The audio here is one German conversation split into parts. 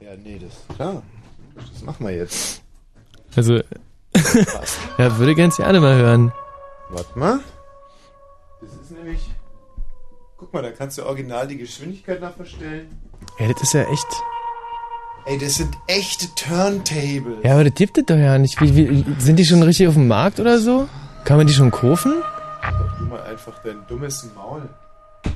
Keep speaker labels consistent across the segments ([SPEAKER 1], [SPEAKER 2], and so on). [SPEAKER 1] Ja, nee, das ist klar. Das machen wir jetzt.
[SPEAKER 2] Also, ja, würde ganz gerne mal hören.
[SPEAKER 1] Warte mal. Das ist nämlich. Guck mal, da kannst du original die Geschwindigkeit nach verstellen.
[SPEAKER 2] Ja, das ist ja echt.
[SPEAKER 1] Ey, das sind echte Turntables.
[SPEAKER 2] Ja, aber das gibt es doch ja nicht. Wie, wie, sind die schon richtig auf dem Markt oder so? Kann man die schon kaufen?
[SPEAKER 1] Du Halt mal einfach dein dummes Maul.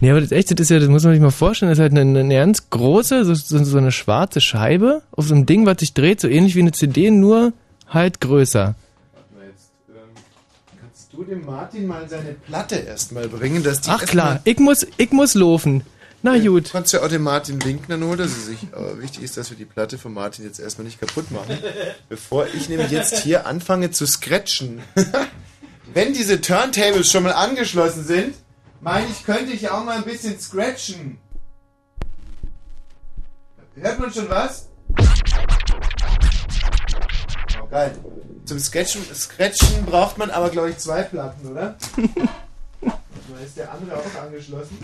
[SPEAKER 2] Nee, aber das echte das ist ja, das muss man sich mal vorstellen, das ist halt eine, eine ganz große, so, so, so eine schwarze Scheibe auf so einem Ding, was sich dreht, so ähnlich wie eine CD, nur halt größer.
[SPEAKER 1] Warte mal jetzt. Ähm, kannst du dem Martin mal seine Platte erstmal bringen, dass die.
[SPEAKER 2] Ach klar, ich muss, ich muss laufen. Na
[SPEAKER 1] erstmal-
[SPEAKER 2] gut.
[SPEAKER 1] Du kannst ja auch dem Martin linken, dann holt er sie sich. Aber wichtig ist, dass wir die Platte von Martin jetzt erstmal nicht kaputt machen. Bevor ich nämlich jetzt hier anfange zu scratchen. Wenn diese Turntables schon mal angeschlossen sind, meine ich, könnte ich auch mal ein bisschen scratchen. Hört man schon was? Oh, geil. Zum Sketchen, Scratchen braucht man aber, glaube ich, zwei Platten, oder? Warte mal, ist der andere auch angeschlossen?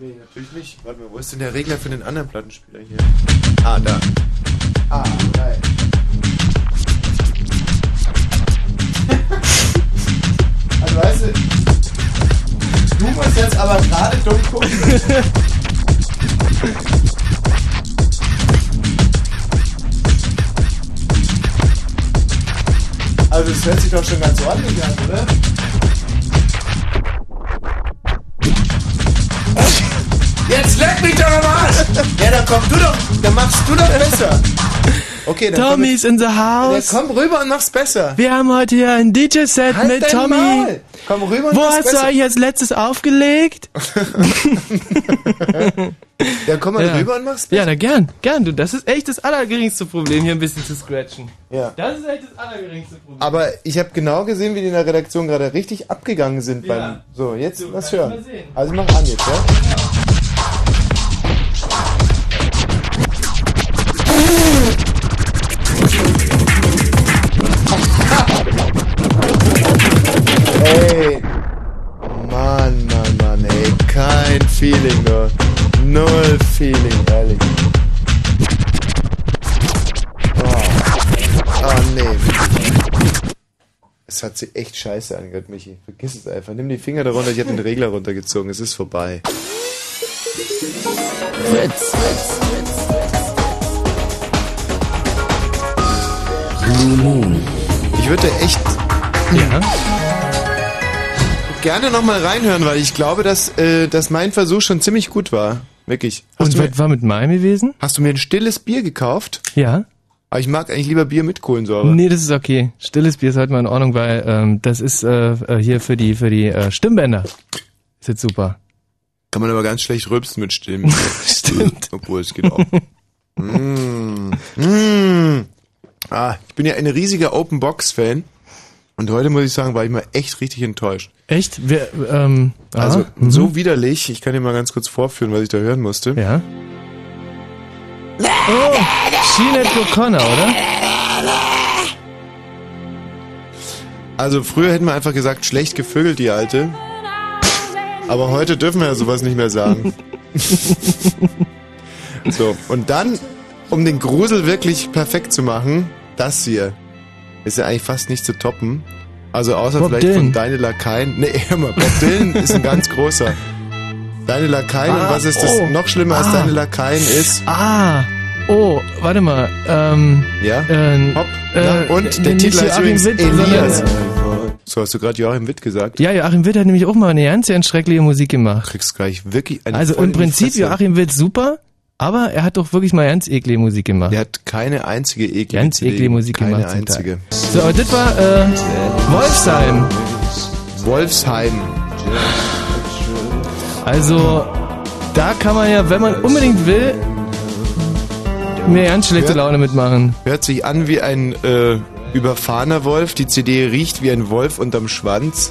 [SPEAKER 1] Nee, natürlich nicht. Warte mal, wo ist denn der Regler für den anderen Plattenspieler hier? Ah, da. Ah, geil. also weißt du, du musst jetzt aber gerade dumm gucken. Also es hört sich doch schon ganz ordentlich an, oder? Jetzt leck mich doch am Arsch! Ja, dann komm du doch, dann machst du doch besser. Okay, dann komm,
[SPEAKER 2] Tommy is in the
[SPEAKER 1] ja,
[SPEAKER 2] house.
[SPEAKER 1] komm rüber und mach's besser.
[SPEAKER 2] Wir haben heute hier ein DJ-Set
[SPEAKER 1] Halt
[SPEAKER 2] mit
[SPEAKER 1] dein
[SPEAKER 2] Tommy.
[SPEAKER 1] Maul! Komm rüber und
[SPEAKER 2] Wo
[SPEAKER 1] mach's
[SPEAKER 2] hast du
[SPEAKER 1] besser.
[SPEAKER 2] euch als letztes aufgelegt?
[SPEAKER 1] Ja, komm mal
[SPEAKER 2] Ja.
[SPEAKER 1] rüber und mach's
[SPEAKER 2] Ja, na gern, gern, du. Das ist echt das allergeringste Problem, hier ein bisschen zu scratchen.
[SPEAKER 1] Ja.
[SPEAKER 2] Das ist echt das allergeringste Problem.
[SPEAKER 1] Aber ich habe genau gesehen, wie die in der Redaktion gerade richtig abgegangen sind beim. So, jetzt
[SPEAKER 2] Du,
[SPEAKER 1] lass
[SPEAKER 2] kannst
[SPEAKER 1] hören.
[SPEAKER 2] mal sehen.
[SPEAKER 1] Also mach an jetzt, ja? Ey. Mann, Mann, Mann, ey. Kein Feeling, du. Null Feeling, ehrlich. Oh, oh Ah. nee. Es hat sich echt scheiße angehört, Michi. Vergiss es einfach. Nimm die Finger da runter. Ich habe den Regler runtergezogen. Es ist vorbei.
[SPEAKER 3] Fritz. Blue Moon.
[SPEAKER 1] Ich würde echt
[SPEAKER 2] Ja.
[SPEAKER 1] gerne nochmal reinhören, weil ich glaube, dass, äh, dass mein Versuch schon ziemlich gut war. Wirklich. Hast,
[SPEAKER 2] Und
[SPEAKER 1] du mir,
[SPEAKER 2] was war mit meinem gewesen?
[SPEAKER 1] hast du mir ein stilles Bier gekauft?
[SPEAKER 2] Ja.
[SPEAKER 1] Aber ich mag eigentlich lieber Bier mit Kohlensäure.
[SPEAKER 2] Nee, das ist okay. Stilles Bier ist heute mal in Ordnung, weil ähm, das ist äh, äh, hier für die für die äh, Stimmbänder. Ist jetzt super.
[SPEAKER 1] Kann man aber ganz schlecht rülpsen mit stillem Bier.
[SPEAKER 2] Stimmt.
[SPEAKER 1] Obwohl, es geht auch. mm. Mm. Ah, ich bin ja ein riesiger Open Box-Fan. Und heute muss ich sagen, war ich mal echt richtig enttäuscht.
[SPEAKER 2] Echt? Wir, ähm, ah,
[SPEAKER 1] Also
[SPEAKER 2] mhm.
[SPEAKER 1] so widerlich, ich kann dir mal ganz kurz vorführen, was ich da hören musste.
[SPEAKER 2] Ja. Oh, Sheenette O'Connor, oder?
[SPEAKER 1] Also früher hätten wir einfach gesagt, schlecht gevögelt die Alte. Aber heute dürfen wir ja sowas nicht mehr sagen. so, und dann, um den Grusel wirklich perfekt zu machen, das hier ist ja eigentlich fast nicht zu toppen. Also außer
[SPEAKER 2] Bob
[SPEAKER 1] vielleicht
[SPEAKER 2] Dylan.
[SPEAKER 1] von Deine Lakaien. Nee, immer, Bob Dylan ist ein ganz großer. Deine Lakaien und
[SPEAKER 2] Ah,
[SPEAKER 1] was ist das
[SPEAKER 2] oh.
[SPEAKER 1] noch schlimmer als
[SPEAKER 2] Ah.
[SPEAKER 1] Deine Lakaien ist?
[SPEAKER 2] Ah. Oh, warte mal. Ähm,
[SPEAKER 1] Ja?
[SPEAKER 2] ähm,
[SPEAKER 1] Hopp. Ja,
[SPEAKER 2] äh,
[SPEAKER 1] und der
[SPEAKER 2] nicht
[SPEAKER 1] Titel heißt
[SPEAKER 2] Joachim
[SPEAKER 1] übrigens
[SPEAKER 2] Witt,
[SPEAKER 1] Elias.
[SPEAKER 2] sondern-
[SPEAKER 1] So, hast du gerade Joachim Witt gesagt?
[SPEAKER 2] Ja, Joachim Witt hat nämlich auch mal eine ganz, ganz schreckliche Musik
[SPEAKER 1] Du
[SPEAKER 2] gemacht.
[SPEAKER 1] kriegst gleich wirklich eine
[SPEAKER 2] Also
[SPEAKER 1] voll
[SPEAKER 2] im
[SPEAKER 1] in die
[SPEAKER 2] Prinzip
[SPEAKER 1] Fresse.
[SPEAKER 2] Joachim Witt super, aber er hat doch wirklich mal ganz eklige Musik gemacht.
[SPEAKER 1] Der hat keine einzige eklige
[SPEAKER 2] Ganz
[SPEAKER 1] CD.
[SPEAKER 2] eklige Musik
[SPEAKER 1] keine
[SPEAKER 2] gemacht zum Teil.
[SPEAKER 1] einzige.
[SPEAKER 2] So, aber das war äh, Wolfsheim.
[SPEAKER 1] Wolfsheim.
[SPEAKER 2] Also, da kann man ja, wenn man unbedingt will, mir ganz schlechte
[SPEAKER 1] Ja.
[SPEAKER 2] Laune mitmachen.
[SPEAKER 1] Hört sich an wie ein äh, überfahrener Wolf. Die CD riecht wie ein Wolf unterm Schwanz.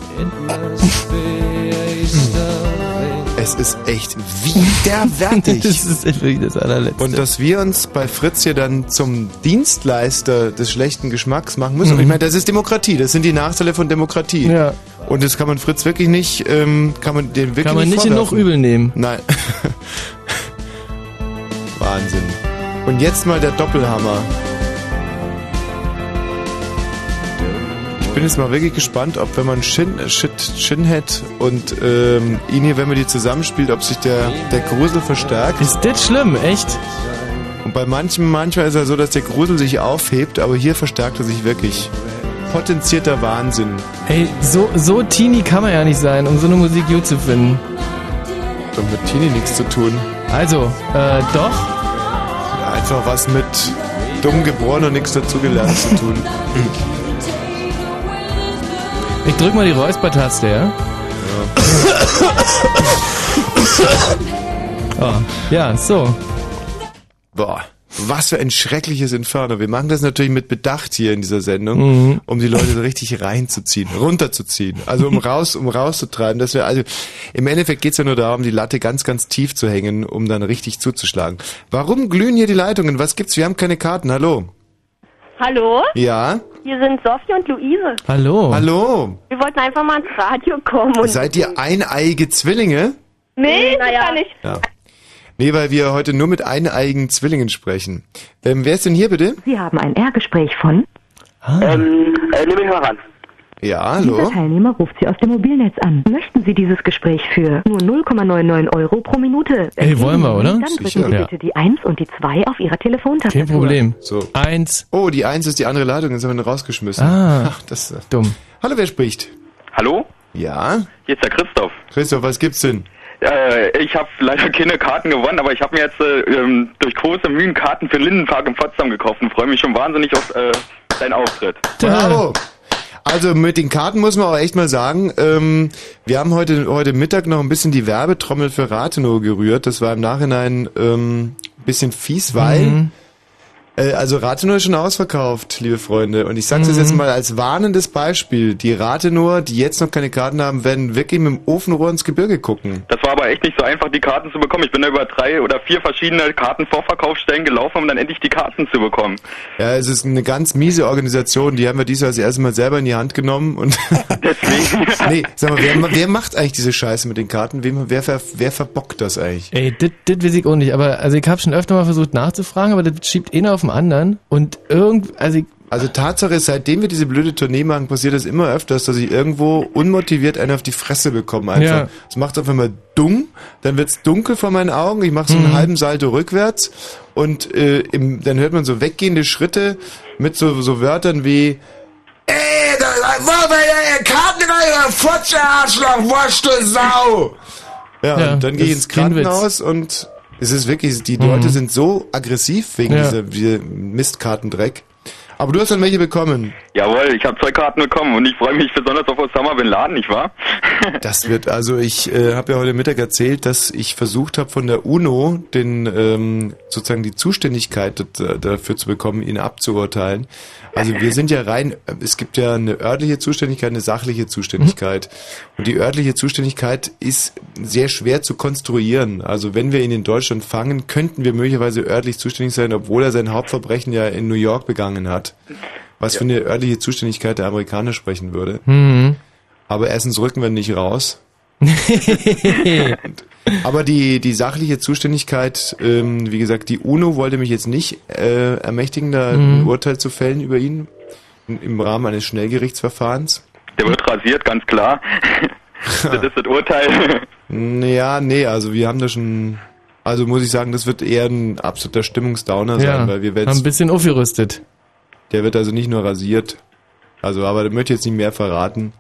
[SPEAKER 1] Es ist echt
[SPEAKER 2] Das
[SPEAKER 1] widerwärtig.
[SPEAKER 2] ist echt wirklich das allerletzte.
[SPEAKER 1] Und dass wir uns bei Fritz hier dann zum Dienstleister des schlechten Geschmacks machen müssen. Und ich meine, das ist Demokratie. Das sind die Nachteile von Demokratie.
[SPEAKER 2] Mhm. Ja.
[SPEAKER 1] Und das kann man Fritz wirklich nicht, ähm, kann man den wirklich
[SPEAKER 2] kann man nicht
[SPEAKER 1] vorwerfen.
[SPEAKER 2] genug übel nehmen.
[SPEAKER 1] Nein. Wahnsinn. Und jetzt mal der Doppelhammer. Ich bin jetzt mal wirklich gespannt, ob wenn man Shin, äh, Shit, Shinhead und ähm, ihn hier, wenn man die zusammenspielt, ob sich der, der Grusel verstärkt.
[SPEAKER 2] Ist das schlimm, echt?
[SPEAKER 1] Und bei manchem, manchmal ist er so, dass der Grusel sich aufhebt, aber hier verstärkt er sich wirklich. Potenzierter Wahnsinn.
[SPEAKER 2] Ey, so, so teeny kann man ja nicht sein, um so eine Musik gut zu finden.
[SPEAKER 1] Und mit Tini nichts zu tun.
[SPEAKER 2] Also, äh, doch.
[SPEAKER 1] Einfach was mit dumm geboren und nichts dazugelernt zu tun.
[SPEAKER 2] Ich drück mal die Räuspertaste, ja? Ja. oh, ja, so.
[SPEAKER 1] Boah, was für ein schreckliches Inferno. Wir machen das natürlich mit Bedacht hier in dieser Sendung, um die Leute so richtig reinzuziehen, runterzuziehen, also um raus, um rauszutreiben. Dass wir also im Endeffekt geht's ja nur darum, die Latte ganz, ganz tief zu hängen, um dann richtig zuzuschlagen. Warum glühen hier die Leitungen? Was gibt's? Wir haben keine Karten. Hallo.
[SPEAKER 4] Hallo?
[SPEAKER 1] Ja.
[SPEAKER 4] Hier sind Sophie und Luise.
[SPEAKER 2] Hallo.
[SPEAKER 1] Hallo.
[SPEAKER 4] Wir wollten einfach mal ins Radio kommen. Und
[SPEAKER 1] Seid ihr eineige Zwillinge?
[SPEAKER 4] nee, naja. nicht.
[SPEAKER 1] Ja. Nee, weil wir heute nur mit eineigen Zwillingen sprechen. Ähm, wer ist denn hier bitte?
[SPEAKER 5] Sie haben ein R-Gespräch von.
[SPEAKER 6] Ähm, äh, nimm mich mal ran.
[SPEAKER 1] Ah. Ja,
[SPEAKER 5] Dieser
[SPEAKER 1] hallo.
[SPEAKER 5] Teilnehmer ruft Sie aus dem Mobilnetz an. Möchten Sie dieses Gespräch für nur 0,99 Euro pro Minute?
[SPEAKER 2] Ey, wollen wir, oder?
[SPEAKER 5] Dann drücken Sie
[SPEAKER 1] Sicher.
[SPEAKER 5] bitte
[SPEAKER 1] Ja.
[SPEAKER 5] die 1 und die 2 auf Ihrer Telefontaste.
[SPEAKER 2] Kein Problem.
[SPEAKER 1] So.
[SPEAKER 2] Eins.
[SPEAKER 1] Oh, die Eins ist die andere Leitung, jetzt haben wir ihn rausgeschmissen.
[SPEAKER 2] Ah.
[SPEAKER 1] Ach, das ist...
[SPEAKER 2] Dumm.
[SPEAKER 1] Hallo, wer spricht?
[SPEAKER 6] Hallo?
[SPEAKER 1] Ja?
[SPEAKER 6] Hier ist der Christoph.
[SPEAKER 1] Christoph, was gibt's denn?
[SPEAKER 6] Äh, ich habe leider keine Karten gewonnen, aber ich habe mir jetzt äh, ähm, durch große Mühen Karten für Lindenpark in Potsdam gekauft und freue mich schon wahnsinnig auf äh, deinen Auftritt.
[SPEAKER 1] Bravo! Also mit den Karten muss man auch echt mal sagen, ähm, wir haben heute, heute Mittag noch ein bisschen die Werbetrommel für Rathenow gerührt. Das war im Nachhinein ähm, ein bisschen fies, weil... Äh, also Rathenow ist schon ausverkauft, liebe Freunde. Und ich sage das jetzt mal als warnendes Beispiel. Die Rathenower, die jetzt noch keine Karten haben, werden wirklich mit dem Ofenrohr ins Gebirge gucken.
[SPEAKER 6] Das war aber echt nicht so einfach, die Karten zu bekommen. Ich bin da über drei oder vier verschiedene Kartenvorverkaufsstellen gelaufen, um dann endlich die Karten zu bekommen.
[SPEAKER 1] Ja, es ist eine ganz miese Organisation. Die haben wir dieses Jahr das erste Mal selber in die Hand genommen. Und
[SPEAKER 6] Deswegen.
[SPEAKER 1] nee, sag mal, wer, ma- wer macht eigentlich diese Scheiße mit den Karten? Wem, wer, ver, wer verbockt das eigentlich?
[SPEAKER 2] Ey, das weiß ich auch nicht, aber also ich habe schon öfter mal versucht nachzufragen, aber das schiebt einer auf den anderen und irgend, also ich,
[SPEAKER 1] Also Tatsache ist, seitdem wir diese blöde Tournee machen, passiert das immer öfters, dass ich irgendwo unmotiviert einen auf die Fresse bekomme einfach.
[SPEAKER 2] Ja.
[SPEAKER 1] Das macht auf einmal dumm, dann wird's dunkel vor meinen Augen, ich mache so einen halben Salto rückwärts und äh, im, dann hört man so weggehende Schritte mit so, so Wörtern wie Ey, da war bei der Karten rein, Futsche, Arschloch, Wurst, du Sau! Ja,
[SPEAKER 2] Ja,
[SPEAKER 1] und dann gehe ich
[SPEAKER 2] das
[SPEAKER 1] ins
[SPEAKER 2] ist kein Witz. Mhm.
[SPEAKER 1] Krankenhaus und es ist wirklich, die Leute sind so aggressiv wegen
[SPEAKER 2] Ja.
[SPEAKER 1] dieser, dieser Mistkartendreck. Aber du hast dann welche bekommen.
[SPEAKER 6] Jawohl, ich habe zwei Karten bekommen und ich freue mich besonders auf Osama Bin Laden, nicht wahr?
[SPEAKER 1] Das wird, also ich äh, habe ja heute Mittag erzählt, dass ich versucht habe von der UNO den ähm, sozusagen die Zuständigkeit da- dafür zu bekommen, ihn abzuurteilen. Also wir sind ja rein, es gibt ja eine örtliche Zuständigkeit, eine sachliche Zuständigkeit. Und die örtliche Zuständigkeit ist sehr schwer zu konstruieren. Also wenn wir ihn in Deutschland fangen, könnten wir möglicherweise örtlich zuständig sein, obwohl er sein Hauptverbrechen ja in New York begangen hat. Was für eine örtliche Zuständigkeit der Amerikaner sprechen würde. Aber erstens rücken wir nicht raus. Aber die, die sachliche Zuständigkeit, ähm, wie gesagt, die UNO wollte mich jetzt nicht äh, ermächtigen, da ein Urteil zu fällen über ihn im Rahmen eines Schnellgerichtsverfahrens.
[SPEAKER 6] Der wird rasiert, ganz klar. das ist das Urteil.
[SPEAKER 1] Ja, nee, also wir haben da schon, also muss ich sagen, das wird eher ein absoluter Stimmungsdowner
[SPEAKER 2] ja,
[SPEAKER 1] sein, weil wir
[SPEAKER 2] haben ein
[SPEAKER 1] jetzt,
[SPEAKER 2] bisschen aufgerüstet.
[SPEAKER 1] der wird also nicht nur rasiert. Also, aber da möchte ich jetzt nicht mehr verraten.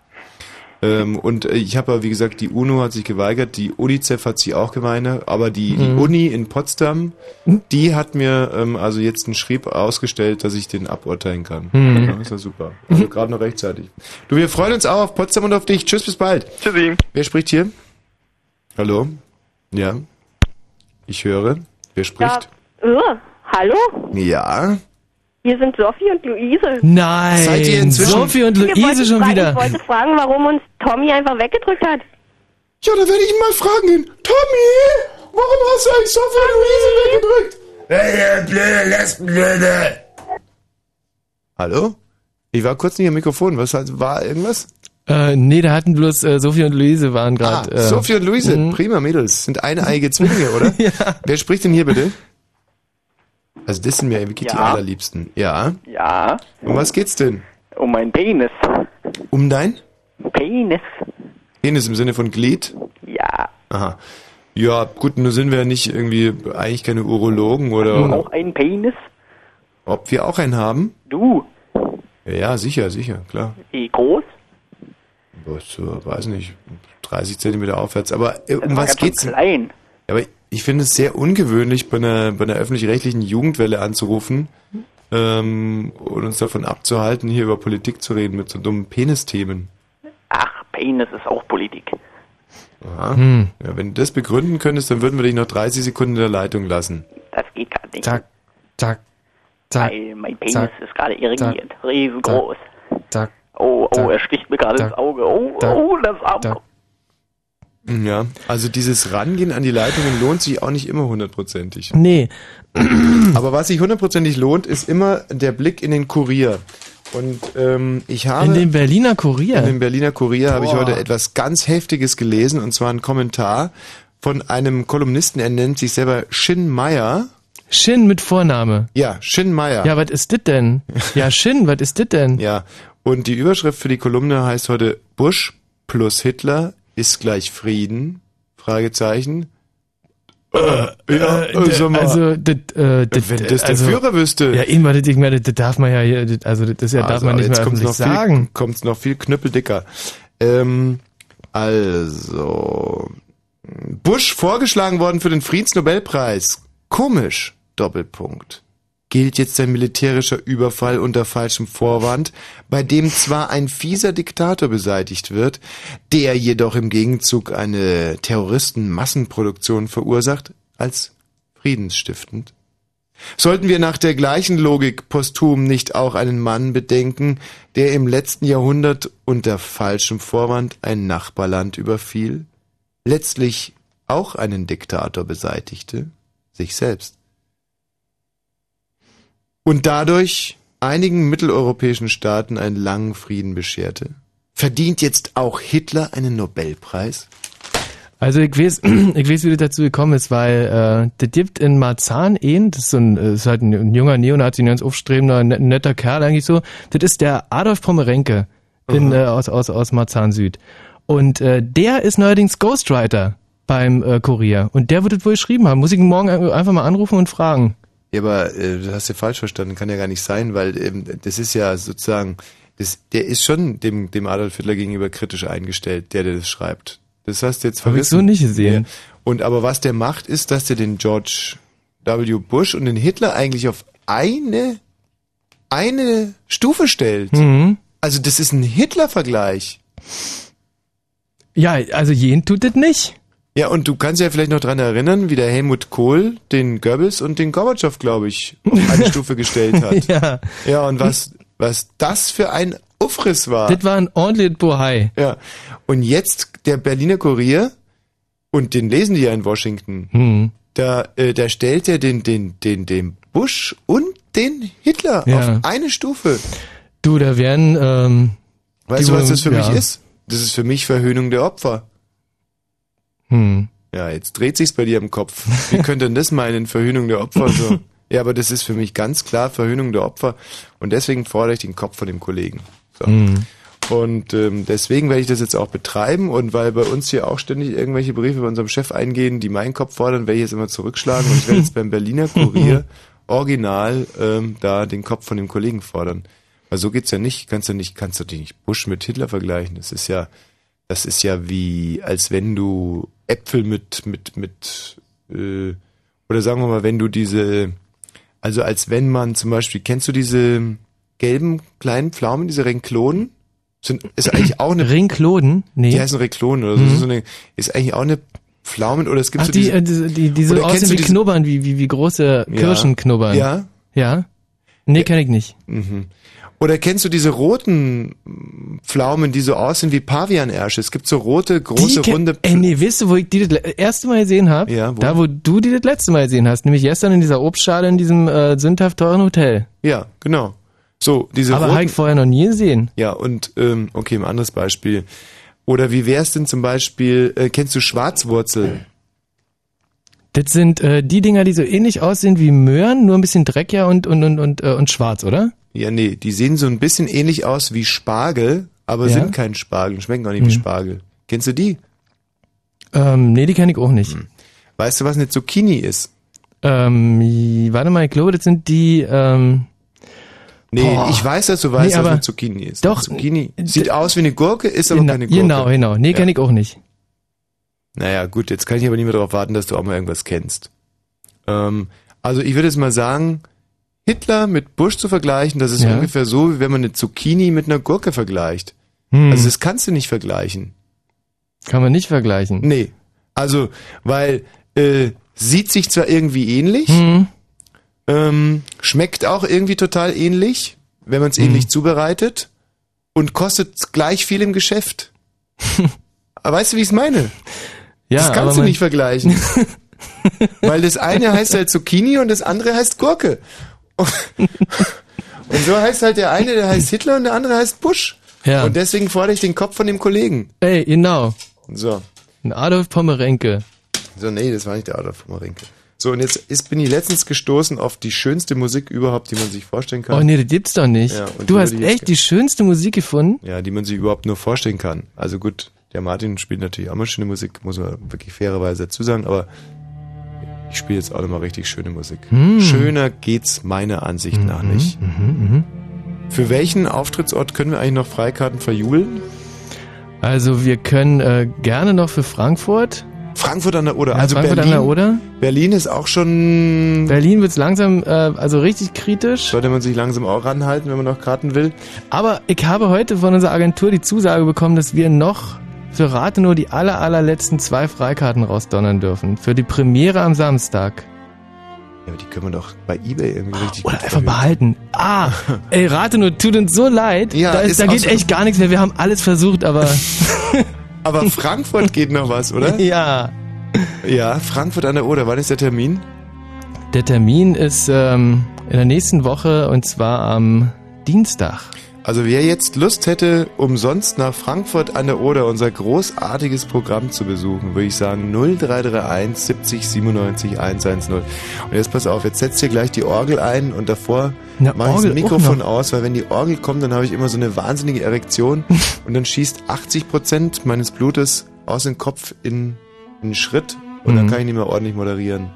[SPEAKER 1] Ähm, und äh, ich habe aber, wie gesagt, die UNO hat sich geweigert, die UNICEF hat sich auch geweigert, aber die, die
[SPEAKER 2] Mhm.
[SPEAKER 1] Uni in Potsdam, die hat mir ähm, also jetzt einen Schrieb ausgestellt, dass ich den aburteilen kann. Ja, ist ja super. Also gerade noch rechtzeitig. Du, wir freuen uns auch auf Potsdam und auf dich. Tschüss, bis bald.
[SPEAKER 6] Tschüssi.
[SPEAKER 1] Wer spricht hier? Hallo? Ja. Ich höre.
[SPEAKER 4] Ja,
[SPEAKER 1] Wer spricht?
[SPEAKER 4] äh, hallo?
[SPEAKER 1] Ja.
[SPEAKER 4] Hier sind Sophie und Luise.
[SPEAKER 2] Nein,
[SPEAKER 1] Seid ihr inzwischen-
[SPEAKER 2] Sophie und
[SPEAKER 4] Wir wollten
[SPEAKER 2] Luise schon
[SPEAKER 4] fragen,
[SPEAKER 2] wieder.
[SPEAKER 4] Ich wollte fragen, warum uns Tommy einfach weggedrückt hat.
[SPEAKER 1] Ja, da werde ich ihn mal fragen gehen. Tommy, warum hast du eigentlich so viel Luise weggedrückt?
[SPEAKER 7] Hey, ihr blöde Lesbenblöde!
[SPEAKER 1] Hallo? Ich war kurz nicht am Mikrofon. Was hat- war irgendwas?
[SPEAKER 2] Äh, nee, da hatten bloß äh, Sophie und Luise waren
[SPEAKER 1] Ah,
[SPEAKER 2] gerade. äh,
[SPEAKER 1] Sophie und Luise, prima Mädels, sind eineige Zwillinge, oder? ja. Wer spricht denn hier bitte? Also das sind mir wirklich die
[SPEAKER 8] Ja.
[SPEAKER 1] allerliebsten. Ja.
[SPEAKER 8] Ja,
[SPEAKER 1] Um was geht's denn?
[SPEAKER 8] um mein Penis.
[SPEAKER 1] Um dein?
[SPEAKER 8] Penis.
[SPEAKER 1] Penis im Sinne von Glied?
[SPEAKER 8] Ja.
[SPEAKER 1] Aha. Ja, gut, nur sind wir ja nicht irgendwie eigentlich keine Urologen oder
[SPEAKER 8] Auch ein Penis?
[SPEAKER 1] ob wir auch einen haben?
[SPEAKER 8] Du.
[SPEAKER 1] Ja, Ja, sicher, sicher, klar.
[SPEAKER 8] Wie groß?
[SPEAKER 1] Was, so, weiß nicht, 30 Zentimeter aufwärts. Aber äh,
[SPEAKER 8] Das
[SPEAKER 1] um
[SPEAKER 8] war
[SPEAKER 1] was
[SPEAKER 8] ganz schön
[SPEAKER 1] geht's? denn?
[SPEAKER 8] Klein.
[SPEAKER 1] Aber ich finde es sehr ungewöhnlich, bei einer, bei einer öffentlich-rechtlichen Jugendwelle anzurufen ähm, und uns davon abzuhalten, hier über Politik zu reden mit so dummen Penisthemen.
[SPEAKER 8] Ach, Penis ist auch Politik.
[SPEAKER 1] Aha.
[SPEAKER 2] Hm.
[SPEAKER 1] Ja, wenn du das begründen könntest, dann würden wir dich noch 30 Sekunden in der Leitung lassen.
[SPEAKER 8] Das geht gar nicht.
[SPEAKER 2] Zack, zack, zack,
[SPEAKER 8] Weil mein Penis
[SPEAKER 2] zack,
[SPEAKER 8] ist gerade irrigiert. Riesengroß.
[SPEAKER 2] zack.
[SPEAKER 8] Oh, oh,
[SPEAKER 2] Zack.
[SPEAKER 8] er sticht mir gerade
[SPEAKER 2] Zack.
[SPEAKER 8] ins Auge. Oh,
[SPEAKER 2] Zack.
[SPEAKER 8] oh, das Arm.
[SPEAKER 2] Zack.
[SPEAKER 1] Ja, also dieses Rangehen an die Leitungen lohnt sich auch nicht immer hundertprozentig.
[SPEAKER 2] Nee,
[SPEAKER 1] Aber was sich hundertprozentig lohnt, ist immer der Blick in den Kurier. Und ähm, ich habe...
[SPEAKER 2] in dem Berliner
[SPEAKER 1] In
[SPEAKER 2] Kurier.
[SPEAKER 1] dem Berliner Kurier habe ich
[SPEAKER 2] Boah.
[SPEAKER 1] heute etwas ganz Heftiges gelesen, und zwar einen Kommentar von einem Kolumnisten, er nennt sich selber Shin Meyer.
[SPEAKER 2] Shin mit Vorname.
[SPEAKER 1] Ja, Shin Meyer.
[SPEAKER 2] Ja, was ist dit denn? Ja, Shin, was ist dit denn?
[SPEAKER 1] Ja, und die Überschrift für die Kolumne heißt heute Bush plus Hitler ist gleich Frieden? Fragezeichen. Äh, ja, äh, sag mal,
[SPEAKER 2] also, dit, äh, dit,
[SPEAKER 1] wenn das der
[SPEAKER 2] also,
[SPEAKER 1] Führer wüsste.
[SPEAKER 2] Ja, eben, weil das, ich meine, das darf man ja hier, das, also das ist ja, darf
[SPEAKER 1] Also,
[SPEAKER 2] man nicht
[SPEAKER 1] jetzt
[SPEAKER 2] mehr
[SPEAKER 1] kommt's
[SPEAKER 2] öffentlich
[SPEAKER 1] noch viel-
[SPEAKER 2] sagen.
[SPEAKER 1] kommt's noch viel knüppeldicker. Ähm, also, Bush vorgeschlagen worden für den Friedensnobelpreis. Komisch, Doppelpunkt. Gilt jetzt sein militärischer Überfall unter falschem Vorwand, bei dem zwar ein fieser Diktator beseitigt wird, der jedoch im Gegenzug eine Terroristenmassenproduktion verursacht, als friedensstiftend? Sollten wir nach der gleichen Logik posthum nicht auch einen Mann bedenken, der im letzten Jahrhundert unter falschem Vorwand ein Nachbarland überfiel, letztlich auch einen Diktator beseitigte, sich selbst, und dadurch einigen mitteleuropäischen Staaten einen langen Frieden bescherte? Verdient jetzt auch Hitler einen Nobelpreis?
[SPEAKER 2] Also ich weiß, ich weiß, wie das dazu gekommen ist, weil äh, das gibt in Marzahn einen, das ist, so ein, äh, ist halt ein, ein junger Neonazi, ein ganz aufstrebender, net- netter Kerl eigentlich so. Das ist der Adolf Pomerenke in, äh, aus, aus, aus Marzahn Süd. Und äh, der ist neuerdings Ghostwriter beim äh, Kurier. Und der wird das wohl geschrieben haben. Muss ich ihn morgen ein- einfach mal anrufen und fragen.
[SPEAKER 1] Ja, aber äh, das hast du falsch verstanden, kann ja gar nicht sein, weil ähm, das ist ja sozusagen, das, der ist schon dem, dem Adolf Hitler gegenüber kritisch eingestellt, der, der das schreibt. Das hast du jetzt
[SPEAKER 2] Hab ich
[SPEAKER 1] verrissen.
[SPEAKER 2] so nicht gesehen.
[SPEAKER 1] Ja. Und aber was der macht, ist, dass der den George W. Bush und den Hitler eigentlich auf eine, eine Stufe stellt.
[SPEAKER 2] Mhm.
[SPEAKER 1] Also das ist ein Hitler-Vergleich.
[SPEAKER 2] Ja, also jeden tut das nicht.
[SPEAKER 1] Ja, und du kannst ja vielleicht noch dran erinnern, wie der Helmut Kohl den Goebbels und den Gorbatschow, glaube ich, auf eine Stufe gestellt hat.
[SPEAKER 2] Ja.
[SPEAKER 1] Ja, und was, was das für ein Ufriss war.
[SPEAKER 2] Das war ein ordentliches Bohai.
[SPEAKER 1] Ja. Und jetzt der Berliner Kurier, und den lesen die ja in Washington,
[SPEAKER 2] Hm.
[SPEAKER 1] da, äh, da stellt er den, den, den, den Bush und den Hitler
[SPEAKER 2] Ja.
[SPEAKER 1] auf eine Stufe.
[SPEAKER 2] Du, da werden, ähm,
[SPEAKER 1] Weißt
[SPEAKER 2] Die
[SPEAKER 1] du, was das für
[SPEAKER 2] wollen- ja.
[SPEAKER 1] mich ist? Das ist für mich Verhöhnung der Opfer.
[SPEAKER 2] hm.
[SPEAKER 1] Ja, jetzt dreht sich's bei dir im Kopf. Wie könnt denn das meinen, Verhöhnung der Opfer? So. Ja, aber das ist für mich ganz klar Verhöhnung der Opfer. Und deswegen fordere ich den Kopf von dem Kollegen. So. Und ähm, deswegen werde ich das jetzt auch betreiben. Und weil bei uns hier auch ständig irgendwelche Briefe bei unserem Chef eingehen, die meinen Kopf fordern, werde ich jetzt immer zurückschlagen. Und ich werde jetzt beim Berliner Kurier original ähm, da den Kopf von dem Kollegen fordern. Weil so geht's ja nicht. Kannst du nicht, kannst du dich nicht Bush mit Hitler vergleichen. Das ist ja, das ist ja wie, als wenn du Äpfel mit, mit, mit, äh, oder sagen wir mal, wenn du diese, also als wenn man zum Beispiel, kennst du diese gelben kleinen Pflaumen, diese Renklonen? Sind, ist eigentlich auch eine,
[SPEAKER 2] Ringkloden? Nee. Mhm.
[SPEAKER 1] die heißen Renklonen oder so, so eine, ist eigentlich auch eine Pflaumen oder es gibt
[SPEAKER 2] Ach,
[SPEAKER 1] so
[SPEAKER 2] die,
[SPEAKER 1] diese,
[SPEAKER 2] äh, die, die, die so
[SPEAKER 1] Oder kennst
[SPEAKER 2] aussehen
[SPEAKER 1] du
[SPEAKER 2] wie
[SPEAKER 1] diese-
[SPEAKER 2] Knubbern, wie, wie, wie große
[SPEAKER 1] Ja.
[SPEAKER 2] Kirschen knubbern.
[SPEAKER 1] ja,
[SPEAKER 2] Ja? Nee, kenn ich nicht.
[SPEAKER 1] mhm. Oder kennst du diese roten mm, Pflaumen, die so aussehen wie Pavianersche? Es gibt so rote, große,
[SPEAKER 2] die kenn-
[SPEAKER 1] runde
[SPEAKER 2] Ey, nee, weißt du, wo ich die das le- erste Mal gesehen habe?
[SPEAKER 1] Ja, wo?
[SPEAKER 2] Da, wo du die das letzte Mal gesehen hast. Nämlich gestern in dieser Obstschale in diesem äh, sündhaft teuren Hotel.
[SPEAKER 1] Ja, genau. So, diese
[SPEAKER 2] Aber habe
[SPEAKER 1] roten,
[SPEAKER 2] ich vorher noch nie gesehen.
[SPEAKER 1] Ja, und ähm, okay, ein anderes Beispiel. Oder wie wär's denn zum Beispiel, äh, kennst du Schwarzwurzel?
[SPEAKER 2] Das sind äh, die Dinger, die so ähnlich aussehen wie Möhren, nur ein bisschen dreckiger und, und, und, und, äh, und schwarz, oder?
[SPEAKER 1] Ja, nee, die sehen so ein bisschen ähnlich aus wie Spargel, aber
[SPEAKER 2] Ja.
[SPEAKER 1] sind kein Spargel, schmecken auch nicht wie
[SPEAKER 2] Mhm.
[SPEAKER 1] Spargel. Kennst du die?
[SPEAKER 2] Ähm, nee, die kenne ich auch nicht.
[SPEAKER 1] Hm. Weißt du, was eine Zucchini ist?
[SPEAKER 2] Ähm, j- warte mal, ich glaube, das sind die, ähm,
[SPEAKER 1] Nee,
[SPEAKER 2] Boah.
[SPEAKER 1] ich weiß, dass du weißt,
[SPEAKER 2] Nee,
[SPEAKER 1] was
[SPEAKER 2] aber- äh,
[SPEAKER 1] eine Zucchini ist. Doch. Zucchini sieht aus wie eine Gurke, ist aber
[SPEAKER 2] genau,
[SPEAKER 1] keine Gurke.
[SPEAKER 2] genau, genau. Nee,
[SPEAKER 1] Ja.
[SPEAKER 2] kenne ich auch nicht.
[SPEAKER 1] Naja, gut, jetzt kann ich aber nicht mehr darauf warten, dass du auch mal irgendwas kennst. Ähm, also ich würde jetzt mal sagen, Hitler mit Bush zu vergleichen, das ist
[SPEAKER 2] Ja.
[SPEAKER 1] ungefähr so, wie wenn man eine Zucchini mit einer Gurke vergleicht.
[SPEAKER 2] Hm.
[SPEAKER 1] Also das kannst du nicht vergleichen.
[SPEAKER 2] Kann man nicht vergleichen.
[SPEAKER 1] Nee. Also, weil äh, sieht sich zwar irgendwie ähnlich,
[SPEAKER 2] Hm.
[SPEAKER 1] ähm, schmeckt auch irgendwie total ähnlich, wenn
[SPEAKER 2] Hm.
[SPEAKER 1] man es ähnlich zubereitet und kostet gleich viel im Geschäft. aber weißt du, wie ich es meine?
[SPEAKER 2] Ja,
[SPEAKER 1] das
[SPEAKER 2] aber
[SPEAKER 1] kannst du
[SPEAKER 2] man-
[SPEAKER 1] nicht vergleichen. weil das eine heißt halt Zucchini und das andere heißt Gurke. Und so heißt halt der eine, der heißt Hitler und der andere heißt Bush.
[SPEAKER 2] Ja.
[SPEAKER 1] Und deswegen fordere ich den Kopf von dem Kollegen.
[SPEAKER 2] Ey, genau.
[SPEAKER 1] So.
[SPEAKER 2] Ein Adolf Pomerenke.
[SPEAKER 1] So, nee, das war nicht der Adolf Pomerenke. So, und jetzt ist, bin ich letztens gestoßen auf die schönste Musik überhaupt, die man sich vorstellen kann.
[SPEAKER 2] Oh nee, das gibt's doch nicht.
[SPEAKER 1] Ja, und
[SPEAKER 2] du
[SPEAKER 1] die
[SPEAKER 2] hast
[SPEAKER 1] würde ich jetzt
[SPEAKER 2] echt die schönste Musik gefunden.
[SPEAKER 1] Ja, die man sich überhaupt nur vorstellen kann. Also gut, der Martin spielt natürlich auch mal schöne Musik, muss man wirklich fairerweise dazu sagen, aber ich spiele jetzt auch nochmal richtig schöne Musik.
[SPEAKER 2] Hm.
[SPEAKER 1] Schöner geht's meiner Ansicht nach nicht.
[SPEAKER 2] Mhm,
[SPEAKER 1] Für welchen Auftrittsort können wir eigentlich noch Freikarten verjubeln?
[SPEAKER 2] mhm. Also wir können äh, gerne noch für Frankfurt.
[SPEAKER 1] Frankfurt an der Oder.
[SPEAKER 2] Ja,
[SPEAKER 1] also
[SPEAKER 2] Frankfurt an
[SPEAKER 1] Berlin,
[SPEAKER 2] der Oder.
[SPEAKER 1] Berlin ist auch schon.
[SPEAKER 2] Berlin wird's langsam, äh, also richtig kritisch.
[SPEAKER 1] Sollte man sich langsam auch ranhalten, wenn man noch Karten will.
[SPEAKER 2] Aber ich habe heute von unserer Agentur die Zusage bekommen, dass wir noch für Rathenow die aller, allerletzten zwei Freikarten rausdonnern dürfen. Für die Premiere am Samstag. Ah,
[SPEAKER 1] Ja, aber die können wir doch bei eBay irgendwie richtig
[SPEAKER 2] Oder
[SPEAKER 1] gut
[SPEAKER 2] einfach
[SPEAKER 1] verhören.
[SPEAKER 2] behalten. Ah, ey, Rathenow, tut uns so leid.
[SPEAKER 1] Ja,
[SPEAKER 2] da ist,
[SPEAKER 1] ist
[SPEAKER 2] da
[SPEAKER 1] auch
[SPEAKER 2] geht
[SPEAKER 1] so.
[SPEAKER 2] echt gar nichts mehr. Wir haben alles versucht, aber
[SPEAKER 1] Aber Frankfurt geht noch was, oder?
[SPEAKER 2] ja.
[SPEAKER 1] Ja, Frankfurt an der Oder. Wann ist der Termin?
[SPEAKER 2] Der Termin ist ähm, in der nächsten Woche und zwar am Dienstag.
[SPEAKER 1] Also wer jetzt Lust hätte, umsonst nach Frankfurt an der Oder unser großartiges Programm zu besuchen, würde ich sagen 0331 70 97 110. Und jetzt pass auf, jetzt setzt ihr gleich die Orgel ein und davor
[SPEAKER 2] Na,
[SPEAKER 1] mache ich das
[SPEAKER 2] Orgel auch
[SPEAKER 1] Mikrofon
[SPEAKER 2] noch.
[SPEAKER 1] aus, weil wenn die Orgel kommt, dann habe ich immer so eine wahnsinnige Erektion und dann schießt 80 Prozent meines Blutes aus dem Kopf in, in den Schritt und dann
[SPEAKER 2] Mhm.
[SPEAKER 1] kann ich nicht mehr ordentlich moderieren.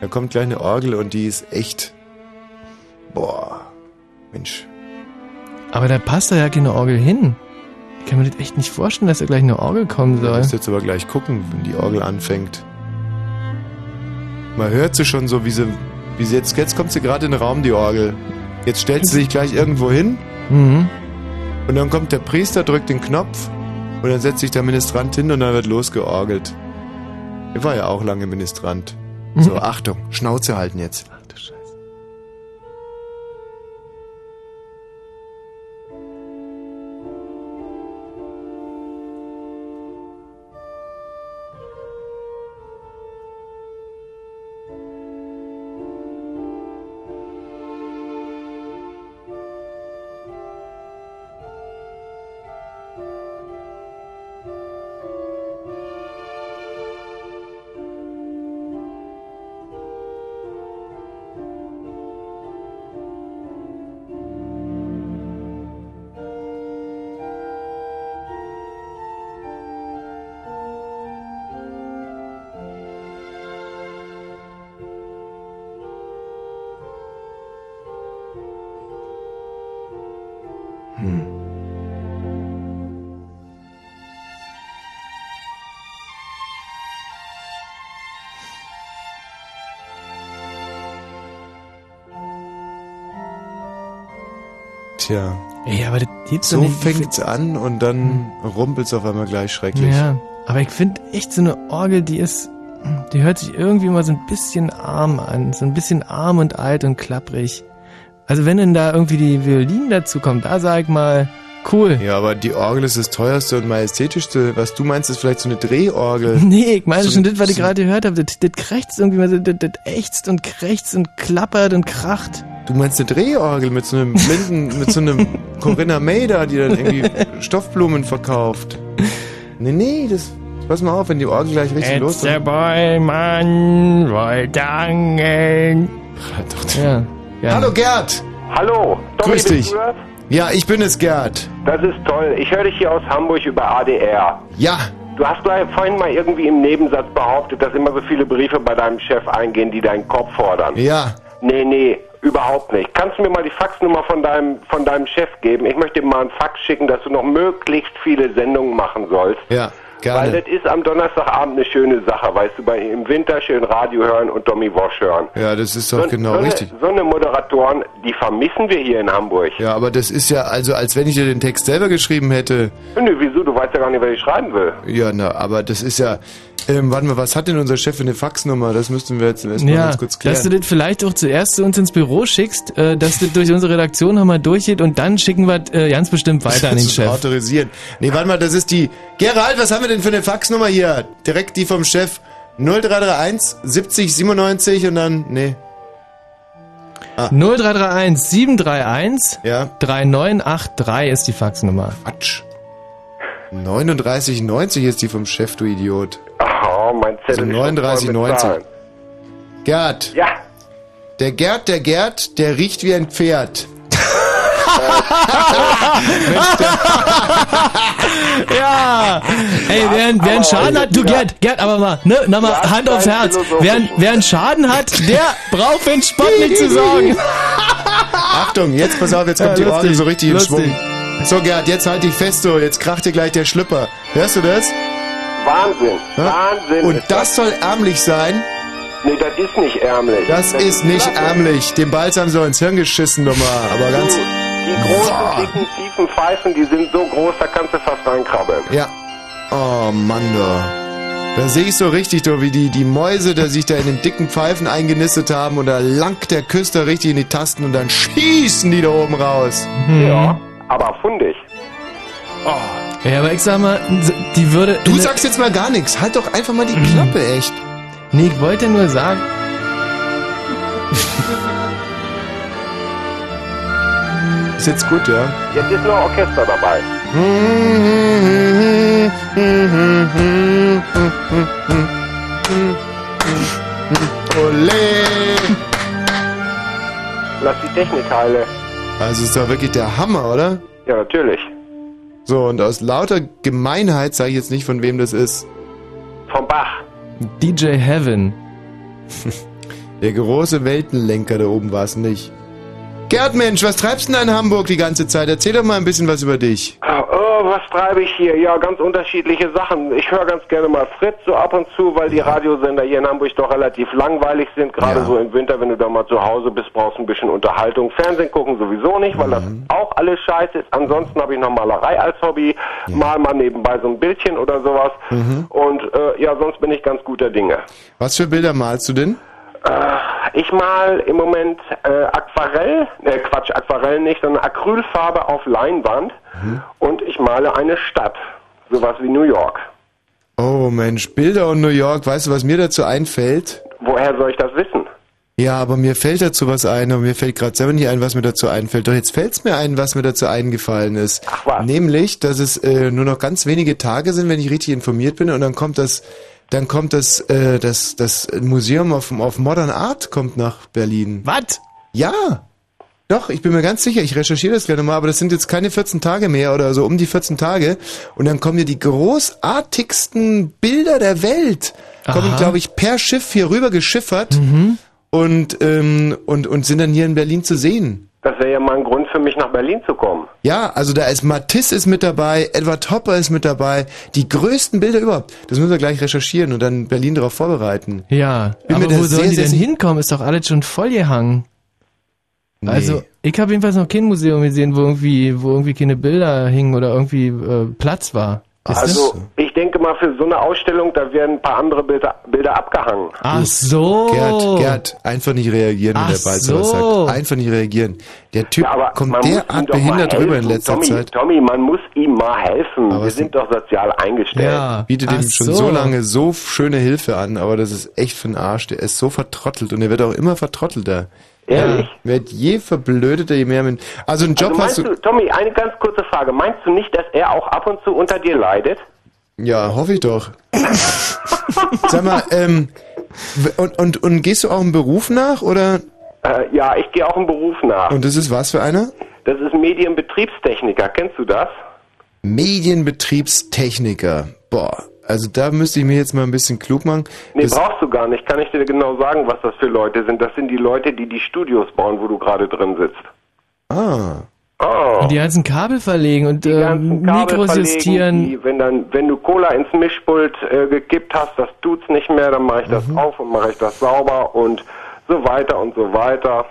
[SPEAKER 1] da kommt gleich eine Orgel und die ist echt, boah, Mensch.
[SPEAKER 2] Aber da passt da ja keine Orgel hin. Ich kann mir das echt nicht vorstellen, dass da gleich eine Orgel kommen
[SPEAKER 1] Du
[SPEAKER 2] soll.
[SPEAKER 1] musst jetzt aber gleich gucken, wenn die Orgel anfängt. Man hört sie schon so, wie sie, wie sie jetzt, jetzt kommt sie gerade in den Raum, die Orgel. Jetzt stellt sie sich gleich irgendwo hin
[SPEAKER 2] Mhm.
[SPEAKER 1] und dann kommt der Priester, drückt den Knopf und dann setzt sich der Ministrant hin und dann wird losgeorgelt. Ich war ja auch lange Ministrant. So, Achtung, Schnauze halten jetzt.
[SPEAKER 2] Ach du Scheiße.
[SPEAKER 1] Tja,
[SPEAKER 2] Ey, aber das gibt's doch
[SPEAKER 1] so
[SPEAKER 2] nicht.
[SPEAKER 1] fängt's an und dann rumpelt's auf einmal gleich schrecklich.
[SPEAKER 2] Ja, aber ich finde echt so eine Orgel, die ist, die hört sich irgendwie mal so ein bisschen arm an, so ein bisschen arm und alt und klapprig. Also wenn denn da irgendwie die Violinen dazu kommt, da sag ich mal, cool.
[SPEAKER 1] Ja, aber die Orgel ist das teuerste und majestätischste. Was du meinst, ist vielleicht so eine Drehorgel.
[SPEAKER 2] Nee, ich meine
[SPEAKER 1] So
[SPEAKER 2] schon
[SPEAKER 1] eine-
[SPEAKER 2] das, was ich
[SPEAKER 1] so-
[SPEAKER 2] gerade gehört habe. Das, das krächzt irgendwie mal so, das, das ächzt und krächzt und klappert und kracht.
[SPEAKER 1] Du meinst eine Drehorgel mit so einem blinden, mit so einem Corinna May da, die dann irgendwie Stoffblumen verkauft. Nee, nee, das, Pass mal auf, wenn die Orgel gleich richtig los sind.
[SPEAKER 2] Bäumann wollte angeln.
[SPEAKER 1] Halt
[SPEAKER 2] Ja. ja.
[SPEAKER 1] Hallo Gerd!
[SPEAKER 9] Hallo, Tommy,
[SPEAKER 1] Grüß
[SPEAKER 9] bist
[SPEAKER 1] dich.
[SPEAKER 9] du das?
[SPEAKER 1] Ja, ich bin es, Gerd.
[SPEAKER 9] Das ist toll. Ich höre dich hier aus Hamburg über ADR.
[SPEAKER 1] Ja,
[SPEAKER 9] Du hast gleich vorhin mal irgendwie im Nebensatz behauptet, dass immer so viele Briefe bei deinem Chef eingehen, die deinen Kopf fordern.
[SPEAKER 1] ja.
[SPEAKER 9] Nee, nee, überhaupt nicht. Kannst du mir mal die Faxnummer von deinem, von deinem Chef geben? Ich möchte ihm mal einen Fax schicken, dass du noch möglichst viele Sendungen machen sollst.
[SPEAKER 1] Ja,
[SPEAKER 9] Weil
[SPEAKER 1] gerne.
[SPEAKER 9] das ist am Donnerstagabend eine schöne Sache, weißt du, bei im Winter schön Radio hören und Tommy Walsh hören.
[SPEAKER 1] Ja, das ist doch genau
[SPEAKER 9] so
[SPEAKER 1] richtig.
[SPEAKER 9] Eine, so eine Moderatoren, die vermissen wir hier in Hamburg.
[SPEAKER 1] Ja, aber das ist ja, also als wenn ich dir den Text selber geschrieben hätte.
[SPEAKER 9] Nö, wieso? Du weißt ja gar nicht, was ich schreiben will.
[SPEAKER 1] Ja, na, aber das ist ja. Ähm, warte mal, was hat denn unser Chef für eine Faxnummer? Das müssten wir jetzt erstmal
[SPEAKER 2] Ja,
[SPEAKER 1] ganz kurz
[SPEAKER 2] dass du den
[SPEAKER 1] klären.
[SPEAKER 2] vielleicht auch zuerst zu uns ins Büro schickst, äh, dass das durch unsere Redaktion nochmal durchgeht und dann schicken wir äh, ganz bestimmt weiter an den
[SPEAKER 1] Das ist
[SPEAKER 2] Chef.
[SPEAKER 1] Autorisieren. Nee, warte mal, das ist die. Gerald, was haben wir denn für eine Faxnummer hier? Direkt die vom Chef. 0331 70 97 und dann. Nee.
[SPEAKER 2] 0331 731
[SPEAKER 1] Ah. Ja.
[SPEAKER 2] 3983 ist die Faxnummer.
[SPEAKER 1] Quatsch. 3990 ist die vom Chef, du Idiot.
[SPEAKER 9] Oh, mein Zettel.
[SPEAKER 1] Also
[SPEAKER 9] ist schon voll mit
[SPEAKER 1] 39,90.
[SPEAKER 9] Zahlen.
[SPEAKER 1] Gerd.
[SPEAKER 9] Ja,
[SPEAKER 1] Der Gerd, der Gerd, der riecht wie ein Pferd.
[SPEAKER 2] Ja! Ey, wer, wer einen Schaden hat, du Gerd, Gerd, aber mal, ne, na mal,
[SPEAKER 9] Ja,
[SPEAKER 2] Hand aufs
[SPEAKER 9] nein,
[SPEAKER 2] Herz.
[SPEAKER 9] philosophisch.
[SPEAKER 2] Wer, wer einen Schaden hat, der braucht für den Spott nicht zu sorgen.
[SPEAKER 1] Achtung, jetzt pass auf, jetzt kommt
[SPEAKER 2] Ja,
[SPEAKER 1] die
[SPEAKER 2] lustig,
[SPEAKER 1] Orgel so richtig in
[SPEAKER 2] lustig.
[SPEAKER 1] Schwung. So Gerd, jetzt halt dich fest so, jetzt kracht dir gleich der Schlüpper. Hörst du das?
[SPEAKER 9] Wahnsinn.
[SPEAKER 1] Ja?
[SPEAKER 9] Wahnsinn.
[SPEAKER 1] Und
[SPEAKER 9] ist
[SPEAKER 1] das soll ärmlich sein?
[SPEAKER 9] Nee, das ist nicht ärmlich.
[SPEAKER 1] Das ist nicht
[SPEAKER 9] klasse.
[SPEAKER 1] ärmlich. Dem Balz haben sie auch ins Hirn geschissen nochmal, aber
[SPEAKER 9] Du,
[SPEAKER 1] ganz...
[SPEAKER 9] Die großen, dicken, tiefen Pfeifen, die sind so groß, da kannst du fast reinkrabbeln.
[SPEAKER 1] Ja. Oh Mann, da. Da sehe ich so richtig, doch, wie die, die Mäuse, da sich da in den dicken Pfeifen eingenistet haben und da langt der Küster richtig in die Tasten und dann schießen die da oben raus.
[SPEAKER 9] Ja,
[SPEAKER 1] Mhm.
[SPEAKER 9] aber fundig.
[SPEAKER 2] Ja, aber ich sag mal, die würde. Mhm.
[SPEAKER 1] Du sagst jetzt mal gar nichts. Halt doch einfach mal die Klappe, echt.
[SPEAKER 2] Nee, ich wollte nur sagen.
[SPEAKER 1] Ist jetzt gut, ja?
[SPEAKER 9] Jetzt ist noch Orchester dabei. Hm.
[SPEAKER 1] Ole!
[SPEAKER 9] Lass die Technik heile.
[SPEAKER 1] Also ist doch wirklich der Hammer, oder?
[SPEAKER 9] Ja, natürlich.
[SPEAKER 1] So, und aus lauter Gemeinheit sage ich jetzt nicht, von wem das ist.
[SPEAKER 9] Vom Bach.
[SPEAKER 2] DJ Heaven.
[SPEAKER 1] Der große Weltenlenker da oben war es nicht. Gerd, Mensch, was treibst denn da in Hamburg die ganze Zeit? Erzähl doch mal ein bisschen was über dich.
[SPEAKER 9] Oh, was treibe ich hier? Ja, ganz unterschiedliche Sachen. Ich höre ganz gerne mal Fritz so ab und zu, weil die Radiosender hier in Hamburg doch relativ langweilig sind. Gerade
[SPEAKER 1] Ja.
[SPEAKER 9] so im Winter, wenn du da mal zu Hause bist, brauchst du ein bisschen Unterhaltung. Fernsehen gucken sowieso nicht, weil das auch alles scheiße ist. Ansonsten habe ich noch Malerei als Hobby. Mal mal nebenbei so ein Bildchen oder sowas.
[SPEAKER 1] Mhm.
[SPEAKER 9] Und äh, ja, sonst bin ich ganz guter Dinge.
[SPEAKER 1] Was für Bilder malst du denn?
[SPEAKER 9] Äh, Ich mal im Moment äh, Aquarell, äh, Quatsch, Aquarell nicht, sondern Acrylfarbe auf Leinwand
[SPEAKER 1] Mhm.
[SPEAKER 9] und ich male eine Stadt, sowas wie New York.
[SPEAKER 1] Oh Mensch, Bilder und New York, weißt du, was mir dazu einfällt?
[SPEAKER 9] Woher soll ich das wissen?
[SPEAKER 1] Ja, aber mir fällt dazu was ein, aber mir fällt gerade selber nicht ein, was mir dazu einfällt. Doch jetzt fällt's mir ein, was mir dazu eingefallen ist. Ach
[SPEAKER 9] was.
[SPEAKER 1] Nämlich, dass es äh, nur noch ganz wenige Tage sind, wenn ich richtig informiert bin, und dann kommt das, dann kommt das, äh, das, das Museum auf, auf Modern Art kommt nach Berlin.
[SPEAKER 2] Was?
[SPEAKER 1] Ja. Doch, ich bin mir ganz sicher, ich recherchiere das gerne mal, aber das sind jetzt keine 14 Tage mehr oder so um die 14 Tage. Und dann kommen hier die großartigsten Bilder der Welt. Kommen,
[SPEAKER 2] Aha. Mhm.
[SPEAKER 1] glaube ich, per Schiff hier rüber geschiffert und, ähm, und, und sind dann hier in Berlin zu sehen.
[SPEAKER 9] Das wäre ja mal ein Grund für mich nach Berlin zu kommen.
[SPEAKER 1] Ja, also da ist Matisse ist mit dabei, Edward Hopper ist mit dabei, die größten Bilder überhaupt. Das müssen wir gleich recherchieren und dann Berlin darauf vorbereiten.
[SPEAKER 2] Ja.
[SPEAKER 1] Bin mir
[SPEAKER 2] aber
[SPEAKER 1] da
[SPEAKER 2] wo
[SPEAKER 1] sehr,
[SPEAKER 2] sollen die
[SPEAKER 1] sehr
[SPEAKER 2] denn
[SPEAKER 1] sicher-
[SPEAKER 2] hinkommen? Ist doch alles schon vollgehangen.
[SPEAKER 1] Nee.
[SPEAKER 2] Also, ich habe jedenfalls noch kein Museum gesehen, wo irgendwie, wo irgendwie keine Bilder hingen oder irgendwie äh, Platz war. Wisst ihr?
[SPEAKER 9] Also ich denke mal für so eine Ausstellung, da werden ein paar andere Bilder, Bilder abgehangen.
[SPEAKER 1] Ah,
[SPEAKER 2] Ach so.
[SPEAKER 1] Gerd, Gerd, einfach nicht reagieren, wenn
[SPEAKER 2] Ach
[SPEAKER 1] der Balzer was
[SPEAKER 2] so.
[SPEAKER 1] sagt. Einfach nicht reagieren. Der Typ
[SPEAKER 9] Ja, aber man
[SPEAKER 1] kommt
[SPEAKER 9] muss ihm
[SPEAKER 1] derart
[SPEAKER 9] doch mal
[SPEAKER 1] behindert
[SPEAKER 9] helfen.
[SPEAKER 1] rüber in letzter
[SPEAKER 9] Tommy,
[SPEAKER 1] Zeit.
[SPEAKER 9] Tommy, man muss ihm mal helfen. Wir
[SPEAKER 1] was-
[SPEAKER 9] sind doch sozial eingestellt.
[SPEAKER 2] Ja.
[SPEAKER 1] Bietet
[SPEAKER 2] Ach
[SPEAKER 1] ihm schon so. lange so schöne Hilfe an, aber das ist echt für den Arsch. Der ist so vertrottelt und er wird auch immer vertrottelter.
[SPEAKER 9] Ehrlich?
[SPEAKER 1] Wird je verblödeter, je mehr mit. Also einen Job
[SPEAKER 9] Also meinst
[SPEAKER 1] hast du.
[SPEAKER 9] du, Tommy, eine ganz kurze Frage. Meinst du nicht, dass er auch ab und zu unter dir leidet?
[SPEAKER 1] Ja, hoffe ich doch. Sag mal, ähm, w- und, und, und gehst du auch einen Beruf nach oder?
[SPEAKER 9] Äh, ja, ich gehe auch im Beruf nach.
[SPEAKER 1] Und das ist was für einer?
[SPEAKER 9] Das ist Medienbetriebstechniker, kennst du das?
[SPEAKER 1] Medienbetriebstechniker. Boah, also da müsste ich mir jetzt mal ein bisschen klug machen.
[SPEAKER 9] Nee,
[SPEAKER 1] Das-
[SPEAKER 9] brauchst du gar nicht. Kann ich dir genau sagen, was das für Leute sind? Das sind die Leute, die die Studios bauen, wo du gerade drin sitzt.
[SPEAKER 1] ah.
[SPEAKER 9] Oh.
[SPEAKER 2] Und die ganzen Kabel verlegen und äh, Mikros justieren.
[SPEAKER 9] Die, wenn, dann, wenn du Cola ins Mischpult äh, gekippt hast, das tut's nicht mehr, dann mache ich das
[SPEAKER 1] Mhm.
[SPEAKER 9] auf und mache ich das sauber und so weiter und so weiter.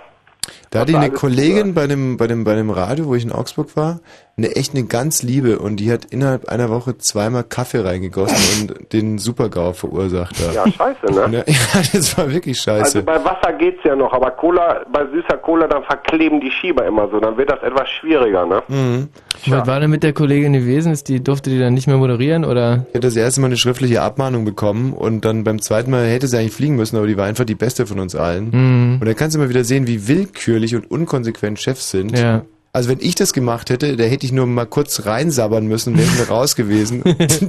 [SPEAKER 1] Da hatte ich eine
[SPEAKER 9] alles
[SPEAKER 1] Kollegin bei dem, bei, dem, bei dem Radio, wo ich in Augsburg war, eine echt eine ganz liebe und die hat innerhalb einer Woche zweimal Kaffee reingegossen und den Supergau verursacht. Da.
[SPEAKER 9] Ja, scheiße, ne?
[SPEAKER 1] Ja, ja, das war wirklich scheiße.
[SPEAKER 9] Also bei Wasser geht's ja noch, aber Cola, bei süßer Cola, dann verkleben die Schieber immer so, dann wird das etwas schwieriger, ne?
[SPEAKER 1] mhm.
[SPEAKER 2] Was war denn mit der Kollegin gewesen? Ist die, durfte die dann nicht mehr moderieren oder?
[SPEAKER 1] Ich hätte das erste Mal eine schriftliche Abmahnung bekommen und dann beim zweiten Mal hätte sie eigentlich fliegen müssen, aber die war einfach die beste von uns allen.
[SPEAKER 2] Mhm.
[SPEAKER 1] Und da kannst du mal wieder sehen, wie willkürlich und unkonsequent Chefs sind.
[SPEAKER 2] Ja.
[SPEAKER 1] Also wenn ich das gemacht hätte, da hätte ich nur mal kurz reinsabbern müssen, wären wir raus gewesen.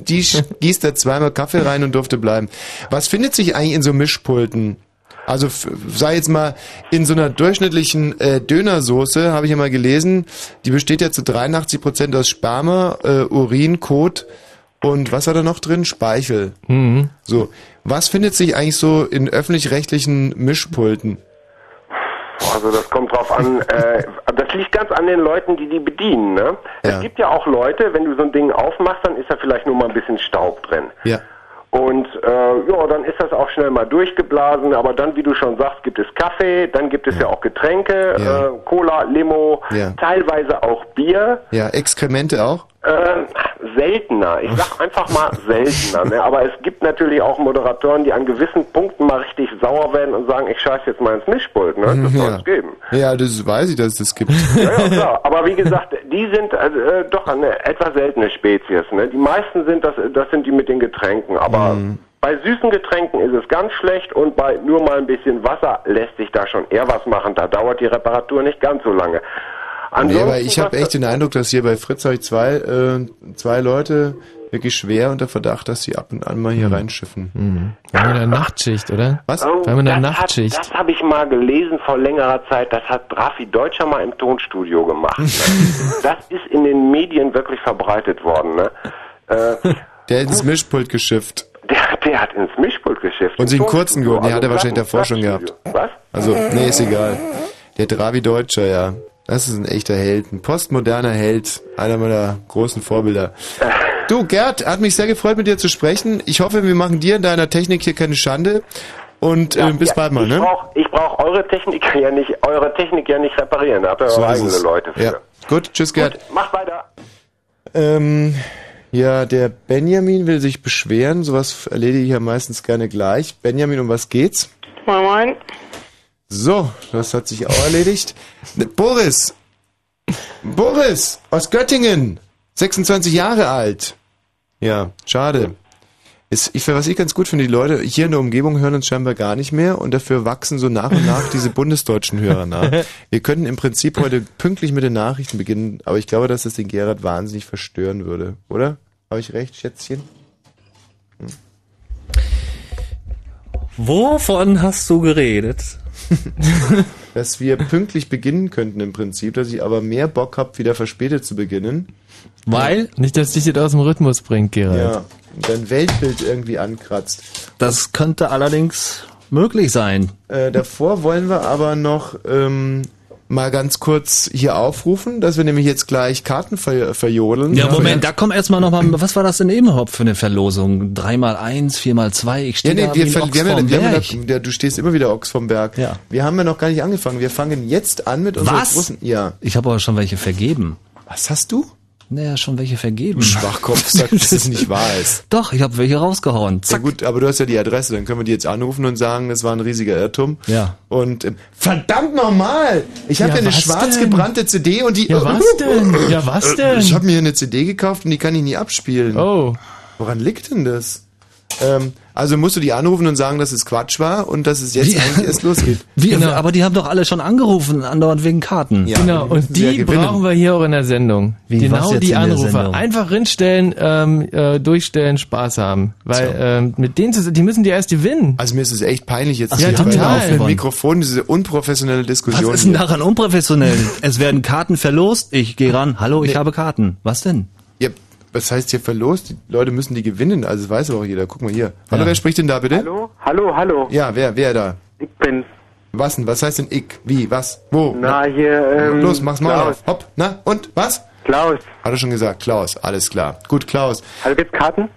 [SPEAKER 1] Die sch- gießt da zweimal Kaffee rein und durfte bleiben. Was findet sich eigentlich in so Mischpulten? Also f- sei jetzt mal, in so einer durchschnittlichen äh, Dönersoße, habe ich ja mal gelesen, die besteht ja zu 83% aus Sperma, äh, Urin, Kot und was war da noch drin? Speichel.
[SPEAKER 2] Mhm.
[SPEAKER 1] So, was findet sich eigentlich so in öffentlich-rechtlichen Mischpulten?
[SPEAKER 9] Also das kommt drauf an, äh, das liegt ganz an den Leuten, die die bedienen. Ne?
[SPEAKER 1] Ja.
[SPEAKER 9] Es gibt ja auch Leute, wenn du so ein Ding aufmachst, dann ist da vielleicht nur mal ein bisschen Staub drin.
[SPEAKER 1] Ja.
[SPEAKER 9] Und äh, ja, dann ist das auch schnell mal durchgeblasen, aber dann, wie du schon sagst, gibt es Kaffee, dann gibt es ja, auch Getränke,
[SPEAKER 1] Ja.
[SPEAKER 9] Äh, Cola, Limo,
[SPEAKER 1] Ja.
[SPEAKER 9] teilweise auch Bier.
[SPEAKER 1] Ja, Exkremente auch?
[SPEAKER 9] Ähm, seltener. Ich sag einfach mal seltener. Ne? Aber es gibt natürlich auch Moderatoren, die an gewissen Punkten mal richtig sauer werden und sagen, ich scheiß jetzt mal ins Mischpult. Ne? Das soll
[SPEAKER 1] Mhm, ja.
[SPEAKER 9] es geben.
[SPEAKER 1] ja, das weiß ich, dass es das gibt.
[SPEAKER 9] Ja, ja, klar. Aber wie gesagt, die sind äh, äh, doch eine etwas seltene Spezies. Ne? Die meisten sind das, das sind die mit den Getränken. Aber
[SPEAKER 1] Mhm.
[SPEAKER 9] bei süßen Getränken ist es ganz schlecht und bei nur mal ein bisschen Wasser lässt sich da schon eher was machen. Da dauert die Reparatur nicht ganz so lange.
[SPEAKER 1] Nee,
[SPEAKER 9] Ansonsten,
[SPEAKER 1] aber ich habe
[SPEAKER 9] was-
[SPEAKER 1] echt den Eindruck, dass hier bei Fritz habe ich zwei, äh, zwei Leute wirklich schwer unter Verdacht, dass sie ab und an mal hier reinschiffen.
[SPEAKER 2] Wir haben in der Nachtschicht, oder?
[SPEAKER 1] Was?
[SPEAKER 9] Oh,
[SPEAKER 2] Hm. Wir haben in der
[SPEAKER 9] das hat-
[SPEAKER 2] Nachtschicht.
[SPEAKER 9] das habe ich mal gelesen vor längerer Zeit. Das hat Raffi Deutscher mal im Tonstudio gemacht. Ne? das ist in den Medien wirklich verbreitet worden. Ne? Äh,
[SPEAKER 1] Der hat ins Mischpult geschifft.
[SPEAKER 9] Der, der hat ins Mischpult geschifft.
[SPEAKER 1] Und sich einen
[SPEAKER 9] Im
[SPEAKER 1] kurzen
[SPEAKER 9] Tonstudio,
[SPEAKER 1] geholt. Nee, hat er
[SPEAKER 9] also
[SPEAKER 1] wahrscheinlich davor schon gehabt.
[SPEAKER 9] Plattenstudio. Was?
[SPEAKER 1] Also, nee, ist egal. Der Dravi Deutscher, ja. Das ist ein echter Held, ein postmoderner Held, einer meiner großen Vorbilder. Du, Gerd, hat mich sehr gefreut, mit dir zu sprechen. Ich hoffe, wir machen dir in deiner Technik hier keine Schande. Und äh, bis
[SPEAKER 9] Ja,
[SPEAKER 1] bald mal,
[SPEAKER 9] ich
[SPEAKER 1] ne?
[SPEAKER 9] Brauch, ich brauche eure Technik ja nicht, eure Technik ja nicht reparieren. Da habt ihr
[SPEAKER 1] So
[SPEAKER 9] eure
[SPEAKER 1] ist
[SPEAKER 9] eigene
[SPEAKER 1] es.
[SPEAKER 9] Leute für.
[SPEAKER 1] Ja. Gut, tschüss, Gerd.
[SPEAKER 9] Macht weiter.
[SPEAKER 1] Ähm, ja, der Benjamin will sich beschweren. Sowas erledige ich ja meistens gerne gleich. Benjamin, um was geht's?
[SPEAKER 10] Moin, moin.
[SPEAKER 1] So, das hat sich auch erledigt. Ne, Boris! Boris! Aus Göttingen! 26 Jahre alt! Ja, schade. Ist, ich, was ich ganz gut finde, die Leute hier in der Umgebung hören uns scheinbar gar nicht mehr und dafür wachsen so nach und nach diese bundesdeutschen Hörer nach. Wir könnten im Prinzip heute pünktlich mit den Nachrichten beginnen, aber ich glaube, dass das den Gerhard wahnsinnig verstören würde, oder? Habe ich recht, Schätzchen?
[SPEAKER 11] Wovon hast du geredet?
[SPEAKER 1] dass wir pünktlich beginnen könnten im Prinzip, dass ich aber mehr Bock habe, wieder verspätet zu beginnen.
[SPEAKER 11] Weil?
[SPEAKER 2] Nicht, dass dich das aus dem Rhythmus bringt, Gerald.
[SPEAKER 1] Ja. Und dein Weltbild irgendwie ankratzt.
[SPEAKER 11] Das könnte allerdings möglich sein.
[SPEAKER 1] Äh, davor wollen wir aber noch ähm, mal ganz kurz hier aufrufen, dass wir nämlich jetzt gleich Karten ver verjodeln.
[SPEAKER 11] Ja, Moment, da kommen erstmal nochmal, was war das denn eben überhaupt für eine Verlosung? 3x1, 4x2, ich
[SPEAKER 1] Ja,
[SPEAKER 11] stehe
[SPEAKER 1] nee, wir,
[SPEAKER 11] da wie ein
[SPEAKER 1] ver-
[SPEAKER 11] Ochs
[SPEAKER 1] wir haben
[SPEAKER 11] vorm
[SPEAKER 1] ja, wir
[SPEAKER 11] Berg.
[SPEAKER 1] haben ja, ja, du stehst immer wieder Ochs vom Berg.
[SPEAKER 11] Ja.
[SPEAKER 1] Wir haben ja noch gar nicht angefangen. Wir fangen jetzt an mit unserer
[SPEAKER 11] Was?
[SPEAKER 1] großen. Ja.
[SPEAKER 11] Ich habe aber schon welche vergeben.
[SPEAKER 1] Was hast du?
[SPEAKER 11] Naja, schon welche vergeben.
[SPEAKER 1] Schwachkopf sagt, dass es nicht wahr ist.
[SPEAKER 11] Doch, ich habe welche rausgehauen.
[SPEAKER 1] Ja
[SPEAKER 11] Zack.
[SPEAKER 1] gut, aber du hast ja die Adresse, dann können wir die jetzt anrufen und sagen, das war ein riesiger Irrtum.
[SPEAKER 11] Ja.
[SPEAKER 1] Und ähm, verdammt nochmal! Ich habe
[SPEAKER 2] Ja,
[SPEAKER 1] ja, eine
[SPEAKER 2] was
[SPEAKER 1] schwarz
[SPEAKER 2] denn?
[SPEAKER 1] gebrannte CD und die. Oh. Äh,
[SPEAKER 2] Ja, was denn? Ja, was
[SPEAKER 1] Ich
[SPEAKER 2] denn?
[SPEAKER 1] habe mir eine CD gekauft und die kann ich nie abspielen.
[SPEAKER 2] Oh,
[SPEAKER 1] Woran liegt denn das? Ähm, also musst du die anrufen und sagen, dass es Quatsch war und dass es jetzt
[SPEAKER 11] Wie?
[SPEAKER 1] eigentlich erst losgeht.
[SPEAKER 11] Wie, Aber die haben doch alle schon angerufen, andauernd wegen Karten.
[SPEAKER 1] Ja,
[SPEAKER 2] genau, und die brauchen wir hier auch in der Sendung.
[SPEAKER 11] Wie, was
[SPEAKER 2] genau
[SPEAKER 11] jetzt
[SPEAKER 2] die
[SPEAKER 11] in der
[SPEAKER 2] Anrufer.
[SPEAKER 11] Sendung?
[SPEAKER 2] Einfach rinstellen, ähm, äh, durchstellen, Spaß haben. Weil ähm, mit denen zu, die müssen die erst gewinnen.
[SPEAKER 1] Also mir ist es echt peinlich jetzt
[SPEAKER 2] Ach, ja,
[SPEAKER 1] hier bei
[SPEAKER 2] total.
[SPEAKER 1] dem Mikrofon diese unprofessionelle Diskussion.
[SPEAKER 11] Was ist denn
[SPEAKER 1] hier.
[SPEAKER 2] um-
[SPEAKER 11] daran unprofessionell? es werden Karten verlost, ich gehe ran, hallo, ich habe Karten. Was denn?
[SPEAKER 1] Ihr, was heißt hier verlost? Die Leute müssen die gewinnen, also das weiß aber auch jeder. Guck mal hier. Hallo, wer spricht denn da bitte? Hallo,
[SPEAKER 12] hallo, hallo.
[SPEAKER 1] Ja, wer, wer da?
[SPEAKER 12] Ich bin's.
[SPEAKER 1] Was denn? Was heißt denn ich? Wie? Was? Wo?
[SPEAKER 12] Na, hier, ähm,
[SPEAKER 1] Los, mach's mal
[SPEAKER 12] Klaus.
[SPEAKER 1] auf. Hopp, na, und? Was?
[SPEAKER 12] Klaus.
[SPEAKER 1] Hat er schon gesagt, Klaus, alles klar. Gut, Klaus.
[SPEAKER 12] Also gibt's Karten?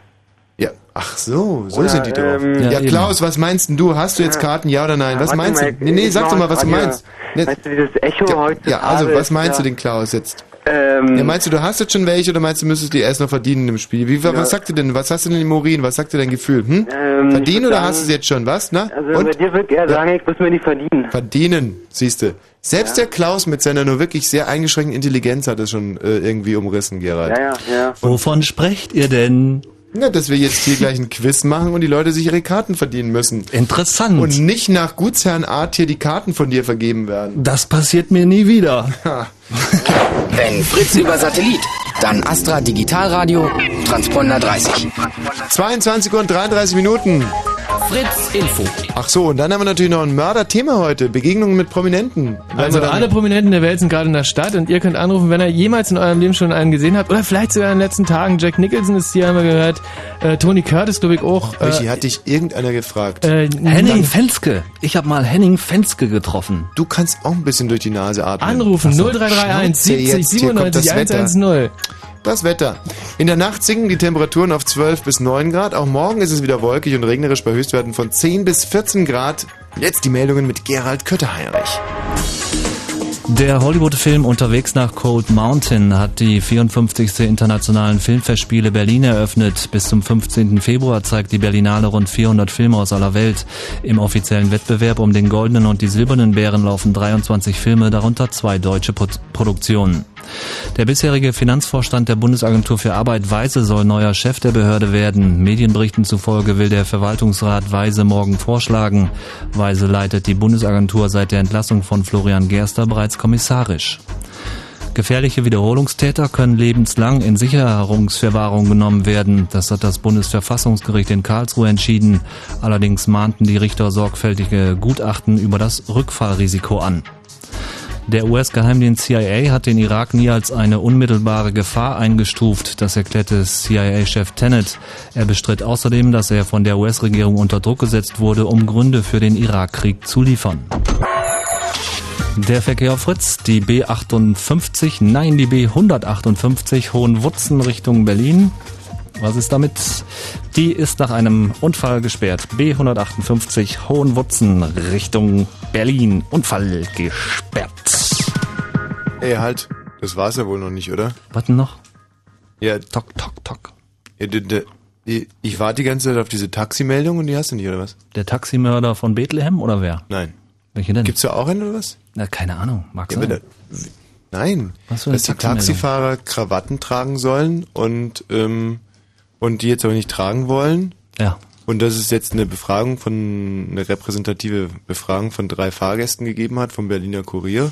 [SPEAKER 1] Ja, ach so, so
[SPEAKER 12] Oder,
[SPEAKER 1] sind die drauf.
[SPEAKER 12] ähm,
[SPEAKER 1] ja,
[SPEAKER 12] Ja, eben.
[SPEAKER 1] Klaus, was meinst denn du? Hast du jetzt Karten, ja oder nein? Was
[SPEAKER 12] Warte
[SPEAKER 1] meinst
[SPEAKER 12] mal,
[SPEAKER 1] du? Nee, nee,
[SPEAKER 12] ich
[SPEAKER 1] sag doch
[SPEAKER 12] mach
[SPEAKER 1] mal, was du
[SPEAKER 12] grad hier-
[SPEAKER 1] meinst. Nee,
[SPEAKER 12] Weißt du, dieses Echo heute?
[SPEAKER 1] ja, also, was meinst du denn, Klaus, jetzt?
[SPEAKER 12] Ähm,
[SPEAKER 1] ja, meinst du, du hast jetzt schon welche oder meinst du, müsstest die erst noch verdienen im Spiel? Wie, wa-
[SPEAKER 12] Ja.
[SPEAKER 1] Was sagt ihr denn? Was hast du denn im Urin? Was sagt dir dein Gefühl? Hm?
[SPEAKER 12] Ähm, ich
[SPEAKER 1] verdienen
[SPEAKER 12] würd
[SPEAKER 1] oder
[SPEAKER 12] sagen-
[SPEAKER 1] hast du es jetzt schon? Was? Na?
[SPEAKER 12] Also bei dir würde ich eher sagen, ich muss mir die verdienen.
[SPEAKER 1] Verdienen, siehst du. Selbst der Klaus mit seiner nur wirklich sehr eingeschränkten Intelligenz hat das schon äh, irgendwie umrissen, Gerald.
[SPEAKER 12] ja.
[SPEAKER 11] Wovon sprecht ihr denn?
[SPEAKER 1] Ja, dass wir jetzt hier gleich ein Quiz machen und die Leute sich ihre Karten verdienen müssen.
[SPEAKER 11] Interessant.
[SPEAKER 1] Und nicht nach Gutsherrenart hier die Karten von dir vergeben werden.
[SPEAKER 11] Das passiert mir nie wieder.
[SPEAKER 13] Wenn Fritz über Satellit, dann Astra Digitalradio, Transponder 30.
[SPEAKER 1] 22 und 33 Minuten.
[SPEAKER 13] Fritz Info.
[SPEAKER 1] Ach so, und dann haben wir natürlich noch ein Mörderthema heute. Begegnungen mit Prominenten. Werden
[SPEAKER 2] Also
[SPEAKER 1] wir dann-
[SPEAKER 2] alle Prominenten der Welt sind gerade in der Stadt und ihr könnt anrufen, wenn ihr jemals in eurem Leben schon einen gesehen habt oder vielleicht sogar in den letzten Tagen. Jack Nicholson ist hier, haben wir gehört. Äh, Tony Curtis, glaube ich, auch. Äh,
[SPEAKER 1] Michi, hat dich irgendeiner gefragt?
[SPEAKER 2] äh,
[SPEAKER 11] Henning Fenske. Ich habe mal Henning Fenske getroffen.
[SPEAKER 1] Du kannst auch ein bisschen durch die Nase atmen.
[SPEAKER 2] Anrufen,
[SPEAKER 1] Ach so,
[SPEAKER 2] 0331 70
[SPEAKER 1] Schnauze jetzt, hier kommt
[SPEAKER 2] 97 110.
[SPEAKER 1] Das Wetter. In der Nacht sinken die Temperaturen auf 12 bis 9 Grad. Auch morgen ist es wieder wolkig und regnerisch bei Höchstwerten von 10 bis 14 Grad. Jetzt die Meldungen mit Gerald Kötterheinrich.
[SPEAKER 11] Der Hollywood-Film Unterwegs nach Cold Mountain hat die 54. Internationalen Filmfestspiele Berlin eröffnet. Bis zum 15. Februar zeigt die Berlinale rund 400 Filme aus aller Welt. Im offiziellen Wettbewerb um den goldenen und die silbernen Bären laufen 23 Filme, darunter zwei deutsche Pro Produktionen. Der bisherige Finanzvorstand der Bundesagentur für Arbeit Weise soll neuer Chef der Behörde werden. Medienberichten zufolge will der Verwaltungsrat Weise morgen vorschlagen. Weise leitet die Bundesagentur seit der Entlassung von Florian Gerster bereits kommissarisch. Gefährliche Wiederholungstäter können lebenslang in Sicherungsverwahrung genommen werden. Das hat das Bundesverfassungsgericht in Karlsruhe entschieden. Allerdings mahnten die Richter sorgfältige Gutachten über das Rückfallrisiko an. Der US-Geheimdienst CIA hat den Irak nie als eine unmittelbare Gefahr eingestuft, das erklärte CIA-Chef Tenet. Er bestritt außerdem, dass er von der US-Regierung unter Druck gesetzt wurde, um Gründe für den Irakkrieg zu liefern. Der Verkehr auf Fritz, die B58, nein, die B158 Hohenwutzen Richtung Berlin. Was ist damit? Die ist nach einem Unfall gesperrt. B158 Hohenwutzen Richtung Berlin. Unfall gesperrt.
[SPEAKER 1] Ey, halt. Das war's ja wohl noch nicht, oder?
[SPEAKER 11] Was denn noch?
[SPEAKER 1] Ja.
[SPEAKER 11] Tok, tok, tok.
[SPEAKER 1] Ja, d- d- die- ich warte die ganze Zeit auf diese Taximeldung und die hast du nicht, oder was?
[SPEAKER 11] Der Taximörder von Bethlehem oder wer?
[SPEAKER 1] Nein.
[SPEAKER 11] Welche denn?
[SPEAKER 1] Gibt's da auch einen, oder was?
[SPEAKER 11] Na, keine Ahnung. Mag
[SPEAKER 1] Ja,
[SPEAKER 11] sein.
[SPEAKER 1] bitte. Nein.
[SPEAKER 11] Was für eine
[SPEAKER 1] dass die
[SPEAKER 11] Taximeldung?
[SPEAKER 1] Taxifahrer Krawatten tragen sollen und, ähm, und die jetzt aber nicht tragen wollen.
[SPEAKER 11] Ja.
[SPEAKER 1] Und dass es jetzt eine Befragung von, eine repräsentative Befragung von drei Fahrgästen gegeben hat vom Berliner Kurier.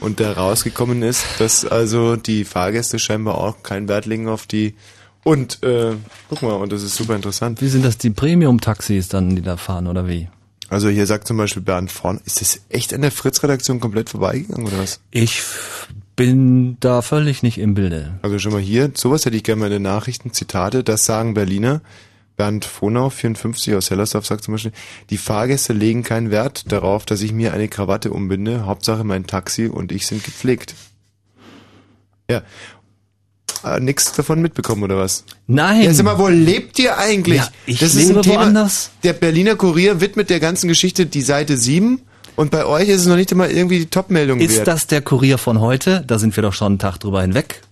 [SPEAKER 1] Und da rausgekommen ist, dass also die Fahrgäste scheinbar auch keinen Wert legen auf die. Und, äh, guck mal, und das ist super interessant.
[SPEAKER 11] Wie sind das die Premium-Taxis dann, die da fahren oder wie?
[SPEAKER 1] Also hier sagt zum Beispiel Bernd Vorn, ist das echt an der Fritz-Redaktion komplett vorbeigegangen oder was?
[SPEAKER 11] Ich f- bin da völlig nicht im Bilde.
[SPEAKER 1] Also schon mal hier, sowas hätte ich gerne mal in den Nachrichten, Zitate, das sagen Berliner. Bernd Frohnau, 54 aus Hellersdorf, sagt zum Beispiel, die Fahrgäste legen keinen Wert darauf, dass ich mir eine Krawatte umbinde. Hauptsache mein Taxi und ich sind gepflegt. Ja. Äh, nix davon mitbekommen, oder was?
[SPEAKER 11] Nein!
[SPEAKER 1] Ja, sag mal, wo lebt ihr eigentlich?
[SPEAKER 11] Ja, ich lebe woanders.
[SPEAKER 1] Der Berliner Kurier widmet der ganzen Geschichte die Seite 7 und bei euch ist es noch nicht einmal irgendwie die Top-Meldung
[SPEAKER 11] Ist
[SPEAKER 1] wert.
[SPEAKER 11] das der Kurier von heute? Da sind wir doch schon einen Tag drüber hinweg.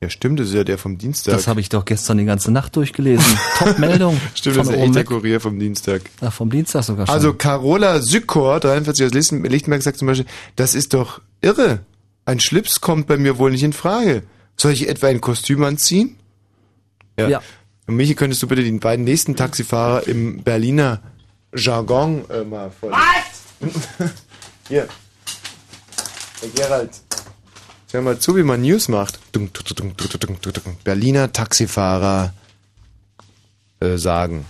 [SPEAKER 1] ja, stimmt, das ist ja der vom Dienstag.
[SPEAKER 11] Das habe ich doch gestern die ganze Nacht durchgelesen. Top-Meldung.
[SPEAKER 1] stimmt,
[SPEAKER 11] von
[SPEAKER 1] das ist
[SPEAKER 11] oben
[SPEAKER 1] echt der
[SPEAKER 11] weg.
[SPEAKER 1] Kurier vom Dienstag.
[SPEAKER 11] Ach, vom Dienstag sogar schon.
[SPEAKER 1] Also Carola Sykor, 43 aus Lichten- Lichtenberg, sagt zum Beispiel, das ist doch irre. Ein Schlips kommt bei mir wohl nicht in Frage. Soll ich etwa ein Kostüm anziehen?
[SPEAKER 11] Ja.
[SPEAKER 1] Und Michi, könntest du bitte die beiden nächsten Taxifahrer im Berliner Jargon äh, mal vorlesen? Hier. Der Gerald. Jetzt hör mal zu, wie man News macht. Dum, dum, dum, dum, dum, dum, dum. Berliner Taxifahrer äh, sagen.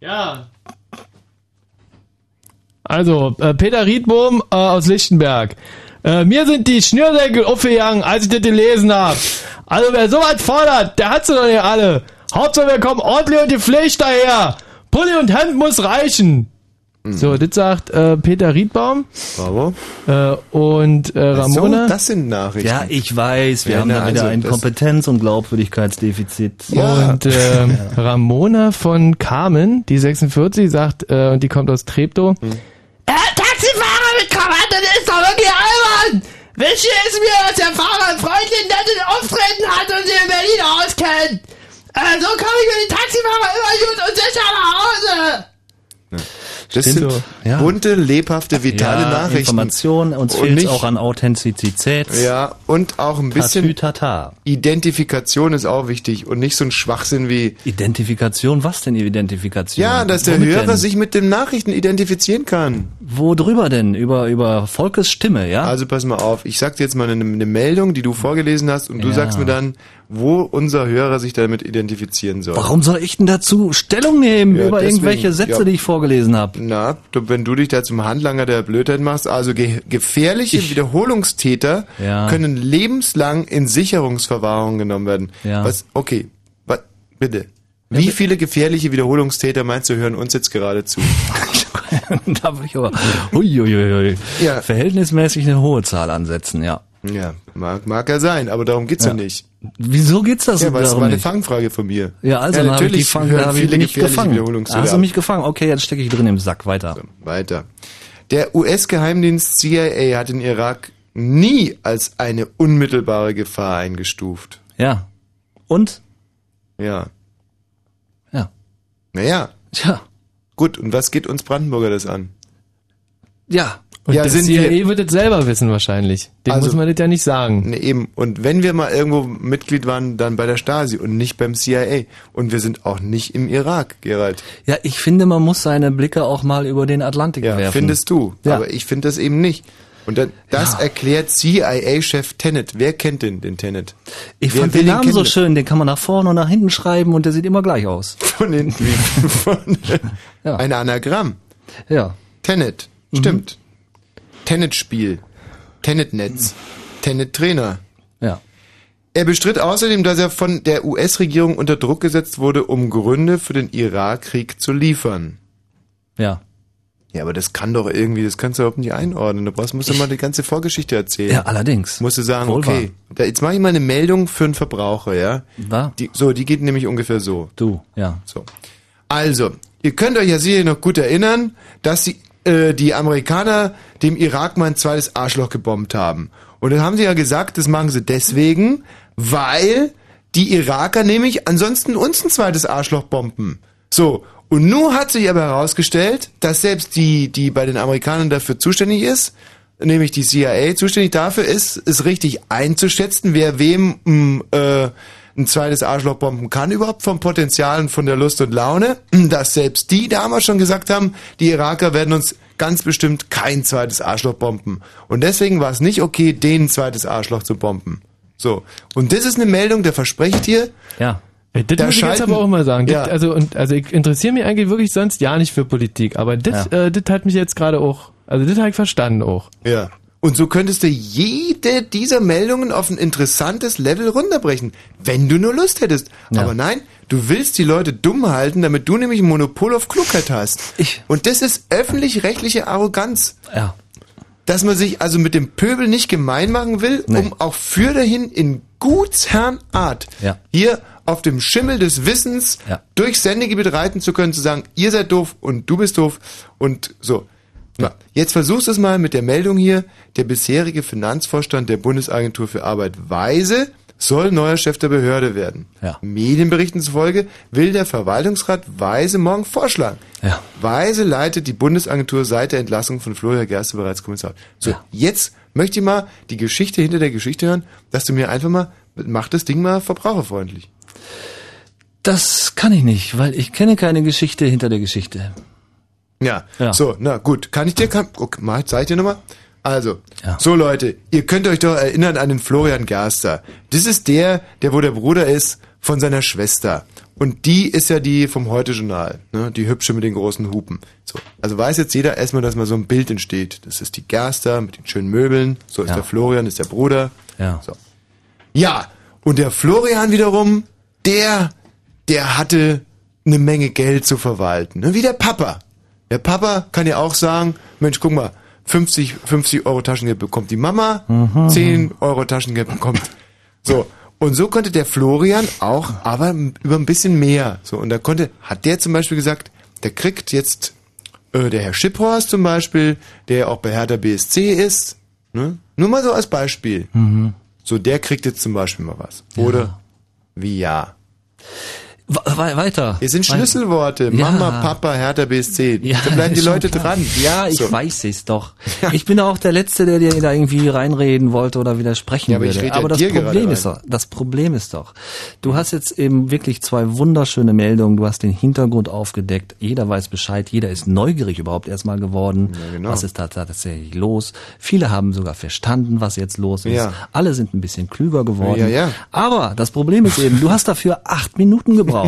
[SPEAKER 2] Ja. Also, äh, Peter Riedbohm äh, aus Lichtenberg. Äh, mir sind die Schnürsenkel aufgegangen, als ich das gelesen hab. Also wer sowas fordert, der hat's doch nicht alle. Hauptsache wir kommen ordentlich und die Pflicht daher. Pulli und Hemd muss reichen.
[SPEAKER 1] Mhm.
[SPEAKER 2] So, das sagt äh, Peter Riedbaum.
[SPEAKER 1] Bravo.
[SPEAKER 2] Äh, und äh,
[SPEAKER 1] Ach so,
[SPEAKER 2] Ramona.
[SPEAKER 1] das sind Nachrichten.
[SPEAKER 11] Ja, ich weiß, wir
[SPEAKER 1] Ja,
[SPEAKER 11] haben
[SPEAKER 1] na,
[SPEAKER 11] da wieder
[SPEAKER 1] also
[SPEAKER 11] ein
[SPEAKER 1] das-
[SPEAKER 11] Kompetenz- und Glaubwürdigkeitsdefizit.
[SPEAKER 2] Und äh, Ramona von Carmen, die 46, sagt, äh, und die kommt aus Treptow.
[SPEAKER 1] Mhm.
[SPEAKER 3] Taxifahrer mit Krawatte, das ist doch wirklich albern! Wichtig ist mir, dass der Fahrer ein freundlich nettes Auftreten hat und sich in Berlin auskennt. Äh, so komme ich mit den Taxifahrer immer gut und sicher nach Hause.
[SPEAKER 1] Das sind
[SPEAKER 11] Stimmt so. Ja.
[SPEAKER 1] bunte, lebhafte, vitale
[SPEAKER 11] ja,
[SPEAKER 1] Nachrichten.
[SPEAKER 11] Information, uns
[SPEAKER 1] Und
[SPEAKER 11] fehlt
[SPEAKER 1] nicht-
[SPEAKER 11] auch an Authentizität.
[SPEAKER 1] Ja, und auch ein bisschen Identifikation ist auch wichtig und nicht so ein Schwachsinn wie
[SPEAKER 11] Identifikation. Was denn Identifikation?
[SPEAKER 1] Ja, dass der
[SPEAKER 11] Womit
[SPEAKER 1] Hörer
[SPEAKER 11] denn?
[SPEAKER 1] sich mit den Nachrichten identifizieren kann.
[SPEAKER 11] Wo drüber denn? Über über Volkes Stimme, ja?
[SPEAKER 1] Also pass mal auf, ich sag dir jetzt mal eine, eine Meldung, die du vorgelesen hast und du
[SPEAKER 11] Ja.
[SPEAKER 1] sagst mir dann, wo unser Hörer sich damit identifizieren soll.
[SPEAKER 11] Warum soll ich denn dazu Stellung nehmen
[SPEAKER 1] Ja,
[SPEAKER 11] über
[SPEAKER 1] deswegen,
[SPEAKER 11] irgendwelche Sätze,
[SPEAKER 1] ja.
[SPEAKER 11] die ich vorgelesen habe?
[SPEAKER 1] Na, du, wenn du dich da zum Handlanger der Blödheit machst, also ge gefährliche Wiederholungstäter
[SPEAKER 11] Ja.
[SPEAKER 1] können lebenslang in Sicherungsverwahrung genommen werden.
[SPEAKER 11] Ja.
[SPEAKER 1] Was? Okay, was, bitte. Wie viele gefährliche Wiederholungstäter meinst du, hören uns jetzt gerade zu?
[SPEAKER 11] da würde ich aber uiuiui, verhältnismäßig eine hohe Zahl ansetzen, ja.
[SPEAKER 1] Ja, mag, mag ja sein, aber darum geht's ja,
[SPEAKER 11] Ja.
[SPEAKER 1] nicht.
[SPEAKER 11] Wieso geht's das
[SPEAKER 1] Ja,
[SPEAKER 11] denn
[SPEAKER 1] weil es
[SPEAKER 11] darum
[SPEAKER 1] war eine
[SPEAKER 11] nicht?
[SPEAKER 1] Fangfrage von mir.
[SPEAKER 11] Ja, also dann habe ich, die Fang-
[SPEAKER 1] hören
[SPEAKER 11] da hab ich
[SPEAKER 1] viele
[SPEAKER 11] mich
[SPEAKER 1] gefährliche
[SPEAKER 11] gefangen. Da
[SPEAKER 1] Wiederholungstäter
[SPEAKER 11] hast du
[SPEAKER 1] ab.
[SPEAKER 11] mich gefangen. Okay, jetzt stecke ich drin im Sack. Weiter.
[SPEAKER 1] Weiter. Der US-Geheimdienst CIA hat den Irak nie als eine unmittelbare Gefahr eingestuft.
[SPEAKER 11] Ja. Und?
[SPEAKER 1] Ja.
[SPEAKER 11] Ja.
[SPEAKER 1] Naja.
[SPEAKER 11] Tja.
[SPEAKER 1] Gut, und was geht uns Brandenburger das an?
[SPEAKER 11] Ja.
[SPEAKER 2] Und
[SPEAKER 1] Ja,
[SPEAKER 2] der
[SPEAKER 1] sind
[SPEAKER 2] CIA
[SPEAKER 1] wir-
[SPEAKER 2] wird es selber wissen wahrscheinlich. Dem
[SPEAKER 1] Also-
[SPEAKER 2] muss man das ja nicht sagen.
[SPEAKER 1] Nee, eben. Und wenn wir mal irgendwo Mitglied waren, dann bei der Stasi und nicht beim CIA. Und wir sind auch nicht im Irak, Gerald.
[SPEAKER 11] Ja, ich finde, man muss seine Blicke auch mal über den Atlantik werfen.
[SPEAKER 1] Findest du.
[SPEAKER 11] Ja.
[SPEAKER 1] Aber ich finde das eben nicht. Und dann, das erklärt CIA-Chef Tenet. Wer kennt denn den Tenet?
[SPEAKER 11] Ich
[SPEAKER 1] Wer
[SPEAKER 11] fand
[SPEAKER 1] will
[SPEAKER 11] den Namen so
[SPEAKER 1] kennen?
[SPEAKER 11] schön, den kann man nach vorne und nach hinten schreiben und der sieht immer gleich aus.
[SPEAKER 1] Von hinten wie von ein Anagramm.
[SPEAKER 11] Ja. Mhm.
[SPEAKER 1] Tenet. Stimmt. Tenet-Spiel. Tenet-Netz. Tenet-Trainer.
[SPEAKER 11] Ja.
[SPEAKER 1] Er bestritt außerdem, dass er von der US-Regierung unter Druck gesetzt wurde, um Gründe für den Irakkrieg zu liefern.
[SPEAKER 11] Ja.
[SPEAKER 1] Ja, aber das kann doch irgendwie, das kannst du überhaupt nicht einordnen. Du brauchst, musst du mal die ganze Vorgeschichte erzählen.
[SPEAKER 11] Ja, allerdings.
[SPEAKER 1] Musst du sagen,
[SPEAKER 11] Wohl wahr.
[SPEAKER 1] okay, da, jetzt mache ich mal eine Meldung für einen Verbraucher, ja? Die, so, die geht nämlich ungefähr so.
[SPEAKER 11] Du, ja.
[SPEAKER 1] So. Also, ihr könnt euch ja sicher noch gut erinnern, dass die, äh, die Amerikaner dem Irak mal ein zweites Arschloch gebombt haben. Und dann haben sie ja gesagt, das machen sie deswegen, weil die Iraker nämlich ansonsten uns ein zweites Arschloch bomben. So. Und nun hat sich aber herausgestellt, dass selbst die, die bei den Amerikanern dafür zuständig ist, nämlich die CIA zuständig dafür ist, es richtig einzuschätzen, wer wem m, äh, ein zweites Arschloch bomben kann, überhaupt vom Potenzial und von der Lust und Laune, dass selbst die damals schon gesagt haben, die Iraker werden uns ganz bestimmt kein zweites Arschloch bomben. Und deswegen war es nicht okay, denen ein zweites Arschloch zu bomben. So. Und das ist eine Meldung, der versprecht hier.
[SPEAKER 11] Ja.
[SPEAKER 2] Ey, Das
[SPEAKER 1] Da
[SPEAKER 2] muss ich jetzt
[SPEAKER 1] schalten-
[SPEAKER 2] aber auch mal sagen. Das,
[SPEAKER 1] Ja.
[SPEAKER 2] also, und, also ich interessiere mich eigentlich wirklich sonst ja nicht für Politik, aber das, äh, das hat mich jetzt gerade auch, also das habe ich verstanden auch.
[SPEAKER 1] Ja. Und so könntest du jede dieser Meldungen auf ein interessantes Level runterbrechen, wenn du nur Lust hättest. Aber nein, du willst die Leute dumm halten, damit du nämlich ein Monopol auf Klugheit hast. Ich. Und das ist öffentlich-rechtliche Arroganz.
[SPEAKER 11] Ja.
[SPEAKER 1] Dass man sich also mit dem Pöbel nicht gemein machen will, um auch für dahin in Gutsherrenart
[SPEAKER 11] Ja.
[SPEAKER 1] hier auf dem Schimmel des Wissens
[SPEAKER 11] Ja.
[SPEAKER 1] durch Sendegebiet reiten zu können, zu sagen, ihr seid doof und du bist doof und so. Na, Jetzt versuchst du es mal mit der Meldung hier. Der bisherige Finanzvorstand der Bundesagentur für Arbeit Weise soll neuer Chef der Behörde werden.
[SPEAKER 11] Ja.
[SPEAKER 1] Medienberichten zufolge will der Verwaltungsrat Weise morgen vorschlagen.
[SPEAKER 11] Ja.
[SPEAKER 1] Weise leitet die Bundesagentur seit der Entlassung von Florian Gerste bereits Kommissar. So, jetzt möchte ich mal die Geschichte hinter der Geschichte hören, dass du mir einfach mal, mach das Ding mal verbraucherfreundlich.
[SPEAKER 11] Das kann ich nicht, weil ich kenne keine Geschichte hinter der Geschichte.
[SPEAKER 1] Ja. So, na gut. Kann ich dir, kann, okay, mach, zeig dir nochmal. Also, so Leute, ihr könnt euch doch erinnern an den Florian Gerster. Das ist der, der wo der Bruder ist von seiner Schwester. Und die ist ja die vom Heute-Journal, ne? die hübsche mit den großen Hupen. So, also weiß jetzt jeder erstmal, dass mal so ein Bild entsteht. Das ist die Gerster mit den schönen Möbeln. So ist der Florian, ist der Bruder.
[SPEAKER 11] Ja.
[SPEAKER 1] So. Ja, und der Florian wiederum, der, der hatte eine Menge Geld zu verwalten. Ne? Wie der Papa. Der Papa kann ja auch sagen, Mensch, guck mal, 50, 50 Euro Taschengeld bekommt die Mama,
[SPEAKER 11] Mhm.
[SPEAKER 1] 10 Euro Taschengeld bekommt. So. Und so konnte der Florian auch, aber m- über ein bisschen mehr. So. Und da konnte, hat der zum Beispiel gesagt, der kriegt jetzt, äh, der Herr Schipphorst zum Beispiel, der ja auch bei Hertha BSC ist, ne? Nur mal so als Beispiel.
[SPEAKER 11] Mhm.
[SPEAKER 1] So, der kriegt jetzt zum Beispiel mal was. Oder wie ja.
[SPEAKER 11] weiter.
[SPEAKER 1] Es sind Schlüsselworte.
[SPEAKER 11] Ja.
[SPEAKER 1] Mama, Papa, Hertha BSC. da bleiben die
[SPEAKER 11] ist schon
[SPEAKER 1] Leute
[SPEAKER 11] klar.
[SPEAKER 1] dran.
[SPEAKER 11] Ja, ich weiß es doch. Ich bin auch der Letzte, der dir da irgendwie reinreden wollte oder widersprechen
[SPEAKER 1] Ja, aber ich
[SPEAKER 11] würde.
[SPEAKER 1] rede ja
[SPEAKER 11] aber das
[SPEAKER 1] dir gerade
[SPEAKER 11] Problem ist
[SPEAKER 1] rein.
[SPEAKER 11] doch, das Problem ist doch, du hast jetzt eben wirklich zwei wunderschöne Meldungen, du hast den Hintergrund aufgedeckt, jeder weiß Bescheid, jeder ist neugierig überhaupt erstmal geworden.
[SPEAKER 1] genau.
[SPEAKER 11] Was ist da tatsächlich los? Viele haben sogar verstanden, was jetzt los ist.
[SPEAKER 1] Ja.
[SPEAKER 11] Alle sind ein bisschen klüger geworden.
[SPEAKER 1] Ja, ja.
[SPEAKER 11] Aber das Problem ist eben, du hast dafür acht Minuten gebraucht.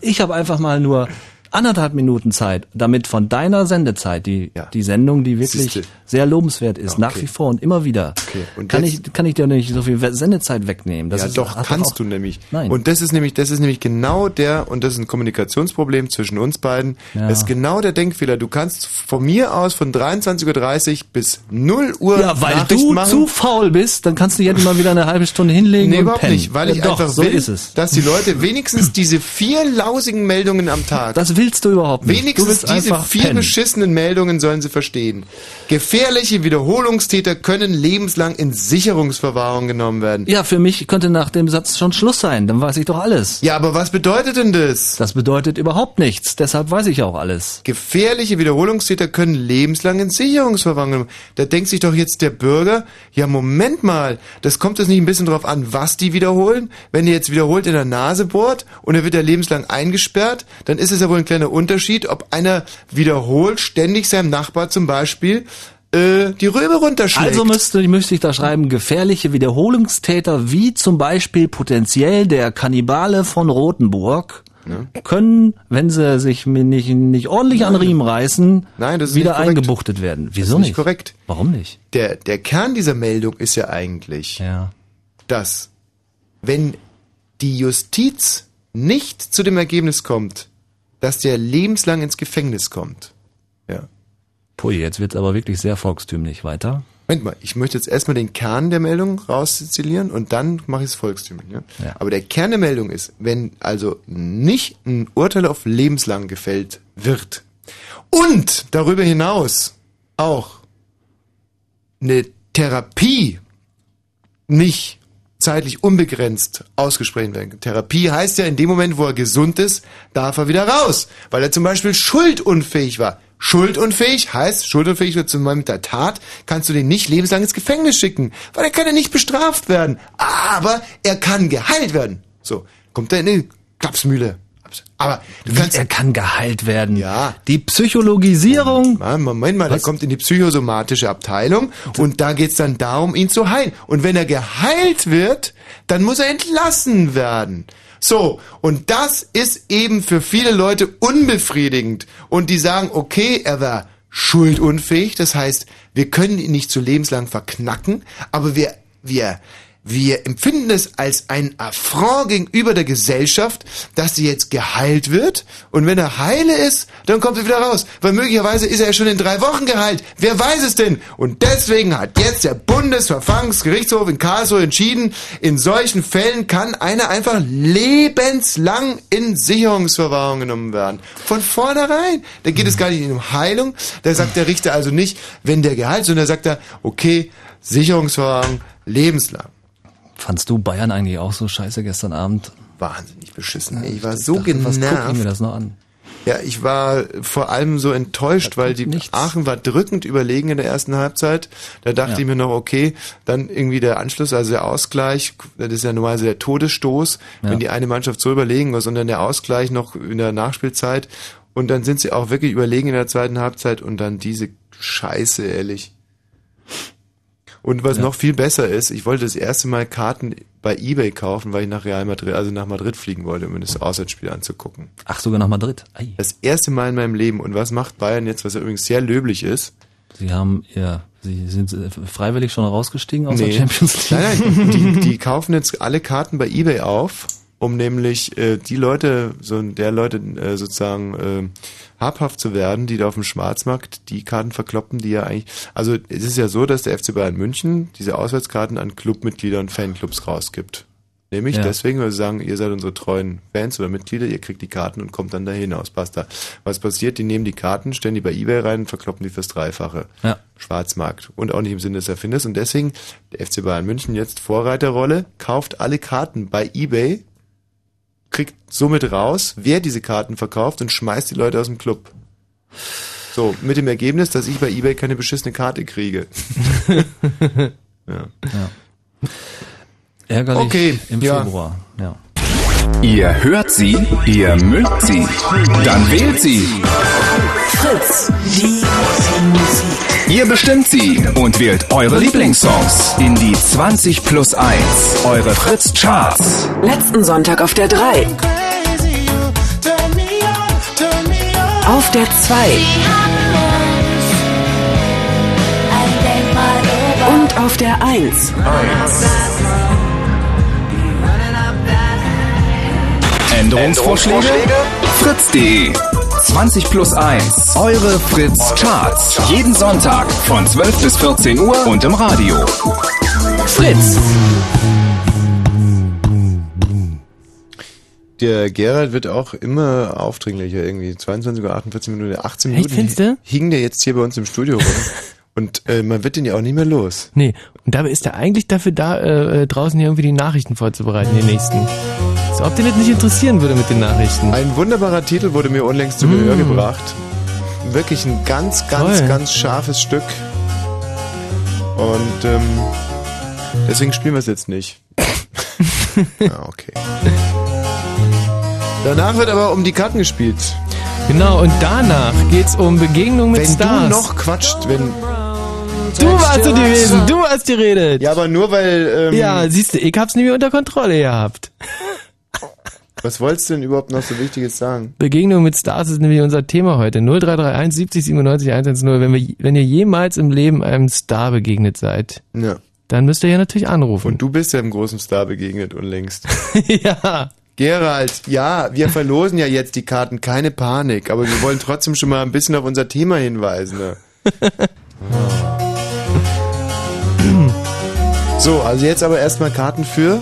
[SPEAKER 11] Ich habe einfach mal nur anderthalb Minuten Zeit, damit von deiner Sendezeit, die, die Sendung, die wirklich
[SPEAKER 1] Siehste.
[SPEAKER 11] sehr lobenswert ist, nach wie vor und immer wieder,
[SPEAKER 1] und
[SPEAKER 11] kann,
[SPEAKER 1] jetzt-
[SPEAKER 11] ich, kann ich dir nicht so viel We- Sendezeit wegnehmen. Das
[SPEAKER 1] ja,
[SPEAKER 11] ist,
[SPEAKER 1] doch,
[SPEAKER 11] hat
[SPEAKER 1] kannst
[SPEAKER 11] auch-
[SPEAKER 1] du nämlich.
[SPEAKER 11] Nein.
[SPEAKER 1] Und das ist nämlich, das ist nämlich genau der, und das ist ein Kommunikationsproblem zwischen uns beiden.
[SPEAKER 11] Ja.
[SPEAKER 1] Das ist genau der Denkfehler. Du kannst von mir aus von 23.30 Uhr bis 0 Uhr.
[SPEAKER 11] Ja, weil
[SPEAKER 1] Nachrichten
[SPEAKER 11] du
[SPEAKER 1] machen.
[SPEAKER 11] zu faul bist, dann kannst du jetzt mal wieder eine halbe Stunde hinlegen
[SPEAKER 1] Nee,
[SPEAKER 11] und
[SPEAKER 1] überhaupt
[SPEAKER 11] pennen.
[SPEAKER 1] nicht, weil ich
[SPEAKER 11] ja, doch,
[SPEAKER 1] einfach
[SPEAKER 11] so
[SPEAKER 1] will,
[SPEAKER 11] ist es.
[SPEAKER 1] dass die Leute wenigstens diese vier lausigen Meldungen am Tag.
[SPEAKER 11] Das willst du überhaupt nicht. Du
[SPEAKER 1] Wenigstens
[SPEAKER 11] willst
[SPEAKER 1] diese
[SPEAKER 11] einfach
[SPEAKER 1] vier
[SPEAKER 11] pennen.
[SPEAKER 1] beschissenen Meldungen sollen sie verstehen. Gefährliche Wiederholungstäter können lebenslang in Sicherungsverwahrung genommen werden.
[SPEAKER 11] Ja, für mich könnte nach dem Satz schon Schluss sein, dann weiß ich doch alles.
[SPEAKER 1] Ja, aber was bedeutet denn das?
[SPEAKER 11] Das bedeutet überhaupt nichts, deshalb weiß ich auch alles.
[SPEAKER 1] Gefährliche Wiederholungstäter können lebenslang in Sicherungsverwahrung genommen. Da denkt sich doch jetzt der Bürger, ja Moment mal, das kommt es nicht ein bisschen drauf an, was die wiederholen? Wenn ihr jetzt wiederholt in der Nase bohrt und er wird ja lebenslang eingesperrt, dann ist es ja wohl ein kleiner Unterschied, ob einer wiederholt ständig seinem Nachbar zum Beispiel äh, die Röhre runterschlägt.
[SPEAKER 11] Also müsste, müsste ich da schreiben, gefährliche Wiederholungstäter wie zum Beispiel potenziell der Kannibale von Rothenburg
[SPEAKER 14] Ne?
[SPEAKER 11] können, wenn sie sich mi- nicht, nicht ordentlich an Riemen reißen, wieder eingebuchtet werden. Wieso
[SPEAKER 1] ist nicht
[SPEAKER 11] nicht? korrekt. Warum nicht?
[SPEAKER 1] Der, der Kern dieser Meldung ist ja eigentlich, dass wenn die Justiz nicht zu dem Ergebnis kommt, dass der lebenslang ins Gefängnis kommt. Ja.
[SPEAKER 11] Pui, jetzt wird's aber wirklich sehr volkstümlich weiter.
[SPEAKER 1] Moment mal, ich möchte jetzt erstmal den Kern der Meldung rauszizillieren und dann mache ich es volkstümlich. Ne? Aber der Kern der Meldung ist, wenn also nicht ein Urteil auf lebenslang gefällt wird und darüber hinaus auch eine Therapie nicht zeitlich unbegrenzt ausgesprochen werden kann. Therapie heißt ja, in dem Moment, wo er gesund ist, darf er wieder raus, weil er zum Beispiel schuldunfähig war. Schuldunfähig heißt, schuldunfähig wird zum Beispiel mit der Tat, kannst du den nicht lebenslang ins Gefängnis schicken, weil er kann ja nicht bestraft werden, aber er kann geheilt werden. So, kommt er in die Klapsmühle. Aber du kannst, er
[SPEAKER 11] kann geheilt werden.
[SPEAKER 1] Ja.
[SPEAKER 11] Die Psychologisierung.
[SPEAKER 1] Moment mal, der kommt in die psychosomatische Abteilung und da geht's dann darum, ihn zu heilen. Und wenn er geheilt wird, dann muss er entlassen werden. So, und das ist eben für viele Leute unbefriedigend. Und die sagen, okay, er war schuldunfähig, das heißt, wir können ihn nicht zu lebenslang verknacken, aber wir, wir, wir empfinden es als einen Affront gegenüber der Gesellschaft, dass sie jetzt geheilt wird. Und wenn er heile ist, dann kommt er wieder raus. Weil möglicherweise ist er ja schon in drei Wochen geheilt. Wer weiß es denn? Und deswegen hat jetzt der Bundesverfassungsgerichtshof in Karlsruhe entschieden, in solchen Fällen kann einer einfach lebenslang in Sicherungsverwahrung genommen werden. Von vornherein. Da geht es gar nicht um Heilung. Da sagt der Richter also nicht, wenn der geheilt, sondern da sagt er, okay, Sicherungsverwahrung lebenslang.
[SPEAKER 11] Fandst du Bayern eigentlich auch so scheiße gestern Abend?
[SPEAKER 1] Wahnsinnig beschissen. ey. Ich war
[SPEAKER 11] Ich
[SPEAKER 1] so
[SPEAKER 11] dachte, Was guck ich mir
[SPEAKER 1] genervt.
[SPEAKER 11] das noch an?
[SPEAKER 1] Ja, ich war vor allem so enttäuscht, weil die Aachen war drückend überlegen in der ersten Halbzeit. Da dachte
[SPEAKER 11] Ja.
[SPEAKER 1] ich mir noch, okay, dann irgendwie der Anschluss, also der Ausgleich, das ist ja normalerweise der Todesstoß,
[SPEAKER 11] Ja.
[SPEAKER 1] wenn die eine Mannschaft so überlegen war, sondern der Ausgleich noch in der Nachspielzeit. Und dann sind sie auch wirklich überlegen in der zweiten Halbzeit und dann diese Scheiße, ehrlich. Und was
[SPEAKER 11] Ja.
[SPEAKER 1] noch viel besser ist, ich wollte das erste Mal Karten bei eBay kaufen, weil ich nach Real Madrid, also nach Madrid fliegen wollte, um mir das Auswärtsspiel anzugucken.
[SPEAKER 11] Ach, sogar nach Madrid. Ei.
[SPEAKER 1] Das erste Mal in meinem Leben. Und was macht Bayern jetzt, was ja übrigens sehr löblich ist?
[SPEAKER 11] Sie haben, ja, sie sind äh, freiwillig schon rausgestiegen aus der
[SPEAKER 1] Nee.
[SPEAKER 11] Champions League.
[SPEAKER 1] Nein, nein, die, die kaufen jetzt alle Karten bei eBay auf, um nämlich äh, die Leute, so der Leute äh, sozusagen äh, habhaft zu werden, die da auf dem Schwarzmarkt die Karten verkloppen, die ja eigentlich. Also es ist ja so, dass der FC Bayern München diese Auswärtskarten an Clubmitglieder und Fanclubs rausgibt. Nämlich
[SPEAKER 11] Ja.
[SPEAKER 1] deswegen, weil sie sagen, ihr seid unsere treuen Fans oder Mitglieder, ihr kriegt die Karten und kommt dann dahin aus Pasta. Was passiert? Die nehmen die Karten, stellen die bei Ebay rein und verkloppen die fürs Dreifache.
[SPEAKER 11] Ja.
[SPEAKER 1] Schwarzmarkt. Und auch nicht im Sinne des Erfinders. Und deswegen, der FC Bayern München jetzt Vorreiterrolle, kauft alle Karten bei Ebay, kriegt somit raus, wer diese Karten verkauft und schmeißt die Leute aus dem Club. So, mit dem Ergebnis, dass ich bei Ebay keine beschissene Karte kriege. ja.
[SPEAKER 11] Ärgerlich
[SPEAKER 1] Okay,
[SPEAKER 11] im
[SPEAKER 1] ja.
[SPEAKER 11] Februar. Ja.
[SPEAKER 15] Ihr hört sie, ihr mögt sie, dann wählt sie.
[SPEAKER 3] Fritz, die Musik.
[SPEAKER 15] Ihr bestimmt sie und wählt eure Lieblingssongs in die 20 plus 1, eure Fritz Charts.
[SPEAKER 3] Letzten Sonntag auf der 3. Auf der 2. Und auf der 1.
[SPEAKER 15] Änderungsvorschläge? Fritz.de 20 plus 1, eure Fritz Charts. Jeden Sonntag von 12 bis 14 Uhr und im Radio. Fritz.
[SPEAKER 1] Der Gerald wird auch immer aufdringlicher irgendwie. 22 Uhr, 48 Minuten, 18
[SPEAKER 2] Echt,
[SPEAKER 1] Minuten hi- hing der jetzt hier bei uns im Studio rum. Und äh, man wird den ja auch nicht mehr los.
[SPEAKER 2] Nee, und dabei ist er eigentlich dafür da, äh, äh, draußen hier irgendwie die Nachrichten vorzubereiten, die nächsten. So, ob den das nicht interessieren würde mit den Nachrichten.
[SPEAKER 1] Ein wunderbarer Titel wurde mir unlängst zu Gehör
[SPEAKER 2] Mm.
[SPEAKER 1] gebracht. Wirklich ein ganz, ganz, ganz scharfes Stück. Und ähm, deswegen spielen wir es jetzt nicht. ah, okay. Danach wird aber um die Karten gespielt.
[SPEAKER 2] Genau, und danach geht's um Begegnung mit
[SPEAKER 1] wenn
[SPEAKER 2] Stars.
[SPEAKER 1] du noch quatscht, wenn...
[SPEAKER 2] Du warst so gewesen, du hast geredet.
[SPEAKER 1] Ja, aber nur weil... Ähm,
[SPEAKER 2] ja, siehst du, ich hab's nicht mehr unter Kontrolle gehabt.
[SPEAKER 1] Was wolltest du denn überhaupt noch so Wichtiges sagen?
[SPEAKER 2] Begegnung mit Stars ist nämlich unser Thema heute. 0331 70 97 110. Wenn, wir, wenn ihr jemals im Leben einem Star begegnet seid,
[SPEAKER 1] Ja.
[SPEAKER 2] dann müsst ihr ja natürlich anrufen.
[SPEAKER 1] Und du bist ja einem großen Star begegnet unlängst.
[SPEAKER 2] ja.
[SPEAKER 1] Gerald, ja, wir verlosen ja jetzt die Karten, keine Panik, aber wir wollen trotzdem schon mal ein bisschen auf unser Thema hinweisen. Ne? so, also jetzt aber erstmal Karten für.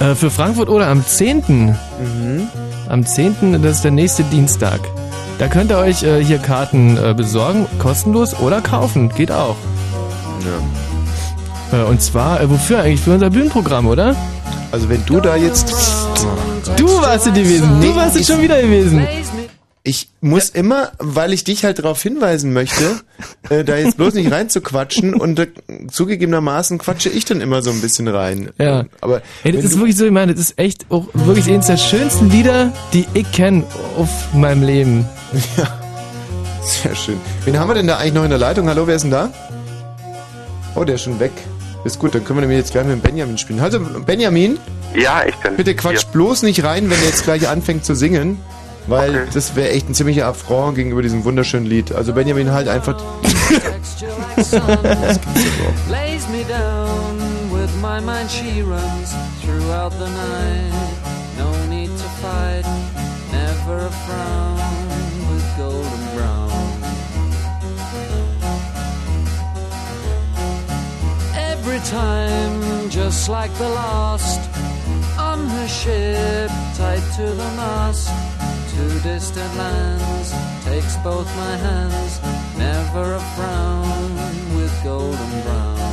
[SPEAKER 2] Äh, für Frankfurt oder am 10.
[SPEAKER 1] Mhm.
[SPEAKER 2] Am 10. das ist der nächste Dienstag. Da könnt ihr euch äh, hier Karten äh, besorgen, kostenlos oder kaufen. Geht auch. Äh, und zwar, äh, wofür eigentlich? Für unser Bühnenprogramm, oder?
[SPEAKER 1] Also wenn du da jetzt...
[SPEAKER 2] Du warst es gewesen, du warst es schon wieder gewesen.
[SPEAKER 1] Ich muss immer, weil ich dich halt darauf hinweisen möchte, äh, da jetzt bloß nicht reinzuquatschen und äh, zugegebenermaßen quatsche ich dann immer so ein bisschen rein. Ähm,
[SPEAKER 2] Ja.
[SPEAKER 1] Aber
[SPEAKER 2] Ey, das
[SPEAKER 1] wenn
[SPEAKER 2] ist
[SPEAKER 1] du-
[SPEAKER 2] wirklich so, ich meine, das ist echt auch wirklich eines der schönsten Lieder, die ich kenne auf meinem Leben.
[SPEAKER 1] Sehr schön. Wen haben wir denn da eigentlich noch in der Leitung? Hallo, wer ist denn da? Oh, der ist schon weg. Ist gut, dann können wir nämlich jetzt gleich mit dem Benjamin spielen. Also, Benjamin,
[SPEAKER 16] Ja, ich bin.
[SPEAKER 1] bitte quatsch bloß nicht rein, wenn er jetzt gleich anfängt zu singen, weil das wäre echt ein ziemlicher Affront gegenüber diesem wunderschönen Lied. Also, Benjamin, halt einfach. Das gibt's ja überhaupt nicht.
[SPEAKER 17] Lays me down with my mind she runs throughout the night. No need to fight, never a frown with golden brown. Every time, just like the last, on her ship tied to the mast. To distant lands, takes both my hands, never a frown with golden brown.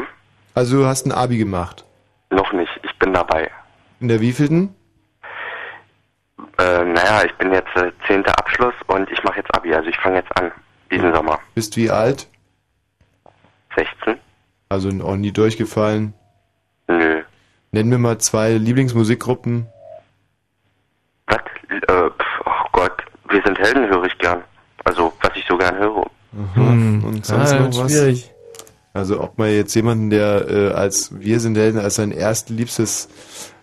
[SPEAKER 1] Also du hast ein Abi gemacht.
[SPEAKER 12] noch nicht. Ich bin dabei.
[SPEAKER 1] In der wievielten?
[SPEAKER 12] Äh, naja, ich bin jetzt äh, 10. Abschluss und ich mache jetzt Abi. Also ich fange jetzt an. Diesen Sommer.
[SPEAKER 1] Bist wie alt?
[SPEAKER 12] 16?
[SPEAKER 1] Also auch nie durchgefallen.
[SPEAKER 12] Nö.
[SPEAKER 1] Nenn mir mal zwei Lieblingsmusikgruppen.
[SPEAKER 12] Was? Äh, pf, oh Gott. Wir sind Helden, höre ich gern. Also, was ich so gern höre.
[SPEAKER 2] Hm.
[SPEAKER 1] Mhm. Und sonst
[SPEAKER 12] Ah,
[SPEAKER 1] noch was?
[SPEAKER 12] schwierig.
[SPEAKER 1] Also ob man jetzt jemanden, der äh, als Wir sind Helden, als sein erstliebstes,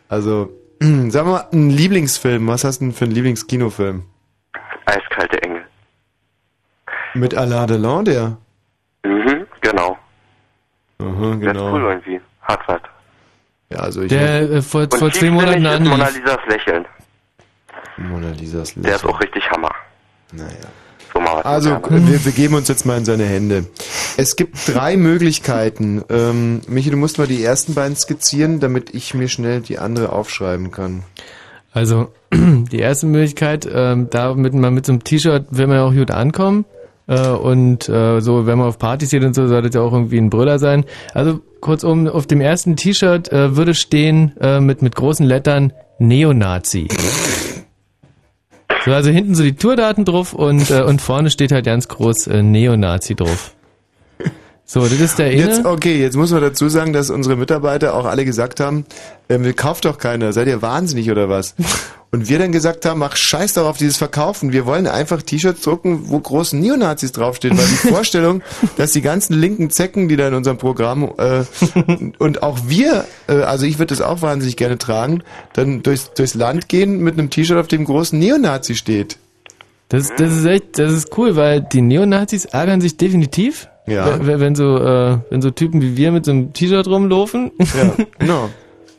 [SPEAKER 1] also sagen wir mal, einen Lieblingsfilm, was hast du denn für einen Lieblingskinofilm?
[SPEAKER 12] Eiskalte Engel.
[SPEAKER 1] Mit Alain Delon, der?
[SPEAKER 12] Mhm, genau.
[SPEAKER 1] Aha, genau.
[SPEAKER 12] Das ist cool irgendwie. Hartwart.
[SPEAKER 1] Ja, also ich
[SPEAKER 2] genau. Der äh, vor,
[SPEAKER 12] Und
[SPEAKER 2] vor zwei Monaten
[SPEAKER 12] tiefsinnig ist Mona
[SPEAKER 2] anlief.
[SPEAKER 12] Lisas Lächeln.
[SPEAKER 1] Mona Lisas
[SPEAKER 12] Der ist auch richtig Hammer.
[SPEAKER 1] Naja.
[SPEAKER 12] So mal was
[SPEAKER 1] Also,
[SPEAKER 12] Modernes.
[SPEAKER 1] wir begeben uns jetzt mal in seine Hände. Es gibt drei Möglichkeiten. Ähm, Michi, du musst mal die ersten beiden skizzieren, damit ich mir schnell die andere aufschreiben kann.
[SPEAKER 2] Also, die erste Möglichkeit, ähm, da mit, mal mit so einem T-Shirt will man ja auch gut ankommen. Äh, und äh, so, wenn man auf Partys geht und so, sollte es ja auch irgendwie ein Brüller sein. Also, kurzum, auf dem ersten T-Shirt äh, würde stehen äh, mit, mit großen Lettern Neonazi. so, also hinten so die Tourdaten drauf und, äh, und vorne steht halt ganz groß äh, Neonazi drauf. So, das ist der eine.
[SPEAKER 1] Jetzt, okay, jetzt muss man dazu sagen, dass unsere Mitarbeiter auch alle gesagt haben, ähm, wir kauft doch keiner, seid ihr wahnsinnig oder was? Und wir dann gesagt haben, mach scheiß doch auf dieses Verkaufen, wir wollen einfach T-Shirts drucken, wo großen Neonazis draufstehen, weil die Vorstellung, dass die ganzen linken Zecken, die da in unserem Programm äh, und auch wir, äh, also ich würde das auch wahnsinnig gerne tragen, dann durchs, durchs Land gehen mit einem T-Shirt, auf dem großen Neonazi steht.
[SPEAKER 2] Das, das ist echt, das ist cool, weil die Neonazis ärgern sich definitiv.
[SPEAKER 1] Ja.
[SPEAKER 2] Wenn, wenn- wenn so, äh, wenn so Typen wie wir mit so einem T-Shirt rumlaufen.
[SPEAKER 1] Ja, genau.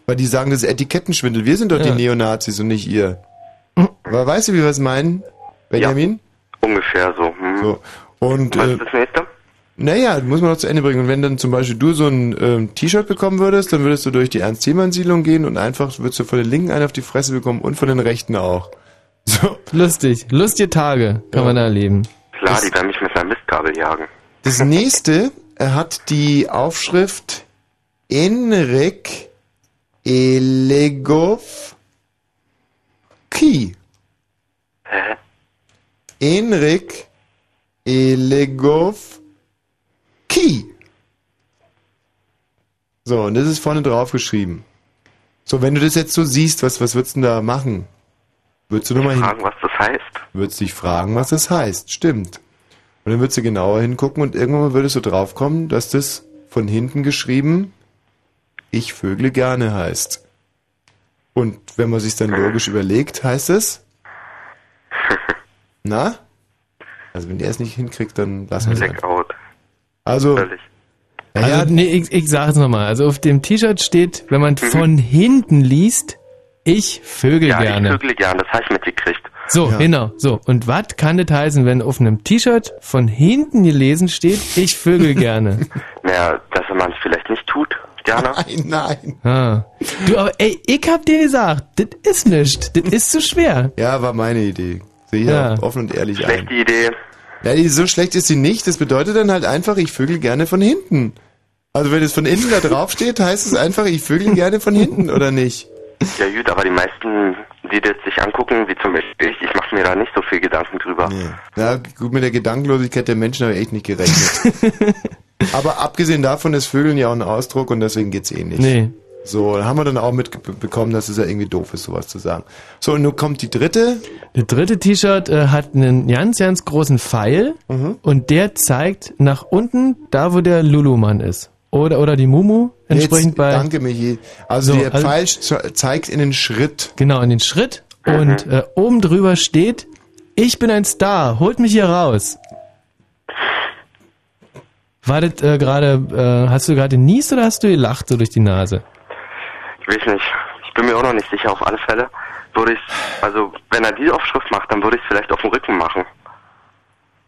[SPEAKER 1] Weil die sagen, das ist Etikettenschwindel. Wir sind doch die Neonazis und nicht ihr. Aber weißt du, wie wir es meinen, Benjamin?
[SPEAKER 12] Ungefähr so. Hm.
[SPEAKER 1] So. Und
[SPEAKER 12] Was
[SPEAKER 1] äh,
[SPEAKER 12] ist das nächste?
[SPEAKER 1] naja, das muss man noch zu Ende bringen. Und wenn dann zum Beispiel du so ein ähm, T-Shirt bekommen würdest, dann würdest du durch die Ernst-Thiemann-Siedlung gehen und einfach würdest du von den Linken einen auf die Fresse bekommen und von den Rechten auch. So.
[SPEAKER 2] Lustig. Lustige Tage kann man da erleben.
[SPEAKER 12] Klar, die werden mich mit einer Mistkabel jagen.
[SPEAKER 1] Das nächste äh, hat die Aufschrift Enrik Elegov Ki.
[SPEAKER 12] Hä?
[SPEAKER 1] Enrik Elegov Ki. So, und das ist vorne drauf geschrieben. So, wenn du das jetzt so siehst, was, was würdest du denn da machen? Würdest du nochmal
[SPEAKER 12] fragen, was das heißt?
[SPEAKER 1] Würdest dich fragen, was das heißt. Stimmt. Und dann würdest du genauer hingucken und irgendwann mal würdest du draufkommen, dass das von hinten geschrieben Ich vögle gerne heißt. Und wenn man sich dann logisch überlegt, heißt es? Na? Also wenn der es nicht hinkriegt, dann lassen wir es.
[SPEAKER 12] Blackout.
[SPEAKER 1] Also,
[SPEAKER 2] Also, nee, ich, ich sag's nochmal. Also auf dem T-Shirt steht, wenn man von hinten liest, ich vögel
[SPEAKER 12] Mhm. Ja,
[SPEAKER 2] gerne.
[SPEAKER 12] ich vögle gern, das habe ich mitgekriegt.
[SPEAKER 2] So, genau. So. Und was kann das heißen, wenn auf einem T-Shirt von hinten gelesen steht, ich vögel gerne?
[SPEAKER 12] Naja, dass man es vielleicht nicht tut, gerne.
[SPEAKER 1] Nein, nein.
[SPEAKER 2] ah. Du, aber ey, ich hab dir gesagt, das ist nicht. Das ist zu schwer.
[SPEAKER 1] Ja, war meine Idee. Sehe ich
[SPEAKER 2] Ja.
[SPEAKER 1] auch offen und ehrlich ein.
[SPEAKER 12] Schlechte Idee.
[SPEAKER 1] Ja, die, so schlecht ist sie nicht. Das bedeutet dann halt einfach, ich vögel gerne von hinten. Also wenn es von hinten da drauf steht, heißt es einfach, ich vögel gerne von hinten, oder nicht?
[SPEAKER 12] Ja gut, aber die meisten, die das sich angucken, wie zum Beispiel ich, ich mache mir da nicht so viel Gedanken drüber.
[SPEAKER 1] Ja, gut, mit der Gedankenlosigkeit der Menschen habe ich echt nicht gerechnet. Aber abgesehen davon ist Vögeln ja auch ein Ausdruck und deswegen geht's eh nicht.
[SPEAKER 2] Nee.
[SPEAKER 1] So, da haben wir dann auch mitbekommen, dass es ja irgendwie doof ist, sowas zu sagen. So, und nun kommt die dritte.
[SPEAKER 2] Das dritte T-Shirt äh, hat einen ganz, ganz großen Pfeil
[SPEAKER 1] Mhm.
[SPEAKER 2] und der zeigt nach unten, da wo der Lulumann ist. Oder, oder die Mumu, entsprechend
[SPEAKER 1] Jetzt,
[SPEAKER 2] bei...
[SPEAKER 1] Danke, Michi. Also
[SPEAKER 2] So,
[SPEAKER 1] der
[SPEAKER 2] also-
[SPEAKER 1] Pfeil sch- zeigt in den Schritt.
[SPEAKER 2] Genau, in den Schritt. Und äh, oben drüber steht, ich bin ein Star, holt mich hier raus. War das äh, gerade, äh, hast du gerade niest oder hast du gelacht so durch die Nase?
[SPEAKER 12] Ich weiß nicht, ich bin mir auch noch nicht sicher. Auf alle Fälle würde ich, also wenn er die Aufschrift macht, dann würde ich es vielleicht auf dem Rücken machen.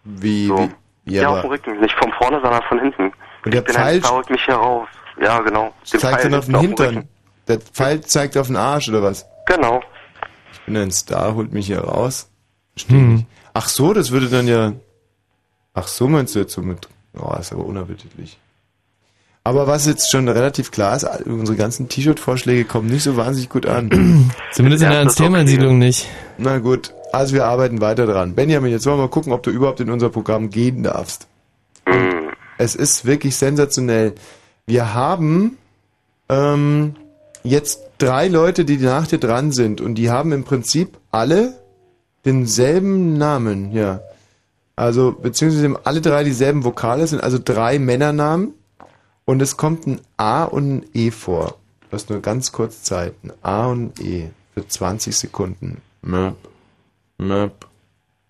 [SPEAKER 1] Wie, wie
[SPEAKER 12] Ja,
[SPEAKER 1] ja,
[SPEAKER 12] auf dem
[SPEAKER 1] aber
[SPEAKER 12] Rücken, nicht von vorne, sondern von hinten.
[SPEAKER 1] Und der
[SPEAKER 12] ich bin
[SPEAKER 1] Pfeil-
[SPEAKER 12] ein Star, holt mich hier raus. Ja, genau. Den
[SPEAKER 1] zeigt
[SPEAKER 12] Pfeil
[SPEAKER 1] dann auf den
[SPEAKER 12] auf dem
[SPEAKER 1] Hintern.
[SPEAKER 12] Rücken.
[SPEAKER 1] Der Pfeil zeigt auf den Arsch, oder was?
[SPEAKER 12] Genau.
[SPEAKER 1] Ich bin ein Star, holt mich hier raus. Verstehe
[SPEAKER 2] Hm.
[SPEAKER 1] nicht. Ach so, das würde dann ja... Ach so, meinst du jetzt so mit... Oh, ist aber unappetitlich. Aber was jetzt schon relativ klar ist, unsere ganzen T-Shirt-Vorschläge kommen nicht so wahnsinnig gut an.
[SPEAKER 2] Zumindest in der Hans-Themen-Siedlung nicht.
[SPEAKER 1] Na gut, also wir arbeiten weiter dran. Benjamin, jetzt wollen wir mal gucken, ob du überhaupt in unser Programm gehen darfst. Es ist wirklich sensationell. Wir haben ähm, jetzt drei Leute, die nach dir dran sind und die haben im Prinzip alle denselben Namen, ja. Also, beziehungsweise haben alle drei dieselben Vokale, es sind also drei Männernamen und es kommt ein A und ein E vor. Du hast nur ganz kurz Zeit. Ein A und ein E für 20 Sekunden. Möp, möp,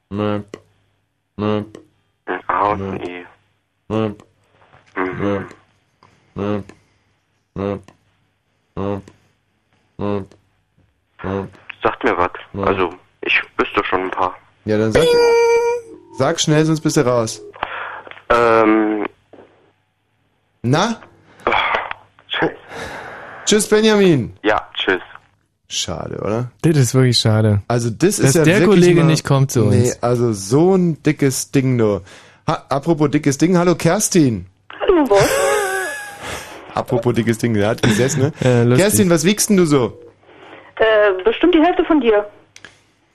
[SPEAKER 1] möp, möp.
[SPEAKER 12] Ein A und ein
[SPEAKER 4] eh.
[SPEAKER 12] E.
[SPEAKER 1] Möp,
[SPEAKER 4] Mhm.
[SPEAKER 1] möp, möp, möp, möp, möp, möp.
[SPEAKER 12] Sagt mir was. Also, ich wüsste schon ein paar.
[SPEAKER 1] Ja, dann sag, sag schnell, sonst bist du raus.
[SPEAKER 12] Ähm,
[SPEAKER 1] Na? Oh. Tschüss, Benjamin.
[SPEAKER 12] ja, tschüss.
[SPEAKER 1] Schade, oder?
[SPEAKER 2] Das ist wirklich schade.
[SPEAKER 1] Also das
[SPEAKER 2] Dass
[SPEAKER 1] ist ja
[SPEAKER 2] der
[SPEAKER 1] wirklich
[SPEAKER 2] Kollege
[SPEAKER 1] mal,
[SPEAKER 2] nicht kommt zu uns.
[SPEAKER 1] also so ein dickes Ding nur. Ha, apropos dickes Ding, hallo Kerstin.
[SPEAKER 4] Hallo, was?
[SPEAKER 1] Apropos dickes Ding, der hat gesessen, ne?
[SPEAKER 4] lustig.
[SPEAKER 1] Kerstin, was wiegst denn du so?
[SPEAKER 4] Äh, bestimmt die Hälfte von dir.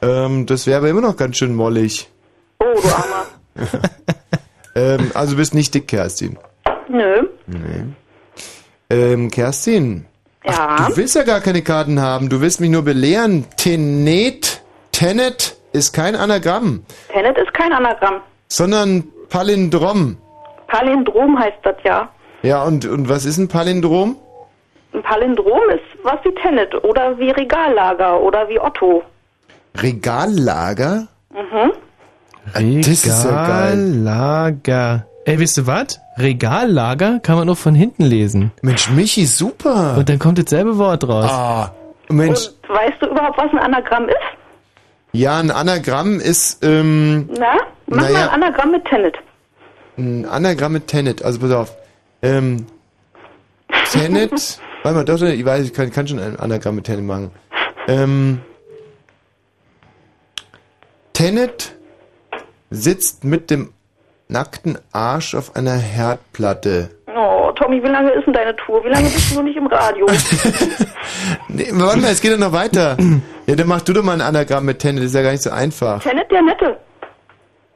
[SPEAKER 1] Ähm, das wäre aber immer noch ganz schön mollig.
[SPEAKER 4] Oh, du Armer.
[SPEAKER 1] Ähm, also du bist nicht dick, Kerstin.
[SPEAKER 4] Nö.
[SPEAKER 1] Nee. Ähm, Kerstin.
[SPEAKER 4] Ja.
[SPEAKER 1] Du willst ja gar keine Karten haben, du willst mich nur belehren. Tenet, Tenet ist kein Anagramm,
[SPEAKER 4] Tenet ist kein Anagramm.
[SPEAKER 1] sondern Palindrom.
[SPEAKER 4] Palindrom heißt das ja.
[SPEAKER 1] Ja, und, und was ist ein Palindrom?
[SPEAKER 4] Ein Palindrom ist was wie Tenet oder wie Regallager oder wie Otto.
[SPEAKER 1] Regallager?
[SPEAKER 4] Mhm.
[SPEAKER 1] Das ist ja geil.
[SPEAKER 2] Regallager. Ey, wisst ihr was? Regallager kann man auch von hinten lesen.
[SPEAKER 1] Mensch, Michi, super.
[SPEAKER 2] Und dann kommt dasselbe Wort raus.
[SPEAKER 1] Ah, Mensch.
[SPEAKER 4] Weißt du überhaupt, was ein Anagramm ist?
[SPEAKER 1] Ja, ein Anagramm ist ähm,
[SPEAKER 4] Na? Mach
[SPEAKER 1] Naja.
[SPEAKER 4] mal ein Anagramm mit Tenet.
[SPEAKER 1] ein Anagramm mit Tenet. Also pass auf. Ähm, Tenet. warte mal, doch, ich weiß, ich kann, kann schon ein Anagramm mit Tenet machen. Ähm, Tenet sitzt mit dem nackten Arsch auf einer Herdplatte.
[SPEAKER 4] Oh, Tommy, wie lange ist denn deine Tour? Wie lange bist du noch nicht im Radio?
[SPEAKER 1] Nee, warte mal, es geht ja noch weiter. Ja, dann mach du doch mal ein Anagramm mit Tenet, ist ja gar nicht so einfach.
[SPEAKER 4] Tenet der Nette.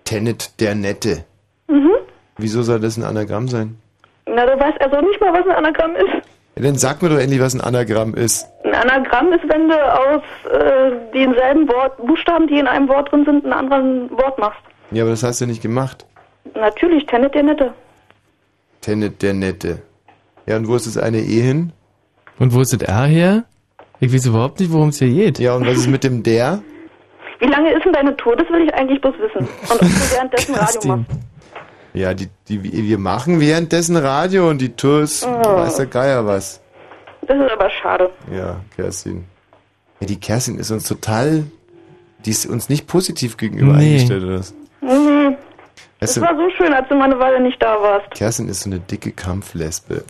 [SPEAKER 1] Tenet der Nette.
[SPEAKER 4] Mhm.
[SPEAKER 1] Wieso soll das ein Anagramm sein?
[SPEAKER 4] Na, du weißt also nicht mal, was ein Anagramm ist.
[SPEAKER 1] Ja, dann sag mir doch endlich, was ein Anagramm ist.
[SPEAKER 4] Ein Anagramm ist, wenn du aus äh, denselben Wort, Buchstaben, die in einem Wort drin sind, ein anderes Wort machst.
[SPEAKER 1] Ja, aber das hast du nicht gemacht.
[SPEAKER 4] Natürlich, Tenet der Nette.
[SPEAKER 1] Tennet der Nette. Ja, und wo ist das eine E hin?
[SPEAKER 2] Und wo ist das R her? Ich weiß überhaupt nicht, worum es hier geht.
[SPEAKER 1] Ja, und was ist mit dem der?
[SPEAKER 4] Wie lange ist denn deine Tour? Das will ich eigentlich bloß wissen. Und ob du währenddessen Radio machst.
[SPEAKER 1] Ja, die, die, wir machen währenddessen Radio und die Tour ist,
[SPEAKER 4] Oh.
[SPEAKER 1] weiß der Geier was.
[SPEAKER 4] Das ist aber schade.
[SPEAKER 1] Ja, Kerstin. Ja, die Kerstin ist uns total, die ist uns nicht positiv gegenüber
[SPEAKER 4] Nee.
[SPEAKER 1] eingestellt, oder was?
[SPEAKER 4] Mhm.
[SPEAKER 1] Weißt
[SPEAKER 4] Es
[SPEAKER 1] du-
[SPEAKER 4] war so schön, als du mal eine Weile nicht da warst.
[SPEAKER 1] Kerstin ist so eine dicke Kampflesbe.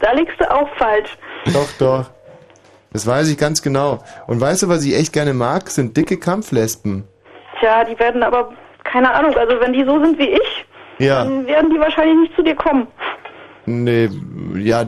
[SPEAKER 4] Da liegst du auch falsch.
[SPEAKER 1] Doch, doch. Das weiß ich ganz genau. Und weißt du, was ich echt gerne mag? Sind dicke Kampflesben.
[SPEAKER 4] Tja, die werden aber, keine Ahnung, also wenn die so sind wie ich,
[SPEAKER 1] Ja.
[SPEAKER 4] dann werden die wahrscheinlich nicht zu dir kommen.
[SPEAKER 1] Nee, ja,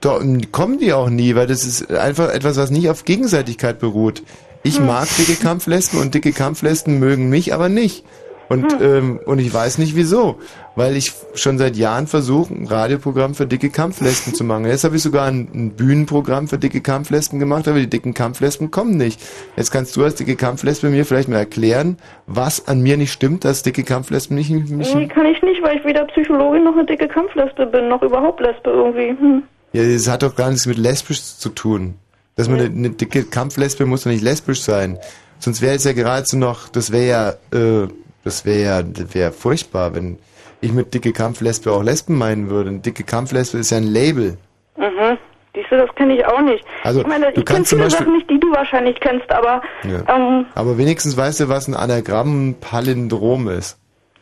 [SPEAKER 1] do, kommen die auch nie, weil das ist einfach etwas, was nicht auf Gegenseitigkeit beruht. Ich mag dicke Kampflesben und dicke Kampflesben mögen mich aber nicht. Und, ähm, und ich weiß nicht wieso. Weil ich schon seit Jahren versuche, ein Radioprogramm für dicke Kampflesben zu machen. Jetzt habe ich sogar ein, ein Bühnenprogramm für dicke Kampflesben gemacht, aber die dicken Kampflesben kommen nicht. Jetzt kannst du als dicke Kampflesbe mir vielleicht mal erklären, was an mir nicht stimmt, dass dicke Kampflesben nicht, nicht
[SPEAKER 4] Nee, kann ich nicht, weil ich weder Psychologin noch eine dicke Kampflesbe bin, noch überhaupt Lesbe irgendwie. Hm.
[SPEAKER 1] Ja, das hat doch gar nichts mit lesbisch zu tun. Dass man eine, eine dicke Kampflesbe muss doch nicht lesbisch sein. Sonst wäre es ja geradezu noch, das wäre ja, äh, das wäre ja, das wäre furchtbar, wenn ich mit dicke Kampflesbe auch Lesben meinen würde. Eine dicke Kampflesbe ist ja ein Label.
[SPEAKER 4] Mhm. Siehst du, das kenne ich auch nicht.
[SPEAKER 1] Also,
[SPEAKER 4] ich meine,
[SPEAKER 1] du
[SPEAKER 4] ich kenne
[SPEAKER 1] kannst zum
[SPEAKER 4] viele
[SPEAKER 1] Beispiel-
[SPEAKER 4] Sachen nicht, die du wahrscheinlich kennst, aber
[SPEAKER 1] Ja.
[SPEAKER 4] ähm,
[SPEAKER 1] Aber wenigstens weißt du, was ein Anagramm ein Palindrom ist.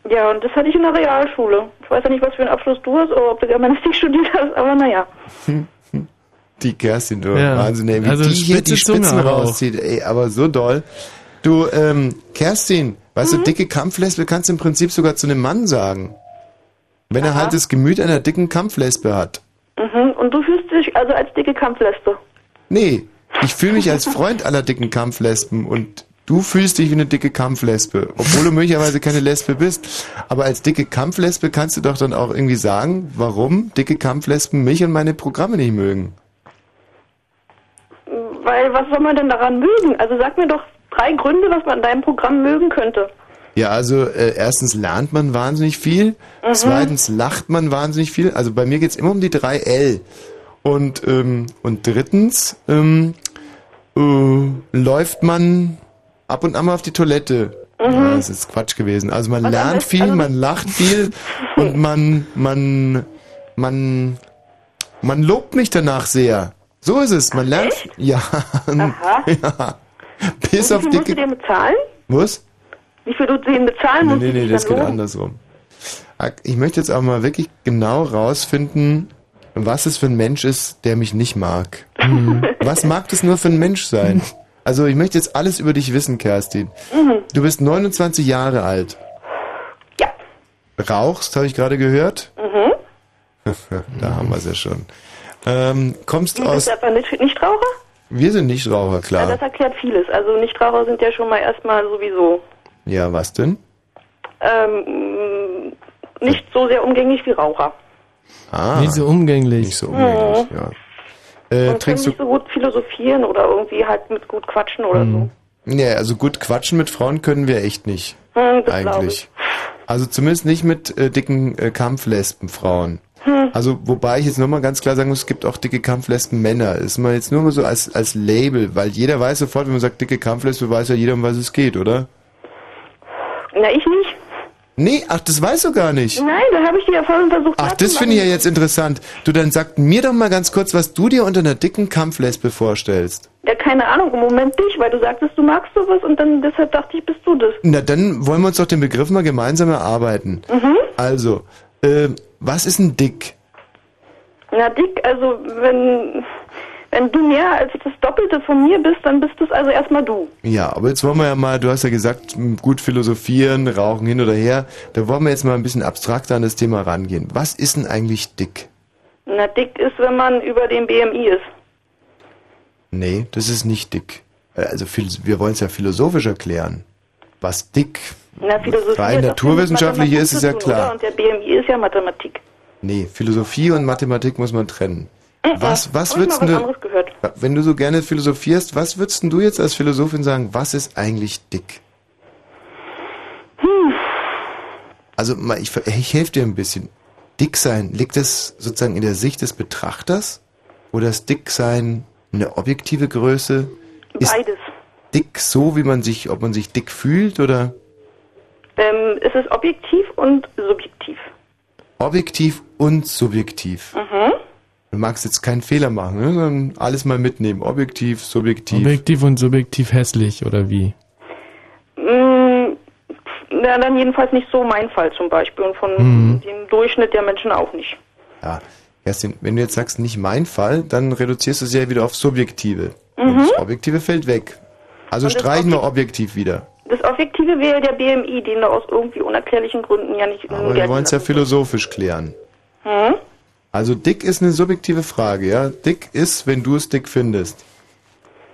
[SPEAKER 4] ja, und das hatte ich in der Realschule. Ich weiß ja nicht, was für einen Abschluss du hast oder ob du Germanistik studiert hast, aber naja.
[SPEAKER 1] Die Kerstin, du
[SPEAKER 2] Ja.
[SPEAKER 1] Wahnsinn, ey, wie
[SPEAKER 2] Also
[SPEAKER 1] die hier die
[SPEAKER 2] spitze Zunge
[SPEAKER 1] Spitzen
[SPEAKER 2] aber auch.
[SPEAKER 1] rauszieht, ey, aber so doll. Du, ähm, Kerstin, weißt
[SPEAKER 2] Mhm.
[SPEAKER 1] du, dicke Kampflesbe kannst du im Prinzip sogar zu einem Mann sagen. Wenn er halt das Gemüt einer dicken Kampflesbe hat.
[SPEAKER 4] Mhm. Und du fühlst dich also als dicke Kampflesbe.
[SPEAKER 1] Nee, ich fühle mich als Freund aller dicken Kampflesben und du fühlst dich wie eine dicke Kampflesbe, obwohl du möglicherweise keine Lesbe bist. Aber als dicke Kampflesbe kannst du doch dann auch irgendwie sagen, warum dicke Kampflesben mich und meine Programme nicht mögen.
[SPEAKER 4] Weil was soll man denn daran mögen? Also sag mir doch drei Gründe, was man in deinem Programm mögen könnte.
[SPEAKER 1] Ja, also äh, erstens lernt man wahnsinnig viel,
[SPEAKER 4] Mhm.
[SPEAKER 1] zweitens lacht man wahnsinnig viel. Also bei mir geht's immer um die 3L. Und, ähm, und drittens ähm, äh, läuft man ab und an mal auf die Toilette. Ja, das ist Quatsch gewesen. Also man lernt viel, man lacht viel und man, man, man, man lobt mich danach sehr. So ist es. Man lernt. Ja. ja. Bis
[SPEAKER 4] Und
[SPEAKER 1] auf
[SPEAKER 4] wie viel musst du
[SPEAKER 1] dicke.
[SPEAKER 4] dir bezahlen?
[SPEAKER 1] Was?
[SPEAKER 4] Wie viel du denen bezahlen musst?
[SPEAKER 1] Nee, nee,
[SPEAKER 4] die
[SPEAKER 1] nee,
[SPEAKER 4] dich
[SPEAKER 1] das
[SPEAKER 4] dann
[SPEAKER 1] geht
[SPEAKER 4] loben?
[SPEAKER 1] andersrum. Ak- Ich möchte jetzt auch mal wirklich genau rausfinden, was es für ein Mensch ist, der mich nicht mag. was mag das nur für ein Mensch sein? Also ich möchte jetzt alles über dich wissen, Kerstin.
[SPEAKER 4] Mhm.
[SPEAKER 1] Du bist 29 Jahre alt. Ja. Rauchst, habe ich gerade gehört.
[SPEAKER 4] Mhm.
[SPEAKER 1] da haben wir es ja schon. Ähm, kommst
[SPEAKER 4] Du
[SPEAKER 1] aus...
[SPEAKER 4] bist aber nicht, Nichtraucher?
[SPEAKER 1] Wir sind Nichtraucher,
[SPEAKER 4] Ja,
[SPEAKER 1] klar.
[SPEAKER 4] das erklärt vieles. Also Nichtraucher sind ja schon mal erstmal sowieso
[SPEAKER 1] Ja, was denn?
[SPEAKER 4] ähm, nicht so sehr umgänglich wie Raucher.
[SPEAKER 1] Ah, nicht so
[SPEAKER 2] umgänglich.
[SPEAKER 1] Nicht so umgänglich, ja. Äh,
[SPEAKER 4] Mhm. Und können
[SPEAKER 1] trinkst du
[SPEAKER 4] nicht so gut philosophieren oder irgendwie halt mit gut quatschen oder so.
[SPEAKER 1] Ja, also gut quatschen mit Frauen können wir echt nicht.
[SPEAKER 4] Hm, das glaub
[SPEAKER 1] eigentlich. Also zumindest nicht mit äh, dicken äh, Kampflesbenfrauen.
[SPEAKER 4] Hm.
[SPEAKER 1] Also wobei ich jetzt nochmal ganz klar sagen muss, es gibt auch dicke Kampflesben-Männer. Ist mal jetzt nur mal so als, als Label, weil jeder weiß sofort, wenn man sagt dicke Kampflesbe, weiß ja jeder, um was es geht, oder?
[SPEAKER 4] Na, ich nicht.
[SPEAKER 1] Nee, ach, das weißt du gar nicht.
[SPEAKER 4] Nein, da habe ich die Erfahrung versucht
[SPEAKER 1] Ach, das finde ich ja jetzt interessant. Du, dann sag mir doch mal ganz kurz, was du dir unter einer dicken Kampflesbe vorstellst.
[SPEAKER 4] Ja, keine Ahnung, im Moment nicht, weil du sagtest, du magst sowas und dann deshalb dachte ich, bist du das.
[SPEAKER 1] Na, dann wollen wir uns doch den Begriff mal gemeinsam erarbeiten.
[SPEAKER 4] Mhm.
[SPEAKER 1] Also, äh, was ist ein Dick?
[SPEAKER 4] Na dick, also wenn, wenn du mehr als das Doppelte von mir bist, dann bist es also erstmal du.
[SPEAKER 1] Ja, aber jetzt wollen wir ja mal, du hast ja gesagt, m, gut philosophieren, rauchen hin oder her. Da wollen wir jetzt mal ein bisschen abstrakter an das Thema rangehen. Was ist denn eigentlich dick?
[SPEAKER 4] Na dick ist, wenn man über dem BMI ist.
[SPEAKER 1] Nee, das ist nicht dick. Äh, Also, phil- wir wollen es ja philosophisch erklären. Was dick?
[SPEAKER 4] Na Philosophie.
[SPEAKER 1] Rein
[SPEAKER 4] hat auch
[SPEAKER 1] naturwissenschaftlich
[SPEAKER 4] viel mit
[SPEAKER 1] ist es
[SPEAKER 4] Mathematik
[SPEAKER 1] ja
[SPEAKER 4] zu tun, Oder?
[SPEAKER 1] klar.
[SPEAKER 4] Und der BMI ist ja Mathematik.
[SPEAKER 1] Nee, Philosophie und Mathematik muss man trennen. Was,
[SPEAKER 4] Hab ich
[SPEAKER 1] was
[SPEAKER 4] mal
[SPEAKER 1] würdest
[SPEAKER 4] Mhm. was
[SPEAKER 1] du,
[SPEAKER 4] anderes gehört.
[SPEAKER 1] wenn du so gerne philosophierst, was würdest du jetzt als Philosophin sagen, was ist eigentlich dick? Also mal, ich, ver- ich helfe dir ein bisschen. Dick sein, liegt das sozusagen in der Sicht des Betrachters? Oder ist dick sein eine objektive Größe? Ist
[SPEAKER 4] Beides.
[SPEAKER 1] dick so, wie man sich, ob man sich dick fühlt oder
[SPEAKER 4] Ähm, es ist objektiv und subjektiv.
[SPEAKER 1] objektiv und subjektiv?
[SPEAKER 4] Mhm.
[SPEAKER 1] Du magst jetzt keinen Fehler machen, ne? sondern alles mal mitnehmen. Objektiv, subjektiv.
[SPEAKER 2] Objektiv und subjektiv hässlich, oder wie?
[SPEAKER 4] Mm, pf, Na, dann jedenfalls nicht so mein Fall zum Beispiel und von
[SPEAKER 1] Mhm.
[SPEAKER 4] dem Durchschnitt der Menschen auch nicht.
[SPEAKER 1] Ja, Kerstin, wenn du jetzt sagst, nicht mein Fall, dann reduzierst du es ja wieder auf subjektive. Und
[SPEAKER 4] Mhm.
[SPEAKER 1] das Objektive fällt weg. Also
[SPEAKER 4] Und das
[SPEAKER 1] streichen wir objektiv wieder.
[SPEAKER 4] Das Objektive wäre der BMI, den du aus irgendwie unerklärlichen Gründen ja genau. nicht
[SPEAKER 1] Aber wir wollen es ja philosophisch klären.
[SPEAKER 4] Hm?
[SPEAKER 1] Also dick ist eine subjektive Frage, ja? Dick ist, wenn du es dick findest.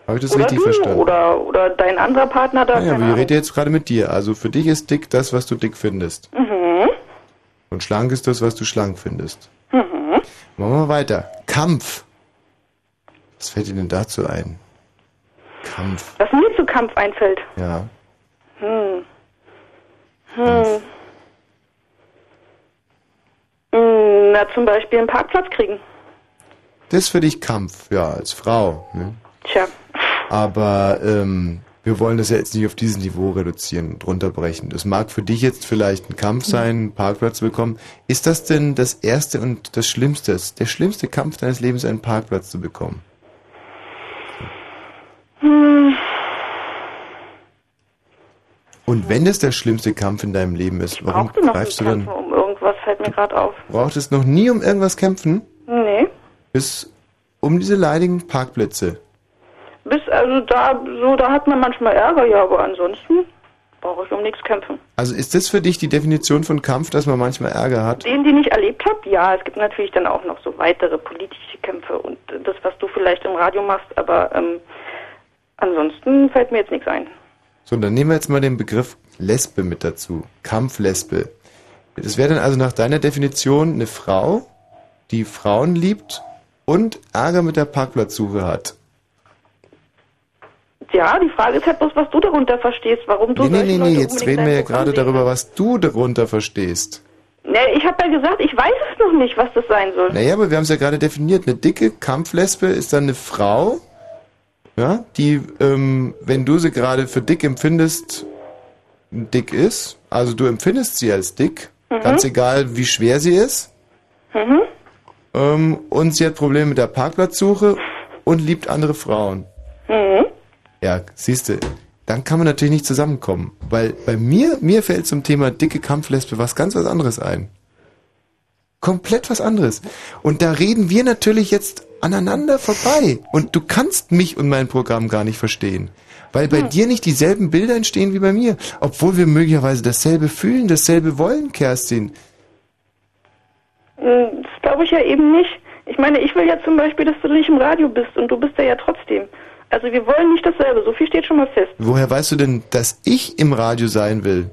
[SPEAKER 1] Habe ich das
[SPEAKER 4] oder
[SPEAKER 1] richtig
[SPEAKER 4] du
[SPEAKER 1] verstanden?
[SPEAKER 4] oder oder dein anderer Partner da.
[SPEAKER 1] Naja,
[SPEAKER 4] keine
[SPEAKER 1] wir
[SPEAKER 4] Ahnung.
[SPEAKER 1] reden jetzt gerade mit dir. Also für dich ist dick das, was du dick findest.
[SPEAKER 4] Mhm.
[SPEAKER 1] Und schlank ist das, was du schlank findest.
[SPEAKER 4] Mhm.
[SPEAKER 1] Machen wir mal weiter. Kampf. Was fällt dir denn dazu ein? Kampf,
[SPEAKER 4] Was mir zu Kampf einfällt.
[SPEAKER 1] ja.
[SPEAKER 4] Hm. Hm. Hm, Na, zum Beispiel einen Parkplatz kriegen.
[SPEAKER 1] Das ist für dich Kampf, ja, als Frau. Ne?
[SPEAKER 4] Tja.
[SPEAKER 1] Aber ähm, wir wollen das ja jetzt nicht auf dieses Niveau reduzieren und runterbrechen. Das mag für dich jetzt vielleicht ein Kampf sein, einen Parkplatz zu bekommen. Ist das denn das Erste und das Schlimmste? Ist Der schlimmste Kampf deines Lebens, einen Parkplatz zu bekommen?
[SPEAKER 4] Hm.
[SPEAKER 1] Und wenn das der schlimmste Kampf in deinem Leben ist, warum
[SPEAKER 4] Brauchst du noch
[SPEAKER 1] greifst du
[SPEAKER 4] einen
[SPEAKER 1] dann?
[SPEAKER 4] Kampf um irgendwas? Fällt mir gerade auf.
[SPEAKER 1] Brauchtest noch nie um irgendwas kämpfen?
[SPEAKER 4] Nee.
[SPEAKER 1] Bis um diese leidigen Parkplätze.
[SPEAKER 4] Bis, also da, so, da hat man manchmal Ärger, ja, aber ansonsten brauche ich um nichts kämpfen.
[SPEAKER 1] Also ist das für dich die Definition von Kampf, dass man manchmal Ärger hat?
[SPEAKER 4] Den, den ich erlebt habe, ja, es gibt natürlich dann auch noch so weitere politische Kämpfe und äh, das, was du vielleicht im Radio machst, aber ähm, ansonsten fällt mir jetzt nichts ein.
[SPEAKER 1] So, dann nehmen wir jetzt mal den Begriff Lesbe mit dazu. Kampflesbe. Das wäre dann also nach deiner Definition eine Frau, die Frauen liebt und Ärger mit der Parkplatzsuche hat.
[SPEAKER 4] Ja, die Frage ist halt bloß, was du darunter verstehst, warum du
[SPEAKER 1] Nee, nee, nee,
[SPEAKER 4] solche
[SPEAKER 1] nee,
[SPEAKER 4] Leute
[SPEAKER 1] jetzt
[SPEAKER 4] unbedingt
[SPEAKER 1] reden wir ja
[SPEAKER 4] dein Programm
[SPEAKER 1] gerade darüber, was du darunter verstehst.
[SPEAKER 4] sehen- Nee, ich habe ja gesagt, ich weiß es noch nicht, was das sein soll.
[SPEAKER 1] Naja, aber wir haben es ja gerade definiert. Eine dicke Kampflesbe ist dann eine Frau, ja, die, ähm, wenn du sie gerade für dick empfindest, dick ist. Also du empfindest sie als dick,
[SPEAKER 4] Mhm.
[SPEAKER 1] ganz egal, wie schwer sie ist.
[SPEAKER 4] Mhm.
[SPEAKER 1] Ähm, und sie hat Probleme mit der Parkplatzsuche und liebt andere Frauen.
[SPEAKER 4] Mhm.
[SPEAKER 1] Ja, siehste, dann kann man natürlich nicht zusammenkommen. Weil bei mir, mir fällt zum Thema dicke Kampflesbe was ganz was anderes ein. Komplett was anderes. Und da reden wir natürlich jetzt aneinander vorbei. Und du kannst mich und mein Programm gar nicht verstehen. Weil bei dir nicht dieselben Bilder entstehen wie bei mir. Obwohl wir möglicherweise dasselbe fühlen, dasselbe wollen, Kerstin.
[SPEAKER 4] Mm, Das glaube ich ja eben nicht. Ich meine, ich will ja zum Beispiel, dass du nicht im Radio bist und du bist ja ja trotzdem. Also wir wollen nicht dasselbe, so viel steht schon mal fest.
[SPEAKER 1] Woher weißt du denn, dass ich im Radio sein will?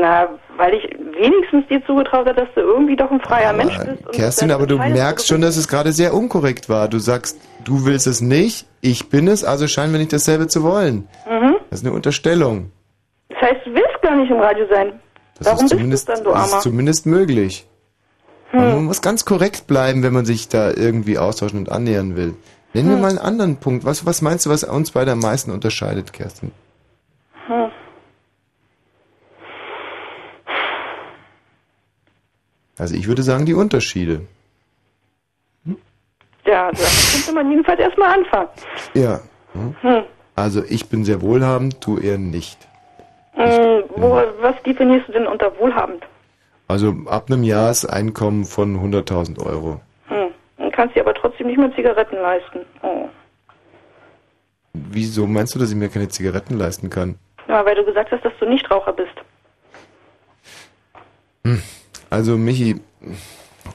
[SPEAKER 4] Na, weil ich wenigstens dir zugetraut habe, dass du irgendwie doch ein freier Mensch bist.
[SPEAKER 1] Kerstin, aber du merkst schon, dass es gerade sehr unkorrekt war. Du sagst, du willst es nicht, ich bin es, also scheinen wir nicht dasselbe zu wollen.
[SPEAKER 4] Mhm.
[SPEAKER 1] Das ist eine Unterstellung.
[SPEAKER 4] Das heißt, du willst gar nicht im Radio sein.
[SPEAKER 1] Das
[SPEAKER 4] Warum bist
[SPEAKER 1] ist
[SPEAKER 4] du es
[SPEAKER 1] zumindest,
[SPEAKER 4] dann, du
[SPEAKER 1] das
[SPEAKER 4] Armer? Hm.
[SPEAKER 1] ist zumindest möglich. Man muss ganz korrekt bleiben, wenn man sich da irgendwie austauschen und annähern will. Nennen wir
[SPEAKER 4] Hm.
[SPEAKER 1] mal einen anderen Punkt. Was, was meinst du, was uns beide am meisten unterscheidet, Kerstin?
[SPEAKER 4] Hm.
[SPEAKER 1] Also ich würde sagen, die Unterschiede.
[SPEAKER 4] Ja, da könnte man jedenfalls erstmal anfangen.
[SPEAKER 1] Ja. Hm.
[SPEAKER 4] Hm.
[SPEAKER 1] Also ich bin sehr wohlhabend, du eher nicht.
[SPEAKER 4] Mm, Wo,
[SPEAKER 1] hm.
[SPEAKER 4] was definierst du denn unter wohlhabend?
[SPEAKER 1] Also ab einem Jahreseinkommen von 100.000 Euro.
[SPEAKER 4] Hm. Und kannst dir aber trotzdem nicht mehr Zigaretten leisten. Oh.
[SPEAKER 1] Wieso meinst du, dass ich mir keine Zigaretten leisten kann?
[SPEAKER 4] Ja, weil du gesagt hast, dass du Nichtraucher bist.
[SPEAKER 1] Also Michi...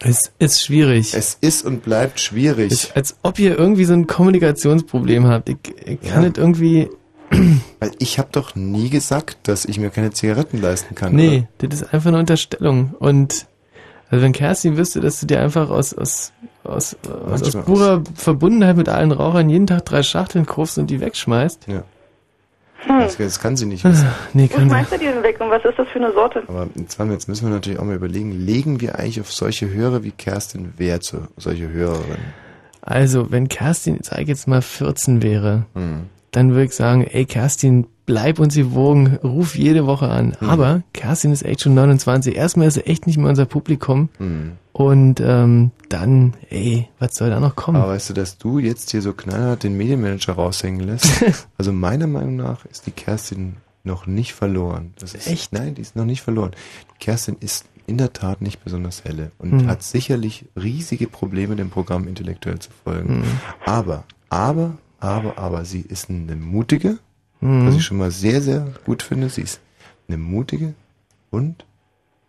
[SPEAKER 2] Es ist schwierig.
[SPEAKER 1] Es ist und bleibt schwierig.
[SPEAKER 2] Ist, als ob ihr irgendwie so ein Kommunikationsproblem habt. Ich, ich kann
[SPEAKER 1] Ja.
[SPEAKER 2] nicht irgendwie.
[SPEAKER 1] Weil ich habe doch nie gesagt, dass ich mir keine Zigaretten leisten kann.
[SPEAKER 2] Nee, das ist einfach eine Unterstellung. Und also wenn Kerstin wüsste, dass du dir einfach aus, aus, aus, aus, aus purer Verbundenheit mit allen Rauchern jeden Tag drei Schachteln kaufst und die wegschmeißt.
[SPEAKER 1] Ja.
[SPEAKER 4] Hm.
[SPEAKER 1] Das, das kann sie nicht wissen.
[SPEAKER 2] Nee,
[SPEAKER 4] Wo schmeißt du die denn weg und was ist das für eine Sorte?
[SPEAKER 1] Aber jetzt, haben wir- jetzt müssen wir natürlich auch mal überlegen, legen wir eigentlich auf solche Hörer wie Kerstin Wert zu solche Hörerinnen?
[SPEAKER 2] Also, wenn Kerstin, sag ich jetzt mal, 14 wäre,
[SPEAKER 1] Hm.
[SPEAKER 2] dann würde ich sagen, ey Kerstin, bleib uns gewogen, ruf jede Woche an.
[SPEAKER 1] Hm.
[SPEAKER 2] Aber Kerstin ist echt schon 29. Erstmal ist sie echt nicht mehr unser Publikum.
[SPEAKER 1] Mhm.
[SPEAKER 2] Und ähm, dann, ey, was soll da noch kommen?
[SPEAKER 1] Aber weißt du, dass du jetzt hier so knallhart den Medienmanager raushängen lässt? also meiner Meinung nach ist die Kerstin noch nicht verloren. Das ist, Echt? Nein, die ist noch nicht verloren. Die Kerstin ist in der Tat nicht besonders helle und
[SPEAKER 2] Mhm.
[SPEAKER 1] hat sicherlich riesige Probleme, dem Programm intellektuell zu folgen.
[SPEAKER 2] Mhm.
[SPEAKER 1] Aber, aber, aber, aber, sie ist eine mutige,
[SPEAKER 2] Mhm.
[SPEAKER 1] was ich schon mal sehr, sehr gut finde. Sie ist eine mutige und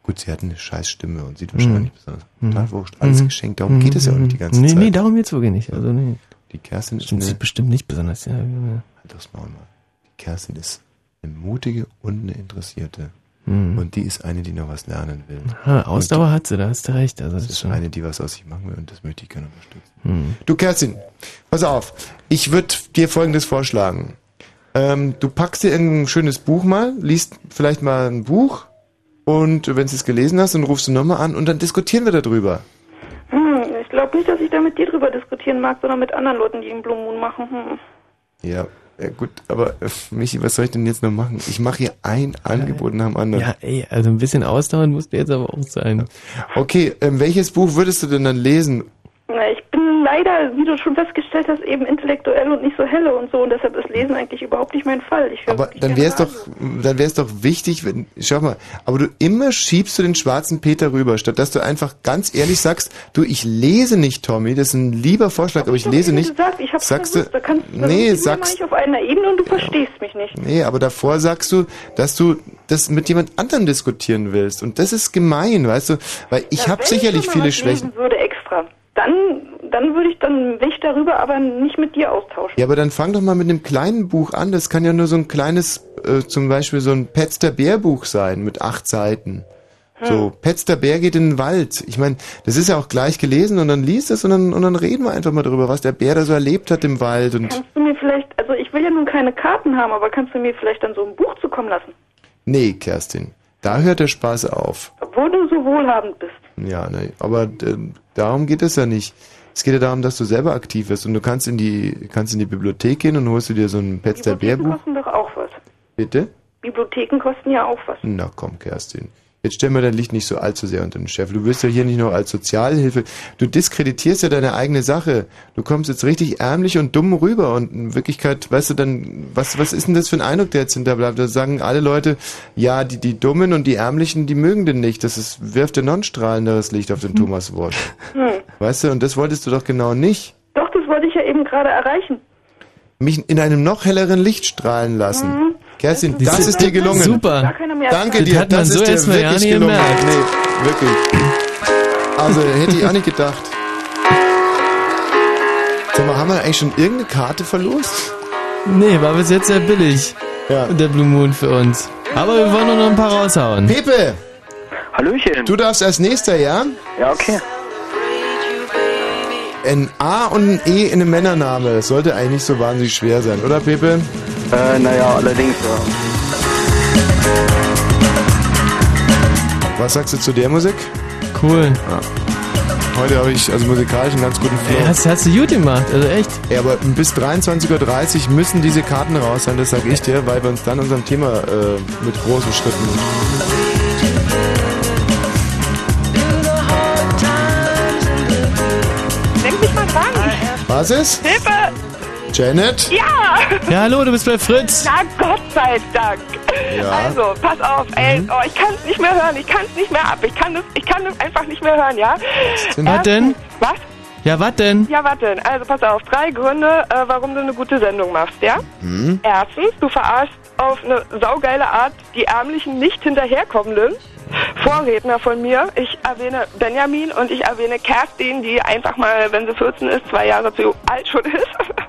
[SPEAKER 1] gut, sie hat eine scheiß Stimme und sieht wahrscheinlich
[SPEAKER 2] Mhm.
[SPEAKER 1] besonders.
[SPEAKER 2] Mhm.
[SPEAKER 1] Total wurscht, alles
[SPEAKER 2] Mhm.
[SPEAKER 1] geschenkt, darum geht es ja auch nicht die ganze
[SPEAKER 2] nee,
[SPEAKER 1] Zeit.
[SPEAKER 2] Nee, darum geht's wirklich nicht. Also, nee.
[SPEAKER 1] Die Kerstin ist
[SPEAKER 2] Stimmt,
[SPEAKER 1] eine-
[SPEAKER 2] sieht bestimmt nicht besonders. Ja, ja.
[SPEAKER 1] Halt das Maul mal. Die Kerstin ist eine mutige und eine Interessierte.
[SPEAKER 2] Mhm.
[SPEAKER 1] Und die ist eine, die noch was lernen will.
[SPEAKER 2] Aha, Ausdauer hat sie, da hast du recht. Also,
[SPEAKER 1] Das,
[SPEAKER 2] das
[SPEAKER 1] ist
[SPEAKER 2] ist schon.
[SPEAKER 1] eine, die was aus sich machen will und das möchte ich gerne unterstützen.
[SPEAKER 2] Mhm.
[SPEAKER 1] Du Kerstin, pass auf. Ich würde dir Folgendes vorschlagen. Ähm, du packst dir ein schönes Buch mal, liest vielleicht mal ein Buch und wenn du es gelesen hast, dann rufst du nochmal an und dann diskutieren wir darüber.
[SPEAKER 4] Hm, ich glaube nicht, dass ich da mit dir drüber diskutieren mag, sondern mit anderen Leuten, die einen Blue Moon machen. Hm.
[SPEAKER 1] Ja, ja gut, aber äh, Michi, was soll ich denn jetzt noch machen? Ich mache hier ein Angebot nach dem anderen.
[SPEAKER 2] Ja, ey, also ein bisschen ausdauern musst du jetzt aber auch sein.
[SPEAKER 1] Okay, ähm, welches Buch würdest du denn dann lesen?
[SPEAKER 4] Na, ich bin leider, wie du schon festgestellt hast, eben intellektuell und nicht so helle und so und deshalb ist Lesen eigentlich überhaupt nicht mein Fall. Ich höre
[SPEAKER 1] Aber dann wäre es doch, dann wäre es doch wichtig, wenn, schau mal, aber du immer schiebst du den schwarzen Peter rüber, statt dass du einfach ganz ehrlich sagst, du, ich lese nicht, Tommy, das ist ein lieber Vorschlag, aber ich lese nicht.
[SPEAKER 4] Gesagt, ich hab's
[SPEAKER 1] sagst
[SPEAKER 4] versucht,
[SPEAKER 1] du,
[SPEAKER 4] da kannst da
[SPEAKER 1] nee,
[SPEAKER 4] sind wir mal
[SPEAKER 1] sagst,
[SPEAKER 4] nicht auf einer Ebene und du verstehst mich nicht.
[SPEAKER 1] nee, aber davor sagst du, dass du das mit jemand anderem diskutieren willst und das ist gemein, weißt du, weil ich habe sicherlich
[SPEAKER 4] Wenn
[SPEAKER 1] viele
[SPEAKER 4] ich schon mal was
[SPEAKER 1] Schwächen.
[SPEAKER 4] lesen würde extra, dann, dann würde ich dann mich darüber aber nicht mit dir austauschen.
[SPEAKER 1] Ja, aber dann fang doch mal mit einem kleinen Buch an. Das kann ja nur so ein kleines, äh, zum Beispiel so ein Petz der Bär Buch sein mit acht Seiten.
[SPEAKER 4] Hm.
[SPEAKER 1] So, Petz der Bär geht in den Wald. Ich meine, das ist ja auch gleich gelesen und dann liest es und dann, und dann reden wir einfach mal darüber, was der Bär da so erlebt hat im Wald. Und
[SPEAKER 4] Kannst du mir vielleicht, also ich will ja nun keine Karten haben, aber kannst du mir vielleicht dann so ein Buch zukommen lassen,
[SPEAKER 1] nee, Kerstin, da hört der Spaß auf.
[SPEAKER 4] obwohl du so wohlhabend bist?
[SPEAKER 1] Ja, ne, aber äh, darum geht es ja nicht. Es geht ja darum, dass du selber aktiv wirst und du kannst in die kannst in die Bibliothek gehen und holst du dir so ein Petz der Bär
[SPEAKER 4] Bibliotheken
[SPEAKER 1] Buch.
[SPEAKER 4] kosten doch auch was.
[SPEAKER 1] Bitte?
[SPEAKER 4] Bibliotheken kosten ja auch was.
[SPEAKER 1] Na komm, Kerstin. Jetzt stell mir dein Licht nicht so allzu sehr unter den Scheffel. Du wirst ja hier nicht nur als Sozialhilfe. Du diskreditierst ja deine eigene Sache. Du kommst jetzt richtig ärmlich und dumm rüber. Und in Wirklichkeit, weißt du, dann, was, was ist denn das für ein Eindruck, der jetzt hinterbleibt? Da sagen alle Leute, ja, die, die Dummen und die Ärmlichen, die mögen den nicht. Das ist, wirft ja noch ein strahlenderes Licht auf den Thomas Walsh.
[SPEAKER 4] Hm.
[SPEAKER 1] Weißt du, und das wolltest du doch genau nicht.
[SPEAKER 4] Doch, das wollte ich ja eben gerade erreichen.
[SPEAKER 1] Mich in einem noch helleren Licht strahlen lassen.
[SPEAKER 4] Mhm.
[SPEAKER 1] Kerstin, das, ist dir gelungen.
[SPEAKER 2] Super.
[SPEAKER 4] Gar keiner mehr
[SPEAKER 1] Danke
[SPEAKER 4] erkannt.
[SPEAKER 1] dir,
[SPEAKER 2] hat man
[SPEAKER 1] das
[SPEAKER 2] so
[SPEAKER 1] ist dir
[SPEAKER 2] erstmal ja
[SPEAKER 1] wirklich
[SPEAKER 2] nie
[SPEAKER 1] gelungen.
[SPEAKER 2] gemerkt.
[SPEAKER 1] Nee, wirklich. Also, hätte ich auch nicht gedacht. Sag mal, haben wir eigentlich schon irgendeine Karte verlost?
[SPEAKER 2] Nee, war bis jetzt sehr billig.
[SPEAKER 1] Ja.
[SPEAKER 2] Der Blue Moon für uns. Aber wir wollen nur noch ein paar raushauen.
[SPEAKER 1] Pepe!
[SPEAKER 18] Hallöchen!
[SPEAKER 1] Du darfst als nächster, ja?
[SPEAKER 18] Ja, okay.
[SPEAKER 1] Ein A und ein E in einem Männername. Das sollte eigentlich nicht so wahnsinnig schwer sein, oder, Pepe?
[SPEAKER 18] Äh, naja, allerdings, ja.
[SPEAKER 1] Was sagst du zu der Musik?
[SPEAKER 2] Cool.
[SPEAKER 1] Heute habe ich also musikalisch einen ganz guten Flow.
[SPEAKER 2] Ey, hast, hast du gut gemacht, also echt.
[SPEAKER 1] Ja, aber bis 23.30 Uhr müssen diese Karten raus sein, das sage ich dir, weil wir uns dann unserem Thema äh, mit großen Schritten
[SPEAKER 19] Denk mich mal dran.
[SPEAKER 1] Was ist?
[SPEAKER 19] Hilfe!
[SPEAKER 1] Janet?
[SPEAKER 19] Ja!
[SPEAKER 2] Ja, hallo, du bist bei Fritz.
[SPEAKER 19] Na, Gott sei Dank.
[SPEAKER 1] Ja.
[SPEAKER 19] Also, pass auf, ey, oh, ich kann es nicht mehr hören, ich kann es nicht mehr ab, ich kann das, ich kann das einfach nicht mehr hören, ja? Äh,
[SPEAKER 2] Was denn?
[SPEAKER 19] Was?
[SPEAKER 2] Ja, was denn?
[SPEAKER 19] Ja, warte, denn? also pass auf, drei Gründe, äh, warum du eine gute Sendung machst, ja?
[SPEAKER 2] Hm?
[SPEAKER 19] Erstens, du verarschst auf eine saugeile Art die ärmlichen, nicht hinterherkommenden Vorredner von mir. Ich erwähne Benjamin und ich erwähne Kerstin, die einfach mal, wenn sie 14 ist, zwei Jahre zu alt schon ist.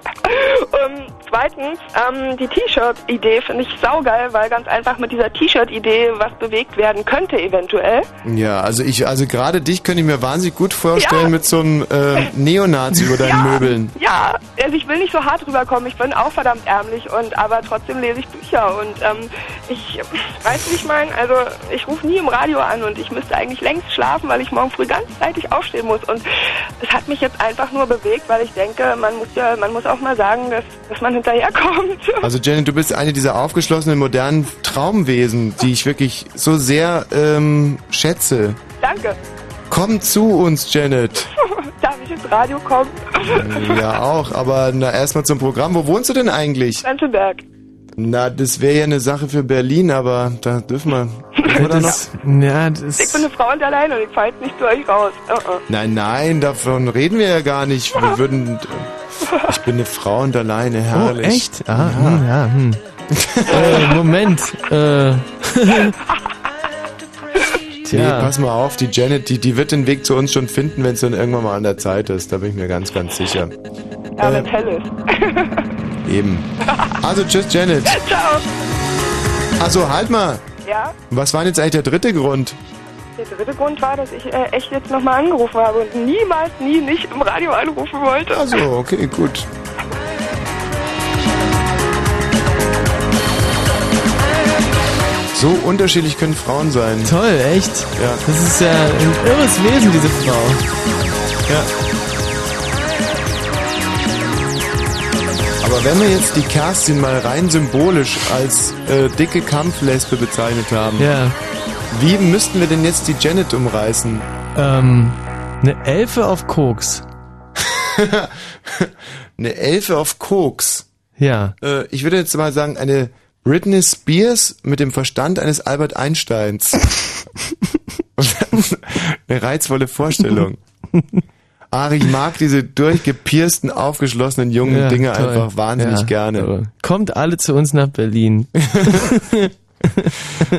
[SPEAKER 4] Und zweitens, ähm, die T-Shirt-Idee finde ich saugeil, weil ganz einfach mit dieser T-Shirt-Idee was bewegt werden könnte eventuell.
[SPEAKER 1] Ja, also ich, also gerade dich könnte ich mir wahnsinnig gut vorstellen mit so einem äh, Neonazi über deinen Möbeln.
[SPEAKER 4] Ja, also ich will nicht so hart rüberkommen, ich bin auch verdammt ärmlich und aber trotzdem lese ich Bücher und ähm, ich weiß nicht mein, also ich rufe nie im Radio an und ich müsste eigentlich längst schlafen, weil ich morgen früh ganz zeitig aufstehen muss und es hat mich jetzt einfach nur bewegt, weil ich denke, man muss ja, man muss auch mal sagen, dass, dass man hinterherkommt.
[SPEAKER 1] Also Janet, du bist eine dieser aufgeschlossenen modernen Traumwesen, die ich wirklich so sehr ähm, schätze.
[SPEAKER 4] Danke.
[SPEAKER 1] Komm zu uns, Janet.
[SPEAKER 4] Darf ich ins Radio kommen?
[SPEAKER 1] Ja, auch, aber na erstmal zum Programm. Wo wohnst du denn eigentlich?
[SPEAKER 4] Prenzlberg.
[SPEAKER 1] Na, das wäre ja eine Sache für Berlin, aber da dürfen wir. Dürfen wir da noch?
[SPEAKER 2] Das, ja, das
[SPEAKER 4] Ich bin eine Frau und allein und ich falle jetzt nicht zu euch raus. Uh -uh.
[SPEAKER 1] Nein, nein, davon reden wir ja gar nicht. Wir würden. Ich bin eine Frau und alleine, herrlich.
[SPEAKER 2] Oh, echt? Ah, hm, ja. Hm, äh, Moment. Äh.
[SPEAKER 1] Nee, pass mal auf, die Janet, die, die wird den Weg zu uns schon finden, wenn es dann irgendwann mal an der Zeit ist. Da bin ich mir ganz, ganz sicher. Äh.
[SPEAKER 4] Ja, wenn's hell ist.
[SPEAKER 1] Eben. Also tschüss, Janet.
[SPEAKER 4] Ciao.
[SPEAKER 1] Also halt mal.
[SPEAKER 4] Ja,
[SPEAKER 1] Was war denn jetzt eigentlich der dritte Grund?
[SPEAKER 4] der dritte Grund war, dass ich äh, echt jetzt nochmal angerufen habe und niemals, nie nicht im Radio anrufen wollte.
[SPEAKER 1] Also, okay, gut. So unterschiedlich können Frauen sein.
[SPEAKER 2] Toll, echt?
[SPEAKER 1] Ja.
[SPEAKER 2] Das ist ja ein irres Wesen, diese Frau.
[SPEAKER 1] Ja. Aber wenn wir jetzt die Kerstin mal rein symbolisch als äh, dicke Kampflesbe bezeichnet haben,
[SPEAKER 2] Ja.
[SPEAKER 1] wie müssten wir denn jetzt die Janet umreißen?
[SPEAKER 2] Ähm, eine Elfe auf Koks.
[SPEAKER 1] Eine Elfe auf Koks.
[SPEAKER 2] Ja.
[SPEAKER 1] Äh, ich würde jetzt mal sagen, eine Britney Spears mit dem Verstand eines Albert Einsteins. Eine reizvolle Vorstellung. Ach, ich mag diese durchgepiersten, aufgeschlossenen jungen
[SPEAKER 2] Ja,
[SPEAKER 1] Dinge
[SPEAKER 2] toll.
[SPEAKER 1] einfach wahnsinnig
[SPEAKER 2] Ja,
[SPEAKER 1] gerne.
[SPEAKER 2] toll. Kommt alle zu uns nach Berlin.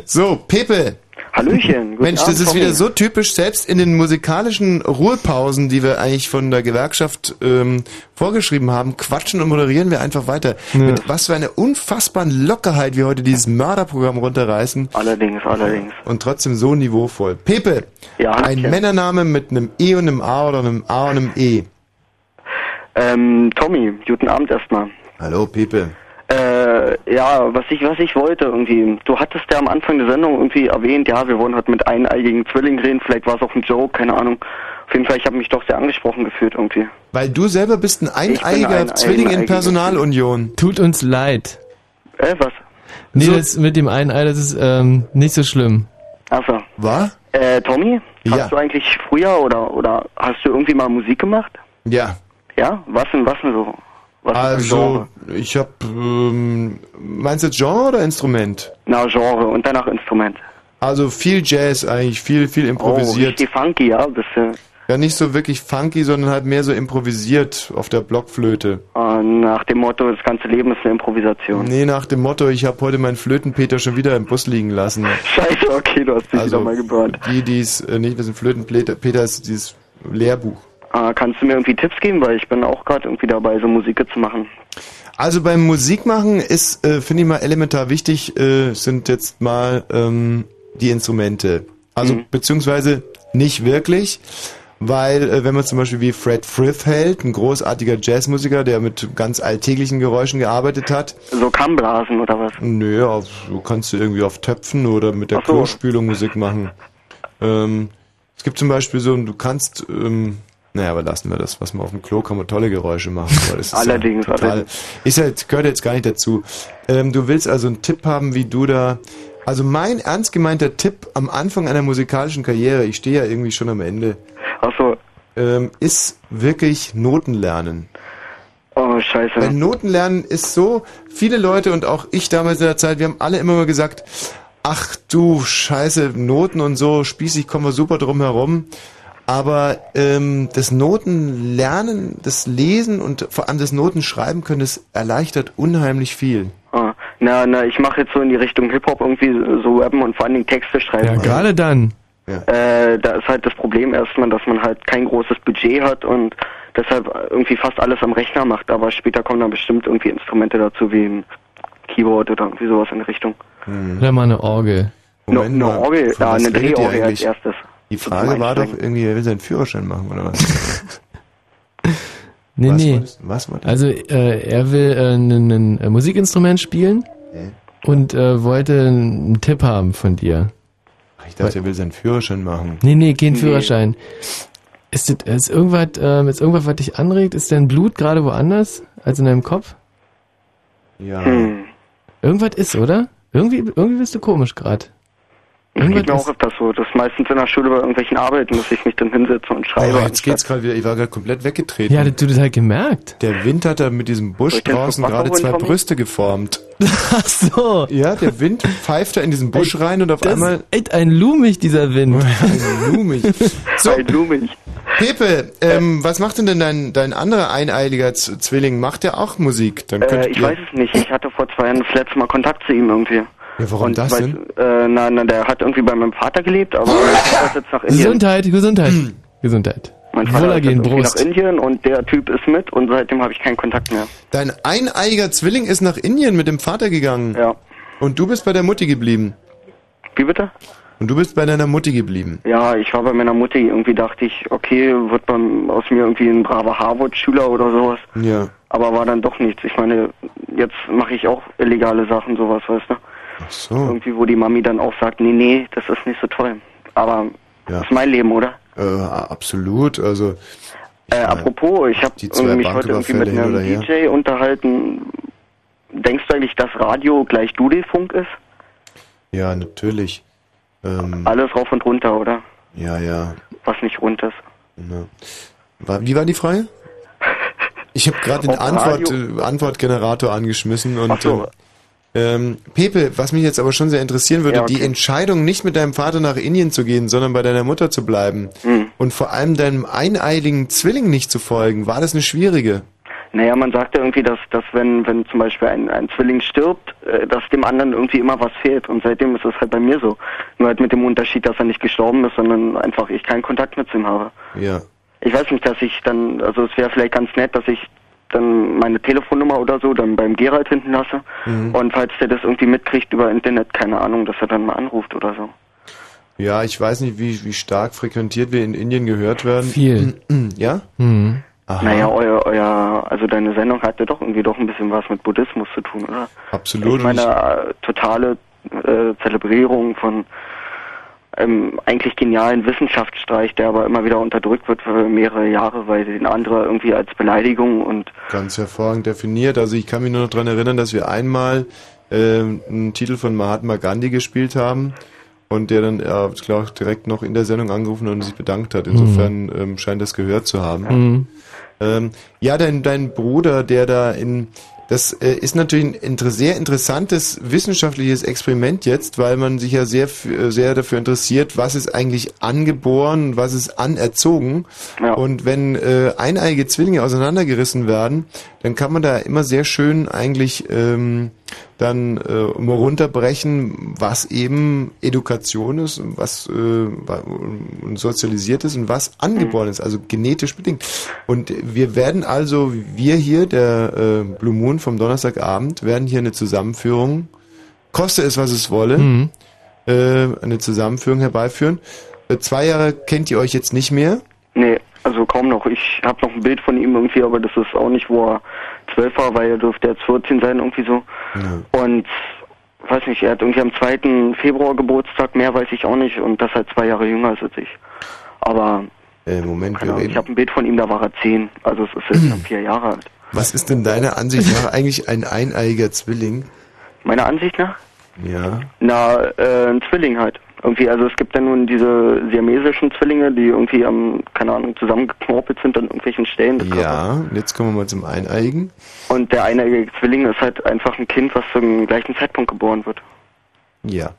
[SPEAKER 1] So, Pepe.
[SPEAKER 18] Hallöchen. Guten
[SPEAKER 1] Mensch, das
[SPEAKER 18] Abend,
[SPEAKER 1] ist
[SPEAKER 18] Tommy.
[SPEAKER 1] wieder so typisch, selbst in den musikalischen Ruhepausen, die wir eigentlich von der Gewerkschaft ähm, vorgeschrieben haben, quatschen und moderieren wir einfach weiter. Mit was für einer unfassbaren Lockerheit wir heute dieses Mörderprogramm runterreißen.
[SPEAKER 18] Allerdings, allerdings.
[SPEAKER 1] Und trotzdem so niveauvoll. Pepe,
[SPEAKER 18] Ja,
[SPEAKER 1] ein
[SPEAKER 18] ja.
[SPEAKER 1] Männername mit einem E und einem A oder einem A und einem E.
[SPEAKER 18] Ähm, Tommy, guten Abend erstmal.
[SPEAKER 1] Hallo, Pepe.
[SPEAKER 18] Äh, ja, was ich, was ich wollte irgendwie. Du hattest ja am Anfang der Sendung irgendwie erwähnt, ja, wir wollen heute mit eineigigen Zwillingen reden, vielleicht war es auch ein Joke, keine Ahnung. Auf jeden Fall, ich habe mich doch sehr angesprochen gefühlt irgendwie.
[SPEAKER 1] Weil du selber bist ein eineiger
[SPEAKER 18] ein
[SPEAKER 1] Zwilling in
[SPEAKER 18] eineigiger
[SPEAKER 1] Personalunion.
[SPEAKER 2] Tut uns leid.
[SPEAKER 18] Äh, was?
[SPEAKER 2] Nee, das mit dem einen Ei, das ist ähm, nicht so schlimm.
[SPEAKER 18] Achso.
[SPEAKER 1] Was?
[SPEAKER 18] Äh, Tommy,
[SPEAKER 2] Ja.
[SPEAKER 18] hast du eigentlich früher oder oder hast du irgendwie mal Musik gemacht?
[SPEAKER 1] Ja.
[SPEAKER 18] Ja? Was denn, was denn so? Was denn für
[SPEAKER 1] Also,
[SPEAKER 18] Genre?
[SPEAKER 1] ich hab, ähm, meinst du jetzt Genre oder Instrument?
[SPEAKER 18] Na, Genre und danach Instrument.
[SPEAKER 1] Also viel Jazz eigentlich, viel, viel improvisiert.
[SPEAKER 18] Oh, richtig funky, ja, bisschen.
[SPEAKER 1] Ja, nicht so wirklich funky, sondern halt mehr so improvisiert auf der Blockflöte.
[SPEAKER 18] Äh, nach dem Motto, das ganze Leben ist eine Improvisation.
[SPEAKER 1] Nee, nach dem Motto, ich habe heute meinen Flötenpeter schon wieder im Bus liegen lassen.
[SPEAKER 18] Scheiße, okay, du hast dich
[SPEAKER 1] Also,
[SPEAKER 18] wieder mal gebrannt.
[SPEAKER 1] die, die es äh, nicht wissen, Flötenpeter Peter ist dieses Lehrbuch.
[SPEAKER 18] Äh, kannst du mir irgendwie Tipps geben, weil ich bin auch gerade irgendwie dabei, so Musik zu machen.
[SPEAKER 1] Also beim Musikmachen ist, äh, finde ich mal elementar wichtig, äh, sind jetzt mal ähm, die Instrumente. Also beziehungsweise nicht wirklich, weil äh, wenn man zum Beispiel wie Fred Frith hält, ein großartiger Jazzmusiker, der mit ganz alltäglichen Geräuschen gearbeitet hat.
[SPEAKER 18] So Kammblasen oder was?
[SPEAKER 1] Nö, auf, du kannst du irgendwie auf Töpfen oder mit der
[SPEAKER 18] Ach so.
[SPEAKER 1] Klospülung Musik machen. Ähm, es gibt zum Beispiel so, du kannst, ähm, naja, aber lassen wir das, was man auf dem Klo kann man tolle Geräusche machen. weil das ist
[SPEAKER 18] Allerdings, also-
[SPEAKER 1] ja total,
[SPEAKER 18] allerdings.
[SPEAKER 1] ist halt, gehört jetzt gar nicht dazu. Ähm, du willst also einen Tipp haben, wie du da, also mein ernst gemeinter Tipp am Anfang einer musikalischen Karriere, ich stehe ja irgendwie schon am Ende,
[SPEAKER 18] Ach so.
[SPEAKER 1] ähm, ist wirklich Noten lernen.
[SPEAKER 18] Oh, scheiße.
[SPEAKER 1] Weil Notenlernen ist so, viele Leute und auch ich damals in der Zeit, wir haben alle immer mal gesagt, ach du Scheiße, Noten und so, spießig kommen wir super drum herum. Aber ähm, das Notenlernen, das Lesen und vor allem das Notenschreiben können, das erleichtert unheimlich viel.
[SPEAKER 18] Ah, na, na, ich mache jetzt so in die Richtung Hip-Hop irgendwie so rappen und vor allen Dingen Texte schreiben.
[SPEAKER 2] Ja, gerade dann.
[SPEAKER 18] Äh, da ist halt das Problem erstmal, dass man halt kein großes Budget hat und deshalb irgendwie fast alles am Rechner macht, aber später kommen dann bestimmt irgendwie Instrumente dazu wie ein Keyboard oder irgendwie sowas in die Richtung.
[SPEAKER 1] Hm.
[SPEAKER 2] Oder mal eine Orgel.
[SPEAKER 18] Eine eine Orgel,
[SPEAKER 1] von
[SPEAKER 18] ja,
[SPEAKER 1] was
[SPEAKER 18] eine
[SPEAKER 1] redet ihr
[SPEAKER 18] Drehorgel als
[SPEAKER 1] eigentlich?
[SPEAKER 18] erstes.
[SPEAKER 1] Die Frage war doch irgendwie, wer will seinen Führerschein machen oder was?
[SPEAKER 2] Nee,
[SPEAKER 1] was
[SPEAKER 2] nee.
[SPEAKER 1] wolltest- was wolltest-
[SPEAKER 2] Also äh, er will äh, ein, ein äh, Musikinstrument spielen und äh, wollte einen Tipp haben von dir.
[SPEAKER 1] Ich dachte, er will seinen Führerschein machen.
[SPEAKER 2] Nee, nee, kein Führerschein. Ist, das, ist, irgendwas, ähm, ist irgendwas, was dich anregt? Ist dein Blut gerade woanders als in deinem Kopf?
[SPEAKER 1] Ja.
[SPEAKER 18] Hm.
[SPEAKER 2] Irgendwas ist, oder? Irgendwie, irgendwie bist du komisch gerade.
[SPEAKER 18] Das geht mir
[SPEAKER 2] Irgendwas
[SPEAKER 18] auch öfters so. Das ist meistens in der Schule bei irgendwelchen Arbeiten, dass ich mich dann hinsetze und schreibe.
[SPEAKER 1] Aber jetzt geht's gerade wieder. Ich war gerade komplett weggetreten.
[SPEAKER 2] Ja, du das halt gemerkt.
[SPEAKER 1] Der Wind hat da mit diesem
[SPEAKER 18] Soll
[SPEAKER 1] Busch
[SPEAKER 18] ich denn
[SPEAKER 1] draußen
[SPEAKER 18] zum Wasser
[SPEAKER 1] gerade
[SPEAKER 18] holen,
[SPEAKER 1] zwei
[SPEAKER 18] Tommy?
[SPEAKER 1] Brüste geformt.
[SPEAKER 2] Ach so.
[SPEAKER 1] Ja, der Wind pfeift da in diesen Busch rein und auf
[SPEAKER 2] Das
[SPEAKER 1] einmal.
[SPEAKER 2] ist echt ein Lumig, dieser Wind.
[SPEAKER 1] ein Lumig. So. Ein
[SPEAKER 18] Lumig.
[SPEAKER 1] Pepe, ähm, was macht denn denn dein, dein anderer eineiliger Z Zwilling? Macht der auch Musik? Dann
[SPEAKER 18] Äh,
[SPEAKER 1] könnt
[SPEAKER 18] ich
[SPEAKER 1] ihr-
[SPEAKER 18] weiß es nicht. Ich hatte vor zwei Jahren das letzte Mal Kontakt zu ihm irgendwie.
[SPEAKER 1] Ja, warum
[SPEAKER 18] und
[SPEAKER 1] das
[SPEAKER 18] weiß,
[SPEAKER 1] denn?
[SPEAKER 18] Äh, na, na, der hat irgendwie bei meinem Vater gelebt, aber er ist jetzt nach Indien.
[SPEAKER 2] Gesundheit, Gesundheit.
[SPEAKER 1] Hm.
[SPEAKER 2] Gesundheit.
[SPEAKER 18] Mein Vater ist jetzt
[SPEAKER 2] Wohlergehen,
[SPEAKER 18] irgendwie nach
[SPEAKER 2] Brust.
[SPEAKER 18] Indien und der Typ ist mit und seitdem habe ich keinen Kontakt mehr.
[SPEAKER 1] Dein eineiger Zwilling ist nach Indien mit dem Vater gegangen.
[SPEAKER 18] Ja.
[SPEAKER 1] Und du bist bei der Mutti geblieben.
[SPEAKER 18] Wie bitte?
[SPEAKER 1] Und du bist bei deiner Mutti geblieben.
[SPEAKER 18] Ja, ich war bei meiner Mutti. Irgendwie dachte ich, okay, wird man aus mir irgendwie ein braver Harvard-Schüler oder sowas.
[SPEAKER 1] Ja.
[SPEAKER 18] Aber war dann doch nichts. Ich meine, jetzt mache ich auch illegale Sachen, sowas, weißt du?
[SPEAKER 1] Ach so.
[SPEAKER 18] Irgendwie, wo die Mami dann auch sagt, nee, nee, das ist nicht so toll. Aber
[SPEAKER 1] Ja.
[SPEAKER 18] das ist mein Leben, oder?
[SPEAKER 1] Äh, absolut. Also.
[SPEAKER 18] Äh, apropos, ich habe
[SPEAKER 1] die zwei
[SPEAKER 18] mich heute irgendwie mit
[SPEAKER 1] Banküberfälle hin
[SPEAKER 18] einem
[SPEAKER 1] oder her.
[SPEAKER 18] DJ unterhalten. Denkst du eigentlich, dass Radio gleich Dudelfunk ist?
[SPEAKER 1] Ja, natürlich. Ähm,
[SPEAKER 18] Alles rauf und runter, oder?
[SPEAKER 1] ja, ja.
[SPEAKER 18] Was nicht rund ist.
[SPEAKER 1] Ne. War, wie war die Frage? Ich habe gerade den
[SPEAKER 18] Ob
[SPEAKER 1] Antwort,
[SPEAKER 18] Radio-
[SPEAKER 1] äh, Antwortgenerator angeschmissen und äh,
[SPEAKER 18] Ach so.
[SPEAKER 1] ähm, ähm, Pepe, was mich jetzt aber schon sehr interessieren würde,
[SPEAKER 18] Ja, okay.
[SPEAKER 1] die Entscheidung, nicht mit deinem Vater nach Indien zu gehen, sondern bei deiner Mutter zu bleiben
[SPEAKER 18] Hm.
[SPEAKER 1] und vor allem deinem eineiligen Zwilling nicht zu folgen, war das eine schwierige?
[SPEAKER 18] Naja, man sagt ja irgendwie, dass, dass wenn, wenn zum Beispiel ein, ein Zwilling stirbt, äh, dass dem anderen irgendwie immer was fehlt. Und seitdem ist es halt bei mir so. Nur halt mit dem Unterschied, dass er nicht gestorben ist, sondern einfach ich keinen Kontakt mit ihm habe.
[SPEAKER 1] Ja.
[SPEAKER 18] Ich weiß nicht, dass ich dann, also es wäre vielleicht ganz nett, dass ich dann meine Telefonnummer oder so dann beim Gerald hinten lasse.
[SPEAKER 1] Mhm.
[SPEAKER 18] Und falls der das irgendwie mitkriegt über Internet, keine Ahnung, dass er dann mal anruft oder so.
[SPEAKER 1] Ja, ich weiß nicht, wie, wie stark frequentiert wir in Indien gehört werden.
[SPEAKER 2] Viel.
[SPEAKER 1] Ja?
[SPEAKER 2] Mhm.
[SPEAKER 1] Aha.
[SPEAKER 18] Naja, euer, euer, also deine Sendung hatte doch irgendwie doch ein bisschen was mit Buddhismus zu tun, oder?
[SPEAKER 1] Absolut.
[SPEAKER 18] Ich meine, äh, totale äh, Zelebrierung von einem eigentlich genialen Wissenschaftsstreich, der aber immer wieder unterdrückt wird für mehrere Jahre, weil den andere irgendwie als Beleidigung und
[SPEAKER 1] Ganz hervorragend definiert. Also ich kann mich nur noch daran erinnern, dass wir einmal ähm, einen Titel von Mahatma Gandhi gespielt haben und der dann, äh, ich glaube, direkt noch in der Sendung angerufen und sich bedankt hat. Insofern ähm, scheint das gehört zu haben.
[SPEAKER 2] Mhm.
[SPEAKER 1] Ähm, ja, dein, dein Bruder, der da in... Das äh, ist natürlich ein inter sehr interessantes wissenschaftliches Experiment jetzt, weil man sich ja sehr, f- äh, sehr dafür interessiert, was ist eigentlich angeboren, und was ist anerzogen. Und wenn äh, eineige Zwillinge auseinandergerissen werden, dann kann man da immer sehr schön eigentlich ähm, dann äh, mal runterbrechen, was eben Education ist und was äh, wa- und sozialisiert ist und was angeboren ist, also genetisch bedingt. Und wir werden also, wir hier, der äh, Blue Moon vom Donnerstagabend, werden hier eine Zusammenführung, koste es, was es wolle,
[SPEAKER 2] Mhm.
[SPEAKER 1] äh, eine Zusammenführung herbeiführen. Äh, zwei Jahre kennt ihr euch jetzt nicht mehr.
[SPEAKER 18] Nee, also kaum noch. Ich habe noch ein Bild von ihm irgendwie, aber das ist auch nicht, wo er zwölf war, weil er dürfte jetzt 14 sein, irgendwie so. Und weiß nicht, er hat irgendwie am 2. Februar Geburtstag, mehr weiß ich auch nicht und das halt zwei Jahre jünger ist als ich. Aber
[SPEAKER 1] Äh, Moment,
[SPEAKER 18] keine
[SPEAKER 1] wir
[SPEAKER 18] Ahnung,
[SPEAKER 1] reden.
[SPEAKER 18] ich habe ein Bild von ihm, da war er zehn. Also es ist jetzt schon vier Jahre alt.
[SPEAKER 1] Was ist denn deiner Ansicht nach eigentlich ein eineiiger Zwilling?
[SPEAKER 18] Meiner Ansicht nach?
[SPEAKER 1] Ja.
[SPEAKER 18] Na, äh, ein Zwilling halt. Irgendwie, also es gibt ja nun diese siamesischen Zwillinge, die irgendwie am, keine Ahnung, zusammengeknorpelt sind an irgendwelchen Stellen. des
[SPEAKER 1] Ja, und jetzt kommen wir mal zum Eineigen.
[SPEAKER 18] Und der eineiige Zwilling ist halt einfach ein Kind, was zum gleichen Zeitpunkt geboren wird.
[SPEAKER 1] Ja.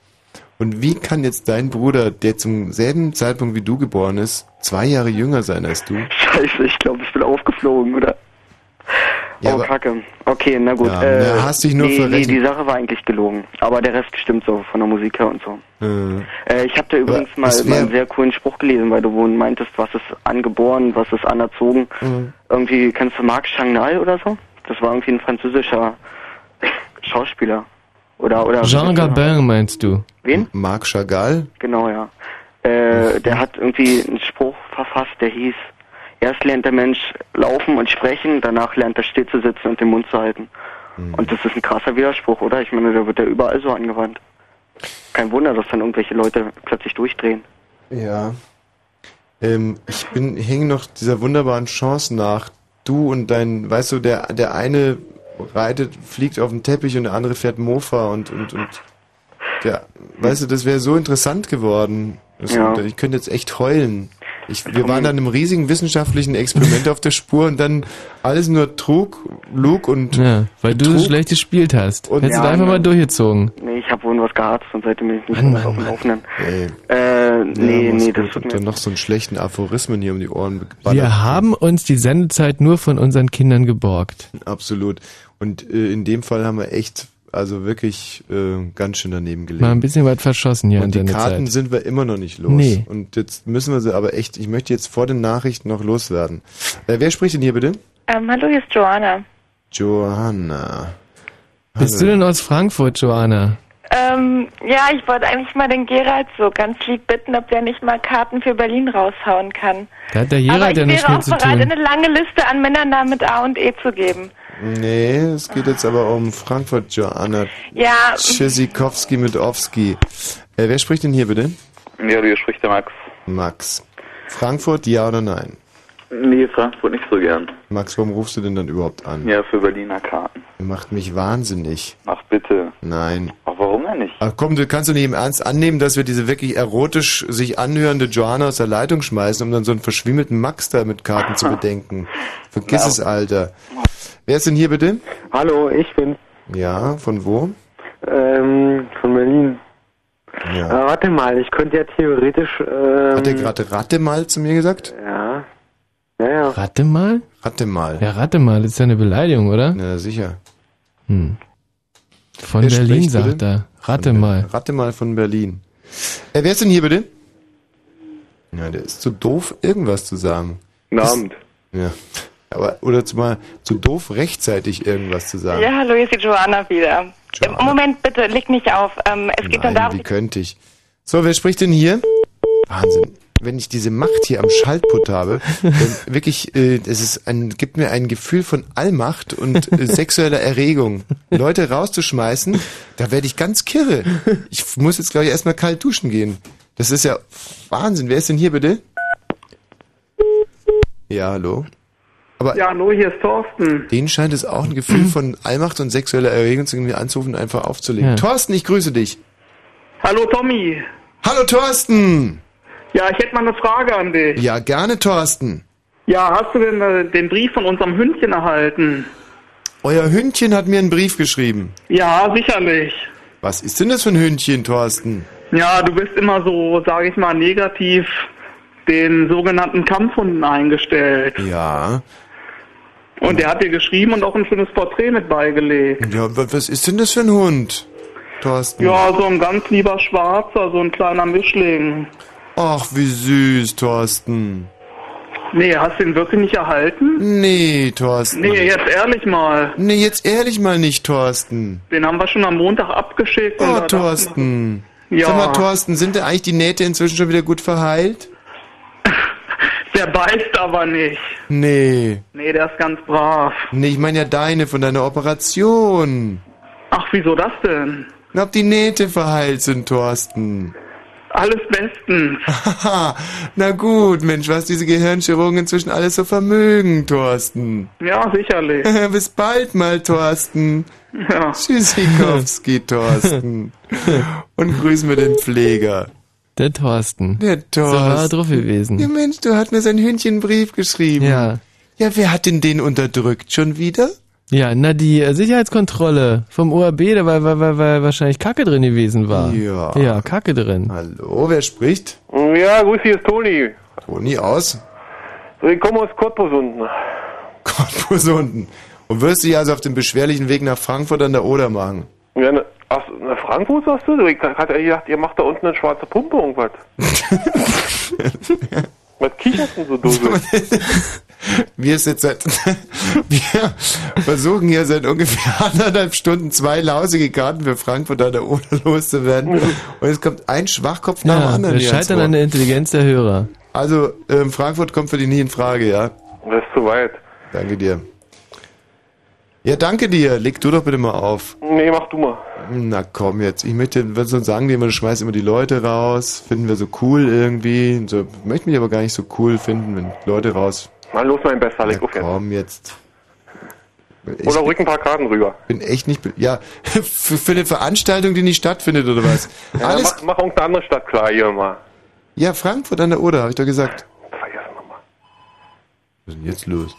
[SPEAKER 1] Und wie kann jetzt dein Bruder, der zum selben Zeitpunkt wie du geboren ist, zwei Jahre jünger sein als du?
[SPEAKER 18] Scheiße, ich glaube, ich bin aufgeflogen, oder?
[SPEAKER 1] Ja,
[SPEAKER 18] oh,
[SPEAKER 1] aber-
[SPEAKER 18] Kacke. Oh, Okay, na gut.
[SPEAKER 1] Ja,
[SPEAKER 18] äh,
[SPEAKER 1] na, hast dich nur
[SPEAKER 18] nee,
[SPEAKER 1] für
[SPEAKER 18] nee,
[SPEAKER 1] Rechen-
[SPEAKER 18] die Sache war eigentlich gelogen. Aber der Rest stimmt so, von der Musik her und so.
[SPEAKER 1] Äh,
[SPEAKER 18] Äh, ich habe da übrigens
[SPEAKER 1] Aber
[SPEAKER 18] mal,
[SPEAKER 1] es
[SPEAKER 18] mal
[SPEAKER 1] wär-
[SPEAKER 18] einen sehr coolen Spruch gelesen, weil du wohl meintest, was ist angeboren, was ist anerzogen.
[SPEAKER 1] Mhm.
[SPEAKER 18] Irgendwie, kennst du Marc Changnal oder so? Das war irgendwie ein französischer Schauspieler. Oder, oder.
[SPEAKER 2] Jean
[SPEAKER 1] genau.
[SPEAKER 2] Gabin meinst du?
[SPEAKER 18] Wen?
[SPEAKER 1] Marc Chagall?
[SPEAKER 18] Genau, ja. Äh, der hat irgendwie einen Spruch verfasst, der hieß, erst lernt der Mensch laufen und sprechen, danach lernt er still zu sitzen und den Mund zu halten. Und das ist ein krasser Widerspruch, oder? Ich meine, der wird ja überall so angewandt. Kein Wunder, dass dann irgendwelche Leute plötzlich durchdrehen.
[SPEAKER 1] Ja. Ähm, ich bin hänge noch dieser wunderbaren Chance nach. Du und dein, weißt du, der der eine reitet, fliegt auf den Teppich und der andere fährt Mofa und und und. Ja, weißt du, das wäre so interessant geworden. Das,
[SPEAKER 18] Ja.
[SPEAKER 1] Ich könnte jetzt echt heulen. Ich, wir waren an einem riesigen wissenschaftlichen Experiment auf der Spur und dann alles nur Trug, Lug und
[SPEAKER 2] Ja, weil du so schlecht gespielt hast.
[SPEAKER 1] Und-
[SPEAKER 2] Hättest du
[SPEAKER 18] Ja,
[SPEAKER 2] einfach mal
[SPEAKER 18] ne.
[SPEAKER 2] durchgezogen.
[SPEAKER 18] Nee, ich habe wohl was geharzt und seitdem bin ich nicht
[SPEAKER 2] Mann,
[SPEAKER 18] mehr auf
[SPEAKER 2] Mann,
[SPEAKER 18] dem Laufenden.
[SPEAKER 1] Ey.
[SPEAKER 18] Äh, nee,
[SPEAKER 1] mach's
[SPEAKER 18] nee,
[SPEAKER 1] gut.
[SPEAKER 18] das tut
[SPEAKER 1] Und
[SPEAKER 18] mir...
[SPEAKER 1] dann noch so einen schlechten Aphorismen hier um die Ohren geballert.
[SPEAKER 2] Wir haben uns die Sendezeit nur von unseren Kindern geborgt.
[SPEAKER 1] Absolut. Und äh, in dem Fall haben wir echt, also wirklich äh, ganz schön daneben gelegen.
[SPEAKER 2] Mal ein bisschen weit verschossen hier in
[SPEAKER 1] und die Karten
[SPEAKER 2] Sendezeit.
[SPEAKER 1] sind wir immer noch nicht los.
[SPEAKER 2] Nee.
[SPEAKER 1] Und jetzt müssen wir sie aber echt, ich möchte jetzt vor den Nachrichten noch loswerden. Äh, wer spricht denn hier bitte?
[SPEAKER 8] Ähm, hallo, hier ist Joanna.
[SPEAKER 1] Johanna.
[SPEAKER 2] Bist du denn aus Frankfurt, Joanna?
[SPEAKER 8] Ähm, ja, ich wollte eigentlich mal den Gerald so ganz lieb bitten, ob der nicht mal Karten für Berlin raushauen kann.
[SPEAKER 2] Da hat der
[SPEAKER 8] Aber
[SPEAKER 2] Gerald
[SPEAKER 8] ich
[SPEAKER 2] ja nichts
[SPEAKER 8] wäre
[SPEAKER 2] mit
[SPEAKER 8] auch
[SPEAKER 2] zu
[SPEAKER 8] bereit,
[SPEAKER 2] tun.
[SPEAKER 8] eine lange Liste an Männernamen mit A und E zu geben.
[SPEAKER 1] Nee, es geht jetzt aber um Frankfurt, Johanna.
[SPEAKER 8] Ja.
[SPEAKER 1] Tschüssikowski mit Owski. Äh, wer spricht denn hier bitte?
[SPEAKER 20] Ja, hier spricht der Max.
[SPEAKER 1] Max. Frankfurt, ja oder nein?
[SPEAKER 20] Nee, Frankfurt nicht so gern.
[SPEAKER 1] Max, warum rufst du denn dann überhaupt an?
[SPEAKER 20] Ja, für Berliner Karten.
[SPEAKER 1] Ihr macht mich wahnsinnig.
[SPEAKER 20] Ach bitte.
[SPEAKER 1] Nein.
[SPEAKER 20] Ach, warum denn nicht?
[SPEAKER 1] Ach komm, du kannst doch nicht im Ernst annehmen, dass wir diese wirklich erotisch sich anhörende Joanna aus der Leitung schmeißen, um dann so einen verschwimmelten Max da mit Karten zu bedenken. Vergiss
[SPEAKER 21] Ja.
[SPEAKER 1] es, Alter. Wer ist denn hier bitte?
[SPEAKER 21] Hallo, ich bin
[SPEAKER 1] Ja, von wo?
[SPEAKER 21] ähm, von Berlin.
[SPEAKER 1] Ja.
[SPEAKER 21] Äh, warte mal, ich könnte ja theoretisch. Ähm,
[SPEAKER 1] Hat der gerade Ratte mal zu mir gesagt?
[SPEAKER 21] Ja. Ja, ja.
[SPEAKER 2] Ratte mal?
[SPEAKER 1] Ratte mal.
[SPEAKER 2] Ja, Ratte mal, ist ja eine Beleidigung, oder?
[SPEAKER 1] Na, sicher.
[SPEAKER 2] Hm. Von
[SPEAKER 1] Wer
[SPEAKER 2] Berlin
[SPEAKER 1] spricht
[SPEAKER 2] sagt
[SPEAKER 1] bitte?
[SPEAKER 2] er. Ratte
[SPEAKER 1] Von Ber-
[SPEAKER 2] mal.
[SPEAKER 1] Ratte mal von Berlin. Äh, wer ist denn hier bitte? Na, der ist zu doof, irgendwas zu sagen.
[SPEAKER 20] Guten Abend.
[SPEAKER 1] Ja. Aber, oder zumal zu doof, rechtzeitig irgendwas zu sagen.
[SPEAKER 8] Ja, hallo, hier ist die Joanna wieder. Äh, Moment, bitte, leg nicht auf. Ähm, es geht dann
[SPEAKER 1] Nein,
[SPEAKER 8] darum,
[SPEAKER 1] wie könnte ich? So, wer spricht denn hier? Wahnsinn. Wenn ich diese Macht hier am Schaltput habe, dann wirklich, äh, es ist ein, gibt mir ein Gefühl von Allmacht und äh, sexueller Erregung. Leute rauszuschmeißen, da werde ich ganz kirre. Ich muss jetzt, glaube ich, erstmal kalt duschen gehen. Das ist ja Wahnsinn. Wer ist denn hier bitte? Ja, hallo? Aber
[SPEAKER 21] ja, hallo, hier ist Thorsten.
[SPEAKER 1] denen scheint es auch ein Gefühl von Allmacht und sexueller Erregung zu irgendwie anzurufen und einfach aufzulegen.
[SPEAKER 21] Ja.
[SPEAKER 1] Thorsten, ich grüße dich.
[SPEAKER 21] Hallo, Tommy.
[SPEAKER 1] Hallo, Thorsten!
[SPEAKER 21] Ja, ich hätte mal eine Frage an dich.
[SPEAKER 1] Ja, gerne, Thorsten.
[SPEAKER 21] Ja, hast du denn äh, den Brief von unserem Hündchen erhalten?
[SPEAKER 1] Euer Hündchen hat mir einen Brief geschrieben.
[SPEAKER 21] Ja, sicherlich.
[SPEAKER 1] Was ist denn das für ein Hündchen, Thorsten?
[SPEAKER 21] Ja, du bist immer so, sage ich mal, negativ den sogenannten Kampfhunden eingestellt.
[SPEAKER 1] Ja.
[SPEAKER 21] Und der hat dir geschrieben und auch ein schönes Porträt mit beigelegt.
[SPEAKER 1] Ja, wa- was ist denn das für ein Hund, Thorsten?
[SPEAKER 21] Ja, so ein ganz lieber Schwarzer, so ein kleiner Mischling.
[SPEAKER 1] Ach, wie süß, Thorsten.
[SPEAKER 21] Nee, hast du ihn wirklich nicht erhalten?
[SPEAKER 1] Nee, Thorsten.
[SPEAKER 21] Nee, jetzt ehrlich mal.
[SPEAKER 1] Nee, jetzt ehrlich mal nicht, Thorsten.
[SPEAKER 21] Den haben wir schon am Montag abgeschickt. und
[SPEAKER 1] Oh,
[SPEAKER 21] da dachten
[SPEAKER 1] Thorsten.
[SPEAKER 21] Ja.
[SPEAKER 1] Sag mal, Thorsten, sind denn eigentlich die Nähte inzwischen schon wieder gut verheilt?
[SPEAKER 21] wir, Der beißt aber nicht.
[SPEAKER 1] Nee.
[SPEAKER 21] Nee, der ist ganz brav.
[SPEAKER 1] Nee, ich meine ja deine von deiner Operation.
[SPEAKER 21] Ach, wieso das denn?
[SPEAKER 1] Ob die Nähte verheilt sind, Thorsten.
[SPEAKER 21] Alles bestens.
[SPEAKER 1] Haha, na gut, Mensch, was diese Gehirnchirurgen inzwischen alles so vermögen, Thorsten.
[SPEAKER 21] Ja, sicherlich.
[SPEAKER 1] Bis bald mal, Thorsten.
[SPEAKER 21] Ja.
[SPEAKER 1] Tschüssikowski, Thorsten. Und grüßen wir den Pfleger.
[SPEAKER 2] Der Thorsten.
[SPEAKER 1] Der
[SPEAKER 2] So war er
[SPEAKER 1] Thorsten.
[SPEAKER 2] drauf gewesen.
[SPEAKER 1] Ja, Mensch, du hat mir sein Hündchen einen Brief geschrieben.
[SPEAKER 2] Ja.
[SPEAKER 1] Ja, wer hat denn den unterdrückt? Schon wieder?
[SPEAKER 2] Ja, na die äh, Sicherheitskontrolle vom ORB, da weil, weil, weil, weil wahrscheinlich Kacke drin gewesen war.
[SPEAKER 1] Ja.
[SPEAKER 2] Ja, Kacke drin.
[SPEAKER 1] Hallo, wer spricht?
[SPEAKER 22] Ja, grüß dich, ist Toni.
[SPEAKER 1] Toni aus
[SPEAKER 22] Ich komme aus Cottbus unten.
[SPEAKER 1] Cottbus unten. Und wirst dich also auf dem beschwerlichen Weg nach Frankfurt an der Oder machen.
[SPEAKER 22] Ja, ne, ach, na, Frankfurt sagst du? Ich hat er gedacht, ihr macht da unten eine schwarze Pumpe irgendwas. Was kicherst denn so doof?
[SPEAKER 1] Wir ist jetzt seit, wir versuchen hier seit ungefähr anderthalb Stunden zwei lausige Karten für Frankfurt an der Oder loszuwerden. Und es kommt ein Schwachkopf nach dem
[SPEAKER 2] Ja,
[SPEAKER 1] anderen.
[SPEAKER 2] das
[SPEAKER 1] hier ans
[SPEAKER 2] scheitern an
[SPEAKER 1] Wort.
[SPEAKER 2] der Intelligenz der Hörer.
[SPEAKER 1] Also, ähm, Frankfurt kommt für dich nie in Frage, ja?
[SPEAKER 22] Das ist zu weit.
[SPEAKER 1] Danke dir. Ja, danke dir. Leg du doch bitte mal auf.
[SPEAKER 22] Nee, mach du mal.
[SPEAKER 1] Na komm jetzt. Ich möchte, was soll sagen, die immer, du schmeißt immer die Leute raus. Finden wir so cool irgendwie. Und So, möchte mich aber gar nicht so cool finden, wenn Leute raus.
[SPEAKER 22] Mal los, mein Bester, leg
[SPEAKER 1] Na komm jetzt.
[SPEAKER 22] Oder rück ein paar Karten rüber.
[SPEAKER 1] bin echt nicht. be- Ja, für, für eine Veranstaltung, die nicht stattfindet oder was?
[SPEAKER 22] Ja,
[SPEAKER 1] Alles.
[SPEAKER 22] mach, mach irgendeine andere Stadt klar hier mal.
[SPEAKER 1] Ja, Frankfurt an der Oder, habe ich doch gesagt. Was ist denn jetzt los?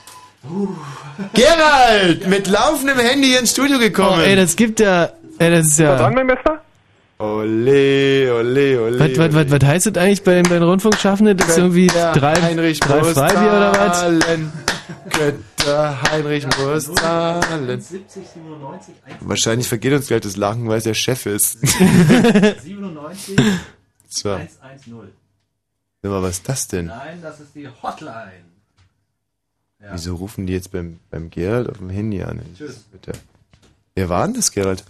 [SPEAKER 1] Gerald! Mit laufendem Handy hier ins Studio
[SPEAKER 2] Oh,
[SPEAKER 1] gekommen.
[SPEAKER 2] ey, das gibt ja. Ey, das ist ja.
[SPEAKER 22] mein Bester?
[SPEAKER 1] Ole, ole, ole.
[SPEAKER 2] Was, was, was, was heißt das eigentlich bei den, bei den Rundfunkschaffenden? Das ist irgendwie drei, drei Freibier oder was?
[SPEAKER 1] Zahlen. Götter Heinrich muss zahlen. Wahrscheinlich vergeht uns gleich das Lachen, weil es der Chef ist.
[SPEAKER 11] 97
[SPEAKER 1] so, sag
[SPEAKER 11] 110.
[SPEAKER 1] mal, was ist das denn?
[SPEAKER 11] Nein, das ist die Hotline.
[SPEAKER 1] Wieso rufen die jetzt beim, beim Gerald auf dem Handy an?
[SPEAKER 11] Tschüss.
[SPEAKER 1] Bitte. Wer war denn das, Gerald?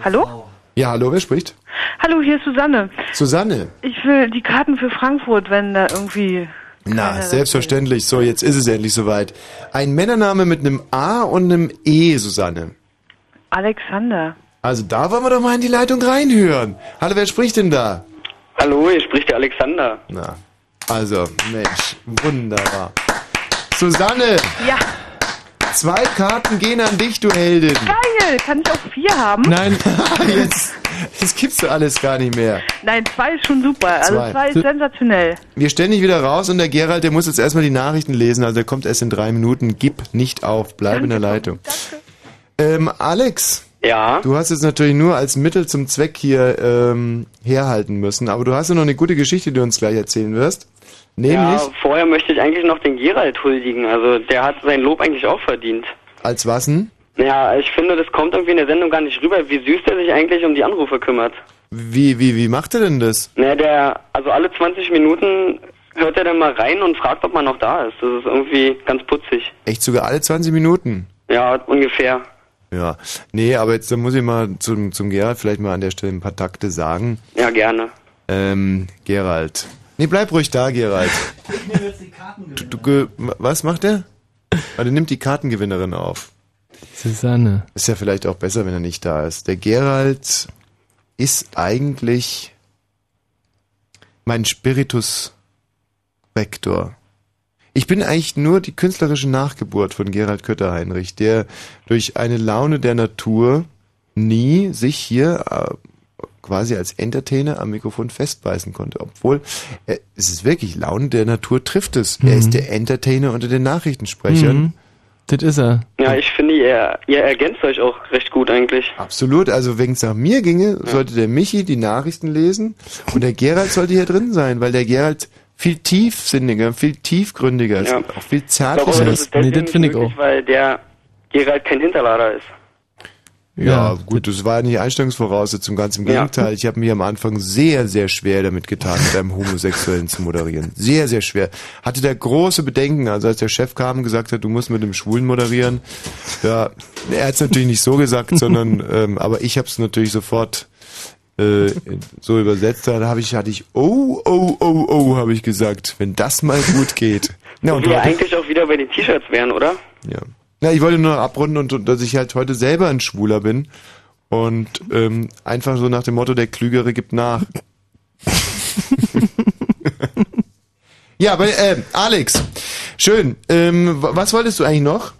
[SPEAKER 4] Hallo?
[SPEAKER 1] Ja, hallo, wer spricht?
[SPEAKER 4] Hallo, hier ist Susanne.
[SPEAKER 1] Susanne.
[SPEAKER 4] Ich will die Karten für Frankfurt, wenn da irgendwie.
[SPEAKER 1] Na, selbstverständlich. So, jetzt ist es endlich soweit. Ein Männername mit einem A und einem E, Susanne.
[SPEAKER 4] Alexander.
[SPEAKER 1] Also da wollen wir doch mal in die Leitung reinhören. Hallo, wer spricht denn da?
[SPEAKER 23] Hallo, hier spricht der Alexander.
[SPEAKER 1] Na, also, Mensch, wunderbar. Susanne,
[SPEAKER 4] Ja,
[SPEAKER 1] zwei Karten gehen an dich, du Heldin.
[SPEAKER 4] geil. Kann ich auch vier haben?
[SPEAKER 2] Nein.
[SPEAKER 1] jetzt, das gibst du alles gar nicht mehr.
[SPEAKER 4] Nein, zwei ist schon super. Also
[SPEAKER 1] Zwei.
[SPEAKER 4] zwei, ist sensationell.
[SPEAKER 1] Wir stellen dich wieder raus und der Gerald, der muss jetzt erstmal die Nachrichten lesen, also der kommt erst in drei Minuten. Gib nicht auf, bleib in der Leitung. Ähm, Alex.
[SPEAKER 23] Ja.
[SPEAKER 1] Du hast jetzt natürlich nur als Mittel zum Zweck hier ähm, herhalten müssen, aber du hast ja noch eine gute Geschichte, die du uns gleich erzählen wirst. Nämlich
[SPEAKER 23] Ja, vorher möchte ich eigentlich noch den Gerald huldigen. Also der hat sein Lob eigentlich auch verdient.
[SPEAKER 1] als was denn?
[SPEAKER 23] Ja, ich finde, das kommt irgendwie in der Sendung gar nicht rüber, wie süß der sich eigentlich um die Anrufe kümmert.
[SPEAKER 1] Wie, wie, wie macht er denn das?
[SPEAKER 23] Na, der, also alle 20 Minuten hört er dann mal rein und fragt, ob man noch da ist. Das ist irgendwie ganz putzig.
[SPEAKER 1] Echt sogar alle 20 Minuten?
[SPEAKER 23] Ja, ungefähr.
[SPEAKER 1] Ja. Nee, aber jetzt da muss ich mal zum, zum Gerald vielleicht mal an der Stelle ein paar Takte sagen.
[SPEAKER 23] Ja, gerne.
[SPEAKER 1] Ähm, Gerald. Nee, bleib ruhig da, Gerald. Du, du, ge- was macht er? Ah, der nimmt die Kartengewinnerin auf.
[SPEAKER 2] Susanne.
[SPEAKER 1] Ist ja vielleicht auch besser, wenn er nicht da ist. Der Gerald ist eigentlich mein Spiritus Rector. Ich bin eigentlich nur die künstlerische Nachgeburt von Gerald Kötter-Heinrich, der durch eine Laune der Natur nie sich hier äh, quasi als Entertainer am Mikrofon festbeißen konnte. Obwohl, äh, es ist wirklich Laune der Natur trifft es. Er
[SPEAKER 2] Mhm.
[SPEAKER 1] ist der Entertainer unter den Nachrichtensprechern.
[SPEAKER 2] Mhm. Das ist er.
[SPEAKER 23] Ja, ich finde, ihr, ihr ergänzt euch auch recht gut eigentlich.
[SPEAKER 1] Absolut, also wenn es nach mir ginge, sollte der Michi die Nachrichten lesen und der Gerald sollte hier drin sein, weil der Gerald viel tiefsinniger, viel tiefgründiger ist, auch viel
[SPEAKER 23] Ich
[SPEAKER 1] zärtlicher
[SPEAKER 23] glaube,
[SPEAKER 1] ist.
[SPEAKER 23] deswegen möglich, Weil der Gerald kein Hinterlader ist.
[SPEAKER 1] Ja, gut, das war ja nicht die Einstellungsvoraussetzung, ganz im
[SPEAKER 23] Ja.
[SPEAKER 1] Gegenteil. Ich habe mir am Anfang sehr, sehr schwer damit getan, mit einem Homosexuellen zu moderieren. Sehr, sehr schwer. Hatte da große Bedenken, also als der Chef kam und gesagt hat, du musst mit dem Schwulen moderieren. Ja, er hat es natürlich nicht so gesagt, sondern, ähm, aber ich habe es natürlich sofort äh, so übersetzt. Da habe ich, hatte ich, oh, oh, oh, oh, habe ich gesagt, wenn das mal gut geht. Ja,
[SPEAKER 23] Und
[SPEAKER 1] du-
[SPEAKER 23] wir eigentlich auch wieder bei den T-Shirts wären, oder?
[SPEAKER 1] ja. Na, ich wollte nur noch abrunden und, und dass ich halt heute selber ein Schwuler bin. Und ähm, einfach so nach dem Motto, der Klügere gibt nach. ja, aber äh, Alex, schön. Ähm, wa- was wolltest du eigentlich noch?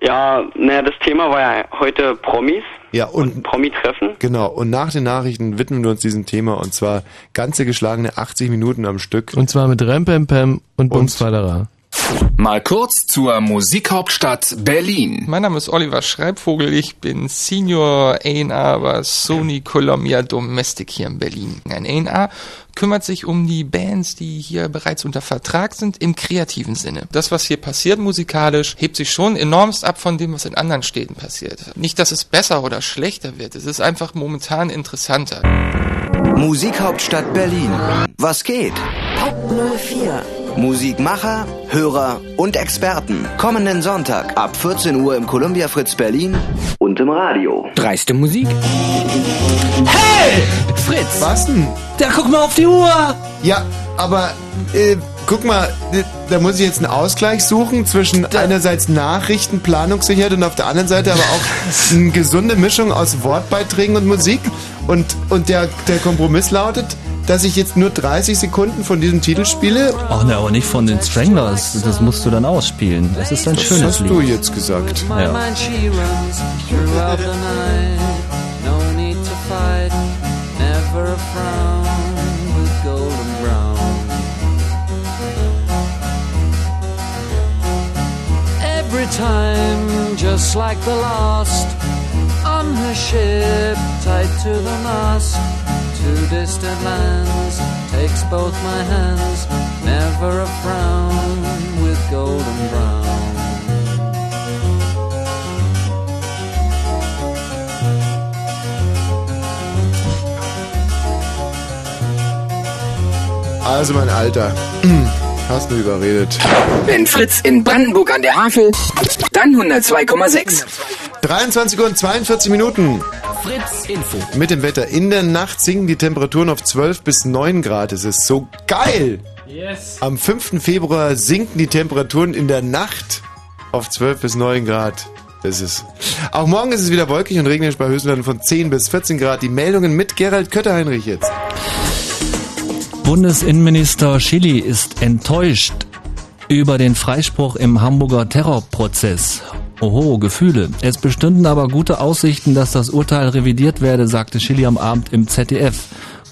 [SPEAKER 23] Ja, naja, das Thema war ja heute Promis,
[SPEAKER 1] Ja, und
[SPEAKER 23] Promi-Treffen.
[SPEAKER 1] genau, und nach den Nachrichten widmen wir uns diesem Thema und zwar ganze geschlagene 80 Minuten am Stück.
[SPEAKER 2] Und zwar mit Rempempem und Bumsfallerer.
[SPEAKER 15] Mal kurz zur Musikhauptstadt Berlin.
[SPEAKER 16] Mein Name ist Oliver Schreibvogel, ich bin Senior A&R bei Sony Columbia Domestic hier in Berlin. Ein A&R kümmert sich um die Bands, die hier bereits unter Vertrag sind, im kreativen Sinne. Das, was hier passiert musikalisch, hebt sich schon enormst ab von dem, was in anderen Städten passiert. Nicht, dass es besser oder schlechter wird, es ist einfach momentan interessanter.
[SPEAKER 6] Musikhauptstadt Berlin. Was geht?
[SPEAKER 3] Pop 04.
[SPEAKER 6] Musikmacher, Hörer und Experten. Kommenden Sonntag ab 14 Uhr im Columbia Fritz Berlin und im Radio.
[SPEAKER 24] Dreiste Musik.
[SPEAKER 1] Hey! Fritz! Was denn?
[SPEAKER 19] Da guck mal auf die Uhr!
[SPEAKER 1] Ja, aber äh, guck mal, äh, da muss ich jetzt einen Ausgleich suchen zwischen einerseits Nachrichten, Planungssicherheit und auf der anderen Seite aber auch eine gesunde Mischung aus Wortbeiträgen und Musik. Und, und der, der Kompromiss lautet, dass ich jetzt nur 30 Sekunden von diesem Titel spiele.
[SPEAKER 11] Ach ne, aber nicht von den Stranglers. Das musst du dann ausspielen. Das ist ein
[SPEAKER 1] Das
[SPEAKER 11] schönes
[SPEAKER 1] hast
[SPEAKER 11] Lied.
[SPEAKER 1] du jetzt gesagt.
[SPEAKER 11] Ja.
[SPEAKER 17] My mind she runs throughout the night. No need to fight, never a frown with golden brown. Every time, just like the last, on her ship tied to the mast. To distant lands, takes both my hands, never a frown with golden brown.
[SPEAKER 1] Also mein Alter, hast du überredet.
[SPEAKER 24] Wenn Fritz in Brandenburg an der Havel, dann 102,6.
[SPEAKER 1] 23 Uhr und 42 Minuten.
[SPEAKER 24] Fritz Info.
[SPEAKER 1] Mit dem Wetter. In der Nacht sinken die Temperaturen auf 12 bis 9 Grad. Es ist so geil.
[SPEAKER 2] Yes.
[SPEAKER 1] Am 5. Februar sinken die Temperaturen in der Nacht auf 12 bis 9 Grad. Das ist. Auch morgen ist es wieder wolkig und regnerisch bei Höchstwerten von 10 bis 14 Grad. Die Meldungen mit Gerald Kötterheinrich jetzt.
[SPEAKER 11] Bundesinnenminister Schilly ist enttäuscht über den Freispruch im Hamburger Terrorprozess. Oho, Gefühle. Es bestünden aber gute Aussichten, dass das Urteil revidiert werde, sagte Schilly am Abend im ZDF.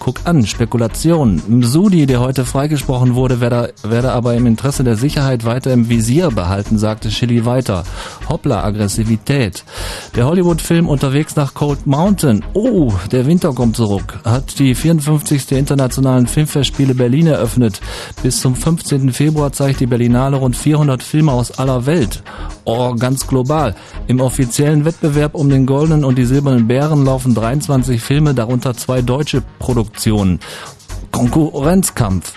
[SPEAKER 11] Guck an, Spekulation. Msudi, der heute freigesprochen wurde, werde, werde aber im Interesse der Sicherheit weiter im Visier behalten, sagte Schilly weiter. Hoppla, Aggressivität. Der Hollywood-Film unterwegs nach Cold Mountain. Oh, der Winter kommt zurück. Hat die 54. Internationalen Filmfestspiele Berlin eröffnet. Bis zum 15. Februar zeigt die Berlinale rund 400 Filme aus aller Welt. Oh, ganz global. Im offiziellen Wettbewerb um den goldenen und die silbernen Bären laufen 23 Filme, darunter zwei deutsche Produktionen. Konkurrenzkampf.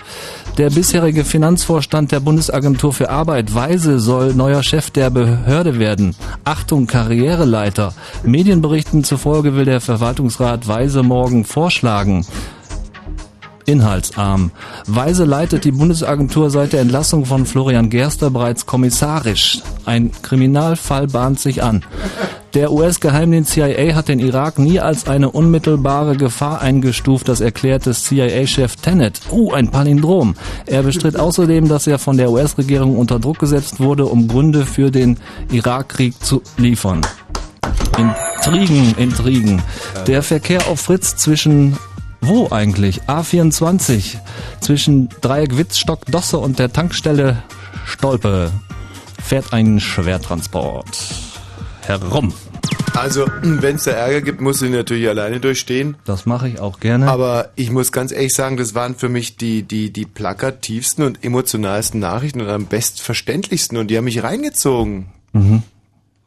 [SPEAKER 11] Der bisherige Finanzvorstand der Bundesagentur für Arbeit, Weise, soll neuer Chef der Behörde werden. Achtung, Karriereleiter. Medienberichten zufolge will der Verwaltungsrat Weise morgen vorschlagen. Inhaltsarm. Weise leitet die Bundesagentur seit der Entlassung von Florian Gerster bereits kommissarisch. Ein Kriminalfall bahnt sich an. Der US-Geheimdienst CIA hat den Irak nie als eine unmittelbare Gefahr eingestuft, das erklärte CIA-Chef Tenet. Uh, ein Palindrom. Er bestritt außerdem, dass er von der US-Regierung unter Druck gesetzt wurde, um Gründe für den Irakkrieg zu liefern. Intrigen, Intrigen. Der Verkehr auf Fritz zwischen wo eigentlich? A24 zwischen Dreieck Witzstock Dosse und der Tankstelle Stolpe fährt ein Schwertransport herum.
[SPEAKER 1] Also, wenn es da Ärger gibt, musst du ihn natürlich alleine durchstehen.
[SPEAKER 11] Das mache ich auch gerne.
[SPEAKER 1] Aber ich muss ganz ehrlich sagen, das waren für mich die, die, die plakativsten und emotionalsten Nachrichten und am bestverständlichsten und die haben mich reingezogen.
[SPEAKER 11] Mhm.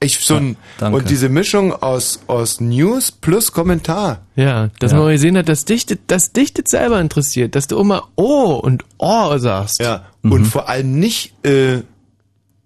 [SPEAKER 1] Ich so ein,
[SPEAKER 2] danke.
[SPEAKER 1] und diese Mischung aus, aus News plus Kommentar.
[SPEAKER 2] Ja, dass
[SPEAKER 1] Ja.
[SPEAKER 2] man mal gesehen hat, dass dich, dass dich das selber interessiert, dass du immer Oh und Oh sagst.
[SPEAKER 1] Ja, und vor allem nicht, äh,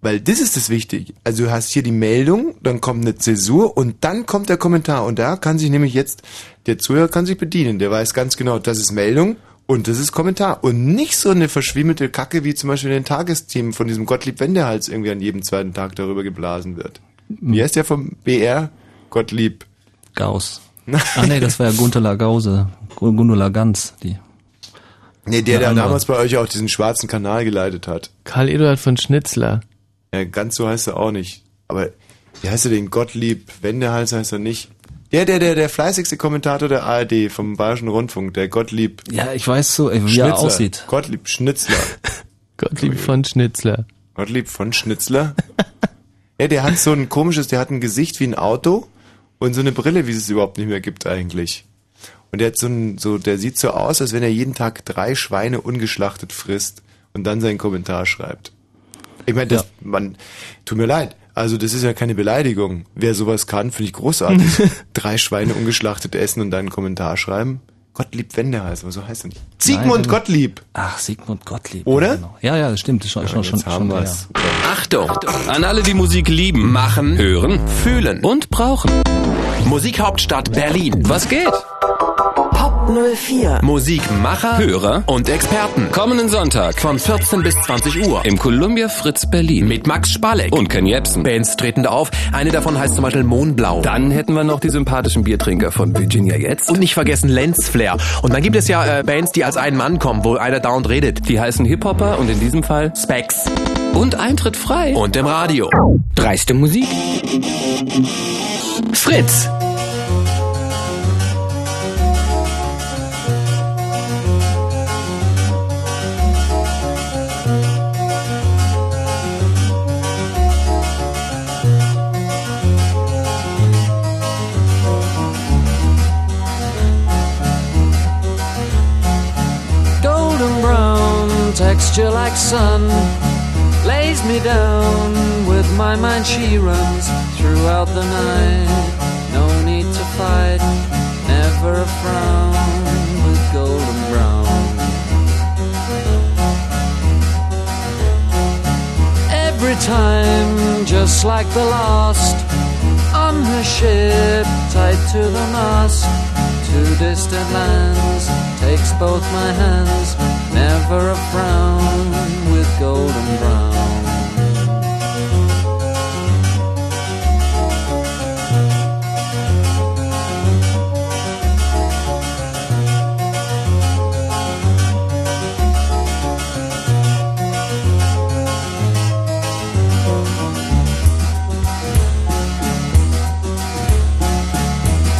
[SPEAKER 1] weil das ist das wichtig. Also du hast hier die Meldung, dann kommt eine Zäsur und dann kommt der Kommentar. Und da kann sich nämlich jetzt, der Zuhörer kann sich bedienen, der weiß ganz genau, das ist Meldung und das ist Kommentar. Und nicht so eine verschwimmelte Kacke, wie zum Beispiel in den Tagesthemen von diesem Gottlieb Wendehals irgendwie an jedem zweiten Tag darüber geblasen wird.
[SPEAKER 11] Hm.
[SPEAKER 1] Wie heißt der vom BR? Gottlieb.
[SPEAKER 11] Gauss. Ah nee, das war ja Gundula Gause, Gu- Gundula Ganz, die.
[SPEAKER 1] Nee, der,
[SPEAKER 11] Eine
[SPEAKER 1] der
[SPEAKER 11] andere.
[SPEAKER 1] damals bei euch auch diesen schwarzen Kanal geleitet hat.
[SPEAKER 2] Karl Eduard von Schnitzler.
[SPEAKER 1] Ja, ganz so heißt er auch nicht. Aber wie heißt er denn? Gottlieb Wendehals heißt er nicht. Ja, der, der, der fleißigste Kommentator der ARD vom Bayerischen Rundfunk, der Gottlieb.
[SPEAKER 11] Ja, ich weiß so, ey, wie er aussieht.
[SPEAKER 1] Gottlieb Schnitzler.
[SPEAKER 2] Gottlieb von Schnitzler.
[SPEAKER 1] Gottlieb von Schnitzler? ja, der hat so ein komisches, der hat ein Gesicht wie ein Auto und so eine Brille, wie es es überhaupt nicht mehr gibt eigentlich. Und der hat so ein, so, der sieht so aus, als wenn er jeden Tag drei Schweine ungeschlachtet frisst und dann seinen Kommentar schreibt. Ich meine, das, man, tut mir leid. Also, das ist ja keine Beleidigung. Wer sowas kann, finde ich großartig. drei Schweine ungeschlachtet essen und dann einen Kommentar schreiben. Gottlieb Wende heißt, aber so heißt er nicht. Siegmund
[SPEAKER 11] Nein.
[SPEAKER 1] Gottlieb!
[SPEAKER 11] Ach, Sigmund Gottlieb.
[SPEAKER 1] Oder?
[SPEAKER 11] Ja, ja, das stimmt. Schon, schon, schon, schon länger.
[SPEAKER 13] Achtung! An alle, die Musik lieben, machen, hören, fühlen und brauchen. Musikhauptstadt Berlin. Was geht?
[SPEAKER 3] Pop 04.
[SPEAKER 13] Musikmacher, Hörer und Experten. Kommenden Sonntag von 14 bis 20 Uhr im Columbia Fritz Berlin mit Max Spalek und Ken Jebsen. Bands treten da auf. Eine davon heißt zum Beispiel Mohnblau. Dann hätten wir noch die sympathischen Biertrinker von Virginia jetzt. Und nicht vergessen Lenz Flair. Und dann gibt es ja äh, Bands, die als ein Mann kommen, wo einer dauernd redet. Die heißen Hip-Hopper und in diesem Fall Specs. Und Eintritt frei. Und im Radio. Dreiste Musik. Fritz.
[SPEAKER 17] golden brown texture like sun lays me down with my mind she runs throughout the night no need to fight never a frown with golden brown every time just like the last on her ship tied to the mast to distant lands takes both my hands never a frown with golden brown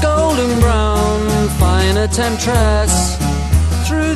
[SPEAKER 17] golden brown fine a temptress through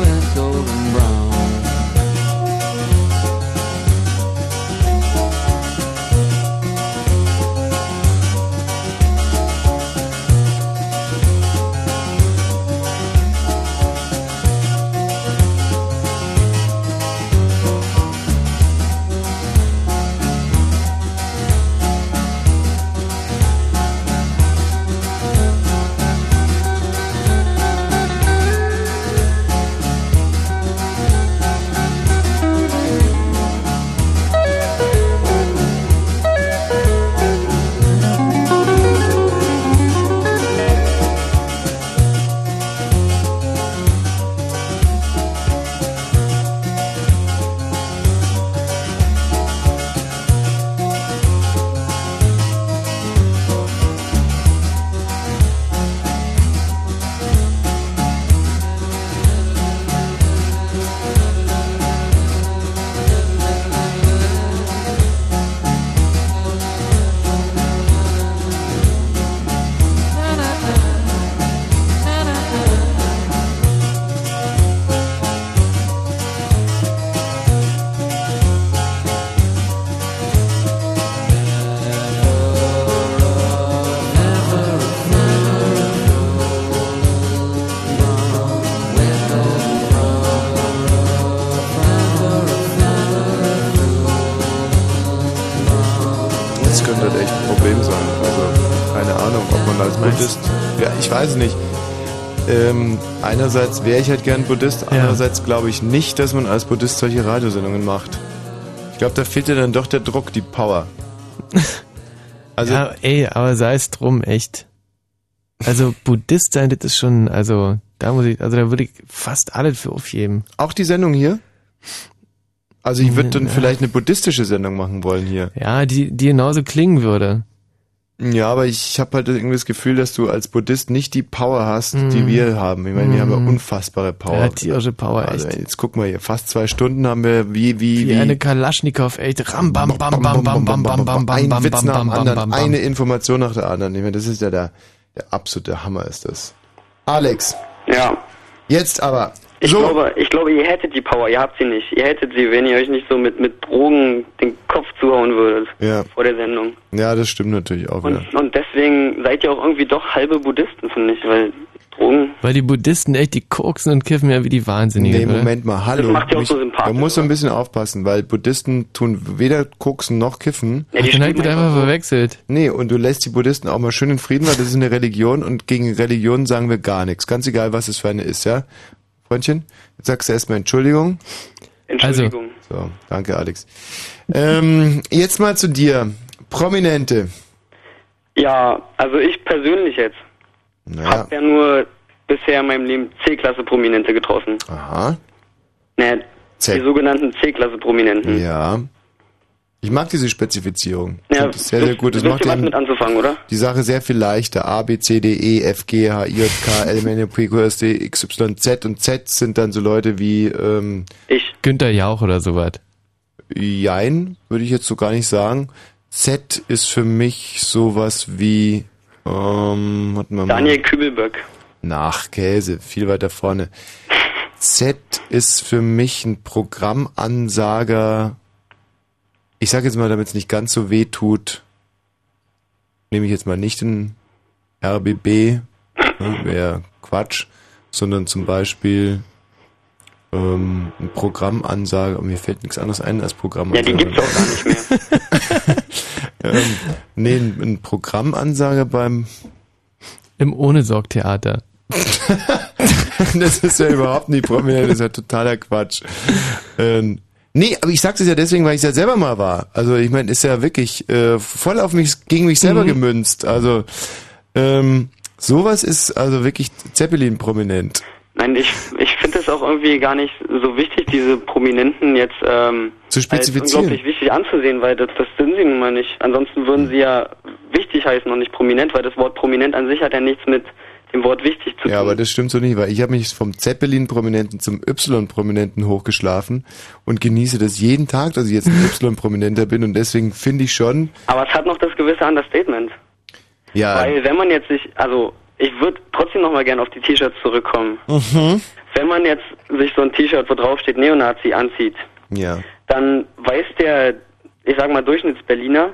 [SPEAKER 17] with golden brown
[SPEAKER 1] Das könnte halt echt ein Problem sein. Also, keine Ahnung, ob man als Buddhist. Ja, ich weiß nicht. Ähm, einerseits wäre ich halt gern Buddhist, andererseits glaube ich nicht, dass man als Buddhist solche Radiosendungen macht. Ich glaube, da fehlt dir dann doch der Druck, die Power.
[SPEAKER 2] Also ja, ey, aber sei es drum, echt. Also Buddhist sein, das ist schon, also da muss ich, also da würde ich fast alles für aufgeben.
[SPEAKER 1] Auch die Sendung hier? Also ich würde dann vielleicht eine buddhistische Sendung machen wollen hier.
[SPEAKER 2] Ja, die, die genauso klingen würde.
[SPEAKER 1] Ja, aber ich habe halt irgendwie das Gefühl, dass du als Buddhist nicht die Power hast, die
[SPEAKER 2] Mm.
[SPEAKER 1] wir haben. Ich meine, wir haben ja
[SPEAKER 2] Mm.
[SPEAKER 1] unfassbare Power.
[SPEAKER 2] Ja, tierische Power,
[SPEAKER 1] also, Jetzt guck mal hier, fast zwei Stunden haben wir wie, wie,
[SPEAKER 2] Wie, eine Kalaschnikow, echt. Ram, bam, bam, bam, bam, bam, bam, bam, bam,
[SPEAKER 1] ein
[SPEAKER 2] bam,
[SPEAKER 1] Witz
[SPEAKER 2] bam,
[SPEAKER 1] nach
[SPEAKER 2] bam,
[SPEAKER 1] dem
[SPEAKER 2] bam,
[SPEAKER 1] anderen,
[SPEAKER 2] bam, bam.
[SPEAKER 1] eine Information nach der anderen. Ich meine, das ist ja der, Der absolute Hammer ist das. Alex.
[SPEAKER 23] Ja.
[SPEAKER 1] Jetzt aber.
[SPEAKER 23] Ich, glaube, ich glaube, ihr hättet die Power, ihr habt sie nicht. Ihr hättet sie, wenn ihr euch nicht so mit, mit Drogen den Kopf zuhauen würdet
[SPEAKER 1] Ja.
[SPEAKER 23] vor der Sendung.
[SPEAKER 1] Ja, das stimmt natürlich auch wieder.
[SPEAKER 23] Und deswegen seid ihr auch irgendwie doch halbe Buddhisten, finde ich, weil Drogen.
[SPEAKER 2] Weil die Buddhisten echt, die koksen und kiffen ja wie die Wahnsinnigen.
[SPEAKER 1] Nee,
[SPEAKER 2] oder?
[SPEAKER 1] Moment mal, hallo.
[SPEAKER 23] Das macht ja auch so
[SPEAKER 1] man muss so ein bisschen aufpassen, weil Buddhisten tun weder koksen noch kiffen.
[SPEAKER 2] Ja, die Ach, dann halt wird einfach einfach so. verwechselt.
[SPEAKER 1] Nee, und du lässt die Buddhisten auch mal schön in Frieden, weil das ist eine Religion und gegen Religion sagen wir gar nichts. Ganz egal, was es für eine ist, ja? Freundchen, jetzt sagst du erstmal Entschuldigung. Also,
[SPEAKER 23] Entschuldigung.
[SPEAKER 1] So, danke, Alex. Ähm, jetzt mal zu dir. Prominente.
[SPEAKER 23] Ja, also ich persönlich jetzt
[SPEAKER 1] Naja,
[SPEAKER 23] hab ja nur bisher in meinem Leben C-Klasse Prominente getroffen.
[SPEAKER 1] aha.
[SPEAKER 23] Ne,
[SPEAKER 1] C.
[SPEAKER 23] die sogenannten C-Klasse Prominenten.
[SPEAKER 1] Ja. Ich mag diese Spezifizierung. Ich
[SPEAKER 23] Ja,
[SPEAKER 1] find das sehr, sehr gut. Das
[SPEAKER 23] wisst
[SPEAKER 1] macht
[SPEAKER 23] ihr was
[SPEAKER 1] den-
[SPEAKER 23] mit anzufangen, oder?
[SPEAKER 1] die Sache sehr viel leichter. A, B, C, D, E, F, G, H, I, J, K, L, M, N, O, P, Q, R, S, T, X, Y, Z. Und Z sind dann so Leute wie... Ähm,
[SPEAKER 23] ich.
[SPEAKER 2] Günter Jauch oder sowas.
[SPEAKER 1] Jein, würde ich jetzt so gar nicht sagen. Z ist für mich sowas wie... Ähm, hatten wir mal-
[SPEAKER 23] Daniel Kübelböck.
[SPEAKER 1] Nach Käse, viel weiter vorne. Z ist für mich ein Programmansager. Ich sage jetzt mal, damit es nicht ganz so weh tut, nehme ich jetzt mal nicht den RBB, ne, wäre Quatsch, sondern zum Beispiel ähm, ein Programmansager. Mir fällt nichts anderes ein als Programmansager.
[SPEAKER 23] Ja, den gibt's auch gar nicht
[SPEAKER 1] mehr. ähm, nee, ein, ein Programmansager beim
[SPEAKER 2] Im Ohne-Sorg-Theater.
[SPEAKER 1] das ist ja überhaupt nicht prominent, das ist ja totaler Quatsch. Ähm, nee, aber ich sag's es ja deswegen, weil ich ja selber mal war. Also ich meine, ist ja wirklich äh, voll auf mich gegen mich selber
[SPEAKER 2] Mhm.
[SPEAKER 1] gemünzt. Also ähm, sowas ist also wirklich Zeppelin prominent.
[SPEAKER 23] Nein, ich, ich finde es auch irgendwie gar nicht so wichtig, diese Prominenten jetzt ähm,
[SPEAKER 1] Zu
[SPEAKER 23] als
[SPEAKER 1] spezifizieren.
[SPEAKER 23] unglaublich wichtig anzusehen, weil das, das sind sie nun mal nicht. Ansonsten
[SPEAKER 1] Mhm.
[SPEAKER 23] würden sie ja wichtig heißen und nicht prominent, weil das Wort prominent an sich hat ja nichts mit dem Wort wichtig zu
[SPEAKER 1] Ja, aber das stimmt so nicht, weil ich habe mich vom Zeppelin-Prominenten zum Y-Prominenten hochgeschlafen und genieße das jeden Tag, dass ich jetzt ein Y-Prominenter bin und deswegen finde ich schon,
[SPEAKER 23] Aber es hat noch das gewisse Understatement.
[SPEAKER 1] ja,
[SPEAKER 23] Weil wenn man jetzt sich, also ich würde trotzdem nochmal gerne auf die T-Shirts zurückkommen.
[SPEAKER 1] mhm.
[SPEAKER 23] Wenn man jetzt sich so ein T-Shirt, wo drauf steht Neonazi, anzieht,
[SPEAKER 1] ja.
[SPEAKER 23] dann weiß der, ich sag mal, Durchschnittsberliner,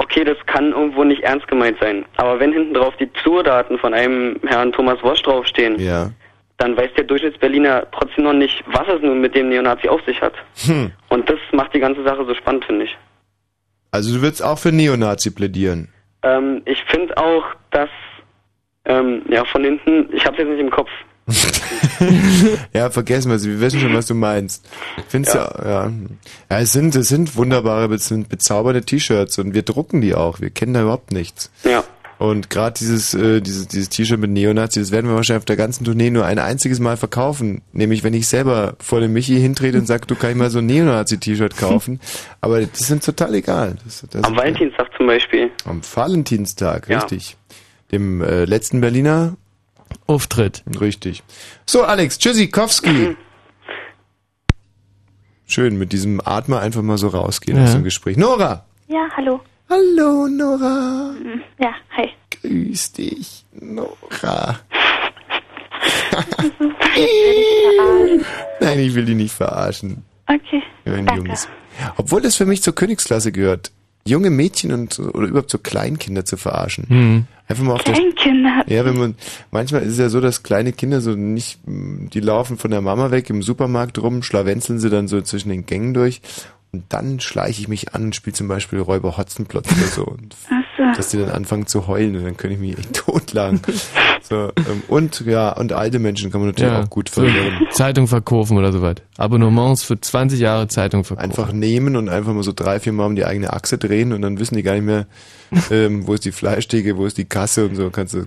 [SPEAKER 23] okay, das kann irgendwo nicht ernst gemeint sein. Aber wenn hinten drauf die Tourdaten von einem Herrn Thomas Wosch draufstehen,
[SPEAKER 1] Ja.
[SPEAKER 23] dann weiß der Durchschnittsberliner trotzdem noch nicht, was es nun mit dem Neonazi auf sich hat.
[SPEAKER 1] Hm.
[SPEAKER 23] Und das macht die ganze Sache so spannend, finde ich.
[SPEAKER 1] Also du würdest auch für Neonazi plädieren.
[SPEAKER 23] Ähm, ich finde auch, dass, ähm, ja, von hinten, ich hab's jetzt nicht im Kopf.
[SPEAKER 1] Ja, vergessen wir es. Wir wissen schon, was du meinst. Findest ja. du, ja. ja. Es sind, es sind wunderbare, es sind bezaubernde T-Shirts und wir drucken die auch. Wir kennen da überhaupt nichts.
[SPEAKER 23] Ja.
[SPEAKER 1] Und gerade dieses, äh, dieses, dieses T-Shirt mit Neonazi, das werden wir wahrscheinlich auf der ganzen Tournee nur ein einziges Mal verkaufen. Nämlich, wenn ich selber vor dem Michi hintrete und sage, du kannst mal so ein Neonazi-T-Shirt kaufen. Aber das ist uns total egal. Das, das
[SPEAKER 23] Am Valentinstag zum Beispiel.
[SPEAKER 1] am Valentinstag,
[SPEAKER 23] Ja.
[SPEAKER 1] richtig. Dem äh, letzten Berliner
[SPEAKER 2] Auftritt.
[SPEAKER 1] Richtig. So, Alex, Tschüssikowski. Schön, mit diesem Atmer einfach mal so rausgehen aus
[SPEAKER 25] Ja.
[SPEAKER 1] dem Gespräch. Nora!
[SPEAKER 25] Ja, hallo. Mhm.
[SPEAKER 1] Hallo, Nora.
[SPEAKER 25] Ja, hi.
[SPEAKER 1] Grüß dich, Nora. Nein, ich will die nicht verarschen.
[SPEAKER 25] Okay.
[SPEAKER 1] Wenn Jungs. Obwohl das für mich zur Königsklasse gehört. Junge Mädchen und oder überhaupt so Kleinkinder zu verarschen.
[SPEAKER 2] Mhm.
[SPEAKER 1] Einfach mal auf der
[SPEAKER 25] Kleinkinder.
[SPEAKER 1] Ja, wenn man manchmal ist es ja so, dass kleine Kinder so nicht, mh, die laufen von der Mama weg im Supermarkt rum, schlawenzeln sie dann so zwischen den Gängen durch und dann schleiche ich mich an und spiele zum Beispiel Räuber Hotzenplotz oder so. Und
[SPEAKER 17] 啊
[SPEAKER 25] Ach so.
[SPEAKER 1] dass die dann anfangen zu heulen und dann könnte ich mich echt totlachen. So, ähm, und ja, und alte Menschen kann man natürlich auch gut
[SPEAKER 2] so
[SPEAKER 1] verlieren.
[SPEAKER 2] Zeitung verkaufen oder sowas. Abonnements für 20 Jahre Zeitung verkaufen.
[SPEAKER 1] Einfach nehmen und einfach mal so drei, vier Mal um die eigene Achse drehen und dann wissen die gar nicht mehr, ähm, wo ist die Fleischtheke, wo ist die Kasse und so. Kannst du.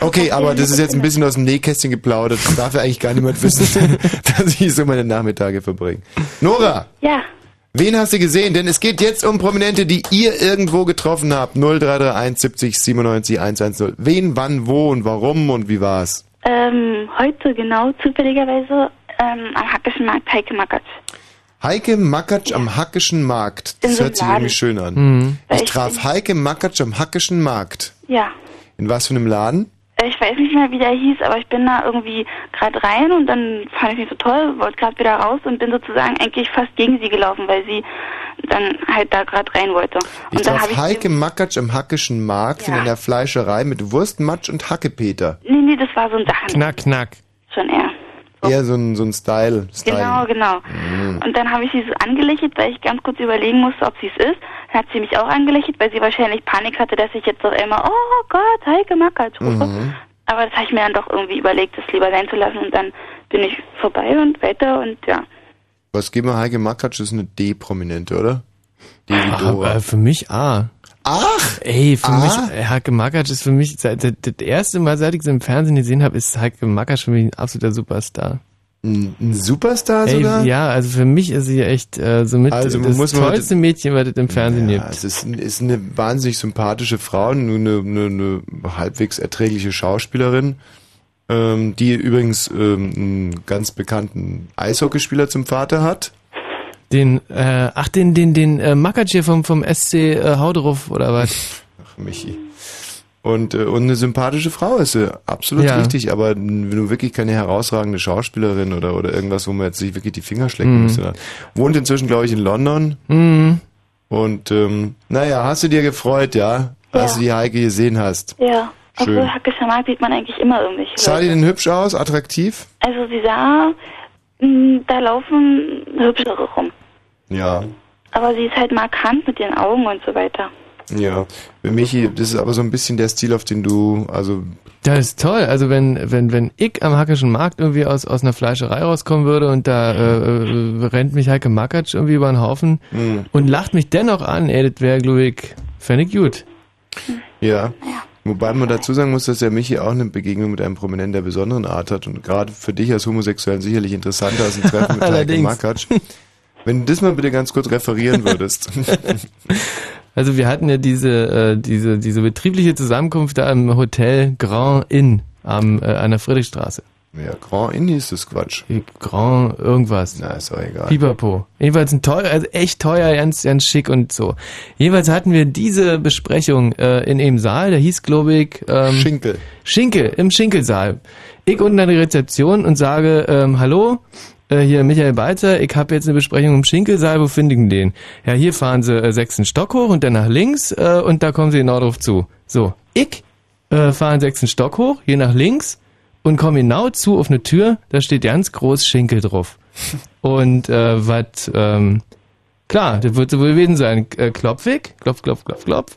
[SPEAKER 1] Okay, aber das ist jetzt ein bisschen aus dem Nähkästchen geplaudert. Das darf ja eigentlich gar niemand wissen, dass ich so meine Nachmittage verbringe. Nora!
[SPEAKER 25] Ja.
[SPEAKER 1] Wen hast du gesehen? Denn es geht jetzt um Prominente, die ihr irgendwo getroffen habt. 0331 70 97 110. Wen, wann, wo und warum und wie war's?
[SPEAKER 25] Ähm, heute genau, zufälligerweise, ähm, am Hackischen Markt Heike Mackert.
[SPEAKER 1] Heike Makatsch am Hackischen Markt.
[SPEAKER 25] In
[SPEAKER 1] Das
[SPEAKER 25] so
[SPEAKER 1] hört sich
[SPEAKER 25] einem
[SPEAKER 1] Mhm. irgendwie schön an. Ich traf Heike Makatsch am Hackischen Markt.
[SPEAKER 25] Ja. Äh,
[SPEAKER 1] In was für einem Laden?
[SPEAKER 25] Ich weiß nicht mehr, wie der hieß, aber ich bin da irgendwie gerade rein und dann fand ich nicht so toll, wollte gerade wieder raus und bin sozusagen eigentlich fast gegen sie gelaufen, weil sie dann halt da gerade rein wollte.
[SPEAKER 1] Ich
[SPEAKER 25] Und dann habe
[SPEAKER 1] darf
[SPEAKER 25] ich
[SPEAKER 1] Heike Mackatsch am Hackischen Markt und in der Fleischerei mit Wurst, Matsch und Hackepeter.
[SPEAKER 25] Nee, nee, das war so ein Sachen
[SPEAKER 1] Knack, knack.
[SPEAKER 25] schon eher.
[SPEAKER 1] Eher so ein, so ein Style. Style.
[SPEAKER 25] Genau, genau.
[SPEAKER 1] Mhm.
[SPEAKER 25] Und dann habe ich sie so angelächelt, weil ich ganz kurz überlegen musste, ob sie es ist. Dann hat sie mich auch angelächelt, weil sie wahrscheinlich Panik hatte, dass ich jetzt auf einmal, oh Gott, Heike Mackert rufe.
[SPEAKER 1] Mhm.
[SPEAKER 25] Aber das habe ich mir dann doch irgendwie überlegt, das lieber sein zu lassen. Und dann bin ich vorbei und weiter und ja.
[SPEAKER 1] Was geben wir Heike Mackatsch? Das ist eine D-Prominente, oder? D wie
[SPEAKER 2] Ah, äh,
[SPEAKER 1] Dora.
[SPEAKER 2] für mich A.
[SPEAKER 1] Ach!
[SPEAKER 2] Ey, für
[SPEAKER 1] A?
[SPEAKER 2] mich, äh, Hacke Makatsch ist für mich, seit, das, das erste Mal, seit ich sie im Fernsehen gesehen habe, ist Hacke Makatsch für mich ein absoluter Superstar.
[SPEAKER 1] Ein, Superstar
[SPEAKER 2] Ey,
[SPEAKER 1] sogar?
[SPEAKER 2] Ja, also für mich ist sie echt äh, so mit
[SPEAKER 1] Also
[SPEAKER 2] das
[SPEAKER 1] muss man-
[SPEAKER 2] tollste Mädchen, was es im Fernsehen gibt.
[SPEAKER 1] Ja, es ist, ist eine wahnsinnig sympathische Frau, eine, eine, eine halbwegs erträgliche Schauspielerin, ähm, die übrigens ähm, einen ganz bekannten Eishockeyspieler zum Vater hat.
[SPEAKER 2] Den, äh, ach, den, den, den äh, Makatsch hier vom, vom SC äh, Haudruff oder was?
[SPEAKER 1] Ach, Michi. Und, äh, und eine sympathische Frau ist sie, absolut
[SPEAKER 2] Ja.
[SPEAKER 1] richtig, aber nun wirklich keine herausragende Schauspielerin oder, oder irgendwas, wo man jetzt sich wirklich die Finger schlecken
[SPEAKER 2] Mhm.
[SPEAKER 1] müsste. Wohnt inzwischen, glaube ich, in London.
[SPEAKER 2] Mhm.
[SPEAKER 1] Und ähm, naja, hast du dir gefreut, ja, als du die Heike gesehen hast?
[SPEAKER 25] Ja.
[SPEAKER 1] Schön.
[SPEAKER 25] Obwohl Hacke Schamal sieht man eigentlich immer irgendwelche
[SPEAKER 1] Sah die
[SPEAKER 25] Leute.
[SPEAKER 1] denn hübsch aus, attraktiv?
[SPEAKER 25] Also sie sah, mh, da laufen hübschere rum.
[SPEAKER 1] Ja.
[SPEAKER 25] Aber sie ist halt markant mit ihren Augen und so weiter.
[SPEAKER 1] Ja. Michi, das ist aber so ein bisschen der Stil, auf den du, also
[SPEAKER 2] Das ist toll. Also wenn, wenn, wenn ich am Hackischen Markt irgendwie aus, aus einer Fleischerei rauskommen würde und da äh, äh, rennt mich Heike Makatsch irgendwie über den Haufen
[SPEAKER 1] hm,
[SPEAKER 2] und lacht mich dennoch an, ey, das wäre, glaube ich, fände ich gut.
[SPEAKER 1] Ja. Wobei man dazu sagen muss, dass der Michi auch eine Begegnung mit einem Prominenten der besonderen Art hat und gerade für dich als Homosexuellen sicherlich interessanter als ein Treffen mit Heike
[SPEAKER 2] Allerdings.
[SPEAKER 1] Makatsch. Wenn du das mal bitte ganz kurz referieren würdest.
[SPEAKER 2] Also wir hatten ja diese, äh, diese, diese betriebliche Zusammenkunft da im Hotel Grand Inn am, äh, an der Friedrichstraße.
[SPEAKER 1] Ja, Grand Inn hieß das Quatsch.
[SPEAKER 2] Grand irgendwas.
[SPEAKER 1] Na, ist auch egal.
[SPEAKER 2] Pipapo. Jedenfalls ein teuer, also echt teuer, ganz, ganz schick und so. Jedenfalls hatten wir diese Besprechung äh, in dem Saal, der hieß, glaube ich... Ähm,
[SPEAKER 1] Schinkel.
[SPEAKER 2] Schinkel, im Schinkelsaal. Ich unten an der Rezeption und sage, ähm, hallo, äh, hier Michael Balzer, ich habe jetzt eine Besprechung im Schinkelsaal, wo finde ich denn den? Ja, hier fahren sie äh, sechsten Stock hoch und dann nach links äh, und da kommen sie genau drauf zu. So, ich äh, fahre den sechsten Stock hoch, hier nach links und komme genau zu auf eine Tür, da steht ganz groß Schinkel drauf. Und äh, was, ähm, klar, das wird so wohl gewesen sein. Äh, Klopfig, klopf, klopf, klopf, klopf.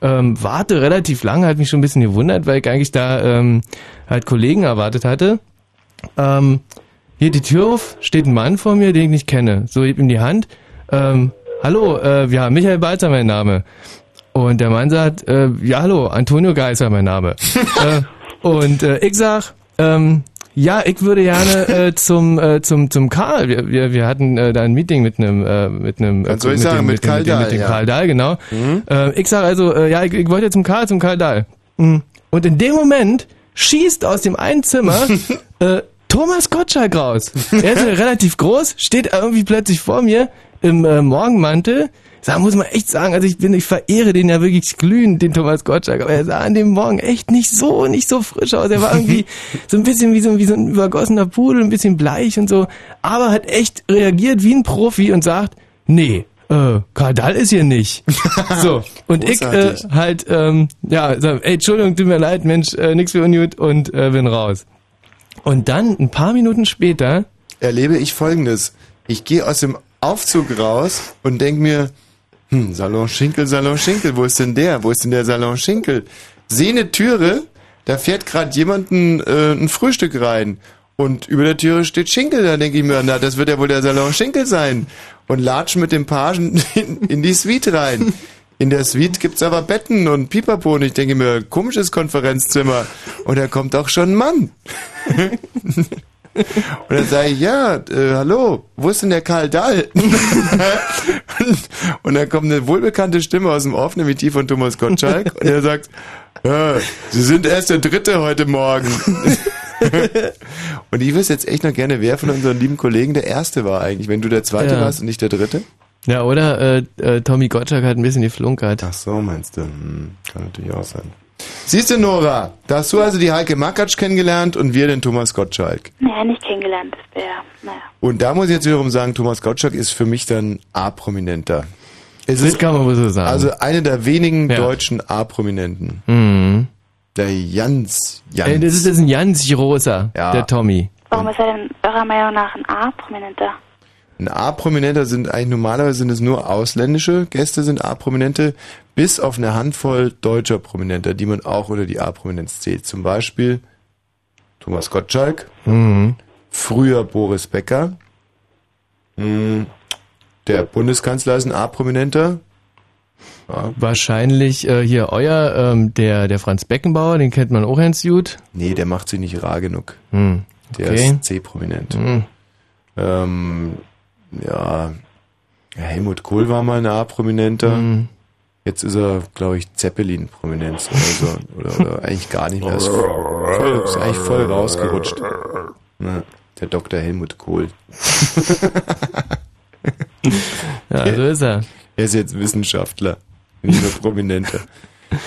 [SPEAKER 2] Ähm, warte relativ lange, hat mich schon ein bisschen gewundert, weil ich eigentlich da ähm, halt Kollegen erwartet hatte. Ähm, hier die Tür auf, steht ein Mann vor mir, den ich nicht kenne. So, heb ihm die Hand. Ähm, hallo, äh, ja, Michael Balzer mein Name. Und der Mann sagt, äh, ja, hallo, Antonio Geiser mein Name. äh, und äh, ich sag, ähm, ja, ich würde gerne äh, zum äh, zum zum Karl. Wir, wir, wir hatten äh, da ein Meeting mit einem äh, mit einem
[SPEAKER 1] Was soll ich
[SPEAKER 2] mit
[SPEAKER 1] sagen,
[SPEAKER 2] dem,
[SPEAKER 1] mit
[SPEAKER 2] mit, dem-
[SPEAKER 1] Karl
[SPEAKER 2] mit, dem, mit
[SPEAKER 1] Dahl,
[SPEAKER 2] dem
[SPEAKER 1] ja.
[SPEAKER 2] Karl Dahl, genau. Äh, ich sag also, äh, ja, ich, ich wollte zum Karl, zum Karl Dahl. Mhm. Und in dem Moment schießt aus dem einen Zimmer äh, Thomas Gottschalk raus. Er ist ja relativ groß, steht irgendwie plötzlich vor mir im äh, Morgenmantel. Da muss man echt sagen, also ich bin, ich verehre den ja wirklich glühend, den Thomas Gottschalk, aber er sah an dem Morgen echt nicht so, nicht so frisch aus. Er war irgendwie so ein bisschen wie so, wie so ein übergossener Pudel, ein bisschen bleich und so, aber hat echt reagiert wie ein Profi und sagt, nee, äh, Karl Dahl ist hier nicht. so, und ich äh,
[SPEAKER 1] Großartig.
[SPEAKER 2] halt, ähm, ja, sag, ey, Entschuldigung, tut mir leid, Mensch, äh, nix für ungut und äh, bin raus. Und dann, ein paar Minuten später...
[SPEAKER 1] Erlebe ich folgendes. Ich gehe aus dem Aufzug raus und denk mir, hm, Salon Schinkel, Salon Schinkel, wo ist denn der? Wo ist denn der Salon Schinkel? Sehe eine Türe, da fährt gerade jemanden äh, ein Frühstück rein. Und über der Türe steht Schinkel, da denke ich mir, na, das wird ja wohl der Salon Schinkel sein. Und latsch mit dem Pagen in, in die Suite rein. In der Suite gibt's aber Betten und Pipapo und ich denke mir, komisches Konferenzzimmer. Und da kommt auch schon ein Mann. Und dann sage ich, ja, äh, hallo, wo ist denn der Karl Dahl? und dann kommt eine wohlbekannte Stimme aus dem Off, nämlich die von Thomas Gottschalk, und er sagt, ja, Sie sind erst der Dritte heute Morgen. und ich wüsste jetzt echt noch gerne, wer von unseren lieben Kollegen der Erste war eigentlich, wenn du der Zweite
[SPEAKER 2] Ja.
[SPEAKER 1] warst und nicht der Dritte.
[SPEAKER 2] Ja, oder äh, äh, Tommy Gottschalk hat ein bisschen geflunkert.
[SPEAKER 1] Ach so, meinst du? Hm, kann natürlich auch sein. Siehst du, Nora, da hast du also die Heike Makatsch kennengelernt und wir den Thomas Gottschalk.
[SPEAKER 25] Naja, nicht kennengelernt, das wäre, naja.
[SPEAKER 1] Und da muss ich jetzt wiederum sagen, Thomas Gottschalk ist für mich dann A-Prominenter. Es
[SPEAKER 2] Das kann man wohl so sagen.
[SPEAKER 1] Also einer der wenigen deutschen A-Prominenten.
[SPEAKER 2] Mhm.
[SPEAKER 1] Der Jans.
[SPEAKER 2] Äh,
[SPEAKER 1] Jans.
[SPEAKER 2] das ist jetzt ein ganz großer,
[SPEAKER 1] Ja.
[SPEAKER 2] der Tommy.
[SPEAKER 25] Warum ist er denn eurer Meinung nach ein A-Prominenter?
[SPEAKER 1] Ein A-Prominenter sind eigentlich normalerweise sind es nur ausländische Gäste sind A-Prominente, bis auf eine Handvoll deutscher Prominenter, die man auch unter die A-Prominenz zählt. Zum Beispiel Thomas Gottschalk,
[SPEAKER 2] Mhm.
[SPEAKER 1] früher Boris Becker, mh, der Bundeskanzler ist ein A-Prominenter.
[SPEAKER 2] Wahrscheinlich äh, hier euer, ähm, der, der Franz Beckenbauer, den kennt man auch ganz gut.
[SPEAKER 1] Nee, der macht sie nicht rar genug.
[SPEAKER 2] Hm.
[SPEAKER 1] Der
[SPEAKER 2] okay.
[SPEAKER 1] ist C-prominent.
[SPEAKER 2] Hm.
[SPEAKER 1] Ähm, ja, Helmut Kohl war mal ein A-Prominenter.
[SPEAKER 2] Hm.
[SPEAKER 1] Jetzt ist er, glaube ich, Zeppelin-Prominenz oder so. Oder, oder eigentlich gar nicht mehr. Ist, voll, ist eigentlich voll rausgerutscht. Ne, der Dr. Helmut Kohl.
[SPEAKER 2] Ja, so ist er.
[SPEAKER 1] Er ist jetzt Wissenschaftler, nicht nur Prominenter.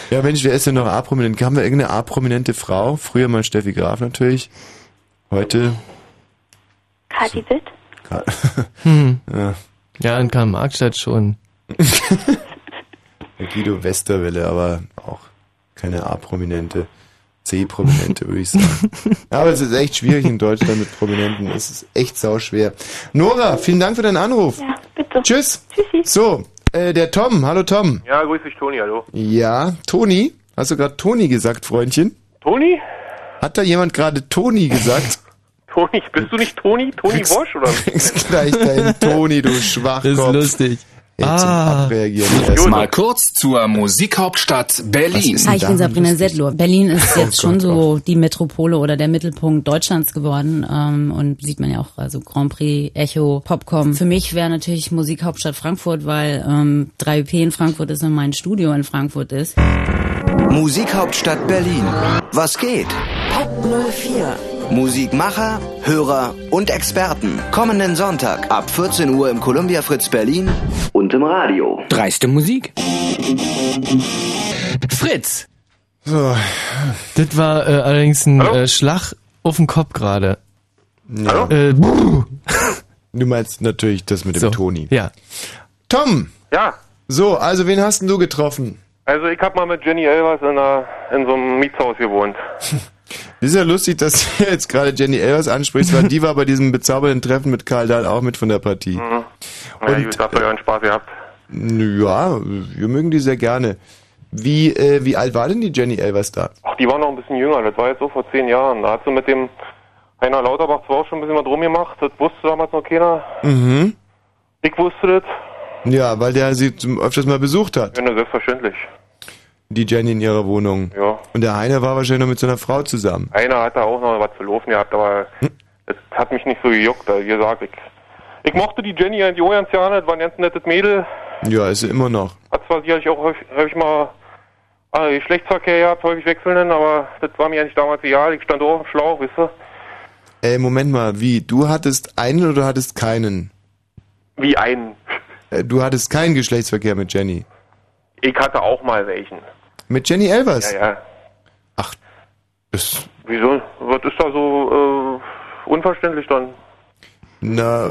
[SPEAKER 1] Ja, Mensch, wer ist denn noch A-Prominent? Haben wir irgendeine A-Prominente Frau? Früher mal Steffi Graf natürlich. Heute
[SPEAKER 25] Kathi Witt?
[SPEAKER 1] Ka-
[SPEAKER 2] Hm.
[SPEAKER 1] Ja.
[SPEAKER 2] Ja, in Karl Marxstadt schon.
[SPEAKER 1] Guido Westerwelle, aber auch keine A-Prominente. C-Prominente, würde ich sagen. Aber es ist echt schwierig in Deutschland mit Prominenten. Es ist echt sauschwer. Nora, vielen Dank für deinen Anruf. Ja,
[SPEAKER 25] bitte.
[SPEAKER 1] Tschüss. Tschüssi. So, äh, der Tom. Hallo, Tom.
[SPEAKER 22] Ja, grüß dich, Toni, hallo.
[SPEAKER 1] Ja, Toni? Hast du gerade Toni gesagt, Freundchen?
[SPEAKER 22] Toni?
[SPEAKER 1] Hat da jemand gerade Toni gesagt?
[SPEAKER 22] Toni, bist du nicht Toni? Toni Wosch oder?
[SPEAKER 1] Kriegst gleich deinen Toni, du Schwachkopf. Ist
[SPEAKER 2] lustig.
[SPEAKER 1] Ey, zum Abreagieren.
[SPEAKER 15] Mal kurz zur Musikhauptstadt Berlin.
[SPEAKER 4] Hi, ich bin Sabrina Sedlow. Berlin ist jetzt schon so die Metropole oder der Mittelpunkt Deutschlands geworden ähm, und sieht man ja auch also Grand Prix, Echo, Popcom. Für mich wäre natürlich Musikhauptstadt Frankfurt, weil ähm, 3P in Frankfurt ist und mein Studio in Frankfurt ist.
[SPEAKER 6] Musikhauptstadt Berlin. Was geht?
[SPEAKER 3] Pop 04.
[SPEAKER 6] Musikmacher, Hörer und Experten. Kommenden Sonntag ab 14 Uhr im Columbia Fritz Berlin und im Radio.
[SPEAKER 24] Dreiste Musik.
[SPEAKER 13] Fritz.
[SPEAKER 1] So.
[SPEAKER 2] Das war äh, allerdings ein äh, Schlag auf den Kopf gerade.
[SPEAKER 1] Ja.
[SPEAKER 2] Äh, brr.
[SPEAKER 1] Du meinst natürlich das mit dem
[SPEAKER 2] So,
[SPEAKER 1] Toni.
[SPEAKER 2] Ja.
[SPEAKER 1] Tom!
[SPEAKER 22] Ja.
[SPEAKER 1] So, also wen hast denn du getroffen?
[SPEAKER 22] Also ich habe mal mit Jenny Elvers in, einer, in so einem Mietshaus gewohnt.
[SPEAKER 1] Ist ja lustig, dass du jetzt gerade Jenny Elvers ansprichst, weil die war bei diesem bezaubernden Treffen mit Karl Dahl auch mit von der Partie.
[SPEAKER 22] Mhm. Ja,
[SPEAKER 1] Und-
[SPEAKER 22] gut, habt ihr euren Spaß gehabt.
[SPEAKER 1] Ja, wir mögen die sehr gerne. Wie, äh, wie alt war denn die Jenny Elvers da?
[SPEAKER 22] Ach, die war noch ein bisschen jünger, das war jetzt so vor zehn Jahren. Da hat sie mit dem Heiner Lauterbach zwar auch schon ein bisschen was rumgemacht, das wusste damals noch keiner.
[SPEAKER 1] Mhm.
[SPEAKER 22] Ich wusste das.
[SPEAKER 1] Ja, weil der sie zum, öfters mal besucht hat,
[SPEAKER 22] Ja, na, selbstverständlich.
[SPEAKER 1] die Jenny in ihrer Wohnung.
[SPEAKER 22] Ja.
[SPEAKER 1] Und der Heiner war wahrscheinlich noch mit seiner Frau zusammen.
[SPEAKER 22] Einer hat da auch noch was zu laufen gehabt, aber das hat mich nicht so gejuckt. Also, wie gesagt, ich, ich mochte die Jenny und die ganz gerne, das war ein ganz nettes Mädel.
[SPEAKER 1] Ja, ist sie immer noch.
[SPEAKER 22] Hat zwar sicherlich auch häufig, häufig mal äh, Geschlechtsverkehr gehabt, häufig wechselnden, aber das war mir eigentlich damals egal. Ich stand auch auf dem Schlauch, wisst ihr.
[SPEAKER 1] Ey, Äh, Moment mal, wie? Du hattest einen oder hattest keinen?
[SPEAKER 22] Wie einen.
[SPEAKER 1] Äh, Du hattest keinen Geschlechtsverkehr mit Jenny.
[SPEAKER 22] Ich hatte auch mal welchen.
[SPEAKER 1] Mit Jenny Elvers?
[SPEAKER 22] Ja, ja.
[SPEAKER 1] Das,
[SPEAKER 22] Wieso? Was ist da so äh, unverständlich dann?
[SPEAKER 1] na,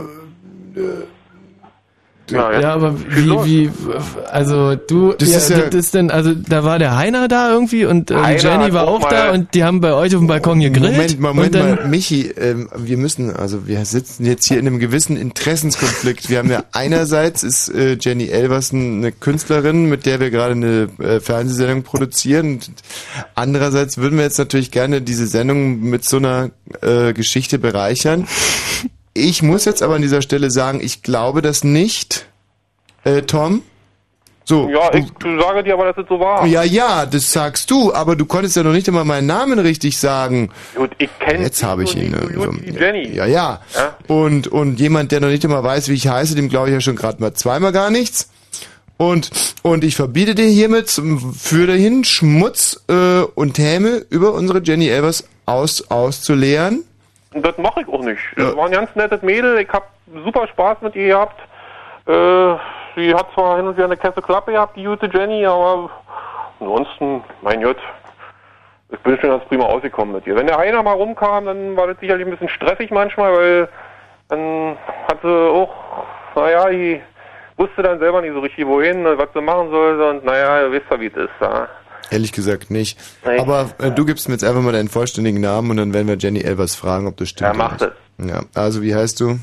[SPEAKER 22] Äh, Na,
[SPEAKER 2] Ja, aber wie, wie, also du,
[SPEAKER 22] Das
[SPEAKER 2] ja,
[SPEAKER 22] ist ja-
[SPEAKER 2] das ist denn, also da war der Heiner da irgendwie und äh,
[SPEAKER 1] Heiner
[SPEAKER 2] die Jenny
[SPEAKER 1] hat
[SPEAKER 2] war
[SPEAKER 1] auch
[SPEAKER 2] auch da
[SPEAKER 1] mal-
[SPEAKER 2] und die haben bei euch auf dem Balkon gegrillt.
[SPEAKER 1] Moment, mal, Moment
[SPEAKER 2] und dann,
[SPEAKER 1] mal, Michi, ähm, wir müssen, also wir sitzen jetzt hier in einem gewissen Interessenskonflikt. Wir haben ja einerseits ist äh, Jenny Elverson eine Künstlerin, mit der wir gerade eine äh, Fernsehsendung produzieren. Und Andererseits würden wir jetzt natürlich gerne diese Sendung mit so einer äh, Geschichte bereichern. Ich muss jetzt aber an dieser Stelle sagen, ich glaube das nicht, äh, Tom. So,
[SPEAKER 22] Ja,
[SPEAKER 1] du-
[SPEAKER 22] ich sage dir aber, dass es so war.
[SPEAKER 1] ja, ja, das sagst du, aber du konntest ja noch nicht einmal meinen Namen richtig sagen.
[SPEAKER 22] Und ich kenne
[SPEAKER 1] Jetzt habe ich ihn. äh, so-
[SPEAKER 22] Jenny.
[SPEAKER 1] Ja, ja.
[SPEAKER 22] Ja.
[SPEAKER 1] Und und jemand, der noch nicht einmal weiß, wie ich heiße, dem glaube ich ja schon gerade mal zweimal gar nichts. Und und ich verbiete dir hiermit zum- für dahin Schmutz äh, und Häme über unsere Jenny Elvers aus auszuleeren.
[SPEAKER 22] Und das mache ich auch nicht. Das war ein ganz nettes Mädel. Ich habe super Spaß mit ihr gehabt. Äh, sie hat zwar hin und wieder eine Kesse Klappe gehabt, die gute Jenny, aber ansonsten, mein Gott, Ich bin schon ganz prima ausgekommen mit ihr. Wenn der einer mal rumkam, dann war das sicherlich ein bisschen stressig manchmal, weil dann hat sie auch, naja, die wusste dann selber nicht so richtig wohin, was sie machen sollte und naja, ihr wisst ja, wie es ist. Ja.
[SPEAKER 1] Ehrlich gesagt nicht. Aber äh, du gibst mir jetzt einfach mal deinen vollständigen Namen und dann werden wir Jenny Elvers fragen, ob das stimmt.
[SPEAKER 22] Ja, mach
[SPEAKER 1] oder nicht. Ja, also wie heißt du?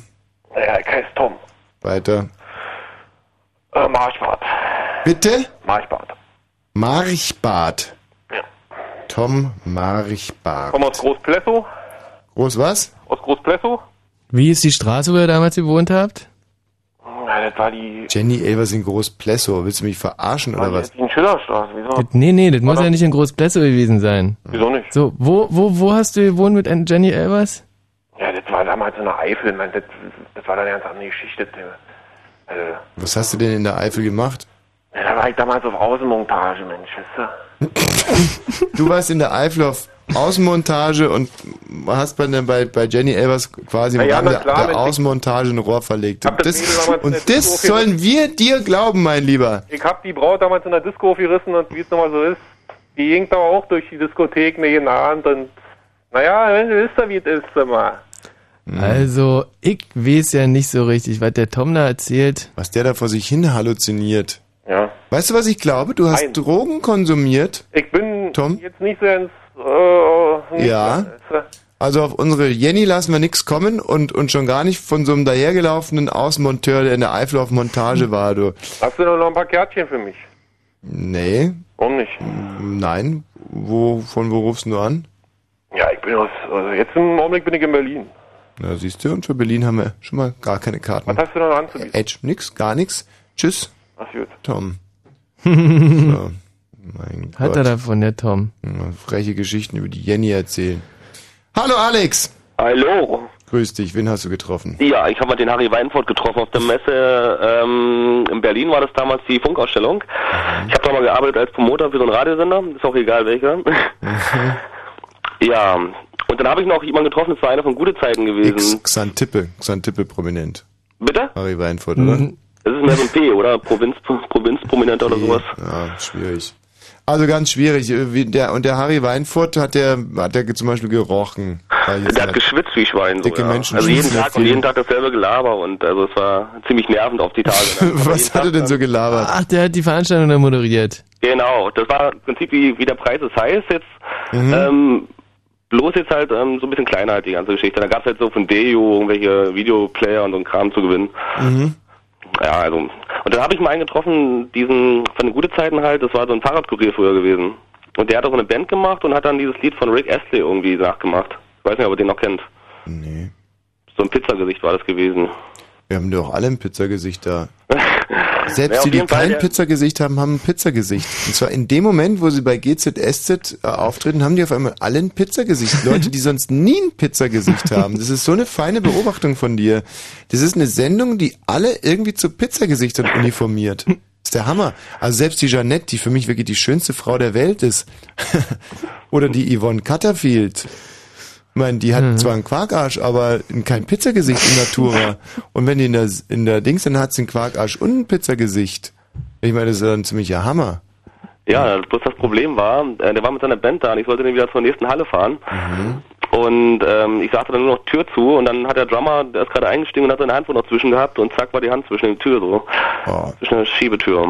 [SPEAKER 22] Naja, ich heiße Tom.
[SPEAKER 1] Weiter.
[SPEAKER 22] Äh, Marschbart.
[SPEAKER 1] Bitte?
[SPEAKER 22] Marschbart.
[SPEAKER 1] Marchbart.
[SPEAKER 22] Ja.
[SPEAKER 1] Tom Marchbart.
[SPEAKER 22] Komm aus Großplesso.
[SPEAKER 1] Groß was?
[SPEAKER 22] Aus Großplesso.
[SPEAKER 2] Wie ist die Straße, wo ihr damals gewohnt habt?
[SPEAKER 22] Ja, das war die,
[SPEAKER 1] Jenny Elvers in Groß Plessow. Willst du mich verarschen oder was?
[SPEAKER 22] die Schillerstraße. Wieso?
[SPEAKER 2] Nee, nee, das muss ja nicht in Großplätze gewesen sein.
[SPEAKER 22] Wieso nicht?
[SPEAKER 2] So, wo, wo, wo hast du gewohnt mit Jenny Elvers?
[SPEAKER 22] Ja, das war damals in der Eifel. Man, das, das war dann eine ganz andere Geschichte. Also, ja,
[SPEAKER 1] Was hast du denn in der Eifel gemacht?
[SPEAKER 22] da war ich damals auf Außenmontage, Mensch, weißt du?
[SPEAKER 1] Du warst in der Eifel auf Außenmontage und hast bei, bei, bei Jenny Elvers quasi im
[SPEAKER 22] Na ja,
[SPEAKER 1] Rahmen
[SPEAKER 22] na klar,
[SPEAKER 1] der,
[SPEAKER 22] wenn
[SPEAKER 1] der
[SPEAKER 22] ich-
[SPEAKER 1] Außenmontage ein Rohr verlegt. Und das,
[SPEAKER 22] Mädel damals in
[SPEAKER 1] und
[SPEAKER 22] der
[SPEAKER 1] das
[SPEAKER 22] Disco
[SPEAKER 1] sollen wir dir glauben, mein Lieber.
[SPEAKER 22] Ich hab die Braut damals in der Disco aufgerissen und wie es nochmal so ist, die ging da auch durch die Diskotheken jeden Abend und naja, wenn du wisst ja, wie es ist, sag mal.
[SPEAKER 1] Mhm.
[SPEAKER 2] Also, ich weiß ja nicht so richtig, was der Tom da erzählt.
[SPEAKER 1] Was der da vor sich hin halluziniert.
[SPEAKER 22] Ja.
[SPEAKER 1] Weißt du, was ich glaube? Du hast
[SPEAKER 22] Nein.
[SPEAKER 1] Drogen konsumiert.
[SPEAKER 22] Ich bin
[SPEAKER 1] Tom?
[SPEAKER 22] jetzt nicht so ins äh, nicht
[SPEAKER 1] Ja.
[SPEAKER 22] so ins-
[SPEAKER 1] Also auf unsere Jenny lassen wir nichts kommen und, und schon gar nicht von so einem dahergelaufenen Außenmonteur, der in der Eifel auf Montage
[SPEAKER 22] Hm.
[SPEAKER 1] war, du.
[SPEAKER 22] Hast du noch ein paar Kärtchen für mich?
[SPEAKER 1] Nee. Hm,
[SPEAKER 22] Warum nicht?
[SPEAKER 1] Nein. Wo, von wo rufst du an?
[SPEAKER 22] Ja, ich bin aus, also jetzt im Augenblick bin ich in Berlin.
[SPEAKER 1] Na, siehst du, und für Berlin haben wir schon mal gar keine Karten.
[SPEAKER 22] Was hast du noch anzubieten?
[SPEAKER 1] Edge, nix, gar nix. Tschüss.
[SPEAKER 22] Ach gut.
[SPEAKER 1] Tom. so, mein Hm,
[SPEAKER 2] Hat er davon, der Tom.
[SPEAKER 1] Freche Geschichten über die Jenny erzählen. Hallo Alex!
[SPEAKER 14] Hallo.
[SPEAKER 1] Grüß dich, wen hast du getroffen?
[SPEAKER 14] Ja, ich habe mal den Harry Weinfurt getroffen auf der Messe. Ähm, in Berlin war das damals die Funkausstellung. Ich habe da mal gearbeitet als Promoter für so einen Radiosender. Ist auch egal welcher. ja, und dann habe ich noch jemanden getroffen. Das war einer von Gute Zeiten gewesen.
[SPEAKER 1] Xantippe, Xantippe prominent.
[SPEAKER 14] Bitte?
[SPEAKER 1] Harry Weinfurt, oder?
[SPEAKER 14] Das ist mehr so ein P, oder? Provinz, Provinzprominenter oder sowas.
[SPEAKER 1] Ja, schwierig. Also ganz schwierig. äh, wie Der, und der Harry Weinfurt hat der, hat der zum Beispiel gerochen. War jetzt
[SPEAKER 14] Der hat
[SPEAKER 1] nicht-
[SPEAKER 14] geschwitzt wie Schwein. So,
[SPEAKER 1] Dicke
[SPEAKER 14] ja.
[SPEAKER 1] Menschen
[SPEAKER 14] also jeden
[SPEAKER 1] schwitzen
[SPEAKER 14] Tag und
[SPEAKER 1] viel.
[SPEAKER 14] jeden Tag dasselbe Gelaber. Und also es war ziemlich nervend auf die Tage. ne? Aber jeden
[SPEAKER 2] Was
[SPEAKER 14] Tag
[SPEAKER 2] hat er
[SPEAKER 14] dann-
[SPEAKER 2] denn so
[SPEAKER 1] gelabert?
[SPEAKER 2] Ach, der hat die Veranstaltung da moderiert.
[SPEAKER 14] Genau, das war im Prinzip wie, wie der Preis ist heiß jetzt.
[SPEAKER 2] Mhm.
[SPEAKER 14] Ähm, bloß jetzt halt ähm, so ein bisschen kleiner halt die ganze Geschichte. Da gab's halt so von Dejo irgendwelche Videoplayer und so ein Kram zu gewinnen.
[SPEAKER 1] Mhm.
[SPEAKER 14] Ja, also. Und dann habe ich mal einen getroffen, diesen von den guten Zeiten halt, das war so ein Fahrradkurier früher gewesen. Und der hat auch so eine Band gemacht und hat dann dieses Lied von Rick Astley irgendwie nachgemacht. Ich weiß nicht, ob ihr den noch kennt. Nee. So ein Pizzagesicht war das gewesen.
[SPEAKER 1] Wir haben doch alle ein Pizzagesicht da. Selbst
[SPEAKER 14] auf
[SPEAKER 1] die, die
[SPEAKER 14] jeden Fall,
[SPEAKER 1] kein
[SPEAKER 14] der-
[SPEAKER 1] Pizzagesicht haben, haben ein Pizzagesicht. Und zwar in dem Moment, wo sie bei GZSZ äh, auftreten, haben die auf einmal alle ein Pizzagesicht. Leute, die sonst nie ein Pizzagesicht haben. Das ist so eine feine Beobachtung von dir. Das ist eine Sendung, die alle irgendwie zu Pizzagesichtern uniformiert. ist der Hammer. Also selbst die Jeanette, die für mich wirklich die schönste Frau der Welt ist. Oder die Yvonne Cutterfield. Ich meine, die
[SPEAKER 2] Mhm.
[SPEAKER 1] hat zwar einen Quarkarsch, aber kein Pizzagesicht in Natura. und wenn die in der, in der Dings, dann hat sie einen Quarkarsch und ein Pizzagesicht. Ich meine, das ist ja ein ziemlicher Hammer.
[SPEAKER 14] Ja, bloß das Problem war, äh, der war mit seiner Band da und ich sollte den wieder zur nächsten Halle fahren.
[SPEAKER 1] Mhm.
[SPEAKER 14] Und ähm, ich sagte dann nur noch Tür zu und dann hat der Drummer, der ist gerade eingestiegen und hat seine Hand wohl noch zwischen gehabt und zack war die Hand zwischen der Tür so. Zwischen der Schiebetür.
[SPEAKER 1] Oh.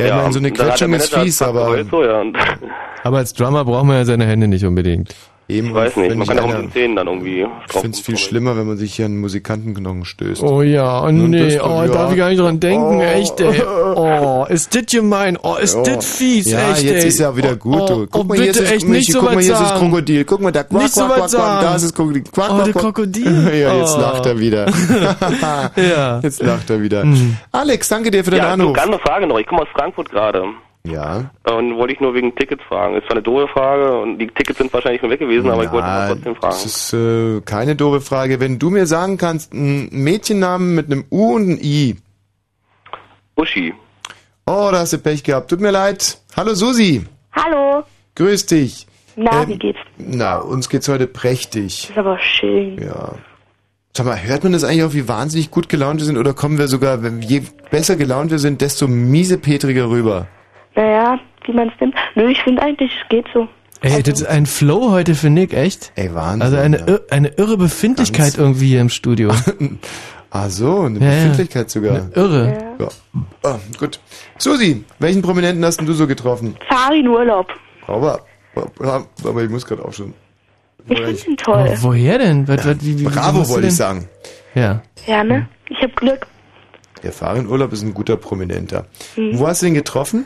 [SPEAKER 1] Ja, ich meine, so eine
[SPEAKER 14] und dann hat der
[SPEAKER 1] Quetschung ist
[SPEAKER 14] Manager
[SPEAKER 1] fies,
[SPEAKER 14] fast
[SPEAKER 1] aber
[SPEAKER 14] geheult So, ja, und
[SPEAKER 2] Aber als Drummer braucht man ja seine Hände nicht unbedingt.
[SPEAKER 1] Eben,
[SPEAKER 14] ich weiß nicht,
[SPEAKER 1] wenn
[SPEAKER 14] man
[SPEAKER 1] ich
[SPEAKER 14] kann auch mit
[SPEAKER 1] einer-
[SPEAKER 14] den Zähnen dann irgendwie
[SPEAKER 1] ich finde es viel schlimmer, wenn man sich hier an einen Musikantenknochen stößt.
[SPEAKER 2] Oh ja, oh
[SPEAKER 1] Nun, das
[SPEAKER 2] nee,
[SPEAKER 1] doch,
[SPEAKER 2] oh,
[SPEAKER 1] ja.
[SPEAKER 2] darf ich gar nicht dran denken,
[SPEAKER 1] Oh.
[SPEAKER 2] echt, ey. Oh, ist dit gemein? Oh, ist
[SPEAKER 1] Ja.
[SPEAKER 2] dit fies,
[SPEAKER 1] ja,
[SPEAKER 2] echt,
[SPEAKER 1] jetzt
[SPEAKER 2] ey.
[SPEAKER 1] ist ja wieder gut,
[SPEAKER 2] oh,
[SPEAKER 1] du.
[SPEAKER 2] Oh,
[SPEAKER 1] mal, hier
[SPEAKER 2] bitte,
[SPEAKER 1] ist, es-
[SPEAKER 2] echt,
[SPEAKER 1] Mensch,
[SPEAKER 2] nicht so
[SPEAKER 1] guck mal,
[SPEAKER 2] was
[SPEAKER 1] hier ist das
[SPEAKER 2] sagen.
[SPEAKER 1] Krokodil. Guck mal, da quack,
[SPEAKER 2] Nicht so
[SPEAKER 1] quack,
[SPEAKER 2] was
[SPEAKER 1] quack, quack, da
[SPEAKER 2] sagen.
[SPEAKER 1] ist das Krokodil. Quack,
[SPEAKER 2] Oh,
[SPEAKER 1] quack,
[SPEAKER 2] der
[SPEAKER 1] quack.
[SPEAKER 2] Krokodil.
[SPEAKER 1] ja, jetzt
[SPEAKER 2] Oh.
[SPEAKER 1] lacht er wieder.
[SPEAKER 2] ja. Mhm.
[SPEAKER 1] Jetzt lacht er wieder. Alex, danke dir für
[SPEAKER 14] deine
[SPEAKER 1] deinen
[SPEAKER 14] ja,
[SPEAKER 1] Anruf.
[SPEAKER 14] Ja, andere Frage noch. Ich komme aus Frankfurt gerade.
[SPEAKER 1] Ja.
[SPEAKER 14] Und wollte ich nur wegen Tickets fragen. Ist zwar eine doofe Frage und die Tickets sind wahrscheinlich schon weg gewesen, aber ich wollte mal trotzdem
[SPEAKER 1] Das
[SPEAKER 14] fragen.
[SPEAKER 1] ist äh, keine doofe Frage. Wenn du mir sagen kannst, ein Mädchennamen mit einem U und einem I.
[SPEAKER 14] Uschi.
[SPEAKER 1] Oh, da hast du Pech gehabt. Tut mir leid. Hallo Susi.
[SPEAKER 4] Hallo.
[SPEAKER 1] Grüß dich.
[SPEAKER 4] Na,
[SPEAKER 1] Ähm,
[SPEAKER 4] wie geht's?
[SPEAKER 1] Na, uns geht's heute prächtig.
[SPEAKER 4] Ist aber schön.
[SPEAKER 1] Ja. Sag mal, hört man das eigentlich auch, wie wahnsinnig gut gelaunt wir sind? Oder kommen wir sogar, wenn- je besser gelaunt wir sind, desto miesepetriger rüber?
[SPEAKER 4] Naja, wie man es nimmt. Nö, ich finde eigentlich, es geht so.
[SPEAKER 2] Ey, das ist ein Flow heute für Nick, echt?
[SPEAKER 1] Also- Ey, Wahnsinn.
[SPEAKER 2] Also eine, ir eine irre Befindlichkeit irgendwie hier im Studio.
[SPEAKER 1] Ach Ah, so, eine
[SPEAKER 2] Ja, ja.
[SPEAKER 1] Befindlichkeit sogar.
[SPEAKER 2] Eine irre.
[SPEAKER 1] Ja. Ah, gut. Susi, welchen Prominenten hast denn du so getroffen?
[SPEAKER 25] Farin Urlaub.
[SPEAKER 1] Aber, aber ich muss gerade auch schon.
[SPEAKER 25] Ich finde ihn toll.
[SPEAKER 2] Oh, woher denn? Was, was, wie, wie,
[SPEAKER 1] Bravo,
[SPEAKER 2] was
[SPEAKER 1] wollte ich
[SPEAKER 2] denn?
[SPEAKER 1] sagen.
[SPEAKER 2] Ja.
[SPEAKER 25] Ja,
[SPEAKER 1] Hm.
[SPEAKER 25] ne? Ich habe Glück.
[SPEAKER 1] Der Fahrenurlaub ist ein guter Prominenter.
[SPEAKER 25] Mhm.
[SPEAKER 1] Wo hast du ihn getroffen?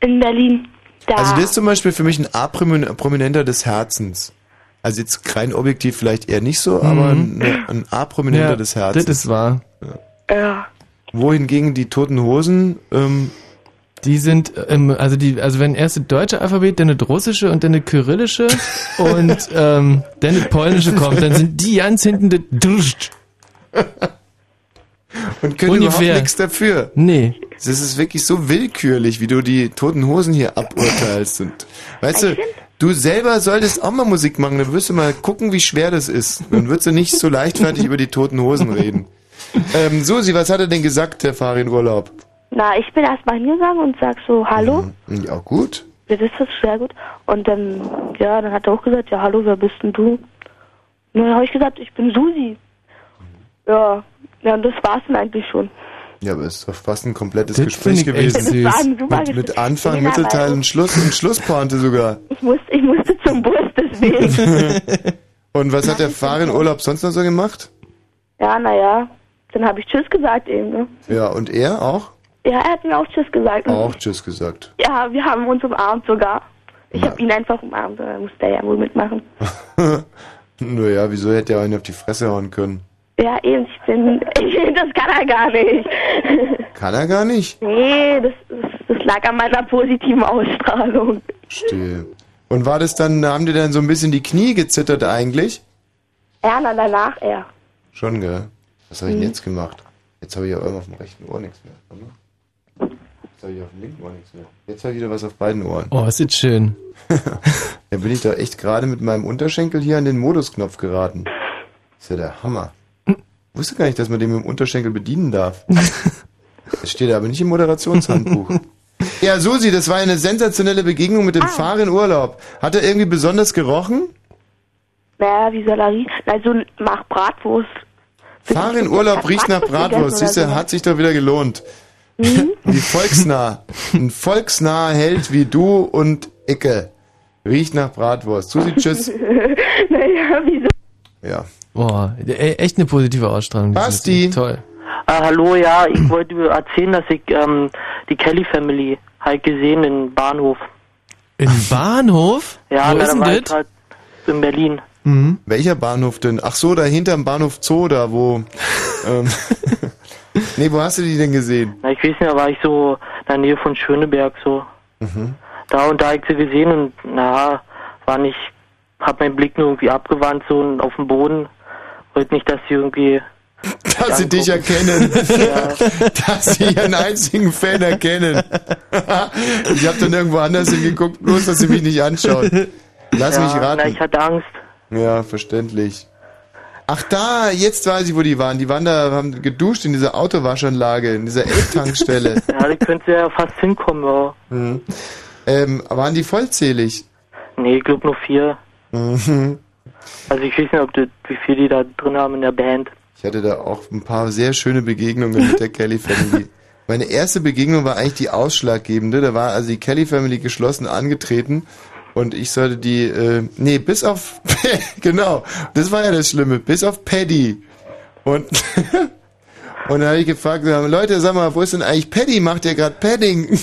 [SPEAKER 25] In Berlin. Da.
[SPEAKER 1] Also der ist zum Beispiel für mich ein A-Promin- Prominenter des Herzens. Also jetzt rein objektiv vielleicht eher nicht so, aber
[SPEAKER 2] Mhm.
[SPEAKER 1] ein, ein A-Prominenter
[SPEAKER 2] Ja,
[SPEAKER 1] des Herzens.
[SPEAKER 2] das ist wahr.
[SPEAKER 25] ja.
[SPEAKER 1] Wohingegen die Toten Hosen, ähm,
[SPEAKER 2] Die sind, ähm, also die, also wenn erst das deutsche Alphabet, dann das russische und dann das kyrillische und ähm, dann das polnische kommt, dann sind die ganz hinten das Drst.
[SPEAKER 1] Und können
[SPEAKER 2] Ungefähr.
[SPEAKER 1] überhaupt nichts dafür.
[SPEAKER 2] Nee.
[SPEAKER 1] Das ist wirklich so willkürlich, wie du die toten Hosen hier aburteilst. Und weißt du, du selber solltest auch mal Musik machen, dann wirst du mal gucken, wie schwer das ist. Dann würdest du nicht so leichtfertig über die toten Hosen reden. Ähm, Susi, was hat er denn gesagt, der Farin-Urlaub?
[SPEAKER 3] Na, ich bin erstmal hingegangen und sag so, hallo,
[SPEAKER 1] Mhm. Ja, gut.
[SPEAKER 3] wir wissen das sehr gut. Und dann, ja, dann hat er auch gesagt, ja, hallo, wer bist denn du? Und dann habe ich gesagt, ich bin Susi. Ja, ja, und das war's dann eigentlich schon.
[SPEAKER 1] Ja, aber es ist doch fast ein komplettes
[SPEAKER 2] Das
[SPEAKER 1] Gespräch
[SPEAKER 2] find ich echt
[SPEAKER 1] gewesen.
[SPEAKER 2] süß. Das war ein
[SPEAKER 3] super
[SPEAKER 1] mit, mit
[SPEAKER 3] Gespräch.
[SPEAKER 1] Anfang,
[SPEAKER 3] Genau,
[SPEAKER 1] Mittelteil und Schluss und Schlusspointe sogar.
[SPEAKER 3] Ich musste, ich musste zum Bus, deswegen.
[SPEAKER 1] Und was hat der Farin-Urlaub sonst noch so gemacht?
[SPEAKER 3] ja, naja, dann habe ich Tschüss gesagt eben, ne?
[SPEAKER 1] Ja, und er auch?
[SPEAKER 3] Ja, er hat mir auch Tschüss gesagt. Und
[SPEAKER 1] Auch Tschüss gesagt.
[SPEAKER 3] Ja, wir haben uns umarmt sogar. Ich habe ihn einfach umarmt, da musste er ja wohl mitmachen.
[SPEAKER 1] Naja, wieso hätte er einen auf die Fresse hauen können?
[SPEAKER 3] Ja, eben, ich bin. Das kann er gar nicht.
[SPEAKER 1] Kann er gar nicht.
[SPEAKER 3] Nee, das, das lag an meiner positiven Ausstrahlung.
[SPEAKER 1] Verstehe. Und war das dann, haben dir dann so ein bisschen die Knie gezittert eigentlich?
[SPEAKER 3] Ja, na, danach er.
[SPEAKER 1] Schon, gell? Was habe ich denn
[SPEAKER 3] Mhm.
[SPEAKER 1] jetzt gemacht? Jetzt habe ich ja irgendwann auf dem rechten Ohr nichts mehr. Warte mal. Jetzt habe ich auf dem linken Ohr nichts mehr. Jetzt habe ich wieder was auf beiden Ohren.
[SPEAKER 2] Oh, ist das schön.
[SPEAKER 1] Da bin ich da echt gerade mit meinem Unterschenkel hier an den Modusknopf geraten. Ist ja der Hammer. Ich wusste gar nicht, dass man den mit dem Unterschenkel bedienen darf. Das steht aber nicht im Moderationshandbuch. Ja, Susi, das war eine sensationelle Begegnung mit dem Fahrer in Urlaub. Hat er irgendwie besonders gerochen?
[SPEAKER 3] Naja, wie Sellerie. Na, so nach Also, Bratwurst.
[SPEAKER 1] Fahrer in Urlaub riecht nach Bratwurst. Siehst du, hat sich doch wieder gelohnt. Wie volksnah. Ein volksnaher Held wie du und Icke. Riecht nach Bratwurst. Susi, tschüss.
[SPEAKER 3] naja, wieso?
[SPEAKER 1] Ja.
[SPEAKER 2] Boah, e- echt eine positive Ausstrahlung. Basti. Toll.
[SPEAKER 8] Ah, hallo, ja, ich wollte mir erzählen, dass ich ähm, die Kelly Family halt gesehen im Bahnhof.
[SPEAKER 2] Im Bahnhof?
[SPEAKER 8] Ja,
[SPEAKER 1] Wo
[SPEAKER 8] na,
[SPEAKER 1] ist
[SPEAKER 8] da
[SPEAKER 1] denn
[SPEAKER 8] war
[SPEAKER 1] das? Mhm.
[SPEAKER 8] ich halt in Berlin.
[SPEAKER 1] Welcher Bahnhof denn? Ach so, da hinterm Bahnhof Zoo, da wo. ähm, nee, wo hast du die denn gesehen?
[SPEAKER 8] Na, ich weiß nicht, da war ich so in der Nähe von Schöneberg so.
[SPEAKER 1] Mhm.
[SPEAKER 8] Da und da hab ich sie gesehen und na, war nicht, hab meinen Blick nur irgendwie abgewandt so und auf dem Boden. Wollte nicht, dass sie irgendwie.
[SPEAKER 1] Dass sie dich erkennen. Dass sie ihren einzigen Fan erkennen. ich habe dann irgendwo anders hingeguckt, bloß dass sie mich nicht anschauen. Lass
[SPEAKER 8] ja,
[SPEAKER 1] mich raten.
[SPEAKER 8] Na, ich hatte Angst.
[SPEAKER 1] Ja, verständlich. Ach da, jetzt weiß ich, wo die waren. Die waren da, haben geduscht in dieser Autowaschanlage, in dieser Elbtankstelle.
[SPEAKER 8] Ja, da könnte ja fast hinkommen, ja.
[SPEAKER 1] Mhm. ähm, waren die vollzählig?
[SPEAKER 8] Nee, ich glaube nur vier.
[SPEAKER 1] Mhm.
[SPEAKER 8] Also ich weiß nicht, ob das, wie viel die da drin haben in der Band.
[SPEAKER 1] Ich hatte da auch ein paar sehr schöne Begegnungen mit der Kelly Family. Meine erste Begegnung war eigentlich die ausschlaggebende. Da war also die Kelly Family geschlossen angetreten und ich sollte die, äh, nee, bis auf, genau, das war ja das Schlimme, bis auf Paddy. Und, und dann habe ich gefragt, Leute, sag mal, wo ist denn eigentlich Paddy? Macht ihr gerade Padding?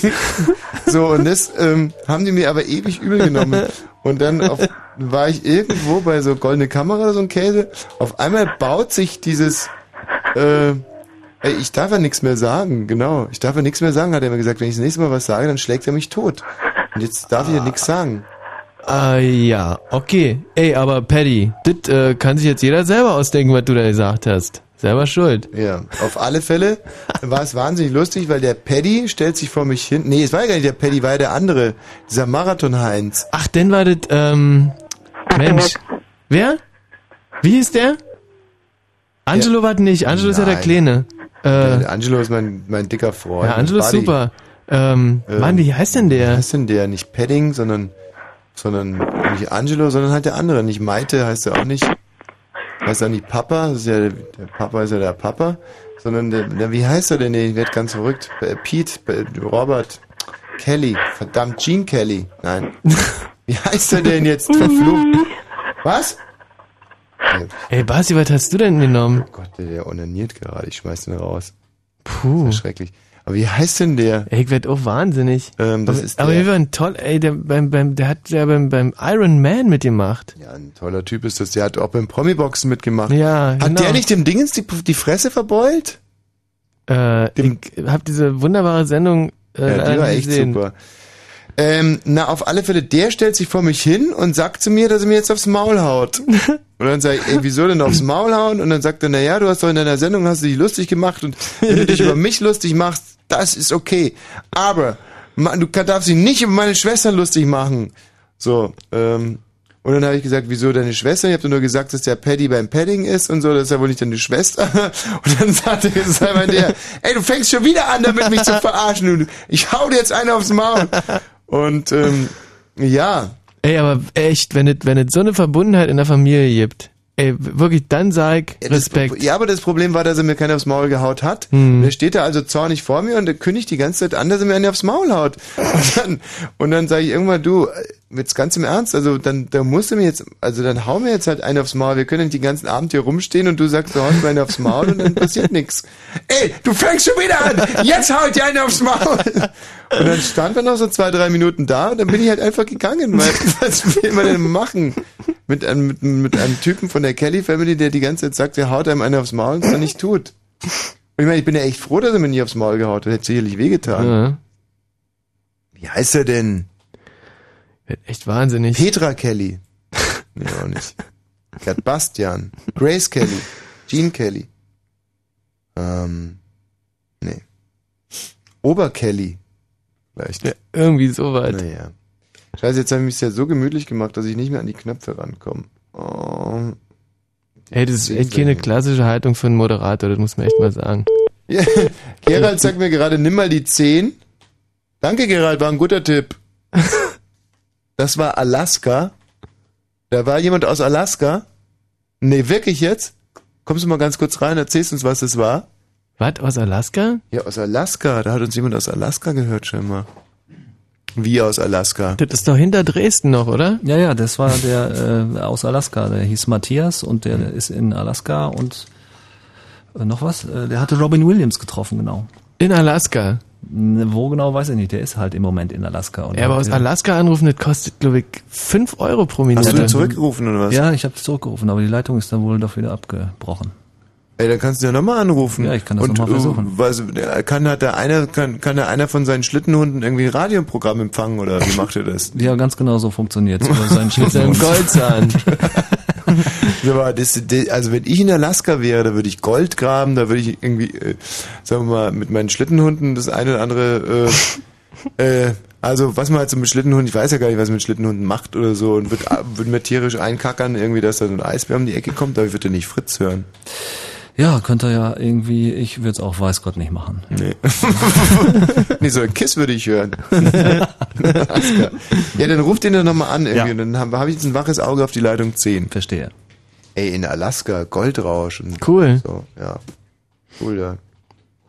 [SPEAKER 1] so, und das ähm, haben die mir aber ewig übel genommen. Und dann auf, war ich irgendwo bei so Goldene Kamera oder so ein Käse. Auf einmal baut sich dieses, äh, ey, ich darf ja nichts mehr sagen, genau. Ich darf ja nichts mehr sagen, hat er mir gesagt. Wenn ich das nächste Mal was sage, dann schlägt er mich tot. Und jetzt darf ich ja nichts sagen.
[SPEAKER 2] Ah ja, okay. Ey, aber Paddy, das äh, kann sich jetzt jeder selber ausdenken, was du da gesagt hast. Selber schuld.
[SPEAKER 1] Ja, auf alle Fälle war es wahnsinnig lustig, weil der Paddy stellt sich vor mich hin. Nee, es war ja gar nicht der Paddy, war ja der andere. Dieser Marathon-Heinz.
[SPEAKER 2] Ach, denn war das, ähm, Mensch. Wer? Wie hieß der? Angelo war das nicht. Angelo ist ja der
[SPEAKER 1] Nein.
[SPEAKER 2] Kleine. Äh,
[SPEAKER 1] Der Angelo ist mein, mein dicker Freund.
[SPEAKER 2] ja, Angelo ist
[SPEAKER 1] Buddy. Ähm,
[SPEAKER 2] super. Ähm, Mann, wie heißt denn der?
[SPEAKER 1] Wie heißt denn der? Nicht Padding, sondern sondern nicht Angelo, sondern halt der andere. Nicht Maite heißt er auch nicht, heißt er nicht Papa, das ist ja, der Papa ist ja der Papa, sondern der, der wie heißt er denn? Nee, Ich werd ganz verrückt. Äh, Pete, äh, Robert, Kelly, verdammt, Gene Kelly. Nein. Wie heißt er denn jetzt? Verflucht. Was?
[SPEAKER 2] Ey, Basti, was hast du denn genommen?
[SPEAKER 1] Oh Gott, der, der onaniert gerade. Ich schmeiß den raus. Puh. Das ist ja schrecklich. Aber wie heißt denn der?
[SPEAKER 2] Ey, ich werd auch wahnsinnig.
[SPEAKER 1] Ähm, das
[SPEAKER 2] aber,
[SPEAKER 1] ist
[SPEAKER 2] aber
[SPEAKER 1] der-
[SPEAKER 2] wir waren toll, ey, der, beim, beim, der hat ja beim, beim Iron Man mitgemacht.
[SPEAKER 1] Ja, ein toller Typ ist das. Der hat auch beim Promi-Boxen mitgemacht.
[SPEAKER 2] Ja,
[SPEAKER 1] Hat
[SPEAKER 2] genau.
[SPEAKER 1] der nicht dem Dingens die, die Fresse verbeult?
[SPEAKER 2] Äh, ich hab diese wunderbare Sendung äh,
[SPEAKER 1] ja, die war
[SPEAKER 2] leider nicht
[SPEAKER 1] echt
[SPEAKER 2] gesehen.
[SPEAKER 1] super. Ähm, na, auf alle Fälle, der stellt sich vor mich hin und sagt zu mir, dass er mir jetzt aufs Maul haut. Und dann sage ich, ey, wieso denn aufs Maul hauen? Und dann sagt er, na ja, du hast doch in deiner Sendung, hast du dich lustig gemacht und wenn du dich über mich lustig machst, das ist okay. Aber ma- du kann- darfst dich nicht über meine Schwestern lustig machen. So, ähm, und dann habe ich gesagt, wieso deine Schwester? Ich habe nur gesagt, dass der Paddy beim Padding ist und so, das ist ja wohl nicht deine Schwester. Und dann sagte jetzt einmal der, ey, du fängst schon wieder an, damit mich zu verarschen. Du- Ich hau dir jetzt einen aufs Maul. Und ähm, ja.
[SPEAKER 2] Ey, aber echt, wenn es wenn es so eine Verbundenheit in der Familie gibt, ey, wirklich, dann sag ich Respekt.
[SPEAKER 1] Ja, aber das Problem war, dass er mir keiner aufs Maul gehaut hat.
[SPEAKER 2] Hm.
[SPEAKER 1] Der steht da also zornig vor mir und der kündigt die ganze Zeit an, dass er mir einen aufs Maul haut. Und dann, und dann sage ich irgendwann, du, äh, jetzt ganz im Ernst, also dann, da musst du mir jetzt, also dann hau mir jetzt halt einen aufs Maul. Wir können nicht den ganzen Abend hier rumstehen und du sagst, du haust mir einen aufs Maul und dann passiert nichts. Ey, du fängst schon wieder an! Jetzt haut dir einen aufs Maul! Und dann stand er noch so zwei, drei Minuten da und dann bin ich halt einfach gegangen, weil was will man denn machen? Mit einem, mit, einem- mit einem Typen von der Kelly Family, der die ganze Zeit sagt, der haut einem einen aufs Maul und es dann nicht tut. Und ich meine, ich bin ja echt froh, dass er mir nicht aufs Maul gehaut hat. Hätte sicherlich wehgetan.
[SPEAKER 2] Ja.
[SPEAKER 1] Wie heißt er denn?
[SPEAKER 2] Echt wahnsinnig.
[SPEAKER 1] Petra Kelly. Nee, auch nicht. Gerd Bastian. Grace Kelly. Jean Kelly. Ähm, nee. Oberkelly. Vielleicht. Ja,
[SPEAKER 2] irgendwie so weit.
[SPEAKER 1] Naja. Scheiße, jetzt habe ich mich ja so gemütlich gemacht, dass ich nicht mehr an die Knöpfe rankomme. Oh.
[SPEAKER 2] Ähm, Ey, das ist echt keine klassische Haltung für einen Moderator, das muss man echt mal sagen.
[SPEAKER 1] Ja, Gerald sagt mir gerade, nimm mal die 10. Danke, Gerald, war ein guter Tipp. Das war Alaska. Da war jemand aus Alaska. Nee, wirklich jetzt? Kommst du mal ganz kurz rein, erzählst uns, was das war?
[SPEAKER 2] Was, aus Alaska?
[SPEAKER 1] Ja, aus Alaska. Da hat uns jemand aus Alaska gehört, scheinbar. Wie aus Alaska?
[SPEAKER 2] Das ist doch hinter Dresden noch, oder?
[SPEAKER 11] Ja, ja, das war der äh, aus Alaska. Der hieß Matthias und der
[SPEAKER 2] Hm.
[SPEAKER 11] ist in Alaska und äh, noch was? Äh, der hatte Robin Williams getroffen, genau.
[SPEAKER 2] In Alaska?
[SPEAKER 11] Wo genau, weiß ich nicht. Der ist halt im Moment in Alaska. Und
[SPEAKER 2] Ja, aber aus
[SPEAKER 11] ja.
[SPEAKER 2] Alaska anrufen, das kostet, glaube ich, 5 Euro pro Minute.
[SPEAKER 1] oder was?
[SPEAKER 11] Ja, ich habe zurückgerufen, aber die Leitung ist dann wohl doch wieder abgebrochen.
[SPEAKER 1] Ey, dann kannst du ja nochmal anrufen.
[SPEAKER 11] Ja, ich kann das
[SPEAKER 1] Und,
[SPEAKER 11] noch mal versuchen.
[SPEAKER 1] äh, Was, der- kann, hat der einer, kann, kann da einer von seinen Schlittenhunden irgendwie ein Radioprogramm empfangen oder wie macht er das?
[SPEAKER 11] Ja, ganz genau so funktioniert Über seinen
[SPEAKER 1] Mit seinem
[SPEAKER 11] Schlüssel.
[SPEAKER 2] Goldzahn.
[SPEAKER 1] Aber das, das- also wenn ich in Alaska wäre, da würde ich Gold graben, da würde ich irgendwie, äh, sagen wir mal, mit meinen Schlittenhunden das eine oder andere, äh, äh, also was man halt so mit Schlittenhunden, ich weiß ja gar nicht, was man mit Schlittenhunden macht oder so und würde würd mir tierisch einkackern, irgendwie, dass da so ein Eisbär um die Ecke kommt, aber ich würde nicht Fritz hören.
[SPEAKER 11] Ja, könnte er ja irgendwie, ich würde es auch weiß Gott nicht machen.
[SPEAKER 1] Nee. nee, so ein Kiss würde ich hören. Alaska. Ja, dann ruft den doch nochmal an irgendwie. Dann habe hab ich jetzt ein waches Auge auf die Leitung 10.
[SPEAKER 11] Verstehe.
[SPEAKER 1] Ey, in Alaska, Goldrausch. Und
[SPEAKER 2] Cool.
[SPEAKER 1] So, ja. Cool, da.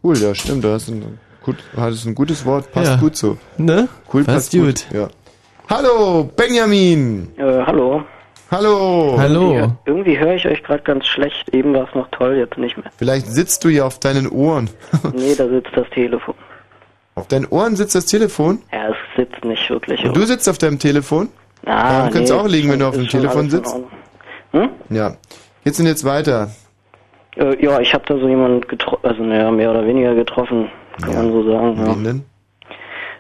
[SPEAKER 1] Cool, da stimmt. Da hast du ein, gut, hattest ein gutes Wort. Passt
[SPEAKER 2] Ja.
[SPEAKER 1] gut so.
[SPEAKER 2] Ne?
[SPEAKER 1] Cool,
[SPEAKER 2] Passt
[SPEAKER 1] passt, gut. Ja. Hallo, Benjamin.
[SPEAKER 10] Äh, hallo.
[SPEAKER 1] Hallo.
[SPEAKER 10] Irgendwie, irgendwie höre ich euch gerade ganz schlecht. Eben war es noch toll, jetzt nicht mehr.
[SPEAKER 1] Vielleicht sitzt du ja auf deinen Ohren.
[SPEAKER 10] Nee, da sitzt das Telefon.
[SPEAKER 1] Auf deinen Ohren sitzt das Telefon?
[SPEAKER 10] Ja, es sitzt nicht wirklich.
[SPEAKER 1] Und du sitzt auf deinem Telefon? Daran könnte es auch liegen, wenn du auf dem Telefon sitzt. Ja. Geht's denn jetzt weiter?
[SPEAKER 10] Äh, ja, ich habe da so jemanden getroffen, also naja, mehr oder weniger getroffen, kann man so sagen. Ja.
[SPEAKER 1] Wen denn?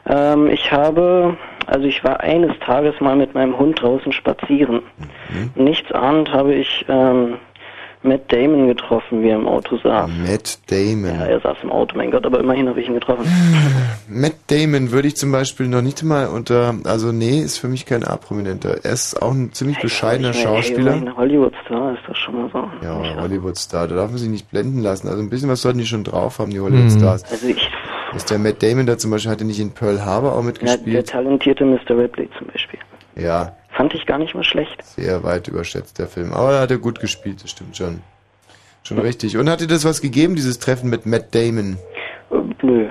[SPEAKER 10] Ähm, ich habe, also ich war eines Tages mal mit meinem Hund draußen spazieren.
[SPEAKER 1] Mhm.
[SPEAKER 10] Nichts ahnend habe ich ähm, Matt Damon getroffen, wie er im Auto saß.
[SPEAKER 1] Matt Damon.
[SPEAKER 10] Ja, er saß im Auto, mein Gott, aber immerhin habe ich ihn getroffen.
[SPEAKER 1] Matt Damon würde ich zum Beispiel noch nicht mal unter, also nee, ist für mich kein A-Prominenter. Er ist auch ein ziemlich bescheidener
[SPEAKER 10] Ich meine, ey,
[SPEAKER 1] Schauspieler.
[SPEAKER 10] Ein Hollywood-Star ist das schon mal so.
[SPEAKER 1] Ja, Hollywood-Star, da darf man sich nicht blenden lassen. Also ein bisschen was sollten die schon drauf haben, die Hollywood-Stars.
[SPEAKER 10] Also ich,
[SPEAKER 1] Ist der Matt Damon da zum Beispiel, hat er nicht in Pearl Harbor auch
[SPEAKER 10] na, der
[SPEAKER 1] mitgespielt?
[SPEAKER 10] talentierte Mr. Ripley zum Beispiel.
[SPEAKER 1] Ja,
[SPEAKER 10] Fand ich gar nicht mal schlecht.
[SPEAKER 1] sehr weit überschätzt der Film. Aber da hat er gut gespielt, das stimmt schon. Schon richtig. Und hat dir das was gegeben, dieses Treffen mit Matt Damon?
[SPEAKER 10] Äh, Nö.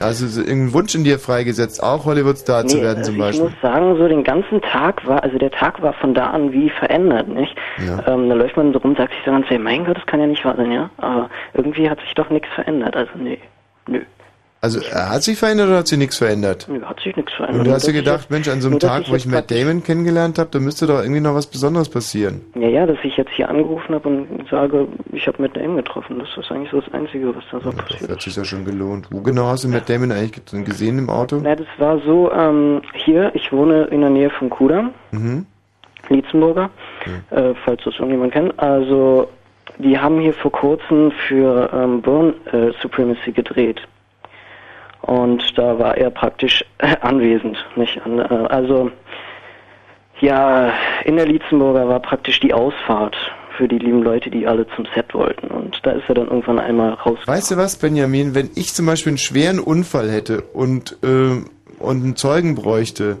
[SPEAKER 1] Also so irgendein Wunsch in dir freigesetzt, auch Hollywood-Star zu
[SPEAKER 10] Nee,
[SPEAKER 1] werden
[SPEAKER 10] also
[SPEAKER 1] zum
[SPEAKER 10] ich
[SPEAKER 1] Beispiel?
[SPEAKER 10] muss sagen, so den ganzen Tag war, also der Tag war von da an wie verändert, nicht?
[SPEAKER 1] Ja.
[SPEAKER 10] Ähm, da läuft man so rum, sagt sich so ganz, ey, mein Gott, das kann ja nicht wahr sein, ja? Aber irgendwie hat sich doch nichts verändert, also nee.
[SPEAKER 1] Also äh, hat sich verändert oder hat sich nichts verändert?
[SPEAKER 10] Nö, hat sich nichts verändert.
[SPEAKER 1] Und du
[SPEAKER 10] Nur,
[SPEAKER 1] hast dir
[SPEAKER 10] dass ich
[SPEAKER 1] gedacht,
[SPEAKER 10] jetzt-
[SPEAKER 1] Mensch, an so
[SPEAKER 10] nur,
[SPEAKER 1] einem
[SPEAKER 10] dass
[SPEAKER 1] Tag,
[SPEAKER 10] ich
[SPEAKER 1] wo ich
[SPEAKER 10] jetzt
[SPEAKER 1] Matt Damon kennengelernt habe, da müsste doch irgendwie noch was Besonderes passieren.
[SPEAKER 10] Ja, ja, dass ich jetzt hier angerufen habe und sage, ich habe mit M getroffen. Das ist eigentlich so das Einzige, was da so passiert.
[SPEAKER 1] Das hat sich ja schon gelohnt. Wo genau hast du Matt Damon eigentlich ge- gesehen im Auto?
[SPEAKER 10] Na, das war so, ähm, hier, ich wohne in der Nähe von Kudam,
[SPEAKER 1] Mhm.
[SPEAKER 10] Lietzenburger, äh, falls das irgendjemand kennt. Also, die haben hier vor kurzem für ähm, Burn äh, Supremacy gedreht. Und da war er praktisch anwesend, nicht an, äh, also, ja, in der Lietzenburger war praktisch die Ausfahrt für die lieben Leute, die alle zum Set wollten. Und da ist er dann irgendwann einmal raus.
[SPEAKER 1] Weißt du was, Benjamin, wenn ich zum Beispiel einen schweren Unfall hätte und, ähm, und einen Zeugen bräuchte,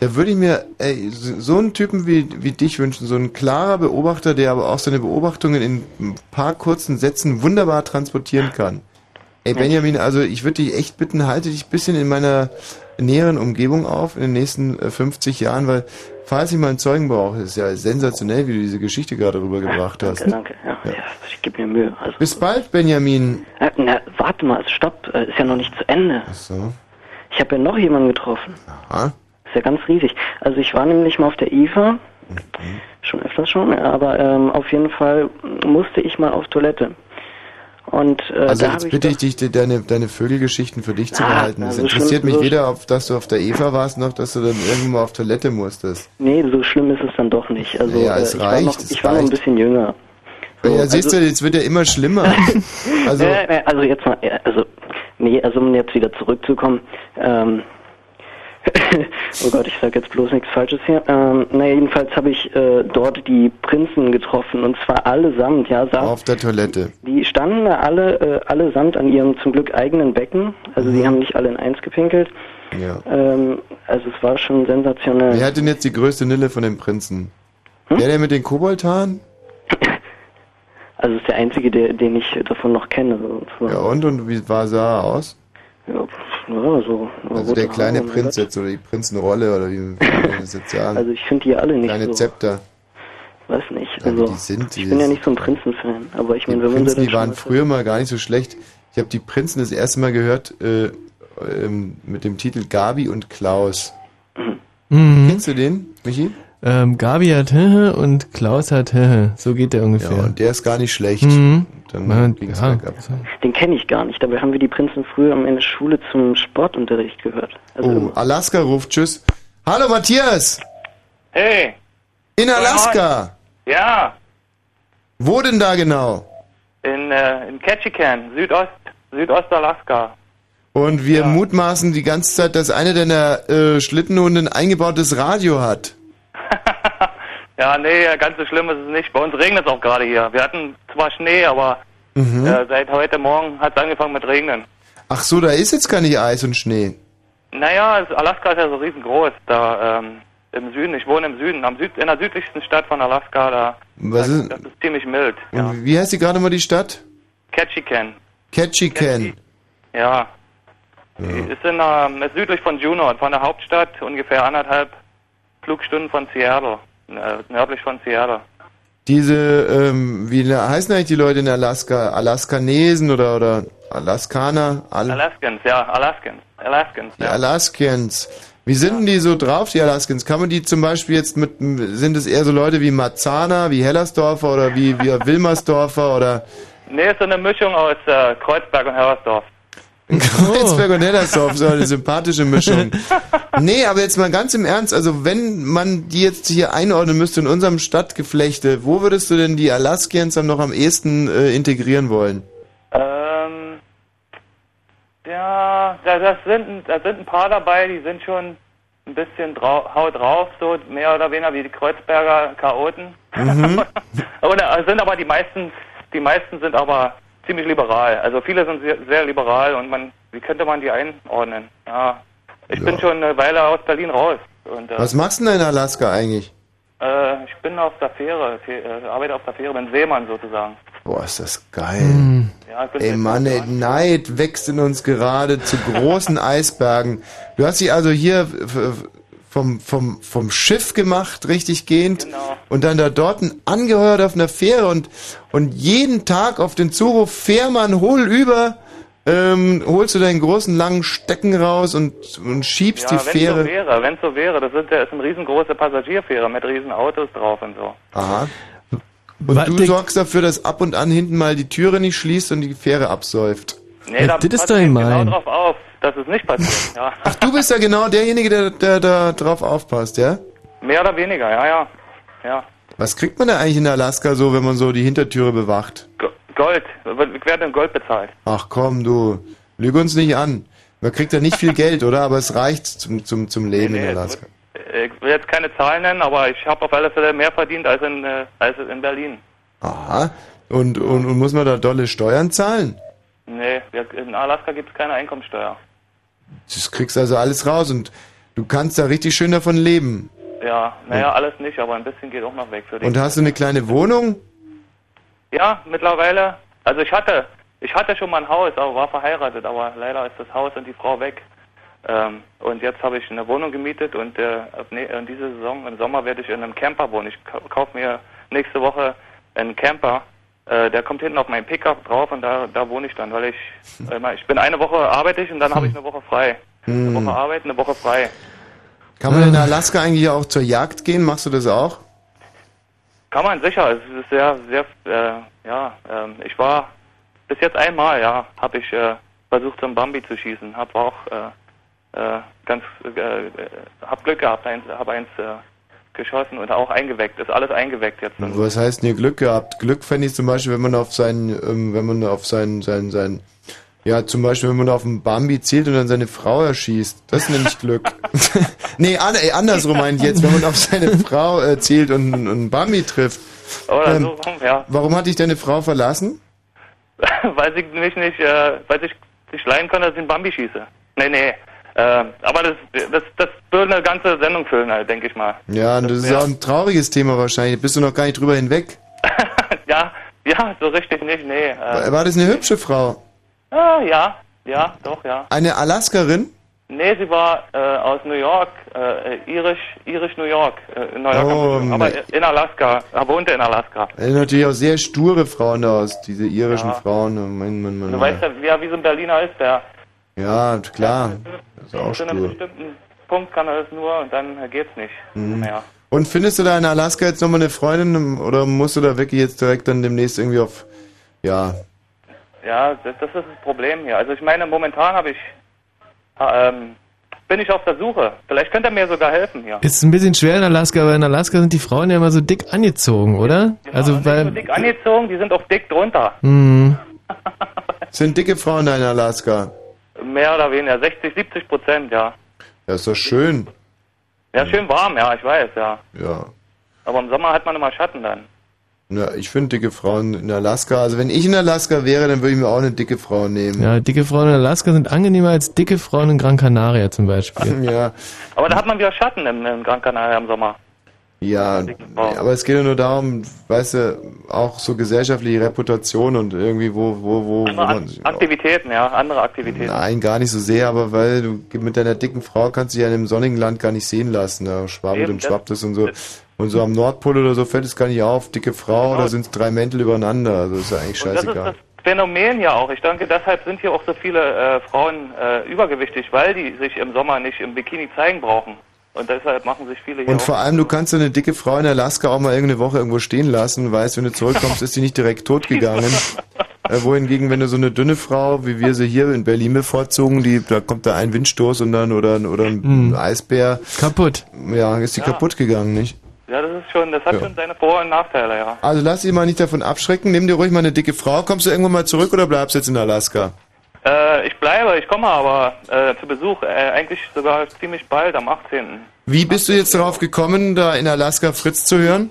[SPEAKER 1] da würde ich mir ey, so so einen Typen wie, wie dich wünschen, so ein klarer Beobachter, der aber auch seine Beobachtungen in ein paar kurzen Sätzen wunderbar transportieren kann. Ey, Benjamin, also ich würde dich echt bitten, halte dich ein bisschen in meiner näheren Umgebung auf in den nächsten äh, 50 Jahren, weil falls ich mal einen Zeugen brauche, ist ja sensationell, wie du diese Geschichte gerade rübergebracht hast.
[SPEAKER 10] Danke, ja, ja. ich gebe mir Mühe. Also,
[SPEAKER 1] Bis bald, Benjamin.
[SPEAKER 10] Äh, na, warte mal, stopp, äh, ist ja noch nicht zu Ende. Ach
[SPEAKER 1] so.
[SPEAKER 10] Ich habe ja noch jemanden getroffen.
[SPEAKER 1] Aha.
[SPEAKER 10] Ist ja ganz riesig. Also ich war nämlich mal auf der IFA,
[SPEAKER 1] Mhm.
[SPEAKER 10] schon öfters schon, aber ähm, auf jeden Fall musste ich mal auf Toilette. Und äh,
[SPEAKER 1] Also
[SPEAKER 10] da
[SPEAKER 1] jetzt
[SPEAKER 10] habe ich
[SPEAKER 1] bitte ich dich, de- deine, deine Vögelgeschichten für dich zu
[SPEAKER 10] Ah,
[SPEAKER 1] behalten. Es
[SPEAKER 10] also
[SPEAKER 1] interessiert
[SPEAKER 10] schon-
[SPEAKER 1] mich
[SPEAKER 10] so-
[SPEAKER 1] weder, auf, dass du auf der Eva warst, noch dass du dann irgendwann mal auf Toilette musstest.
[SPEAKER 10] Nee, so schlimm ist es dann doch nicht. Also
[SPEAKER 1] Ja,
[SPEAKER 10] äh,
[SPEAKER 1] es
[SPEAKER 10] ich
[SPEAKER 1] reicht,
[SPEAKER 10] war noch,
[SPEAKER 1] es
[SPEAKER 10] ich war noch ein
[SPEAKER 1] reicht.
[SPEAKER 10] bisschen jünger.
[SPEAKER 1] ja, siehst
[SPEAKER 10] also-
[SPEAKER 1] du, jetzt wird ja immer schlimmer. Also,
[SPEAKER 10] Äh, äh, also jetzt mal, äh, also, nee, also um jetzt wieder zurückzukommen, ähm, oh Gott, ich sag jetzt bloß nichts Falsches hier. Ähm, na, jedenfalls habe ich äh, dort die Prinzen getroffen und zwar allesamt, ja, sag,
[SPEAKER 1] auf der Toilette.
[SPEAKER 10] die standen da alle, äh, allesamt an ihrem zum Glück eigenen Becken, also
[SPEAKER 1] Mhm.
[SPEAKER 10] sie haben nicht alle in eins gepinkelt.
[SPEAKER 1] Ja.
[SPEAKER 10] Ähm, also es war schon sensationell. Hm?
[SPEAKER 1] Wer hat denn jetzt die größte Nille von den Prinzen? Der, der mit den Koboldhaaren?
[SPEAKER 10] Also es ist der einzige, der, den ich davon noch kenne.
[SPEAKER 1] Ja, und? Und wie war sah er aus?
[SPEAKER 10] Ja, ja ne, so.
[SPEAKER 1] Also der
[SPEAKER 10] rote
[SPEAKER 1] kleine
[SPEAKER 10] Haare, Oh, mein
[SPEAKER 1] Prinz jetzt, oder die Prinzenrolle, oder wie wie man das jetzt sagen?
[SPEAKER 10] Also ich finde die alle nicht
[SPEAKER 1] Kleine
[SPEAKER 10] so.
[SPEAKER 1] Zepter.
[SPEAKER 10] Weiß nicht.
[SPEAKER 1] Ja,
[SPEAKER 10] Also
[SPEAKER 1] wie die sind,
[SPEAKER 10] ich
[SPEAKER 1] die
[SPEAKER 10] bin ja
[SPEAKER 1] sind-
[SPEAKER 10] nicht so ein Prinzen-Fan, aber ich meine, wenn man so
[SPEAKER 1] Prinzen,
[SPEAKER 10] dann
[SPEAKER 1] die waren
[SPEAKER 10] schon-
[SPEAKER 1] früher mal gar nicht so schlecht. Ich habe die Prinzen das erste Mal gehört äh, ähm, mit dem Titel Gabi und Klaus. Mhm. Kennst du den, Michi?
[SPEAKER 2] Mhm. Ähm, Gabi hat Hehe und Klaus hat Hehe. So geht der ungefähr.
[SPEAKER 1] Ja, und der ist gar nicht schlecht.
[SPEAKER 2] Mhm.
[SPEAKER 1] Dann
[SPEAKER 2] Ja,
[SPEAKER 1] ging's
[SPEAKER 2] ja.
[SPEAKER 1] bergab.
[SPEAKER 10] Den kenne ich gar nicht. Dabei haben wir die Prinzen früher in der Schule zum Sportunterricht gehört. Also
[SPEAKER 1] Oh, Alaska ruft, tschüss. Hallo Matthias!
[SPEAKER 21] Hey,
[SPEAKER 1] In Alaska!
[SPEAKER 21] ja,
[SPEAKER 1] Wo denn da genau?
[SPEAKER 21] in, äh, in Ketchikan, Südost, Südostalaska.
[SPEAKER 1] Und wir mutmaßen die ganze Zeit, dass einer deiner äh, Schlittenhunde ein eingebautes Radio hat.
[SPEAKER 21] Ja, nee, ganz so schlimm ist es nicht. Bei uns regnet es auch gerade hier. Wir hatten zwar Schnee, aber
[SPEAKER 1] Mhm.
[SPEAKER 21] äh, seit heute Morgen hat es angefangen mit Regnen.
[SPEAKER 1] Ach so, da ist jetzt gar nicht Eis und Schnee.
[SPEAKER 21] Naja, es- Alaska ist ja so riesengroß. Da ähm, im Süden, ich wohne im Süden, am Süd, in der südlichsten Stadt von Alaska, da Also,
[SPEAKER 1] Was ist,
[SPEAKER 21] das ist ziemlich mild.
[SPEAKER 1] und Wie heißt die gerade mal die Stadt?
[SPEAKER 21] Ketchikan,
[SPEAKER 1] Ketchikan.
[SPEAKER 21] ja.
[SPEAKER 1] Ja.
[SPEAKER 21] Ist, in, ähm, ist südlich von Juneau, von der Hauptstadt, ungefähr anderthalb Flugstunden von Seattle, äh, nördlich von Seattle.
[SPEAKER 1] Diese, ähm, wie na- heißen eigentlich die Leute in Alaska? Alaskanesen oder, oder Alaskaner? Al
[SPEAKER 21] Alaskans, ja, Alaskans, Alaskans.
[SPEAKER 1] die Alaskans. Wie sind denn die so drauf, die Alaskans? Kann man die zum Beispiel jetzt mit, sind es eher so Leute wie Marzana, wie Hellersdorfer oder wie, wie Wilmersdorfer oder
[SPEAKER 21] Nee, ist so eine Mischung aus äh, Kreuzberg und Herresdorf.
[SPEAKER 1] Kreuzberg und Hellersdorf, so eine sympathische Mischung. Nee, aber jetzt mal ganz im Ernst, also wenn man die jetzt hier einordnen müsste in unserem Stadtgeflechte, wo würdest du denn die Alaskans dann noch am ehesten äh, integrieren wollen?
[SPEAKER 21] Ähm, ja, da das sind, da sind ein paar dabei, die sind schon ein bisschen drau haut drauf, so mehr oder weniger wie die Kreuzberger Chaoten.
[SPEAKER 1] Mhm.
[SPEAKER 21] Oder äh, sind aber die meisten, die meisten sind aber ziemlich liberal. Also viele sind sehr, sehr liberal und man, wie könnte man die einordnen? Ja, ich bin schon eine Weile aus Berlin raus. Und, äh,
[SPEAKER 1] Was machst du denn in Alaska eigentlich?
[SPEAKER 21] Äh, ich bin auf der Fähre, Fe- äh, arbeite auf der Fähre, bin Seemann sozusagen.
[SPEAKER 1] Boah, ist das geil.
[SPEAKER 21] Ja, ich bin
[SPEAKER 1] Ey Mann, ey, Neid wächst in uns gerade zu großen Eisbergen. Du hast dich also hier f- f- vom, vom, vom Schiff gemacht, richtig gehend,
[SPEAKER 21] Genau.
[SPEAKER 1] und dann da dort ein angeheuert auf einer Fähre und, und jeden Tag auf den Zuruf Fährmann, hol über, ähm, holst du deinen großen langen Stecken raus und, und schiebst
[SPEAKER 21] ja,
[SPEAKER 1] die
[SPEAKER 21] wenn so
[SPEAKER 1] Fähre.
[SPEAKER 21] wäre, wenn so wäre, das, sind, das ist eine riesengroße Passagierfähre mit riesen Autos drauf und so.
[SPEAKER 1] Aha. Und du sorgst dafür, dass ab und an hinten mal die Türe nicht schließt und die Fähre absäuft.
[SPEAKER 21] passe ich genau drauf auf, dass es nicht passiert. ja.
[SPEAKER 1] Ach, du bist ja genau derjenige, der, der da drauf aufpasst, ja?
[SPEAKER 21] Mehr oder weniger, ja, ja. ja.
[SPEAKER 1] Was kriegt man da eigentlich in Alaska so, wenn man so die Hintertüre bewacht?
[SPEAKER 21] Go- Gold, ich werde in Gold bezahlt.
[SPEAKER 1] Ach komm, du, lüge uns nicht an. Man kriegt da nicht viel Geld, oder? Aber es reicht zum, zum, zum Leben in Alaska.
[SPEAKER 21] Ich will jetzt keine Zahlen nennen, aber ich habe auf alle Fälle mehr verdient als in, äh, als in Berlin.
[SPEAKER 1] Aha. Und, und, und muss man da dolle Steuern zahlen?
[SPEAKER 21] Nee, wir- in Alaska gibt es keine Einkommensteuer.
[SPEAKER 1] Das kriegst also alles raus und du kannst da richtig schön davon leben.
[SPEAKER 21] Ja, naja, alles nicht, aber ein bisschen geht auch noch weg für dich.
[SPEAKER 1] Hm. Und hast du eine kleine Wohnung?
[SPEAKER 21] Ja, mittlerweile. Also ich hatte, ich hatte schon mal ein Haus, aber war verheiratet, aber leider ist das Haus und die Frau weg. Ähm, und jetzt habe ich eine Wohnung gemietet und äh, ab ne in dieser Saison, im Sommer werde ich in einem Camper wohnen. Ich kau- kaufe mir nächste Woche einen Camper. Äh, der kommt hinten auf meinen Pickup drauf und da, da wohne ich dann, weil ich, immer- ich bin eine Woche arbeite ich und dann habe ich eine Woche frei. Eine
[SPEAKER 1] Hm.
[SPEAKER 21] Woche arbeiten, eine Woche frei.
[SPEAKER 1] Kann man in Alaska eigentlich auch zur Jagd gehen? Machst du das auch?
[SPEAKER 21] Kann man sicher, es ist sehr, sehr, äh, ja, ähm, ich war bis jetzt einmal, ja, habe ich äh, versucht, so einen Bambi zu schießen, habe auch äh, äh, ganz, äh, äh, hab Glück gehabt, eins, habe eins äh, geschossen und auch eingeweckt, ist alles eingeweckt jetzt.
[SPEAKER 1] Was heißt denn hier Glück gehabt? Glück fände ich zum Beispiel, wenn man auf seinen, ähm, wenn man auf seinen, seinen, seinen, ja, zum Beispiel, wenn man auf einen Bambi zielt und dann seine Frau erschießt. Das nenne ich Glück. nee, an, ey, andersrum meine ich jetzt, wenn man auf seine Frau äh, zielt und, und einen Bambi trifft. Ähm,
[SPEAKER 21] Oder Oh, so rum, ja.
[SPEAKER 1] Warum hat dich deine Frau verlassen?
[SPEAKER 21] weil ich mich nicht, äh, weil ich nicht leiden konnte, dass ich einen Bambi schieße. Nee, nee. Äh, aber das, das, das würde eine ganze Sendung füllen, halt, denke ich mal.
[SPEAKER 1] Ja, und das ist auch ein trauriges Thema wahrscheinlich. Bist du noch gar nicht drüber hinweg?
[SPEAKER 21] ja, ja, so richtig nicht, nee. Äh,
[SPEAKER 1] War das eine hübsche Frau?
[SPEAKER 21] ah, ja, ja, doch, ja.
[SPEAKER 1] Eine Alaskarin?
[SPEAKER 21] Nee, sie war äh, aus New York, äh, äh, irisch, irisch New York, äh, in New York,
[SPEAKER 1] Oh,
[SPEAKER 21] am- aber
[SPEAKER 1] mein-
[SPEAKER 21] in Alaska, er wohnte in Alaska.
[SPEAKER 1] Das sind natürlich auch sehr sture Frauen da aus, diese irischen
[SPEAKER 21] Ja.
[SPEAKER 1] Frauen. Oh, Mann, Mann, Mann,
[SPEAKER 21] Du weißt
[SPEAKER 1] Mann.
[SPEAKER 21] ja, wie, ja, wie so ein Berliner ist, der
[SPEAKER 1] Ja, klar. Das ist auch
[SPEAKER 21] zu einem
[SPEAKER 1] stur.
[SPEAKER 21] bestimmten Punkt kann er das nur und dann geht's nicht.
[SPEAKER 1] Mhm.
[SPEAKER 21] Naja.
[SPEAKER 1] Und findest du da in Alaska jetzt nochmal eine Freundin oder musst du da wirklich jetzt direkt dann demnächst irgendwie auf. Ja,
[SPEAKER 21] Ja, das, das ist das Problem hier. Also ich meine, momentan habe ich, ha- ähm, bin ich auf der Suche. Vielleicht könnte er mir sogar helfen hier.
[SPEAKER 2] Ist ein bisschen schwer in Alaska, weil in Alaska sind die Frauen ja immer so dick angezogen, oder? Also weil
[SPEAKER 21] Genau, Dick angezogen, die sind auch dick drunter.
[SPEAKER 2] hm,
[SPEAKER 1] sind dicke Frauen da in Alaska.
[SPEAKER 21] Mehr oder weniger, 60, 70 Prozent, ja.
[SPEAKER 1] Ja, ist doch schön.
[SPEAKER 21] Ja, schön warm, ja, ich weiß, ja.
[SPEAKER 1] Ja.
[SPEAKER 21] Aber im Sommer hat man immer Schatten dann.
[SPEAKER 1] Na, ich finde dicke Frauen in Alaska. Also wenn ich in Alaska wäre, dann würde ich mir auch eine dicke Frau nehmen.
[SPEAKER 2] ja, dicke Frauen in Alaska sind angenehmer als dicke Frauen in Gran Canaria zum Beispiel.
[SPEAKER 1] Ja,
[SPEAKER 21] Aber da hat man wieder Schatten im, im Gran Canaria im Sommer.
[SPEAKER 1] ja. Aber es geht ja nur darum, weißt du, auch so gesellschaftliche Reputation und irgendwie wo, wo, wo, wo
[SPEAKER 21] Andere
[SPEAKER 1] man
[SPEAKER 21] Ak Aktivitäten, ja, andere Aktivitäten.
[SPEAKER 1] Nein, gar nicht so sehr, aber weil du mit deiner dicken Frau kannst du dich ja in einem sonnigen Land gar nicht sehen lassen. Da schwabbelt
[SPEAKER 21] Eben,
[SPEAKER 1] und
[SPEAKER 21] das- Genau.
[SPEAKER 1] schwappt es und so. Und so am Nordpol oder so fällt es gar nicht auf. Dicke Frau, da sind es drei Mäntel übereinander. Also ist ja eigentlich
[SPEAKER 21] Das ist
[SPEAKER 1] scheißegal.
[SPEAKER 21] das Phänomen ja auch. Ich denke, deshalb sind hier auch so viele äh, Frauen äh, übergewichtig, weil die sich im Sommer nicht im Bikini zeigen brauchen. Und deshalb machen sich viele hier
[SPEAKER 1] Und
[SPEAKER 21] auch.
[SPEAKER 1] vor allem, du kannst so eine dicke Frau in Alaska auch mal irgendeine Woche irgendwo stehen lassen, weißt, wenn du zurückkommst, ist die nicht direkt totgegangen. äh, wohingegen, wenn du so eine dünne Frau, wie wir sie hier in Berlin bevorzugen, die, da kommt da ein Windstoß und dann, oder, ein- oder ein
[SPEAKER 2] Mhm.
[SPEAKER 1] Eisbär.
[SPEAKER 2] Kaputt.
[SPEAKER 1] Ja, ist die
[SPEAKER 21] Ja.
[SPEAKER 1] kaputt gegangen, nicht?
[SPEAKER 21] ja, das ist schon, das hat
[SPEAKER 1] Ja.
[SPEAKER 21] schon seine Vor- und Nachteile, ja.
[SPEAKER 1] Also lass dich mal nicht davon abschrecken. Nimm dir ruhig mal eine dicke Frau. Kommst du irgendwann mal zurück oder bleibst jetzt in Alaska?
[SPEAKER 21] Äh, ich bleibe, ich komme aber äh, zu Besuch, äh, eigentlich sogar ziemlich bald, am 18.
[SPEAKER 1] Wie bist du jetzt darauf gekommen, da in Alaska Fritz zu hören?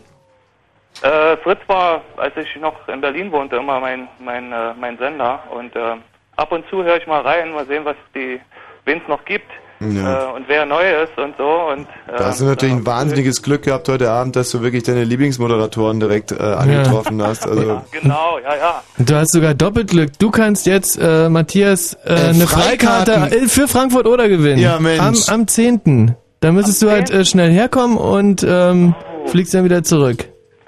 [SPEAKER 21] Äh, Fritz war, als ich noch in Berlin wohnte, immer mein mein äh, mein Sender und äh, ab und zu höre ich mal rein, mal sehen, was die wen es noch gibt.
[SPEAKER 1] Ja.
[SPEAKER 21] äh, und wer neu ist und so. Und äh,
[SPEAKER 1] Da hast du natürlich ein wahnsinniges Glück gehabt heute Abend, dass du wirklich deine Lieblingsmoderatoren direkt äh, angetroffen hast. Also,
[SPEAKER 21] genau, ja, ja.
[SPEAKER 2] Du hast sogar doppelt Glück. Du kannst jetzt, äh, Matthias, äh, eine
[SPEAKER 1] Freikarten.
[SPEAKER 2] Freikarte äh, für Frankfurt oder gewinnen.
[SPEAKER 1] Ja, Mensch.
[SPEAKER 2] Am, am 10. Da müsstest du halt äh, schnell herkommen und ähm, fliegst dann wieder zurück.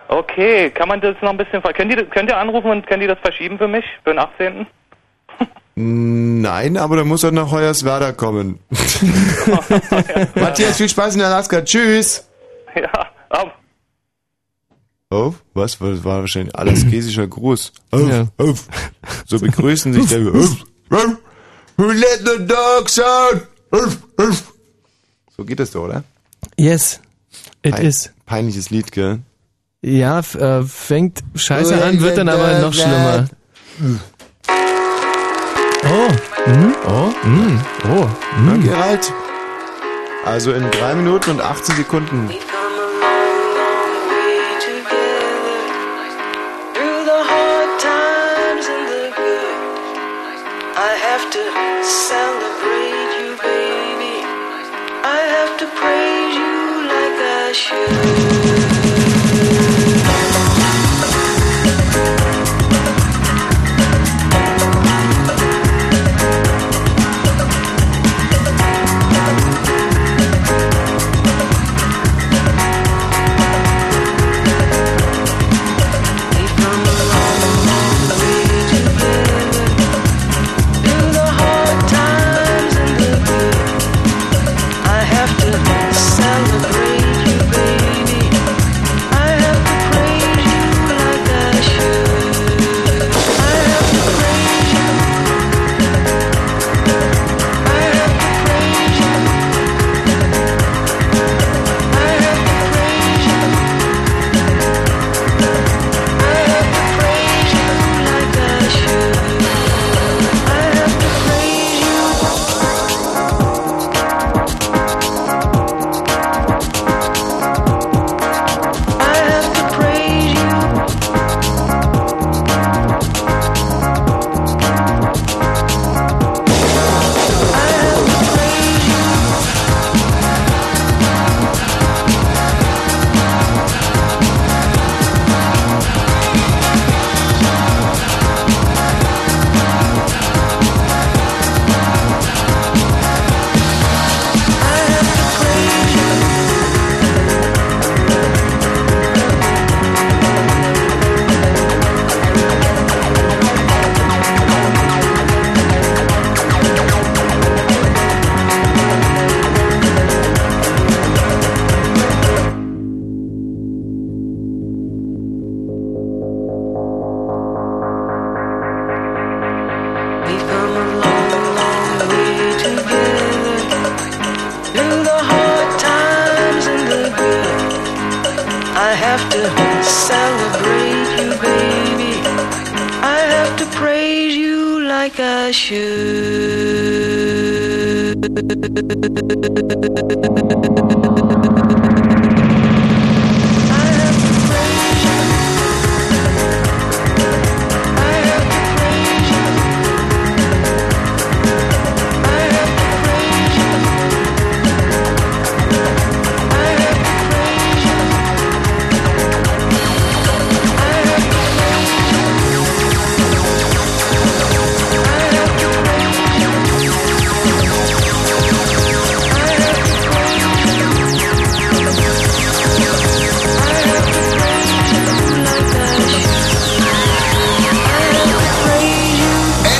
[SPEAKER 21] Okay, kann man das noch ein bisschen ver- könnt ihr, könnt ihr anrufen und könnt ihr das verschieben für mich? Für den 18.
[SPEAKER 1] Nein, aber da muss er nach Hoyerswerda kommen. Matthias, viel Spaß in Alaska. Tschüss.
[SPEAKER 21] Ja, auf.
[SPEAKER 1] Auf? Was? Das war wahrscheinlich alaskesischer Gruß. Auf, auf. So begrüßen sich der. Auf, auf. Who let the dogs out? Auf, auf. So geht das doch, oder?
[SPEAKER 2] Yes, it
[SPEAKER 1] Pein-
[SPEAKER 2] is.
[SPEAKER 1] Peinliches Lied, gell?
[SPEAKER 2] Ja, f- äh, fängt scheiße an, wird dann aber noch schlimmer. Oh, mhm.
[SPEAKER 1] oh, mm, oh. Na, Gerald. Also in 3 Minuten und 18 Sekunden.
[SPEAKER 3] Through the hard times and the good, I have to celebrate you, baby. I have to praise you like I should. Through the hard times and the good, I have to celebrate you, baby. I have to praise you like I should.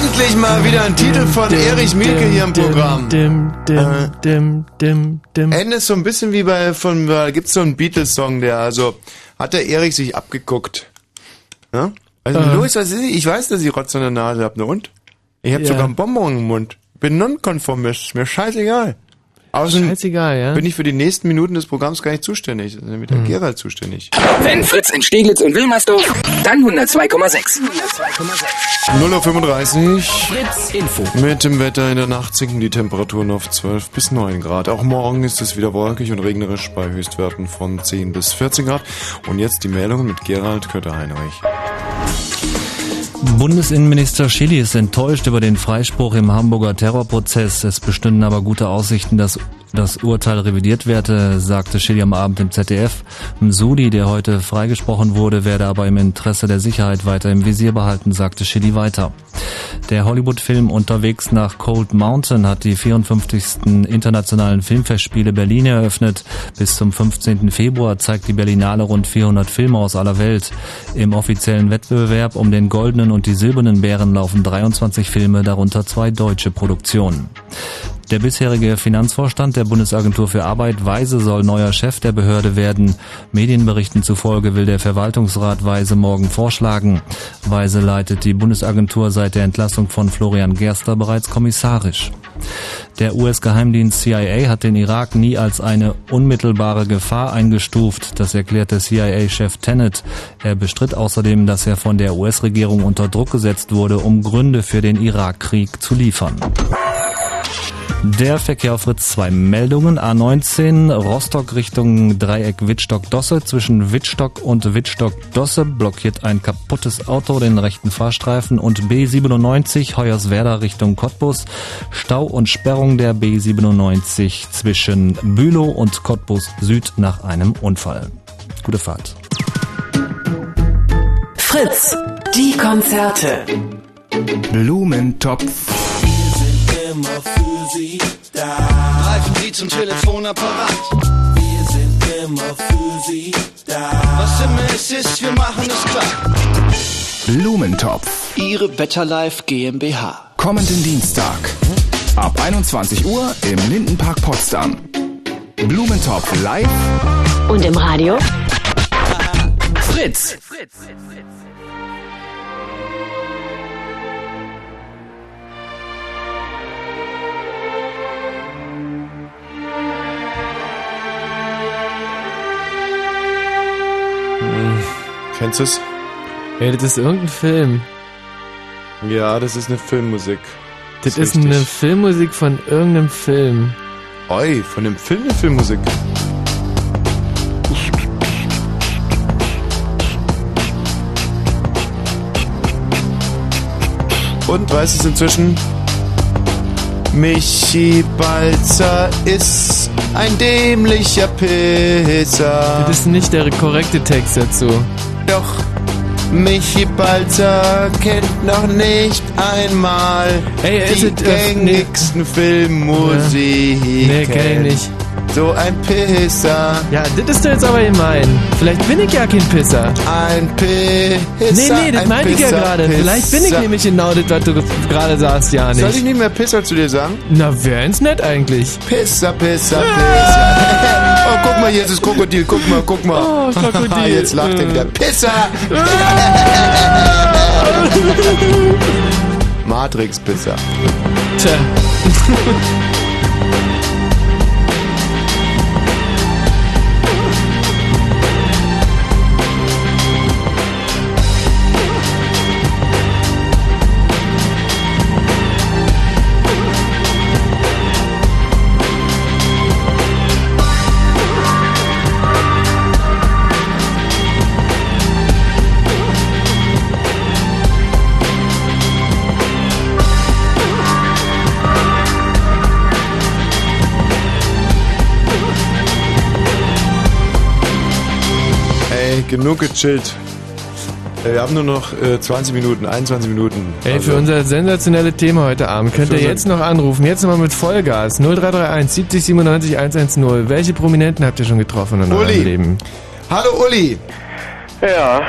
[SPEAKER 1] Endlich mal wieder ein Titel von Erich Mielke hier im Programm. Äh.
[SPEAKER 2] Dim, dim, dim, dim, dim.
[SPEAKER 1] Ende ist so ein bisschen wie bei von da gibt's so einen Beatles Song, der also hat der Erich sich abgeguckt. Ja? Also
[SPEAKER 2] Äh.
[SPEAKER 1] Louis, was ist ich? ich weiß, dass ich Rotz an der Nase hab, ne und? Ich hab
[SPEAKER 2] Ja.
[SPEAKER 1] sogar einen Bonbon im Mund. Bin nonkonformist, ist mir scheißegal. Außerdem
[SPEAKER 2] scheißegal, ja. Hm.
[SPEAKER 1] Bin ich für die nächsten Minuten des Programms gar nicht zuständig, das ist nämlich der Gerald zuständig.
[SPEAKER 13] Wenn Fritz in Steglitz und Wilmersdorf, dann 102,6.
[SPEAKER 1] 0.35 Uhr.
[SPEAKER 13] Fritz Info.
[SPEAKER 1] Mit dem Wetter in der Nacht sinken die Temperaturen auf 12 bis 9 Grad. Auch morgen ist es wieder wolkig und regnerisch bei Höchstwerten von 10 bis 14 Grad. Und jetzt die Meldungen mit Gerald Kötter-Heinrich.
[SPEAKER 11] Bundesinnenminister Schily ist enttäuscht über den Freispruch im Hamburger Terrorprozess. Es bestünden aber gute Aussichten, dass das Urteil revidiert werde, sagte Schily am Abend im ZDF. Msudi, der heute freigesprochen wurde, werde aber im Interesse der Sicherheit weiter im Visier behalten, sagte Schily weiter. Der Hollywood-Film Unterwegs nach Cold Mountain hat die 54. Internationalen Filmfestspiele Berlin eröffnet. Bis zum 15. Februar zeigt die Berlinale rund 400 Filme aus aller Welt. Im offiziellen Wettbewerb um den goldenen und die silbernen Bären laufen 23 Filme, darunter zwei deutsche Produktionen. Der bisherige Finanzvorstand der Bundesagentur für Arbeit Weise soll neuer Chef der Behörde werden. Medienberichten zufolge will der Verwaltungsrat Weise morgen vorschlagen. Weise leitet die Bundesagentur seit der Entlassung von Florian Gerster bereits kommissarisch. Der US-Geheimdienst CIA hat den Irak nie als eine unmittelbare Gefahr eingestuft, das erklärte CIA-Chef Tenet. Er bestritt außerdem, dass er von der US-Regierung unter Druck gesetzt wurde, um Gründe für den Irakkrieg zu liefern. Der Verkehr auf Fritz 2 Meldungen. A19 Rostock Richtung Dreieck Wittstock-Dosse. Zwischen Wittstock und Wittstock-Dosse blockiert ein kaputtes Auto den rechten Fahrstreifen und B97 Hoyerswerda Richtung Cottbus. Stau und Sperrung der B97 zwischen Bülow und Cottbus Süd nach einem Unfall. Gute Fahrt.
[SPEAKER 20] Fritz, die Konzerte.
[SPEAKER 15] Blumentopf.
[SPEAKER 26] immer für sie da. Greifen sie zum Telefonapparat. Wir sind immer für sie da. Was immer es ist, wir machen es klar.
[SPEAKER 15] Blumentopf.
[SPEAKER 26] Ihre Betterlife GmbH.
[SPEAKER 15] Kommenden Dienstag. Ab 21 Uhr im Lindenpark Potsdam. Blumentopf live.
[SPEAKER 20] Und im Radio?
[SPEAKER 15] Fritz.
[SPEAKER 1] Kennst du es?
[SPEAKER 2] Ja, das ist Hm. irgendein Film.
[SPEAKER 1] Ja, das ist eine Filmmusik.
[SPEAKER 2] Das ist eine Filmmusik von irgendeinem Film.
[SPEAKER 1] Oi, von dem Film eine Filmmusik. Und weiß es inzwischen? Michi Balzer ist ein dämlicher Pisser.
[SPEAKER 2] Das ist nicht der korrekte Text dazu.
[SPEAKER 1] Doch Michi Balzer kennt noch nicht einmal
[SPEAKER 2] Ey, ist
[SPEAKER 1] die
[SPEAKER 2] es- äh, nee.
[SPEAKER 1] gängigsten Filmmusik.
[SPEAKER 2] Nee, kenn ich nicht.
[SPEAKER 1] So ein Pisser.
[SPEAKER 2] Ja, das ist doch jetzt aber gemein. Vielleicht bin ich ja kein Pisser.
[SPEAKER 1] Ein Pisser.
[SPEAKER 2] Nee, nee, das
[SPEAKER 1] ein
[SPEAKER 2] meinte ich ja
[SPEAKER 1] Pisser,
[SPEAKER 2] gerade.
[SPEAKER 1] Pisser.
[SPEAKER 2] Vielleicht bin ich nämlich genau das, was du gerade sagst, ja nicht.
[SPEAKER 1] Soll ich nicht mehr Pisser zu dir sagen?
[SPEAKER 2] Na, wären's nett eigentlich.
[SPEAKER 1] Pisser, Pisser, Pisser. Oh, guck mal, hier ist das Krokodil. Guck mal, guck mal.
[SPEAKER 2] Oh, Krokodil. Äh.
[SPEAKER 1] Jetzt lacht er wieder. Pisser.
[SPEAKER 2] Ah!
[SPEAKER 1] Matrix-Pisser.
[SPEAKER 2] Tja.
[SPEAKER 1] Ey, genug gechillt. Äh, Wir haben nur noch äh, 20 Minuten, 21 Minuten.
[SPEAKER 2] Ey,
[SPEAKER 1] Also,
[SPEAKER 2] für unser sensationelles Thema heute Abend könnt
[SPEAKER 1] Für
[SPEAKER 2] ihr
[SPEAKER 1] unser-
[SPEAKER 2] jetzt noch anrufen. Jetzt nochmal mit Vollgas. 0331 70 97 110. Welche Prominenten habt ihr schon getroffen in eurem Leben?
[SPEAKER 1] Hallo Uli.
[SPEAKER 18] Ja,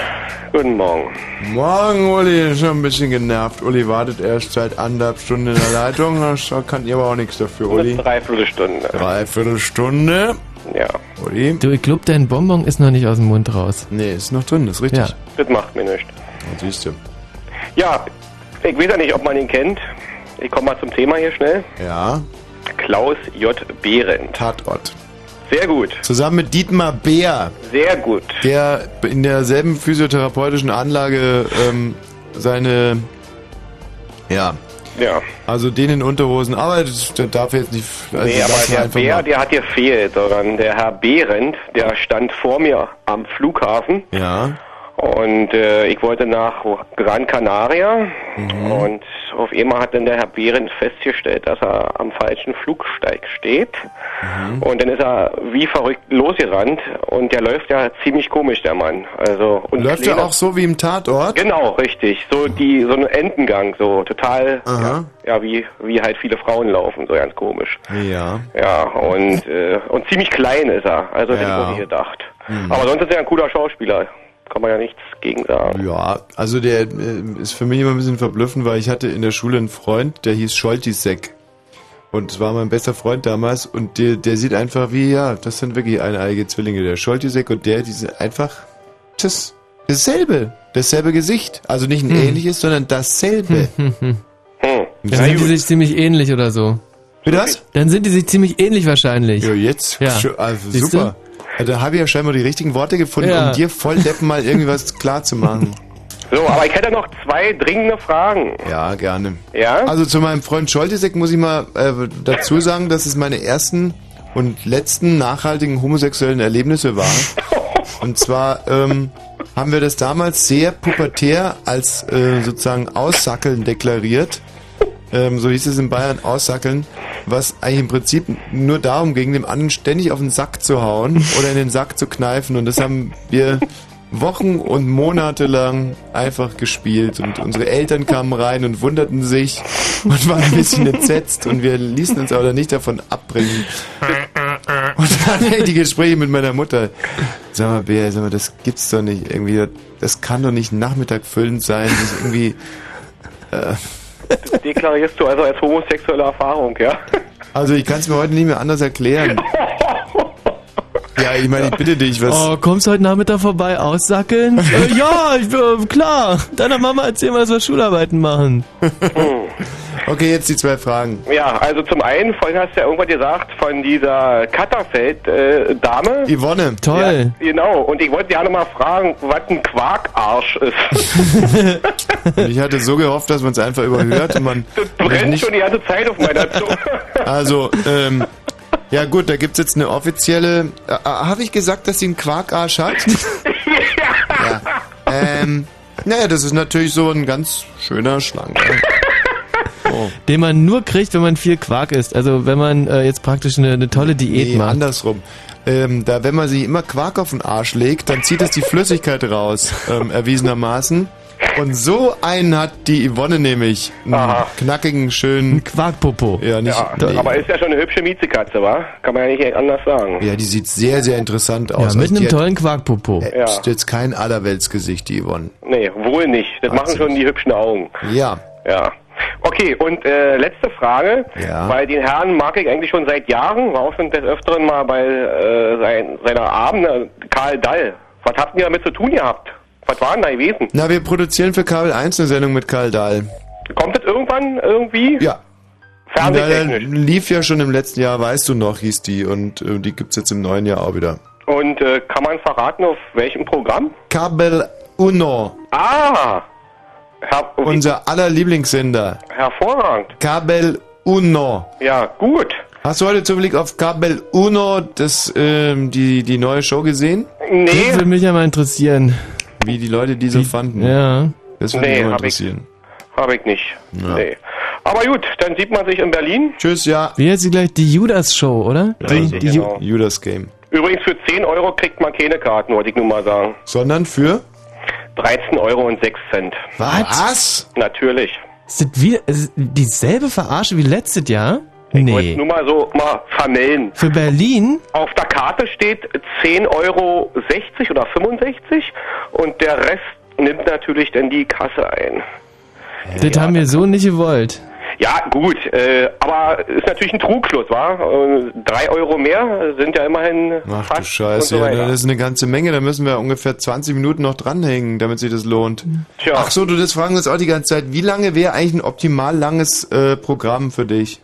[SPEAKER 18] guten Morgen.
[SPEAKER 1] Morgen, Uli. Schon ein bisschen genervt. Uli wartet erst seit anderthalb Stunden in der Leitung. Da kann ihr aber auch nichts dafür, Uli.
[SPEAKER 18] Eine Dreiviertelstunde.
[SPEAKER 1] Dreiviertelstunde.
[SPEAKER 18] Ja.
[SPEAKER 1] Uli?
[SPEAKER 2] Du, ich glaub, dein Bonbon ist noch nicht aus dem Mund raus.
[SPEAKER 1] Nee, ist noch drin, ist richtig.
[SPEAKER 2] Ja.
[SPEAKER 18] Das macht mir nichts.
[SPEAKER 1] Siehst du.
[SPEAKER 18] Ja, ich weiß ja nicht, ob man ihn kennt. Ich komme mal zum Thema hier schnell.
[SPEAKER 1] Ja.
[SPEAKER 18] Klaus J. Behrendt.
[SPEAKER 1] Tatort.
[SPEAKER 18] Sehr gut,
[SPEAKER 1] Zusammen mit Dietmar Beer,
[SPEAKER 18] sehr gut.
[SPEAKER 1] der in derselben physiotherapeutischen Anlage ähm, seine. Ja.
[SPEAKER 18] Ja.
[SPEAKER 1] Also den in Unterhosen, aber das, das darf jetzt nicht. Also
[SPEAKER 18] nee, aber
[SPEAKER 1] lassen wir
[SPEAKER 18] der
[SPEAKER 1] einfach
[SPEAKER 18] Bär,
[SPEAKER 1] mal.
[SPEAKER 18] der hat gefehlt, sondern der Herr Behrendt, der stand vor mir am Flughafen
[SPEAKER 1] Ja.
[SPEAKER 16] Und äh, ich wollte nach Gran Canaria
[SPEAKER 1] Mhm.
[SPEAKER 16] und auf einmal hat dann der Herr Behrens festgestellt, dass er am falschen Flugsteig steht.
[SPEAKER 1] Mhm.
[SPEAKER 16] Und dann ist er wie verrückt losgerannt und der läuft ja ziemlich komisch, der Mann. Also und
[SPEAKER 1] Läuft ja
[SPEAKER 16] Lena-
[SPEAKER 1] auch so wie im Tatort.
[SPEAKER 16] Genau, richtig. So die so ein Entengang, so total
[SPEAKER 1] Aha.
[SPEAKER 16] ja wie wie halt viele Frauen laufen, so ganz komisch.
[SPEAKER 1] Ja.
[SPEAKER 16] Ja, und, äh, und ziemlich klein ist er. Also hätte ich auch nicht gedacht.
[SPEAKER 1] Mhm.
[SPEAKER 16] Aber sonst ist er ein cooler Schauspieler. Kann man ja nichts gegen sagen.
[SPEAKER 1] Ja, also der äh, ist für mich immer ein bisschen verblüffend, weil ich hatte in der Schule einen Freund, der hieß Scholtisek. Und es war mein bester Freund damals und der, der sieht einfach wie, ja, das sind wirklich eineige Zwillinge, der Scholtisek und der, die sind einfach das, dasselbe, dasselbe Gesicht. Also nicht ein
[SPEAKER 2] Hm.
[SPEAKER 1] ähnliches, sondern dasselbe. Hm.
[SPEAKER 2] Dann sind die sich ziemlich ähnlich oder so.
[SPEAKER 1] Wie das?
[SPEAKER 2] Dann sind die sich ziemlich ähnlich wahrscheinlich.
[SPEAKER 1] Ja, jetzt.
[SPEAKER 2] Ja.
[SPEAKER 1] Schö- Also
[SPEAKER 2] Siehst
[SPEAKER 1] super. Ja, Da habe ich ja scheinbar die richtigen Worte gefunden,
[SPEAKER 2] Ja.
[SPEAKER 1] um dir voll Deppen mal irgendwas klar zu machen.
[SPEAKER 16] So, aber ich hätte noch zwei dringende Fragen.
[SPEAKER 1] Ja, gerne.
[SPEAKER 16] Ja?
[SPEAKER 1] Also zu meinem Freund Scholtisek muss ich mal äh, dazu sagen, dass es meine ersten und letzten nachhaltigen homosexuellen Erlebnisse waren. Und zwar ähm, haben wir das damals sehr pubertär als äh, sozusagen Aussackeln deklariert. Ähm, so hieß es in Bayern, Aussackeln, was eigentlich im Prinzip nur darum ging, dem anderen ständig auf den Sack zu hauen oder in den Sack zu kneifen. Und das haben wir Wochen und Monate lang einfach gespielt und unsere Eltern kamen rein und wunderten sich und waren ein bisschen entsetzt und wir ließen uns aber nicht davon abbringen. Und dann ey, die Gespräche mit meiner Mutter. Sag mal, Bea, sag mal, das gibt's doch nicht irgendwie. Das kann doch nicht nachmittagfüllend sein. Das ist irgendwie. Äh,
[SPEAKER 16] Das deklarierst du also als homosexuelle Erfahrung, ja?
[SPEAKER 1] also ich kann es mir heute nicht mehr anders erklären. Ja, ich meine, ich bitte dich, was.
[SPEAKER 2] Oh, kommst du heute Nachmittag vorbei aussackeln? äh, ja, ich, äh, klar. Deiner Mama erzähl mal, dass wir Schularbeiten machen.
[SPEAKER 1] Okay, jetzt die zwei Fragen.
[SPEAKER 16] Ja, also zum einen, vorhin hast du ja irgendwas gesagt von dieser Katterfeld-Dame.
[SPEAKER 1] Yvonne.
[SPEAKER 2] Toll.
[SPEAKER 16] Ja, genau, und ich wollte ja nochmal fragen, was ein Quarkarsch ist.
[SPEAKER 1] Und ich hatte so gehofft, dass man es einfach überhört und man.
[SPEAKER 16] Brennt schon die ganze Zeit auf meiner Zunge.
[SPEAKER 1] Also, ähm. Ja gut, da gibt's jetzt eine offizielle. Äh, Habe ich gesagt, dass sie einen Quarkarsch hat? ja. Ähm. Naja, das ist natürlich so ein ganz schöner Schlanker.
[SPEAKER 2] Den man nur kriegt, wenn man viel Quark isst. Also wenn man äh, jetzt praktisch eine, eine tolle Diät
[SPEAKER 1] Nee,
[SPEAKER 2] macht.
[SPEAKER 1] andersrum. Ähm, da, wenn man sich immer Quark auf den Arsch legt, dann zieht es die Flüssigkeit raus, ähm, erwiesenermaßen. Und so einen hat die Yvonne nämlich. Einen knackigen, schönen
[SPEAKER 2] Quarkpopo.
[SPEAKER 1] Ja, nicht.
[SPEAKER 16] Ja,
[SPEAKER 1] nee.
[SPEAKER 16] aber ist ja schon eine hübsche Miezekatze, wa? Kann man ja nicht anders sagen.
[SPEAKER 1] ja, die sieht sehr, sehr interessant aus.
[SPEAKER 2] mit
[SPEAKER 1] Also
[SPEAKER 2] einem
[SPEAKER 1] die hat-
[SPEAKER 2] tollen Quarkpopo.
[SPEAKER 1] Ja. Ist jetzt kein Allerweltsgesicht, die Yvonne.
[SPEAKER 16] Nee, wohl nicht. Das machen schon die hübschen Augen.
[SPEAKER 1] Ja.
[SPEAKER 16] Ja. Okay, und äh, letzte Frage,
[SPEAKER 1] Ja.
[SPEAKER 16] weil den Herrn mag ich eigentlich schon seit Jahren, war auch schon des Öfteren mal bei äh, sein, seiner Abende, Karl Dall. Was habt ihr damit zu tun gehabt? Was waren da gewesen?
[SPEAKER 1] Na, wir produzieren für Kabel 1 eine Sendung mit Karl Dahl.
[SPEAKER 16] Kommt das irgendwann irgendwie?
[SPEAKER 1] Ja. Na,
[SPEAKER 16] Fernsehtechnisch.
[SPEAKER 1] lief ja schon im letzten Jahr, weißt du noch, hieß die. Und äh, die gibt's jetzt im neuen Jahr auch wieder.
[SPEAKER 16] Und äh, kann man verraten, auf welchem Programm?
[SPEAKER 1] Kabel Uno.
[SPEAKER 16] Ah! Herr,
[SPEAKER 1] Unser aller Lieblingssender.
[SPEAKER 16] hervorragend.
[SPEAKER 1] Kabel Uno.
[SPEAKER 16] Ja, gut.
[SPEAKER 1] Hast du heute zufällig auf Kabel Uno das, ähm, die, die neue Show gesehen?
[SPEAKER 16] Nee.
[SPEAKER 2] Das würde mich ja mal interessieren.
[SPEAKER 1] Wie die Leute die so fanden.
[SPEAKER 2] Ja.
[SPEAKER 1] Das würde mich
[SPEAKER 16] Nee,
[SPEAKER 1] mal
[SPEAKER 16] hab ich-
[SPEAKER 1] interessieren.
[SPEAKER 16] Habe ich nicht. Nee. Aber gut, dann sieht man sich in Berlin.
[SPEAKER 1] Tschüss, ja.
[SPEAKER 2] Wie heißt sie gleich? Die Judas-Show, oder?
[SPEAKER 16] Richtig,
[SPEAKER 2] die
[SPEAKER 16] genau.
[SPEAKER 1] Judas Game.
[SPEAKER 16] Übrigens für 10 Euro kriegt man keine Karten, wollte ich nur mal sagen.
[SPEAKER 1] Sondern für?
[SPEAKER 16] 13 Euro und 6 Cent.
[SPEAKER 1] Was?
[SPEAKER 16] Natürlich.
[SPEAKER 2] Sind wir ist dieselbe Verarsche wie letztes Jahr? Nee.
[SPEAKER 16] Nur mal so mal vermelden.
[SPEAKER 2] Für Berlin?
[SPEAKER 16] Auf der Karte steht 10 Euro 60 oder 65 und der Rest nimmt natürlich dann die Kasse ein.
[SPEAKER 2] Das haben wir so nicht gewollt.
[SPEAKER 16] Ja, gut, äh, aber ist natürlich ein Trugschluss, war? 3 Euro mehr sind ja immerhin
[SPEAKER 1] Ach du Scheiße, ja, das ist eine ganze Menge. Da müssen wir ungefähr 20 Minuten noch dranhängen, damit sich das lohnt.
[SPEAKER 2] Mhm.
[SPEAKER 16] Tja.
[SPEAKER 1] Ach so, du, das fragen wir uns auch die ganze Zeit. Wie lange wäre eigentlich ein optimal langes äh, Programm für dich?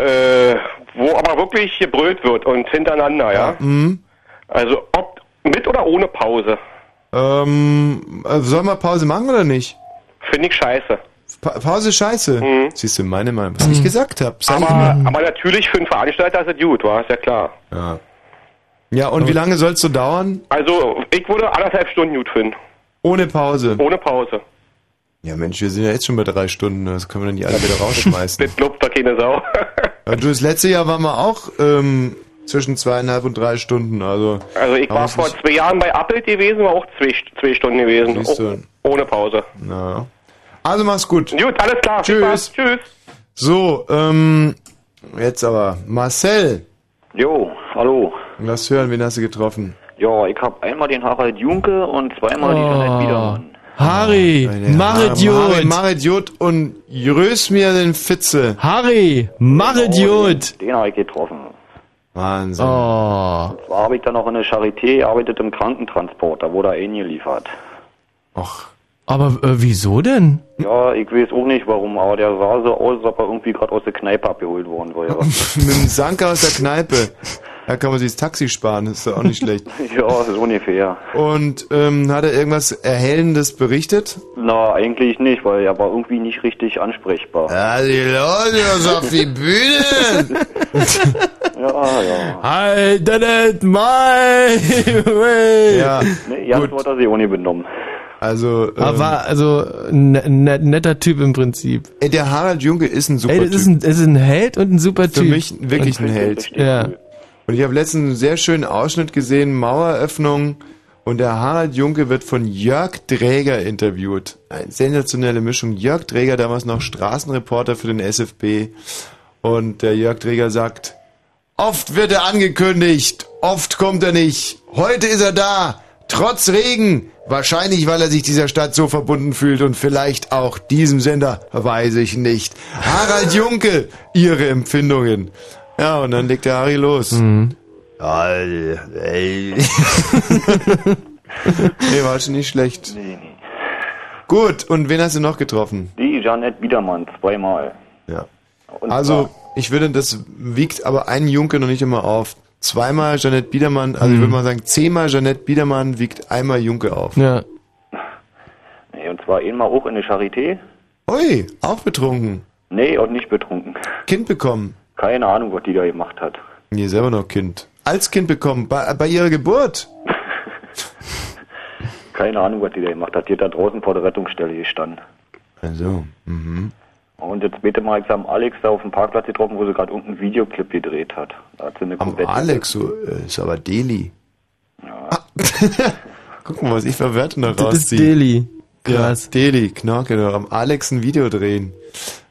[SPEAKER 1] ne?
[SPEAKER 16] äh, wo aber wirklich gebrüllt wird und hintereinander, ja?
[SPEAKER 1] Hm?
[SPEAKER 16] Also ob mit oder ohne Pause,
[SPEAKER 1] Ähm, äh, sollen wir Pause machen oder nicht?
[SPEAKER 16] finde ich scheiße. Mhm.
[SPEAKER 1] Pa Pause ist scheiße. Siehst du, meine Meinung, was
[SPEAKER 2] Mhm.
[SPEAKER 1] ich gesagt habe.
[SPEAKER 16] Aber, Mhm. aber natürlich für einen Veranstalter ist es gut, war ist ja klar.
[SPEAKER 1] Ja. Ja, und wie lange soll es so dauern?
[SPEAKER 16] Also ich würde anderthalb Stunden gut finden.
[SPEAKER 1] Ohne Pause.
[SPEAKER 22] Ohne Pause.
[SPEAKER 1] Ja, Mensch, wir sind ja jetzt schon bei drei Stunden. Das können wir dann nicht alle wieder rausschmeißen.
[SPEAKER 22] Das glaubt da keine Sau.
[SPEAKER 1] Aber Äh, du, das letzte Jahr waren wir auch ähm, zwischen zweieinhalb und drei Stunden. Also,
[SPEAKER 22] Also ich war vor zwei Jahren bei Appelt gewesen, war auch zwei, zwei Stunden gewesen.
[SPEAKER 1] Siehst du.
[SPEAKER 22] Oh, ohne Pause.
[SPEAKER 1] Na. Also mach's gut.
[SPEAKER 22] Gut, alles klar. viel
[SPEAKER 1] Tschüss.
[SPEAKER 22] Spaß. Tschüss.
[SPEAKER 1] So, ähm, jetzt aber. Marcel.
[SPEAKER 19] Jo, hallo.
[SPEAKER 1] Lass hören, wen hast du getroffen?
[SPEAKER 19] Ja, ich hab einmal den Harald Junke und zweimal die Jeanette Biedermann.
[SPEAKER 1] Harry,
[SPEAKER 2] Maridiot.
[SPEAKER 1] Ah, Harry, Maridiot und grüß mir den Fitze. Harry,
[SPEAKER 19] Maridiot. Den habe ich getroffen.
[SPEAKER 1] Wahnsinn.
[SPEAKER 19] Und zwar habe ich dann noch in der Charité gearbeitet im Krankentransport, da wurde er eingeliefert.
[SPEAKER 2] Aber äh, wieso denn?
[SPEAKER 19] Ja, ich weiß auch nicht warum, aber der sah so aus, als ob er irgendwie gerade aus der Kneipe abgeholt worden wäre.
[SPEAKER 1] Mit dem Sanker aus der Kneipe. Da kann man sich das Taxi sparen, das ist doch auch nicht schlecht.
[SPEAKER 19] ja, so ungefähr.
[SPEAKER 1] Und ähm, hat er irgendwas Erhellendes berichtet?
[SPEAKER 19] Na, eigentlich nicht, weil er war irgendwie nicht richtig ansprechbar.
[SPEAKER 1] Ja, die Leute, das auf die Bühne!
[SPEAKER 19] ja, ja.
[SPEAKER 1] I did it my way! Ja,
[SPEAKER 19] Nee, Jans hat er sich auch nicht benommen.
[SPEAKER 1] also. Ähm,
[SPEAKER 2] Aber also ne, ne, netter Typ im Prinzip.
[SPEAKER 1] Ey, der Harald Junke ist ein super
[SPEAKER 2] Ey, das
[SPEAKER 1] Typ.
[SPEAKER 2] ist ein, das ist ein Held und ein super
[SPEAKER 1] Für
[SPEAKER 2] Typ.
[SPEAKER 1] mich wirklich
[SPEAKER 2] Und-
[SPEAKER 1] ein Held.
[SPEAKER 2] Ja.
[SPEAKER 1] Und ich habe letztens einen sehr schönen Ausschnitt gesehen, Maueröffnung. Und der Harald Junke wird von Jörg Dräger interviewt. Eine sensationelle Mischung. Jörg Dräger, damals noch Straßenreporter für den SFB. Und der Jörg Dräger sagt, oft wird er angekündigt, oft kommt er nicht. Heute ist er da, trotz Regen. Wahrscheinlich, weil er sich dieser Stadt so verbunden fühlt und vielleicht auch diesem Sender, weiß ich nicht. Harald Junke, Ihre Empfindungen. Ja, und dann legt der Harry los. Ja, ey. nee, war schon nicht schlecht. Gut, und wen hast du noch getroffen?
[SPEAKER 19] Die Jeanette Biedermann, zweimal.
[SPEAKER 1] Ja. also, ich würde, das wiegt aber einen Junke noch nicht immer auf. Zweimal Jeanette Biedermann,
[SPEAKER 2] Hm.
[SPEAKER 1] also ich würde mal sagen, zehnmal Jeanette Biedermann wiegt einmal Junke auf.
[SPEAKER 2] Ja.
[SPEAKER 19] Nee, und zwar einmal auch in der Charité.
[SPEAKER 1] Ui, auch betrunken.
[SPEAKER 19] Nee, und nicht betrunken.
[SPEAKER 1] Kind bekommen.
[SPEAKER 19] Keine Ahnung, was die da gemacht hat.
[SPEAKER 1] Nee, selber noch Kind. Als Kind bekommen, bei, bei ihrer Geburt.
[SPEAKER 19] Keine Ahnung, was die da gemacht hat. Die hat da draußen vor der Rettungsstelle gestanden.
[SPEAKER 1] Also, mhm.
[SPEAKER 19] Und jetzt bitte mal, ich habe Alex da auf dem Parkplatz getroffen, wo sie gerade irgendeinen Videoclip gedreht hat. Da hat sie eine
[SPEAKER 1] Am
[SPEAKER 19] Kuvette-
[SPEAKER 1] Alex, so, äh, ist aber Deli. Ah. Guck mal, was ich für Wörter noch
[SPEAKER 2] Das ist
[SPEAKER 1] rausziehe.
[SPEAKER 2] Deli.
[SPEAKER 1] Krass. Ja, Deli, Knorke, noch am Alex ein Video drehen.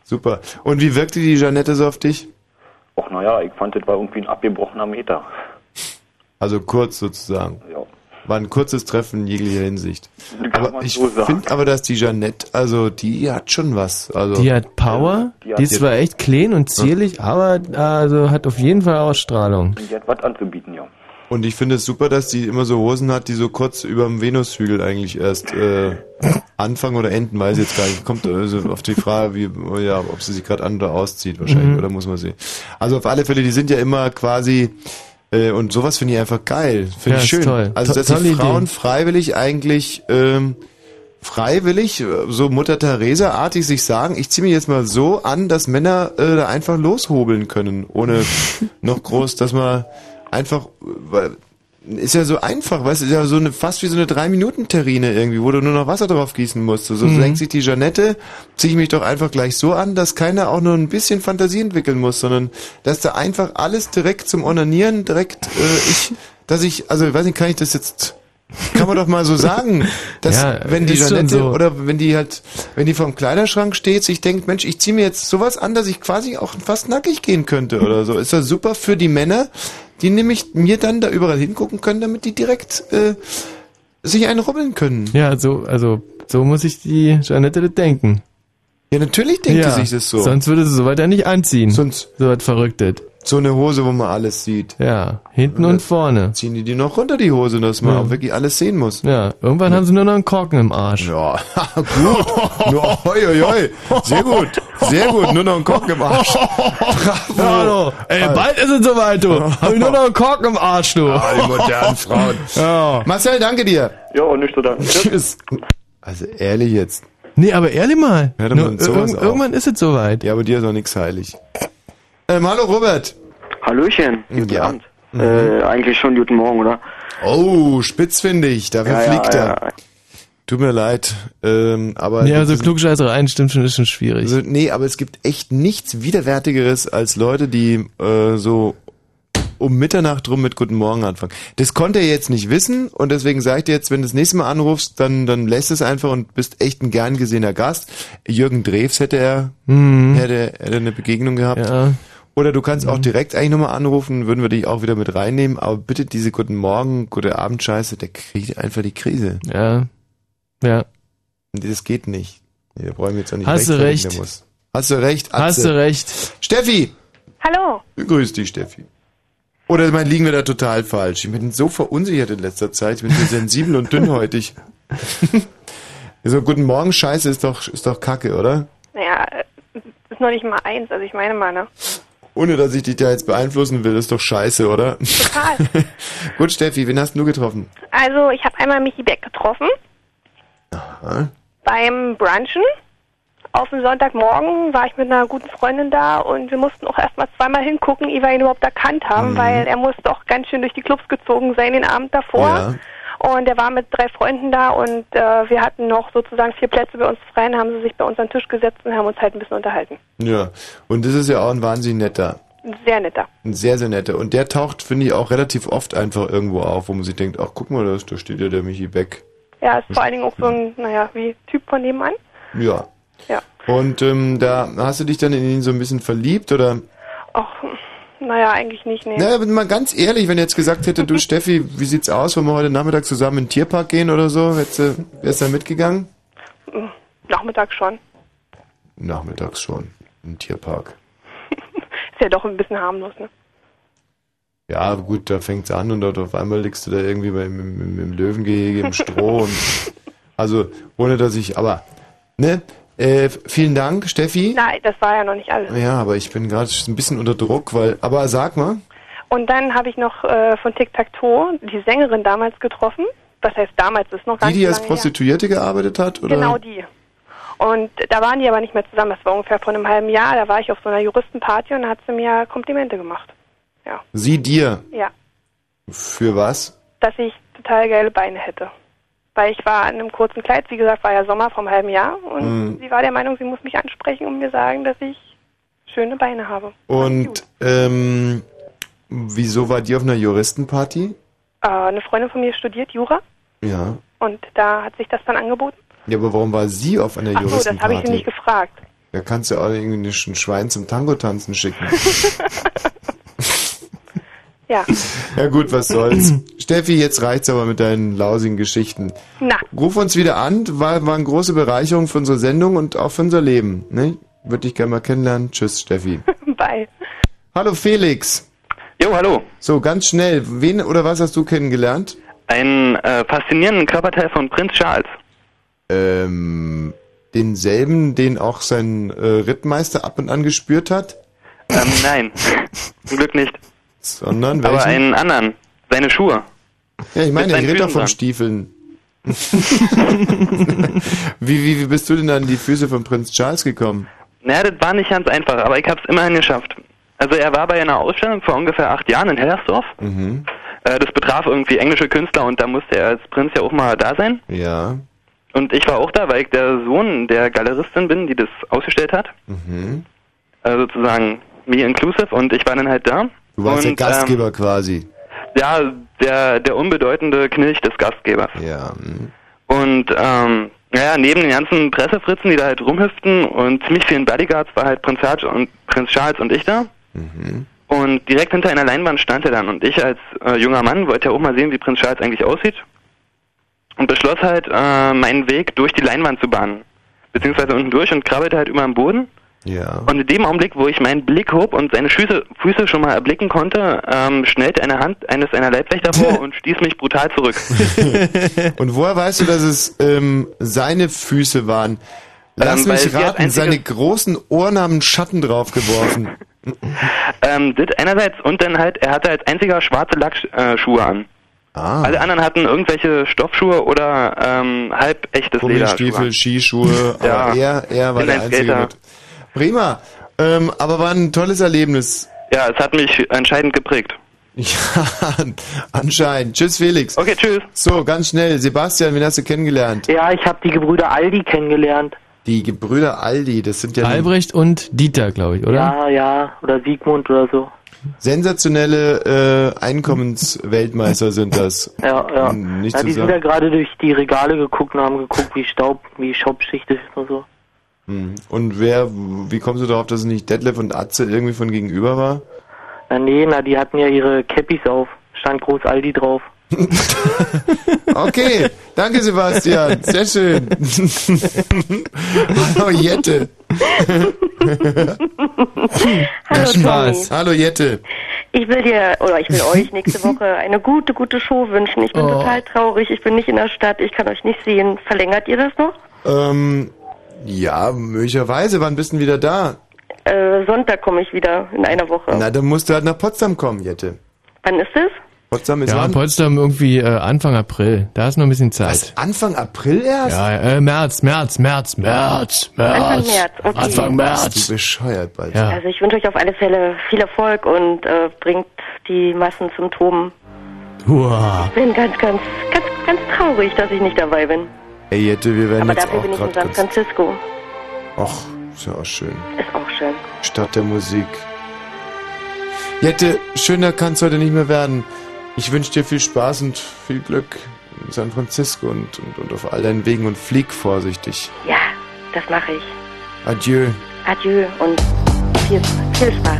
[SPEAKER 1] Super. Und wie wirkte die Janette so auf dich?
[SPEAKER 19] Ach naja, ich fand, das war irgendwie ein abgebrochener Meter.
[SPEAKER 1] Also kurz sozusagen.
[SPEAKER 19] Ja.
[SPEAKER 1] War ein kurzes Treffen in jeglicher Hinsicht.
[SPEAKER 19] Kann
[SPEAKER 1] Aber
[SPEAKER 19] man
[SPEAKER 1] ich
[SPEAKER 19] so sagen.
[SPEAKER 1] finde aber, dass die Janette, also die hat schon was. Also
[SPEAKER 2] Die hat Power,
[SPEAKER 1] Die hat-
[SPEAKER 2] die ist zwar echt clean und zierlich, aber also hat auf jeden Fall Ausstrahlung.
[SPEAKER 19] Die hat was anzubieten, ja.
[SPEAKER 1] Und ich finde es super, dass die immer so Hosen hat, die so kurz über dem Venushügel eigentlich erst äh, anfangen oder enden, weiß ich jetzt gar nicht. Kommt also auf die Frage, wie, oh ja, ob sie sich gerade an oder auszieht wahrscheinlich,
[SPEAKER 2] Mhm.
[SPEAKER 1] oder muss man sehen. Also auf alle Fälle, die sind ja immer quasi äh, und sowas finde ich einfach geil, finde
[SPEAKER 2] Ja,
[SPEAKER 1] ich
[SPEAKER 2] ist
[SPEAKER 1] schön.
[SPEAKER 2] toll.
[SPEAKER 1] Also
[SPEAKER 2] To-
[SPEAKER 1] dass die
[SPEAKER 2] tolle Idee.
[SPEAKER 1] Frauen freiwillig eigentlich ähm, freiwillig, äh, so Mutter Teresa-artig sich sagen, ich ziehe mich jetzt mal so an, dass Männer äh, da einfach loshobeln können, ohne noch groß, dass man einfach, äh, weil, ist ja so einfach, weißt du, ist ja so eine, fast wie so eine Drei-Minuten-Terrine irgendwie, wo du nur noch Wasser drauf gießen musst. So
[SPEAKER 2] Mhm.
[SPEAKER 1] denkt sich die Janette, ziehe ich mich doch einfach gleich so an, dass keiner auch nur ein bisschen Fantasie entwickeln muss, sondern dass da einfach alles direkt zum Onanieren, direkt, äh, ich, dass ich, also ich weiß nicht, kann ich das jetzt, kann man doch mal so sagen, dass
[SPEAKER 2] Ja,
[SPEAKER 1] wenn die
[SPEAKER 2] ist schon
[SPEAKER 1] Janette
[SPEAKER 2] so.
[SPEAKER 1] oder wenn die halt, wenn die vorm Kleiderschrank steht, sich denkt, Mensch, ich ziehe mir jetzt sowas an, dass ich quasi auch fast nackig gehen könnte oder so. Ist das super für die Männer, die nämlich mir dann da überall hingucken können, damit die direkt äh, sich einen rubbeln können.
[SPEAKER 2] Ja, so, also, so muss ich die Janette das denken.
[SPEAKER 1] Ja, natürlich denkt
[SPEAKER 2] ja,
[SPEAKER 1] sie sich das so.
[SPEAKER 2] Sonst würde sie soweit ja nicht anziehen.
[SPEAKER 1] Sonst.
[SPEAKER 2] Soweit verrücktet.
[SPEAKER 1] So eine Hose, wo man alles sieht.
[SPEAKER 2] Ja, hinten und vorne.
[SPEAKER 1] Ziehen die die noch runter, die Hose, dass man
[SPEAKER 2] Ja.
[SPEAKER 1] auch wirklich alles sehen muss.
[SPEAKER 2] Ja, irgendwann haben sie nur noch einen Korken im Arsch.
[SPEAKER 1] Ja, gut. Nur, hoi, hoi, hoi. Sehr gut. Sehr gut. Nur noch ein Korken im Arsch.
[SPEAKER 2] Hallo. Ey, bald ist es soweit, du. Hab ich nur noch einen Korken im Arsch, du.
[SPEAKER 1] Ah, die modernen Frauen.
[SPEAKER 2] Ja.
[SPEAKER 1] Marcel, danke dir.
[SPEAKER 19] Ja, und nicht so danken.
[SPEAKER 1] Tschüss. Also ehrlich jetzt.
[SPEAKER 2] Nee, aber ehrlich mal.
[SPEAKER 1] Hört
[SPEAKER 2] Nur
[SPEAKER 1] man sowas
[SPEAKER 2] irgend-
[SPEAKER 1] auch.
[SPEAKER 2] irgendwann ist es soweit.
[SPEAKER 1] Ja, aber dir ist auch nichts heilig. Ähm, hallo Robert.
[SPEAKER 17] Hallöchen.
[SPEAKER 1] Guten ja. Mhm. Abend.
[SPEAKER 17] Äh, eigentlich schon guten Morgen, oder?
[SPEAKER 1] Oh, spitzfindig. Dafür
[SPEAKER 17] Ja, ja,
[SPEAKER 1] fliegt er.
[SPEAKER 17] ja.
[SPEAKER 1] Tut mir leid, ähm, aber.
[SPEAKER 2] Ja, also
[SPEAKER 1] rein, stimmt schon, ist schon schwierig. Also, nee, aber es gibt echt nichts Widerwärtigeres als Leute, die äh, so um Mitternacht rum mit Guten Morgen anfangen. Das konnte er jetzt nicht wissen und deswegen sage ich dir jetzt, wenn du das nächste Mal anrufst, dann, dann lässt es einfach und bist echt ein gern gesehener Gast. Jürgen Drews hätte er,
[SPEAKER 2] Mhm.
[SPEAKER 1] hätte, hätte eine Begegnung gehabt. Oder du kannst auch direkt eigentlich nochmal anrufen, würden wir dich auch wieder mit reinnehmen, aber bitte diese Guten Morgen, Gute Abend Scheiße, der kriegt einfach die Krise.
[SPEAKER 2] Ja. Ja.
[SPEAKER 1] Das geht nicht. Nee, Da brauchen wir jetzt auch nicht
[SPEAKER 2] Hast du
[SPEAKER 1] rechtfertigen,
[SPEAKER 2] recht.
[SPEAKER 1] der muss. Hast du recht,
[SPEAKER 2] Hast du
[SPEAKER 1] recht. Steffi!
[SPEAKER 26] Hallo.
[SPEAKER 1] Grüß dich, Steffi. Oder ich meine, liegen wir da total falsch? Ich bin so verunsichert in letzter Zeit. Ich bin so sensibel und dünnhäutig. so, guten Morgen, Scheiße ist doch, ist doch Kacke, oder?
[SPEAKER 26] Naja, äh, ist noch nicht mal eins, also ich meine mal, ne?
[SPEAKER 1] Ohne, dass ich dich da jetzt beeinflussen will, ist doch Scheiße, oder?
[SPEAKER 26] Total.
[SPEAKER 1] Gut, Steffi, wen hast du getroffen?
[SPEAKER 26] Also, ich habe einmal Michi Beck getroffen
[SPEAKER 1] Aha.
[SPEAKER 26] beim Brunchen. Auf dem Sonntagmorgen war ich mit einer guten Freundin da und wir mussten auch erstmal zweimal hingucken, ehe wir ihn überhaupt erkannt haben,
[SPEAKER 27] Mhm.
[SPEAKER 26] weil er musste auch ganz schön durch die Clubs gezogen sein den Abend davor. Und er war mit drei Freunden da und äh, wir hatten noch sozusagen vier Plätze bei uns frei und haben sie sich bei uns an den Tisch gesetzt und haben uns halt ein bisschen unterhalten.
[SPEAKER 1] Ja. Und das ist ja auch ein wahnsinnig netter.
[SPEAKER 26] Ein Sehr netter.
[SPEAKER 1] Ein sehr, sehr netter. Und der taucht, finde ich, auch relativ oft einfach irgendwo auf, wo man sich denkt, ach, guck mal, da, da steht ja der Michi Beck.
[SPEAKER 26] Ja, ist vor allen Dingen auch so ein, naja, wie Typ von nebenan.
[SPEAKER 1] Ja.
[SPEAKER 26] Ja.
[SPEAKER 1] Und ähm, da hast du dich dann in ihn so ein bisschen verliebt oder?
[SPEAKER 26] Ach, naja, eigentlich nicht, nee.
[SPEAKER 1] Na, aber mal ganz ehrlich, wenn er jetzt gesagt hätte, du Steffi, wie sieht's aus, wollen wir heute Nachmittag zusammen in den Tierpark gehen oder so, hättest du, wärst du dann mitgegangen?
[SPEAKER 26] Hm, Nachmittag schon.
[SPEAKER 1] Nachmittags schon, im Tierpark.
[SPEAKER 26] Ist ja doch ein bisschen harmlos, ne?
[SPEAKER 1] Ja, gut, da fängt's an und dort auf einmal liegst du da irgendwie beim, im, im, im Löwengehege, im Stroh und also ohne dass ich, aber ne, äh, vielen Dank, Steffi.
[SPEAKER 26] Nein, das war ja noch nicht alles.
[SPEAKER 1] Ja, aber ich bin gerade ein bisschen unter Druck, weil, aber sag mal,
[SPEAKER 26] Und dann habe ich noch äh, von Tic Tac Toe die Sängerin damals getroffen. Was heißt damals? Das ist noch gar
[SPEAKER 1] die,
[SPEAKER 26] nicht
[SPEAKER 1] die
[SPEAKER 26] so
[SPEAKER 1] als
[SPEAKER 26] lange
[SPEAKER 1] Prostituierte gearbeitet hat,
[SPEAKER 26] her.
[SPEAKER 1] oder?
[SPEAKER 26] Genau die. Und da waren die aber nicht mehr zusammen. Das war ungefähr vor einem halben Jahr. Da war ich auf so einer Juristenparty und da hat sie mir Komplimente gemacht.
[SPEAKER 1] Sie dir.
[SPEAKER 26] Ja,
[SPEAKER 1] Für was?
[SPEAKER 26] dass ich total geile Beine hätte. Weil ich war in einem kurzen Kleid, wie gesagt, war ja Sommer vom halben Jahr und
[SPEAKER 1] Mhm.
[SPEAKER 26] sie war der Meinung, sie muss mich ansprechen und mir sagen, dass ich schöne Beine habe.
[SPEAKER 1] Und ähm, wieso war die auf einer Juristenparty?
[SPEAKER 26] Äh, eine Freundin von mir studiert Jura
[SPEAKER 1] Ja.
[SPEAKER 26] und da hat sich das dann angeboten.
[SPEAKER 1] Ja, aber warum war sie auf einer
[SPEAKER 26] Ach so, das habe
[SPEAKER 1] Juristenparty?
[SPEAKER 26] ich sie nicht gefragt.
[SPEAKER 1] da kannst du auch irgendwie ein Schwein zum Tango tanzen schicken.
[SPEAKER 26] Ja.
[SPEAKER 1] ja gut, was soll's. Steffi, jetzt reicht's aber mit deinen lausigen Geschichten.
[SPEAKER 26] Na,
[SPEAKER 1] Ruf uns wieder an, war, war eine große Bereicherung für unsere Sendung und auch für unser Leben. Ne? Würde dich gerne mal kennenlernen. Tschüss, Steffi.
[SPEAKER 26] bye.
[SPEAKER 1] Hallo Felix.
[SPEAKER 28] Jo, hallo.
[SPEAKER 1] So, ganz schnell, wen oder was hast du kennengelernt?
[SPEAKER 28] Einen äh, faszinierenden Körperteil von Prinz Charles.
[SPEAKER 1] Ähm, denselben, den auch sein äh, Rittmeister ab und an gespürt hat,
[SPEAKER 28] Ähm, nein, zum Glück nicht.
[SPEAKER 1] sondern
[SPEAKER 28] Aber
[SPEAKER 1] welchen?
[SPEAKER 28] einen anderen. Seine Schuhe.
[SPEAKER 1] ja, ich
[SPEAKER 28] mit
[SPEAKER 1] meine,
[SPEAKER 28] seinen
[SPEAKER 1] ich rede doch
[SPEAKER 28] Füßen
[SPEAKER 1] von
[SPEAKER 28] dran.
[SPEAKER 1] Stiefeln. wie, wie, wie bist du denn an die Füße von Prinz Charles gekommen?
[SPEAKER 28] Naja, das war nicht ganz einfach, aber ich hab's immerhin geschafft. Also er war bei einer Ausstellung vor ungefähr acht Jahren in Hellersdorf.
[SPEAKER 1] Mhm.
[SPEAKER 28] Äh, das betraf irgendwie englische Künstler und da musste er als Prinz ja auch mal da sein.
[SPEAKER 1] Ja.
[SPEAKER 28] Und ich war auch da, weil ich der Sohn der Galeristin bin, die das ausgestellt hat.
[SPEAKER 1] Mhm.
[SPEAKER 28] Äh, sozusagen me inclusive und ich war dann halt da.
[SPEAKER 1] Du warst
[SPEAKER 28] und,
[SPEAKER 1] der Gastgeber quasi.
[SPEAKER 28] Ähm, ja, der, der unbedeutende Knilch des Gastgebers.
[SPEAKER 1] Ja.
[SPEAKER 28] Und ähm, naja, neben den ganzen Pressefritzen, die da halt rumhüpften und ziemlich vielen Bodyguards war halt Prinz Charles und, Prinz Charles und ich da. Und direkt hinter einer Leinwand stand er dann. Und ich als äh, junger Mann wollte ja auch mal sehen, wie Prinz Charles eigentlich aussieht. Und beschloss halt, äh, meinen Weg durch die Leinwand zu bahnen. Beziehungsweise unten durch und krabbelte halt über den Boden.
[SPEAKER 1] Ja.
[SPEAKER 28] Und in dem Augenblick, wo ich meinen Blick hob und seine Füße, Füße schon mal erblicken konnte, ähm, schnellte eine Hand eines einer Leibwächter vor und stieß mich brutal zurück.
[SPEAKER 1] Und woher weißt du, dass es ähm, seine Füße waren? Lass
[SPEAKER 28] Ähm, weil
[SPEAKER 1] mich
[SPEAKER 28] sie als
[SPEAKER 1] raten, seine
[SPEAKER 28] einziges-
[SPEAKER 1] großen Ohren haben einen Schatten draufgeworfen. Um
[SPEAKER 28] Ähm, das einerseits und dann halt, er hatte als einziger schwarze Lackschuhe äh, an.
[SPEAKER 1] Ah.
[SPEAKER 28] Alle anderen hatten irgendwelche Stoffschuhe oder ähm, halb echtes Lederschuhe.
[SPEAKER 1] Gummistiefel,
[SPEAKER 28] an.
[SPEAKER 1] Skischuhe,
[SPEAKER 28] Ja.
[SPEAKER 1] aber er, er war
[SPEAKER 28] Bin
[SPEAKER 1] der
[SPEAKER 28] ein
[SPEAKER 1] Einzige
[SPEAKER 28] Skater.
[SPEAKER 1] mit. Prima, ähm, aber war ein tolles Erlebnis.
[SPEAKER 28] Ja, es hat mich entscheidend geprägt.
[SPEAKER 1] Ja, anscheinend. Tschüss, Felix. Okay, tschüss. So, ganz schnell. Sebastian, wen hast du kennengelernt?
[SPEAKER 8] Ja, ich habe die Gebrüder Aldi kennengelernt.
[SPEAKER 1] Die Gebrüder Aldi, das sind ja...
[SPEAKER 2] Albrecht und Dieter, glaube ich, oder?
[SPEAKER 8] Ja, ja, oder Siegmund oder so.
[SPEAKER 1] Sensationelle äh, Einkommensweltmeister sind das.
[SPEAKER 8] Ja, ja.
[SPEAKER 1] Hm, Nicht
[SPEAKER 8] ja
[SPEAKER 1] zu
[SPEAKER 8] die sind ja
[SPEAKER 1] sagen.
[SPEAKER 8] gerade durch die Regale geguckt und haben geguckt, wie Staub, wie Staubschicht ist und so.
[SPEAKER 1] Hm. Und wer, wie kommst du darauf, dass es nicht Detlef und Atze irgendwie von gegenüber war?
[SPEAKER 8] Na nee, na, die hatten ja ihre Cappies auf. Stand groß Aldi drauf.
[SPEAKER 1] Okay, danke Sebastian, sehr schön. Hallo Jette.
[SPEAKER 5] Hm.
[SPEAKER 2] Hm.
[SPEAKER 5] Hallo, Spaß. Tommy.
[SPEAKER 1] Hallo Jette.
[SPEAKER 5] Ich will dir, oder ich will euch nächste Woche eine gute, gute Show wünschen. Ich bin
[SPEAKER 1] Oh.
[SPEAKER 5] total traurig. Ich bin nicht in der Stadt. Ich kann euch nicht sehen. Verlängert ihr das noch?
[SPEAKER 1] Ähm, ja, möglicherweise, wann bist du denn wieder da?
[SPEAKER 5] Äh, Sonntag komme ich wieder in einer Woche.
[SPEAKER 1] Na, dann musst du halt nach Potsdam kommen, Jette.
[SPEAKER 5] Wann ist es?
[SPEAKER 1] Potsdam ist
[SPEAKER 2] ja,
[SPEAKER 1] wann?
[SPEAKER 2] Potsdam irgendwie äh, Anfang April. Da ist noch ein bisschen Zeit.
[SPEAKER 1] Anfang April erst?
[SPEAKER 2] Ja, äh, März, März, März, März, März.
[SPEAKER 5] Anfang März, okay.
[SPEAKER 2] Anfang
[SPEAKER 1] Bist
[SPEAKER 2] März.
[SPEAKER 1] du bescheuert bald.
[SPEAKER 2] Ja.
[SPEAKER 5] Also ich wünsche euch auf alle Fälle viel Erfolg und äh, bringt die Massen zum Toben.
[SPEAKER 2] Uah.
[SPEAKER 5] Ich bin ganz, ganz, ganz, ganz traurig, dass ich nicht dabei bin.
[SPEAKER 1] Ey Jette, wir werden
[SPEAKER 5] Aber
[SPEAKER 1] jetzt
[SPEAKER 5] dafür
[SPEAKER 1] auch
[SPEAKER 5] bin ich in
[SPEAKER 1] gerade
[SPEAKER 5] San
[SPEAKER 1] ganz...
[SPEAKER 5] Francisco.
[SPEAKER 1] Och, ist ja auch schön.
[SPEAKER 5] Ist auch schön.
[SPEAKER 1] Stadt der Musik. Jette, schöner kann es heute nicht mehr werden. Ich wünsche dir viel Spaß und viel Glück in San Francisco und, und, und auf all deinen Wegen und flieg vorsichtig.
[SPEAKER 5] Ja, das mache ich.
[SPEAKER 1] Adieu.
[SPEAKER 5] Adieu und viel, viel Spaß.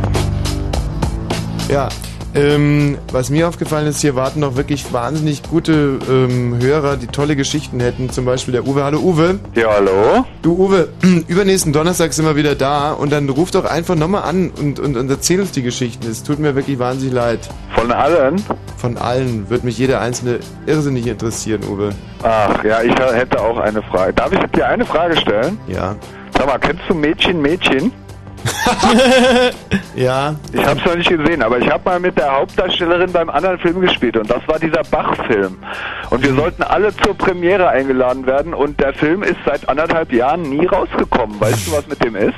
[SPEAKER 1] Ja, ähm, was mir aufgefallen ist, hier warten noch wirklich wahnsinnig gute ähm, Hörer, die tolle Geschichten hätten. Zum Beispiel der Uwe. Hallo Uwe.
[SPEAKER 6] Ja, hallo.
[SPEAKER 1] Du Uwe, übernächsten Donnerstag sind wir wieder da und dann ruf doch einfach nochmal an und, und, und erzähl uns die Geschichten. Es tut mir wirklich wahnsinnig leid.
[SPEAKER 6] Von allen?
[SPEAKER 1] Von allen. Wird mich jeder einzelne irrsinnig interessieren, Uwe.
[SPEAKER 6] Ach ja, ich hätte auch eine Frage. Darf ich dir eine Frage stellen?
[SPEAKER 1] Ja.
[SPEAKER 6] Sag mal, kennst du Mädchen, Mädchen?
[SPEAKER 1] ja.
[SPEAKER 6] Ich hab's noch nicht gesehen, aber ich habe mal mit der Hauptdarstellerin beim anderen Film gespielt und das war dieser Bach-Film. Und
[SPEAKER 1] Mhm.
[SPEAKER 6] wir sollten alle zur Premiere eingeladen werden und der Film ist seit anderthalb Jahren nie rausgekommen. Weißt du, was mit dem ist?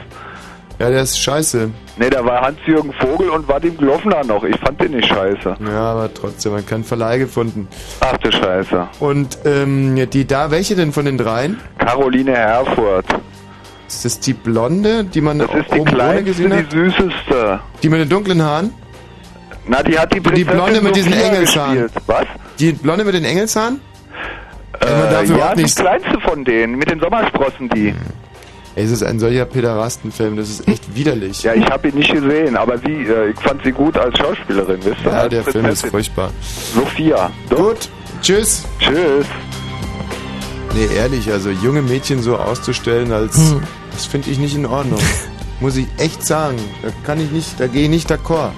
[SPEAKER 1] Ja, der ist scheiße.
[SPEAKER 6] Nee, da war Hans-Jürgen Vogel und Vadim Glofner noch. Ich fand den nicht scheiße.
[SPEAKER 1] Ja, aber trotzdem, man kann Verleih gefunden.
[SPEAKER 6] Ach du Scheiße.
[SPEAKER 1] Und ähm, die da, welche denn von den dreien?
[SPEAKER 6] Caroline Herfurt.
[SPEAKER 1] Ist das die Blonde, die man
[SPEAKER 6] Das ist die
[SPEAKER 1] oben ohne
[SPEAKER 6] kleinste,
[SPEAKER 1] gesehen hat?
[SPEAKER 6] die süßeste.
[SPEAKER 1] Die mit den dunklen Haaren?
[SPEAKER 6] Na, die hat die
[SPEAKER 1] Die
[SPEAKER 6] Prinzessin
[SPEAKER 1] Blonde mit diesen
[SPEAKER 6] Sophia
[SPEAKER 1] Engelshaaren.
[SPEAKER 6] gespielt. Was?
[SPEAKER 1] Die Blonde mit den Engelshaaren? Ey, man darf
[SPEAKER 6] Äh, ja,
[SPEAKER 1] überhaupt
[SPEAKER 6] die
[SPEAKER 1] nicht-
[SPEAKER 6] kleinste von denen, mit den Sommersprossen, die.
[SPEAKER 1] Ey, es ist ein solcher Pederastenfilm, das ist echt widerlich.
[SPEAKER 6] Ja, ich habe ihn nicht gesehen, aber sie, äh, ich fand sie gut als Schauspielerin, wisst ihr?
[SPEAKER 1] Ja,
[SPEAKER 6] als
[SPEAKER 1] der Film ist
[SPEAKER 6] Prinzessin.
[SPEAKER 1] furchtbar.
[SPEAKER 6] Sophia.
[SPEAKER 1] Gut, tschüss.
[SPEAKER 6] Tschüss.
[SPEAKER 1] Nee, ehrlich, also junge Mädchen so auszustellen als... Das finde ich nicht in Ordnung. Muss ich echt sagen. Da kann ich nicht, da gehe ich nicht d'accord.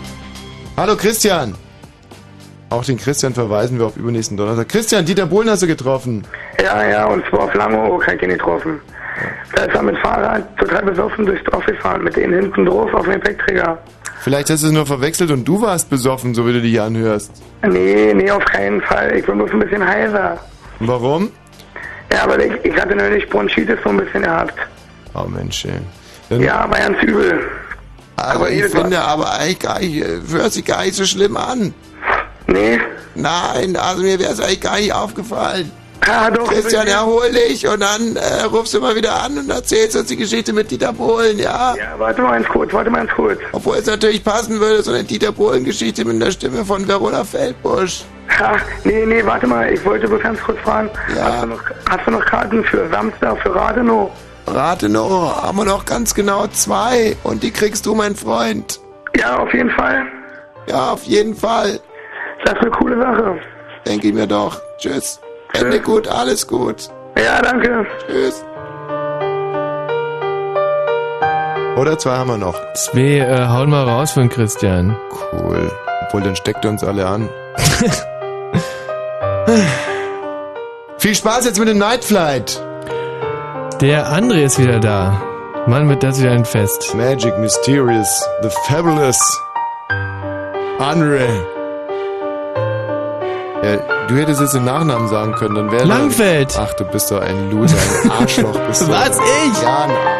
[SPEAKER 1] Hallo Christian! Auch den Christian verweisen wir auf übernächsten Donnerstag. Christian, Dieter Bohlen hast du getroffen.
[SPEAKER 18] Ja, ja, und zwar auf Langeoog hat ihn getroffen. Da ist er mit Fahrrad total besoffen durchs Dorf gefahren, mit denen hinten drauf auf dem Gepäckträger.
[SPEAKER 1] Vielleicht hast du es nur verwechselt und du warst besoffen, so wie du dich anhörst.
[SPEAKER 18] Nee, nee, auf keinen Fall. Ich bin bloß ein bisschen heiser.
[SPEAKER 1] Warum?
[SPEAKER 18] Ja, aber ich, ich hatte neulich Bronchitis so ein bisschen gehabt.
[SPEAKER 1] Oh Mensch, ey.
[SPEAKER 18] Ja, aber ganz übel.
[SPEAKER 1] Aber ich
[SPEAKER 18] jedes Mal-
[SPEAKER 1] finde, aber eigentlich gar nicht, äh, hört sich gar nicht so schlimm an.
[SPEAKER 18] Nee.
[SPEAKER 1] Nein, also mir wäre es eigentlich gar nicht aufgefallen.
[SPEAKER 18] Ah, doch,
[SPEAKER 1] Christian,
[SPEAKER 18] wirklich.
[SPEAKER 1] erhol dich und dann äh, rufst du mal wieder an und erzählst uns die Geschichte mit Dieter Bohlen, ja?
[SPEAKER 18] Ja, warte mal ganz kurz, warte mal ganz kurz.
[SPEAKER 1] Obwohl es natürlich passen würde, so eine Dieter Bohlen-Geschichte mit der Stimme von Verona Feldbusch.
[SPEAKER 18] Ha, nee, nee, warte mal, ich wollte bloß ganz kurz fragen. Hast, du noch, hast du noch Karten für Samstag, für Rathenow?
[SPEAKER 1] Rathenow, haben wir noch ganz genau zwei und die kriegst du, mein Freund.
[SPEAKER 18] Ja, auf jeden Fall.
[SPEAKER 1] Ja, auf jeden Fall.
[SPEAKER 18] Das ist eine coole Sache.
[SPEAKER 1] Denke ich mir doch. Tschüss. Ende gut, alles gut.
[SPEAKER 18] Ja, danke.
[SPEAKER 1] Tschüss. Oder zwei haben wir noch.
[SPEAKER 2] Zwei, äh, hauen mal raus von Christian.
[SPEAKER 1] Cool. Obwohl, dann steckt er uns alle an. Viel Spaß jetzt mit dem Night Flight.
[SPEAKER 2] Der André ist wieder da. Mann, wird das wieder ein Fest.
[SPEAKER 1] Magic, Mysterious, The Fabulous. Andre. Ja, du hättest jetzt den Nachnamen sagen können, dann wäre.
[SPEAKER 2] Langfeld.
[SPEAKER 1] Ach, du bist doch ein Loser, ein Arschloch bist du.
[SPEAKER 2] Was, ich?
[SPEAKER 1] Ja, ein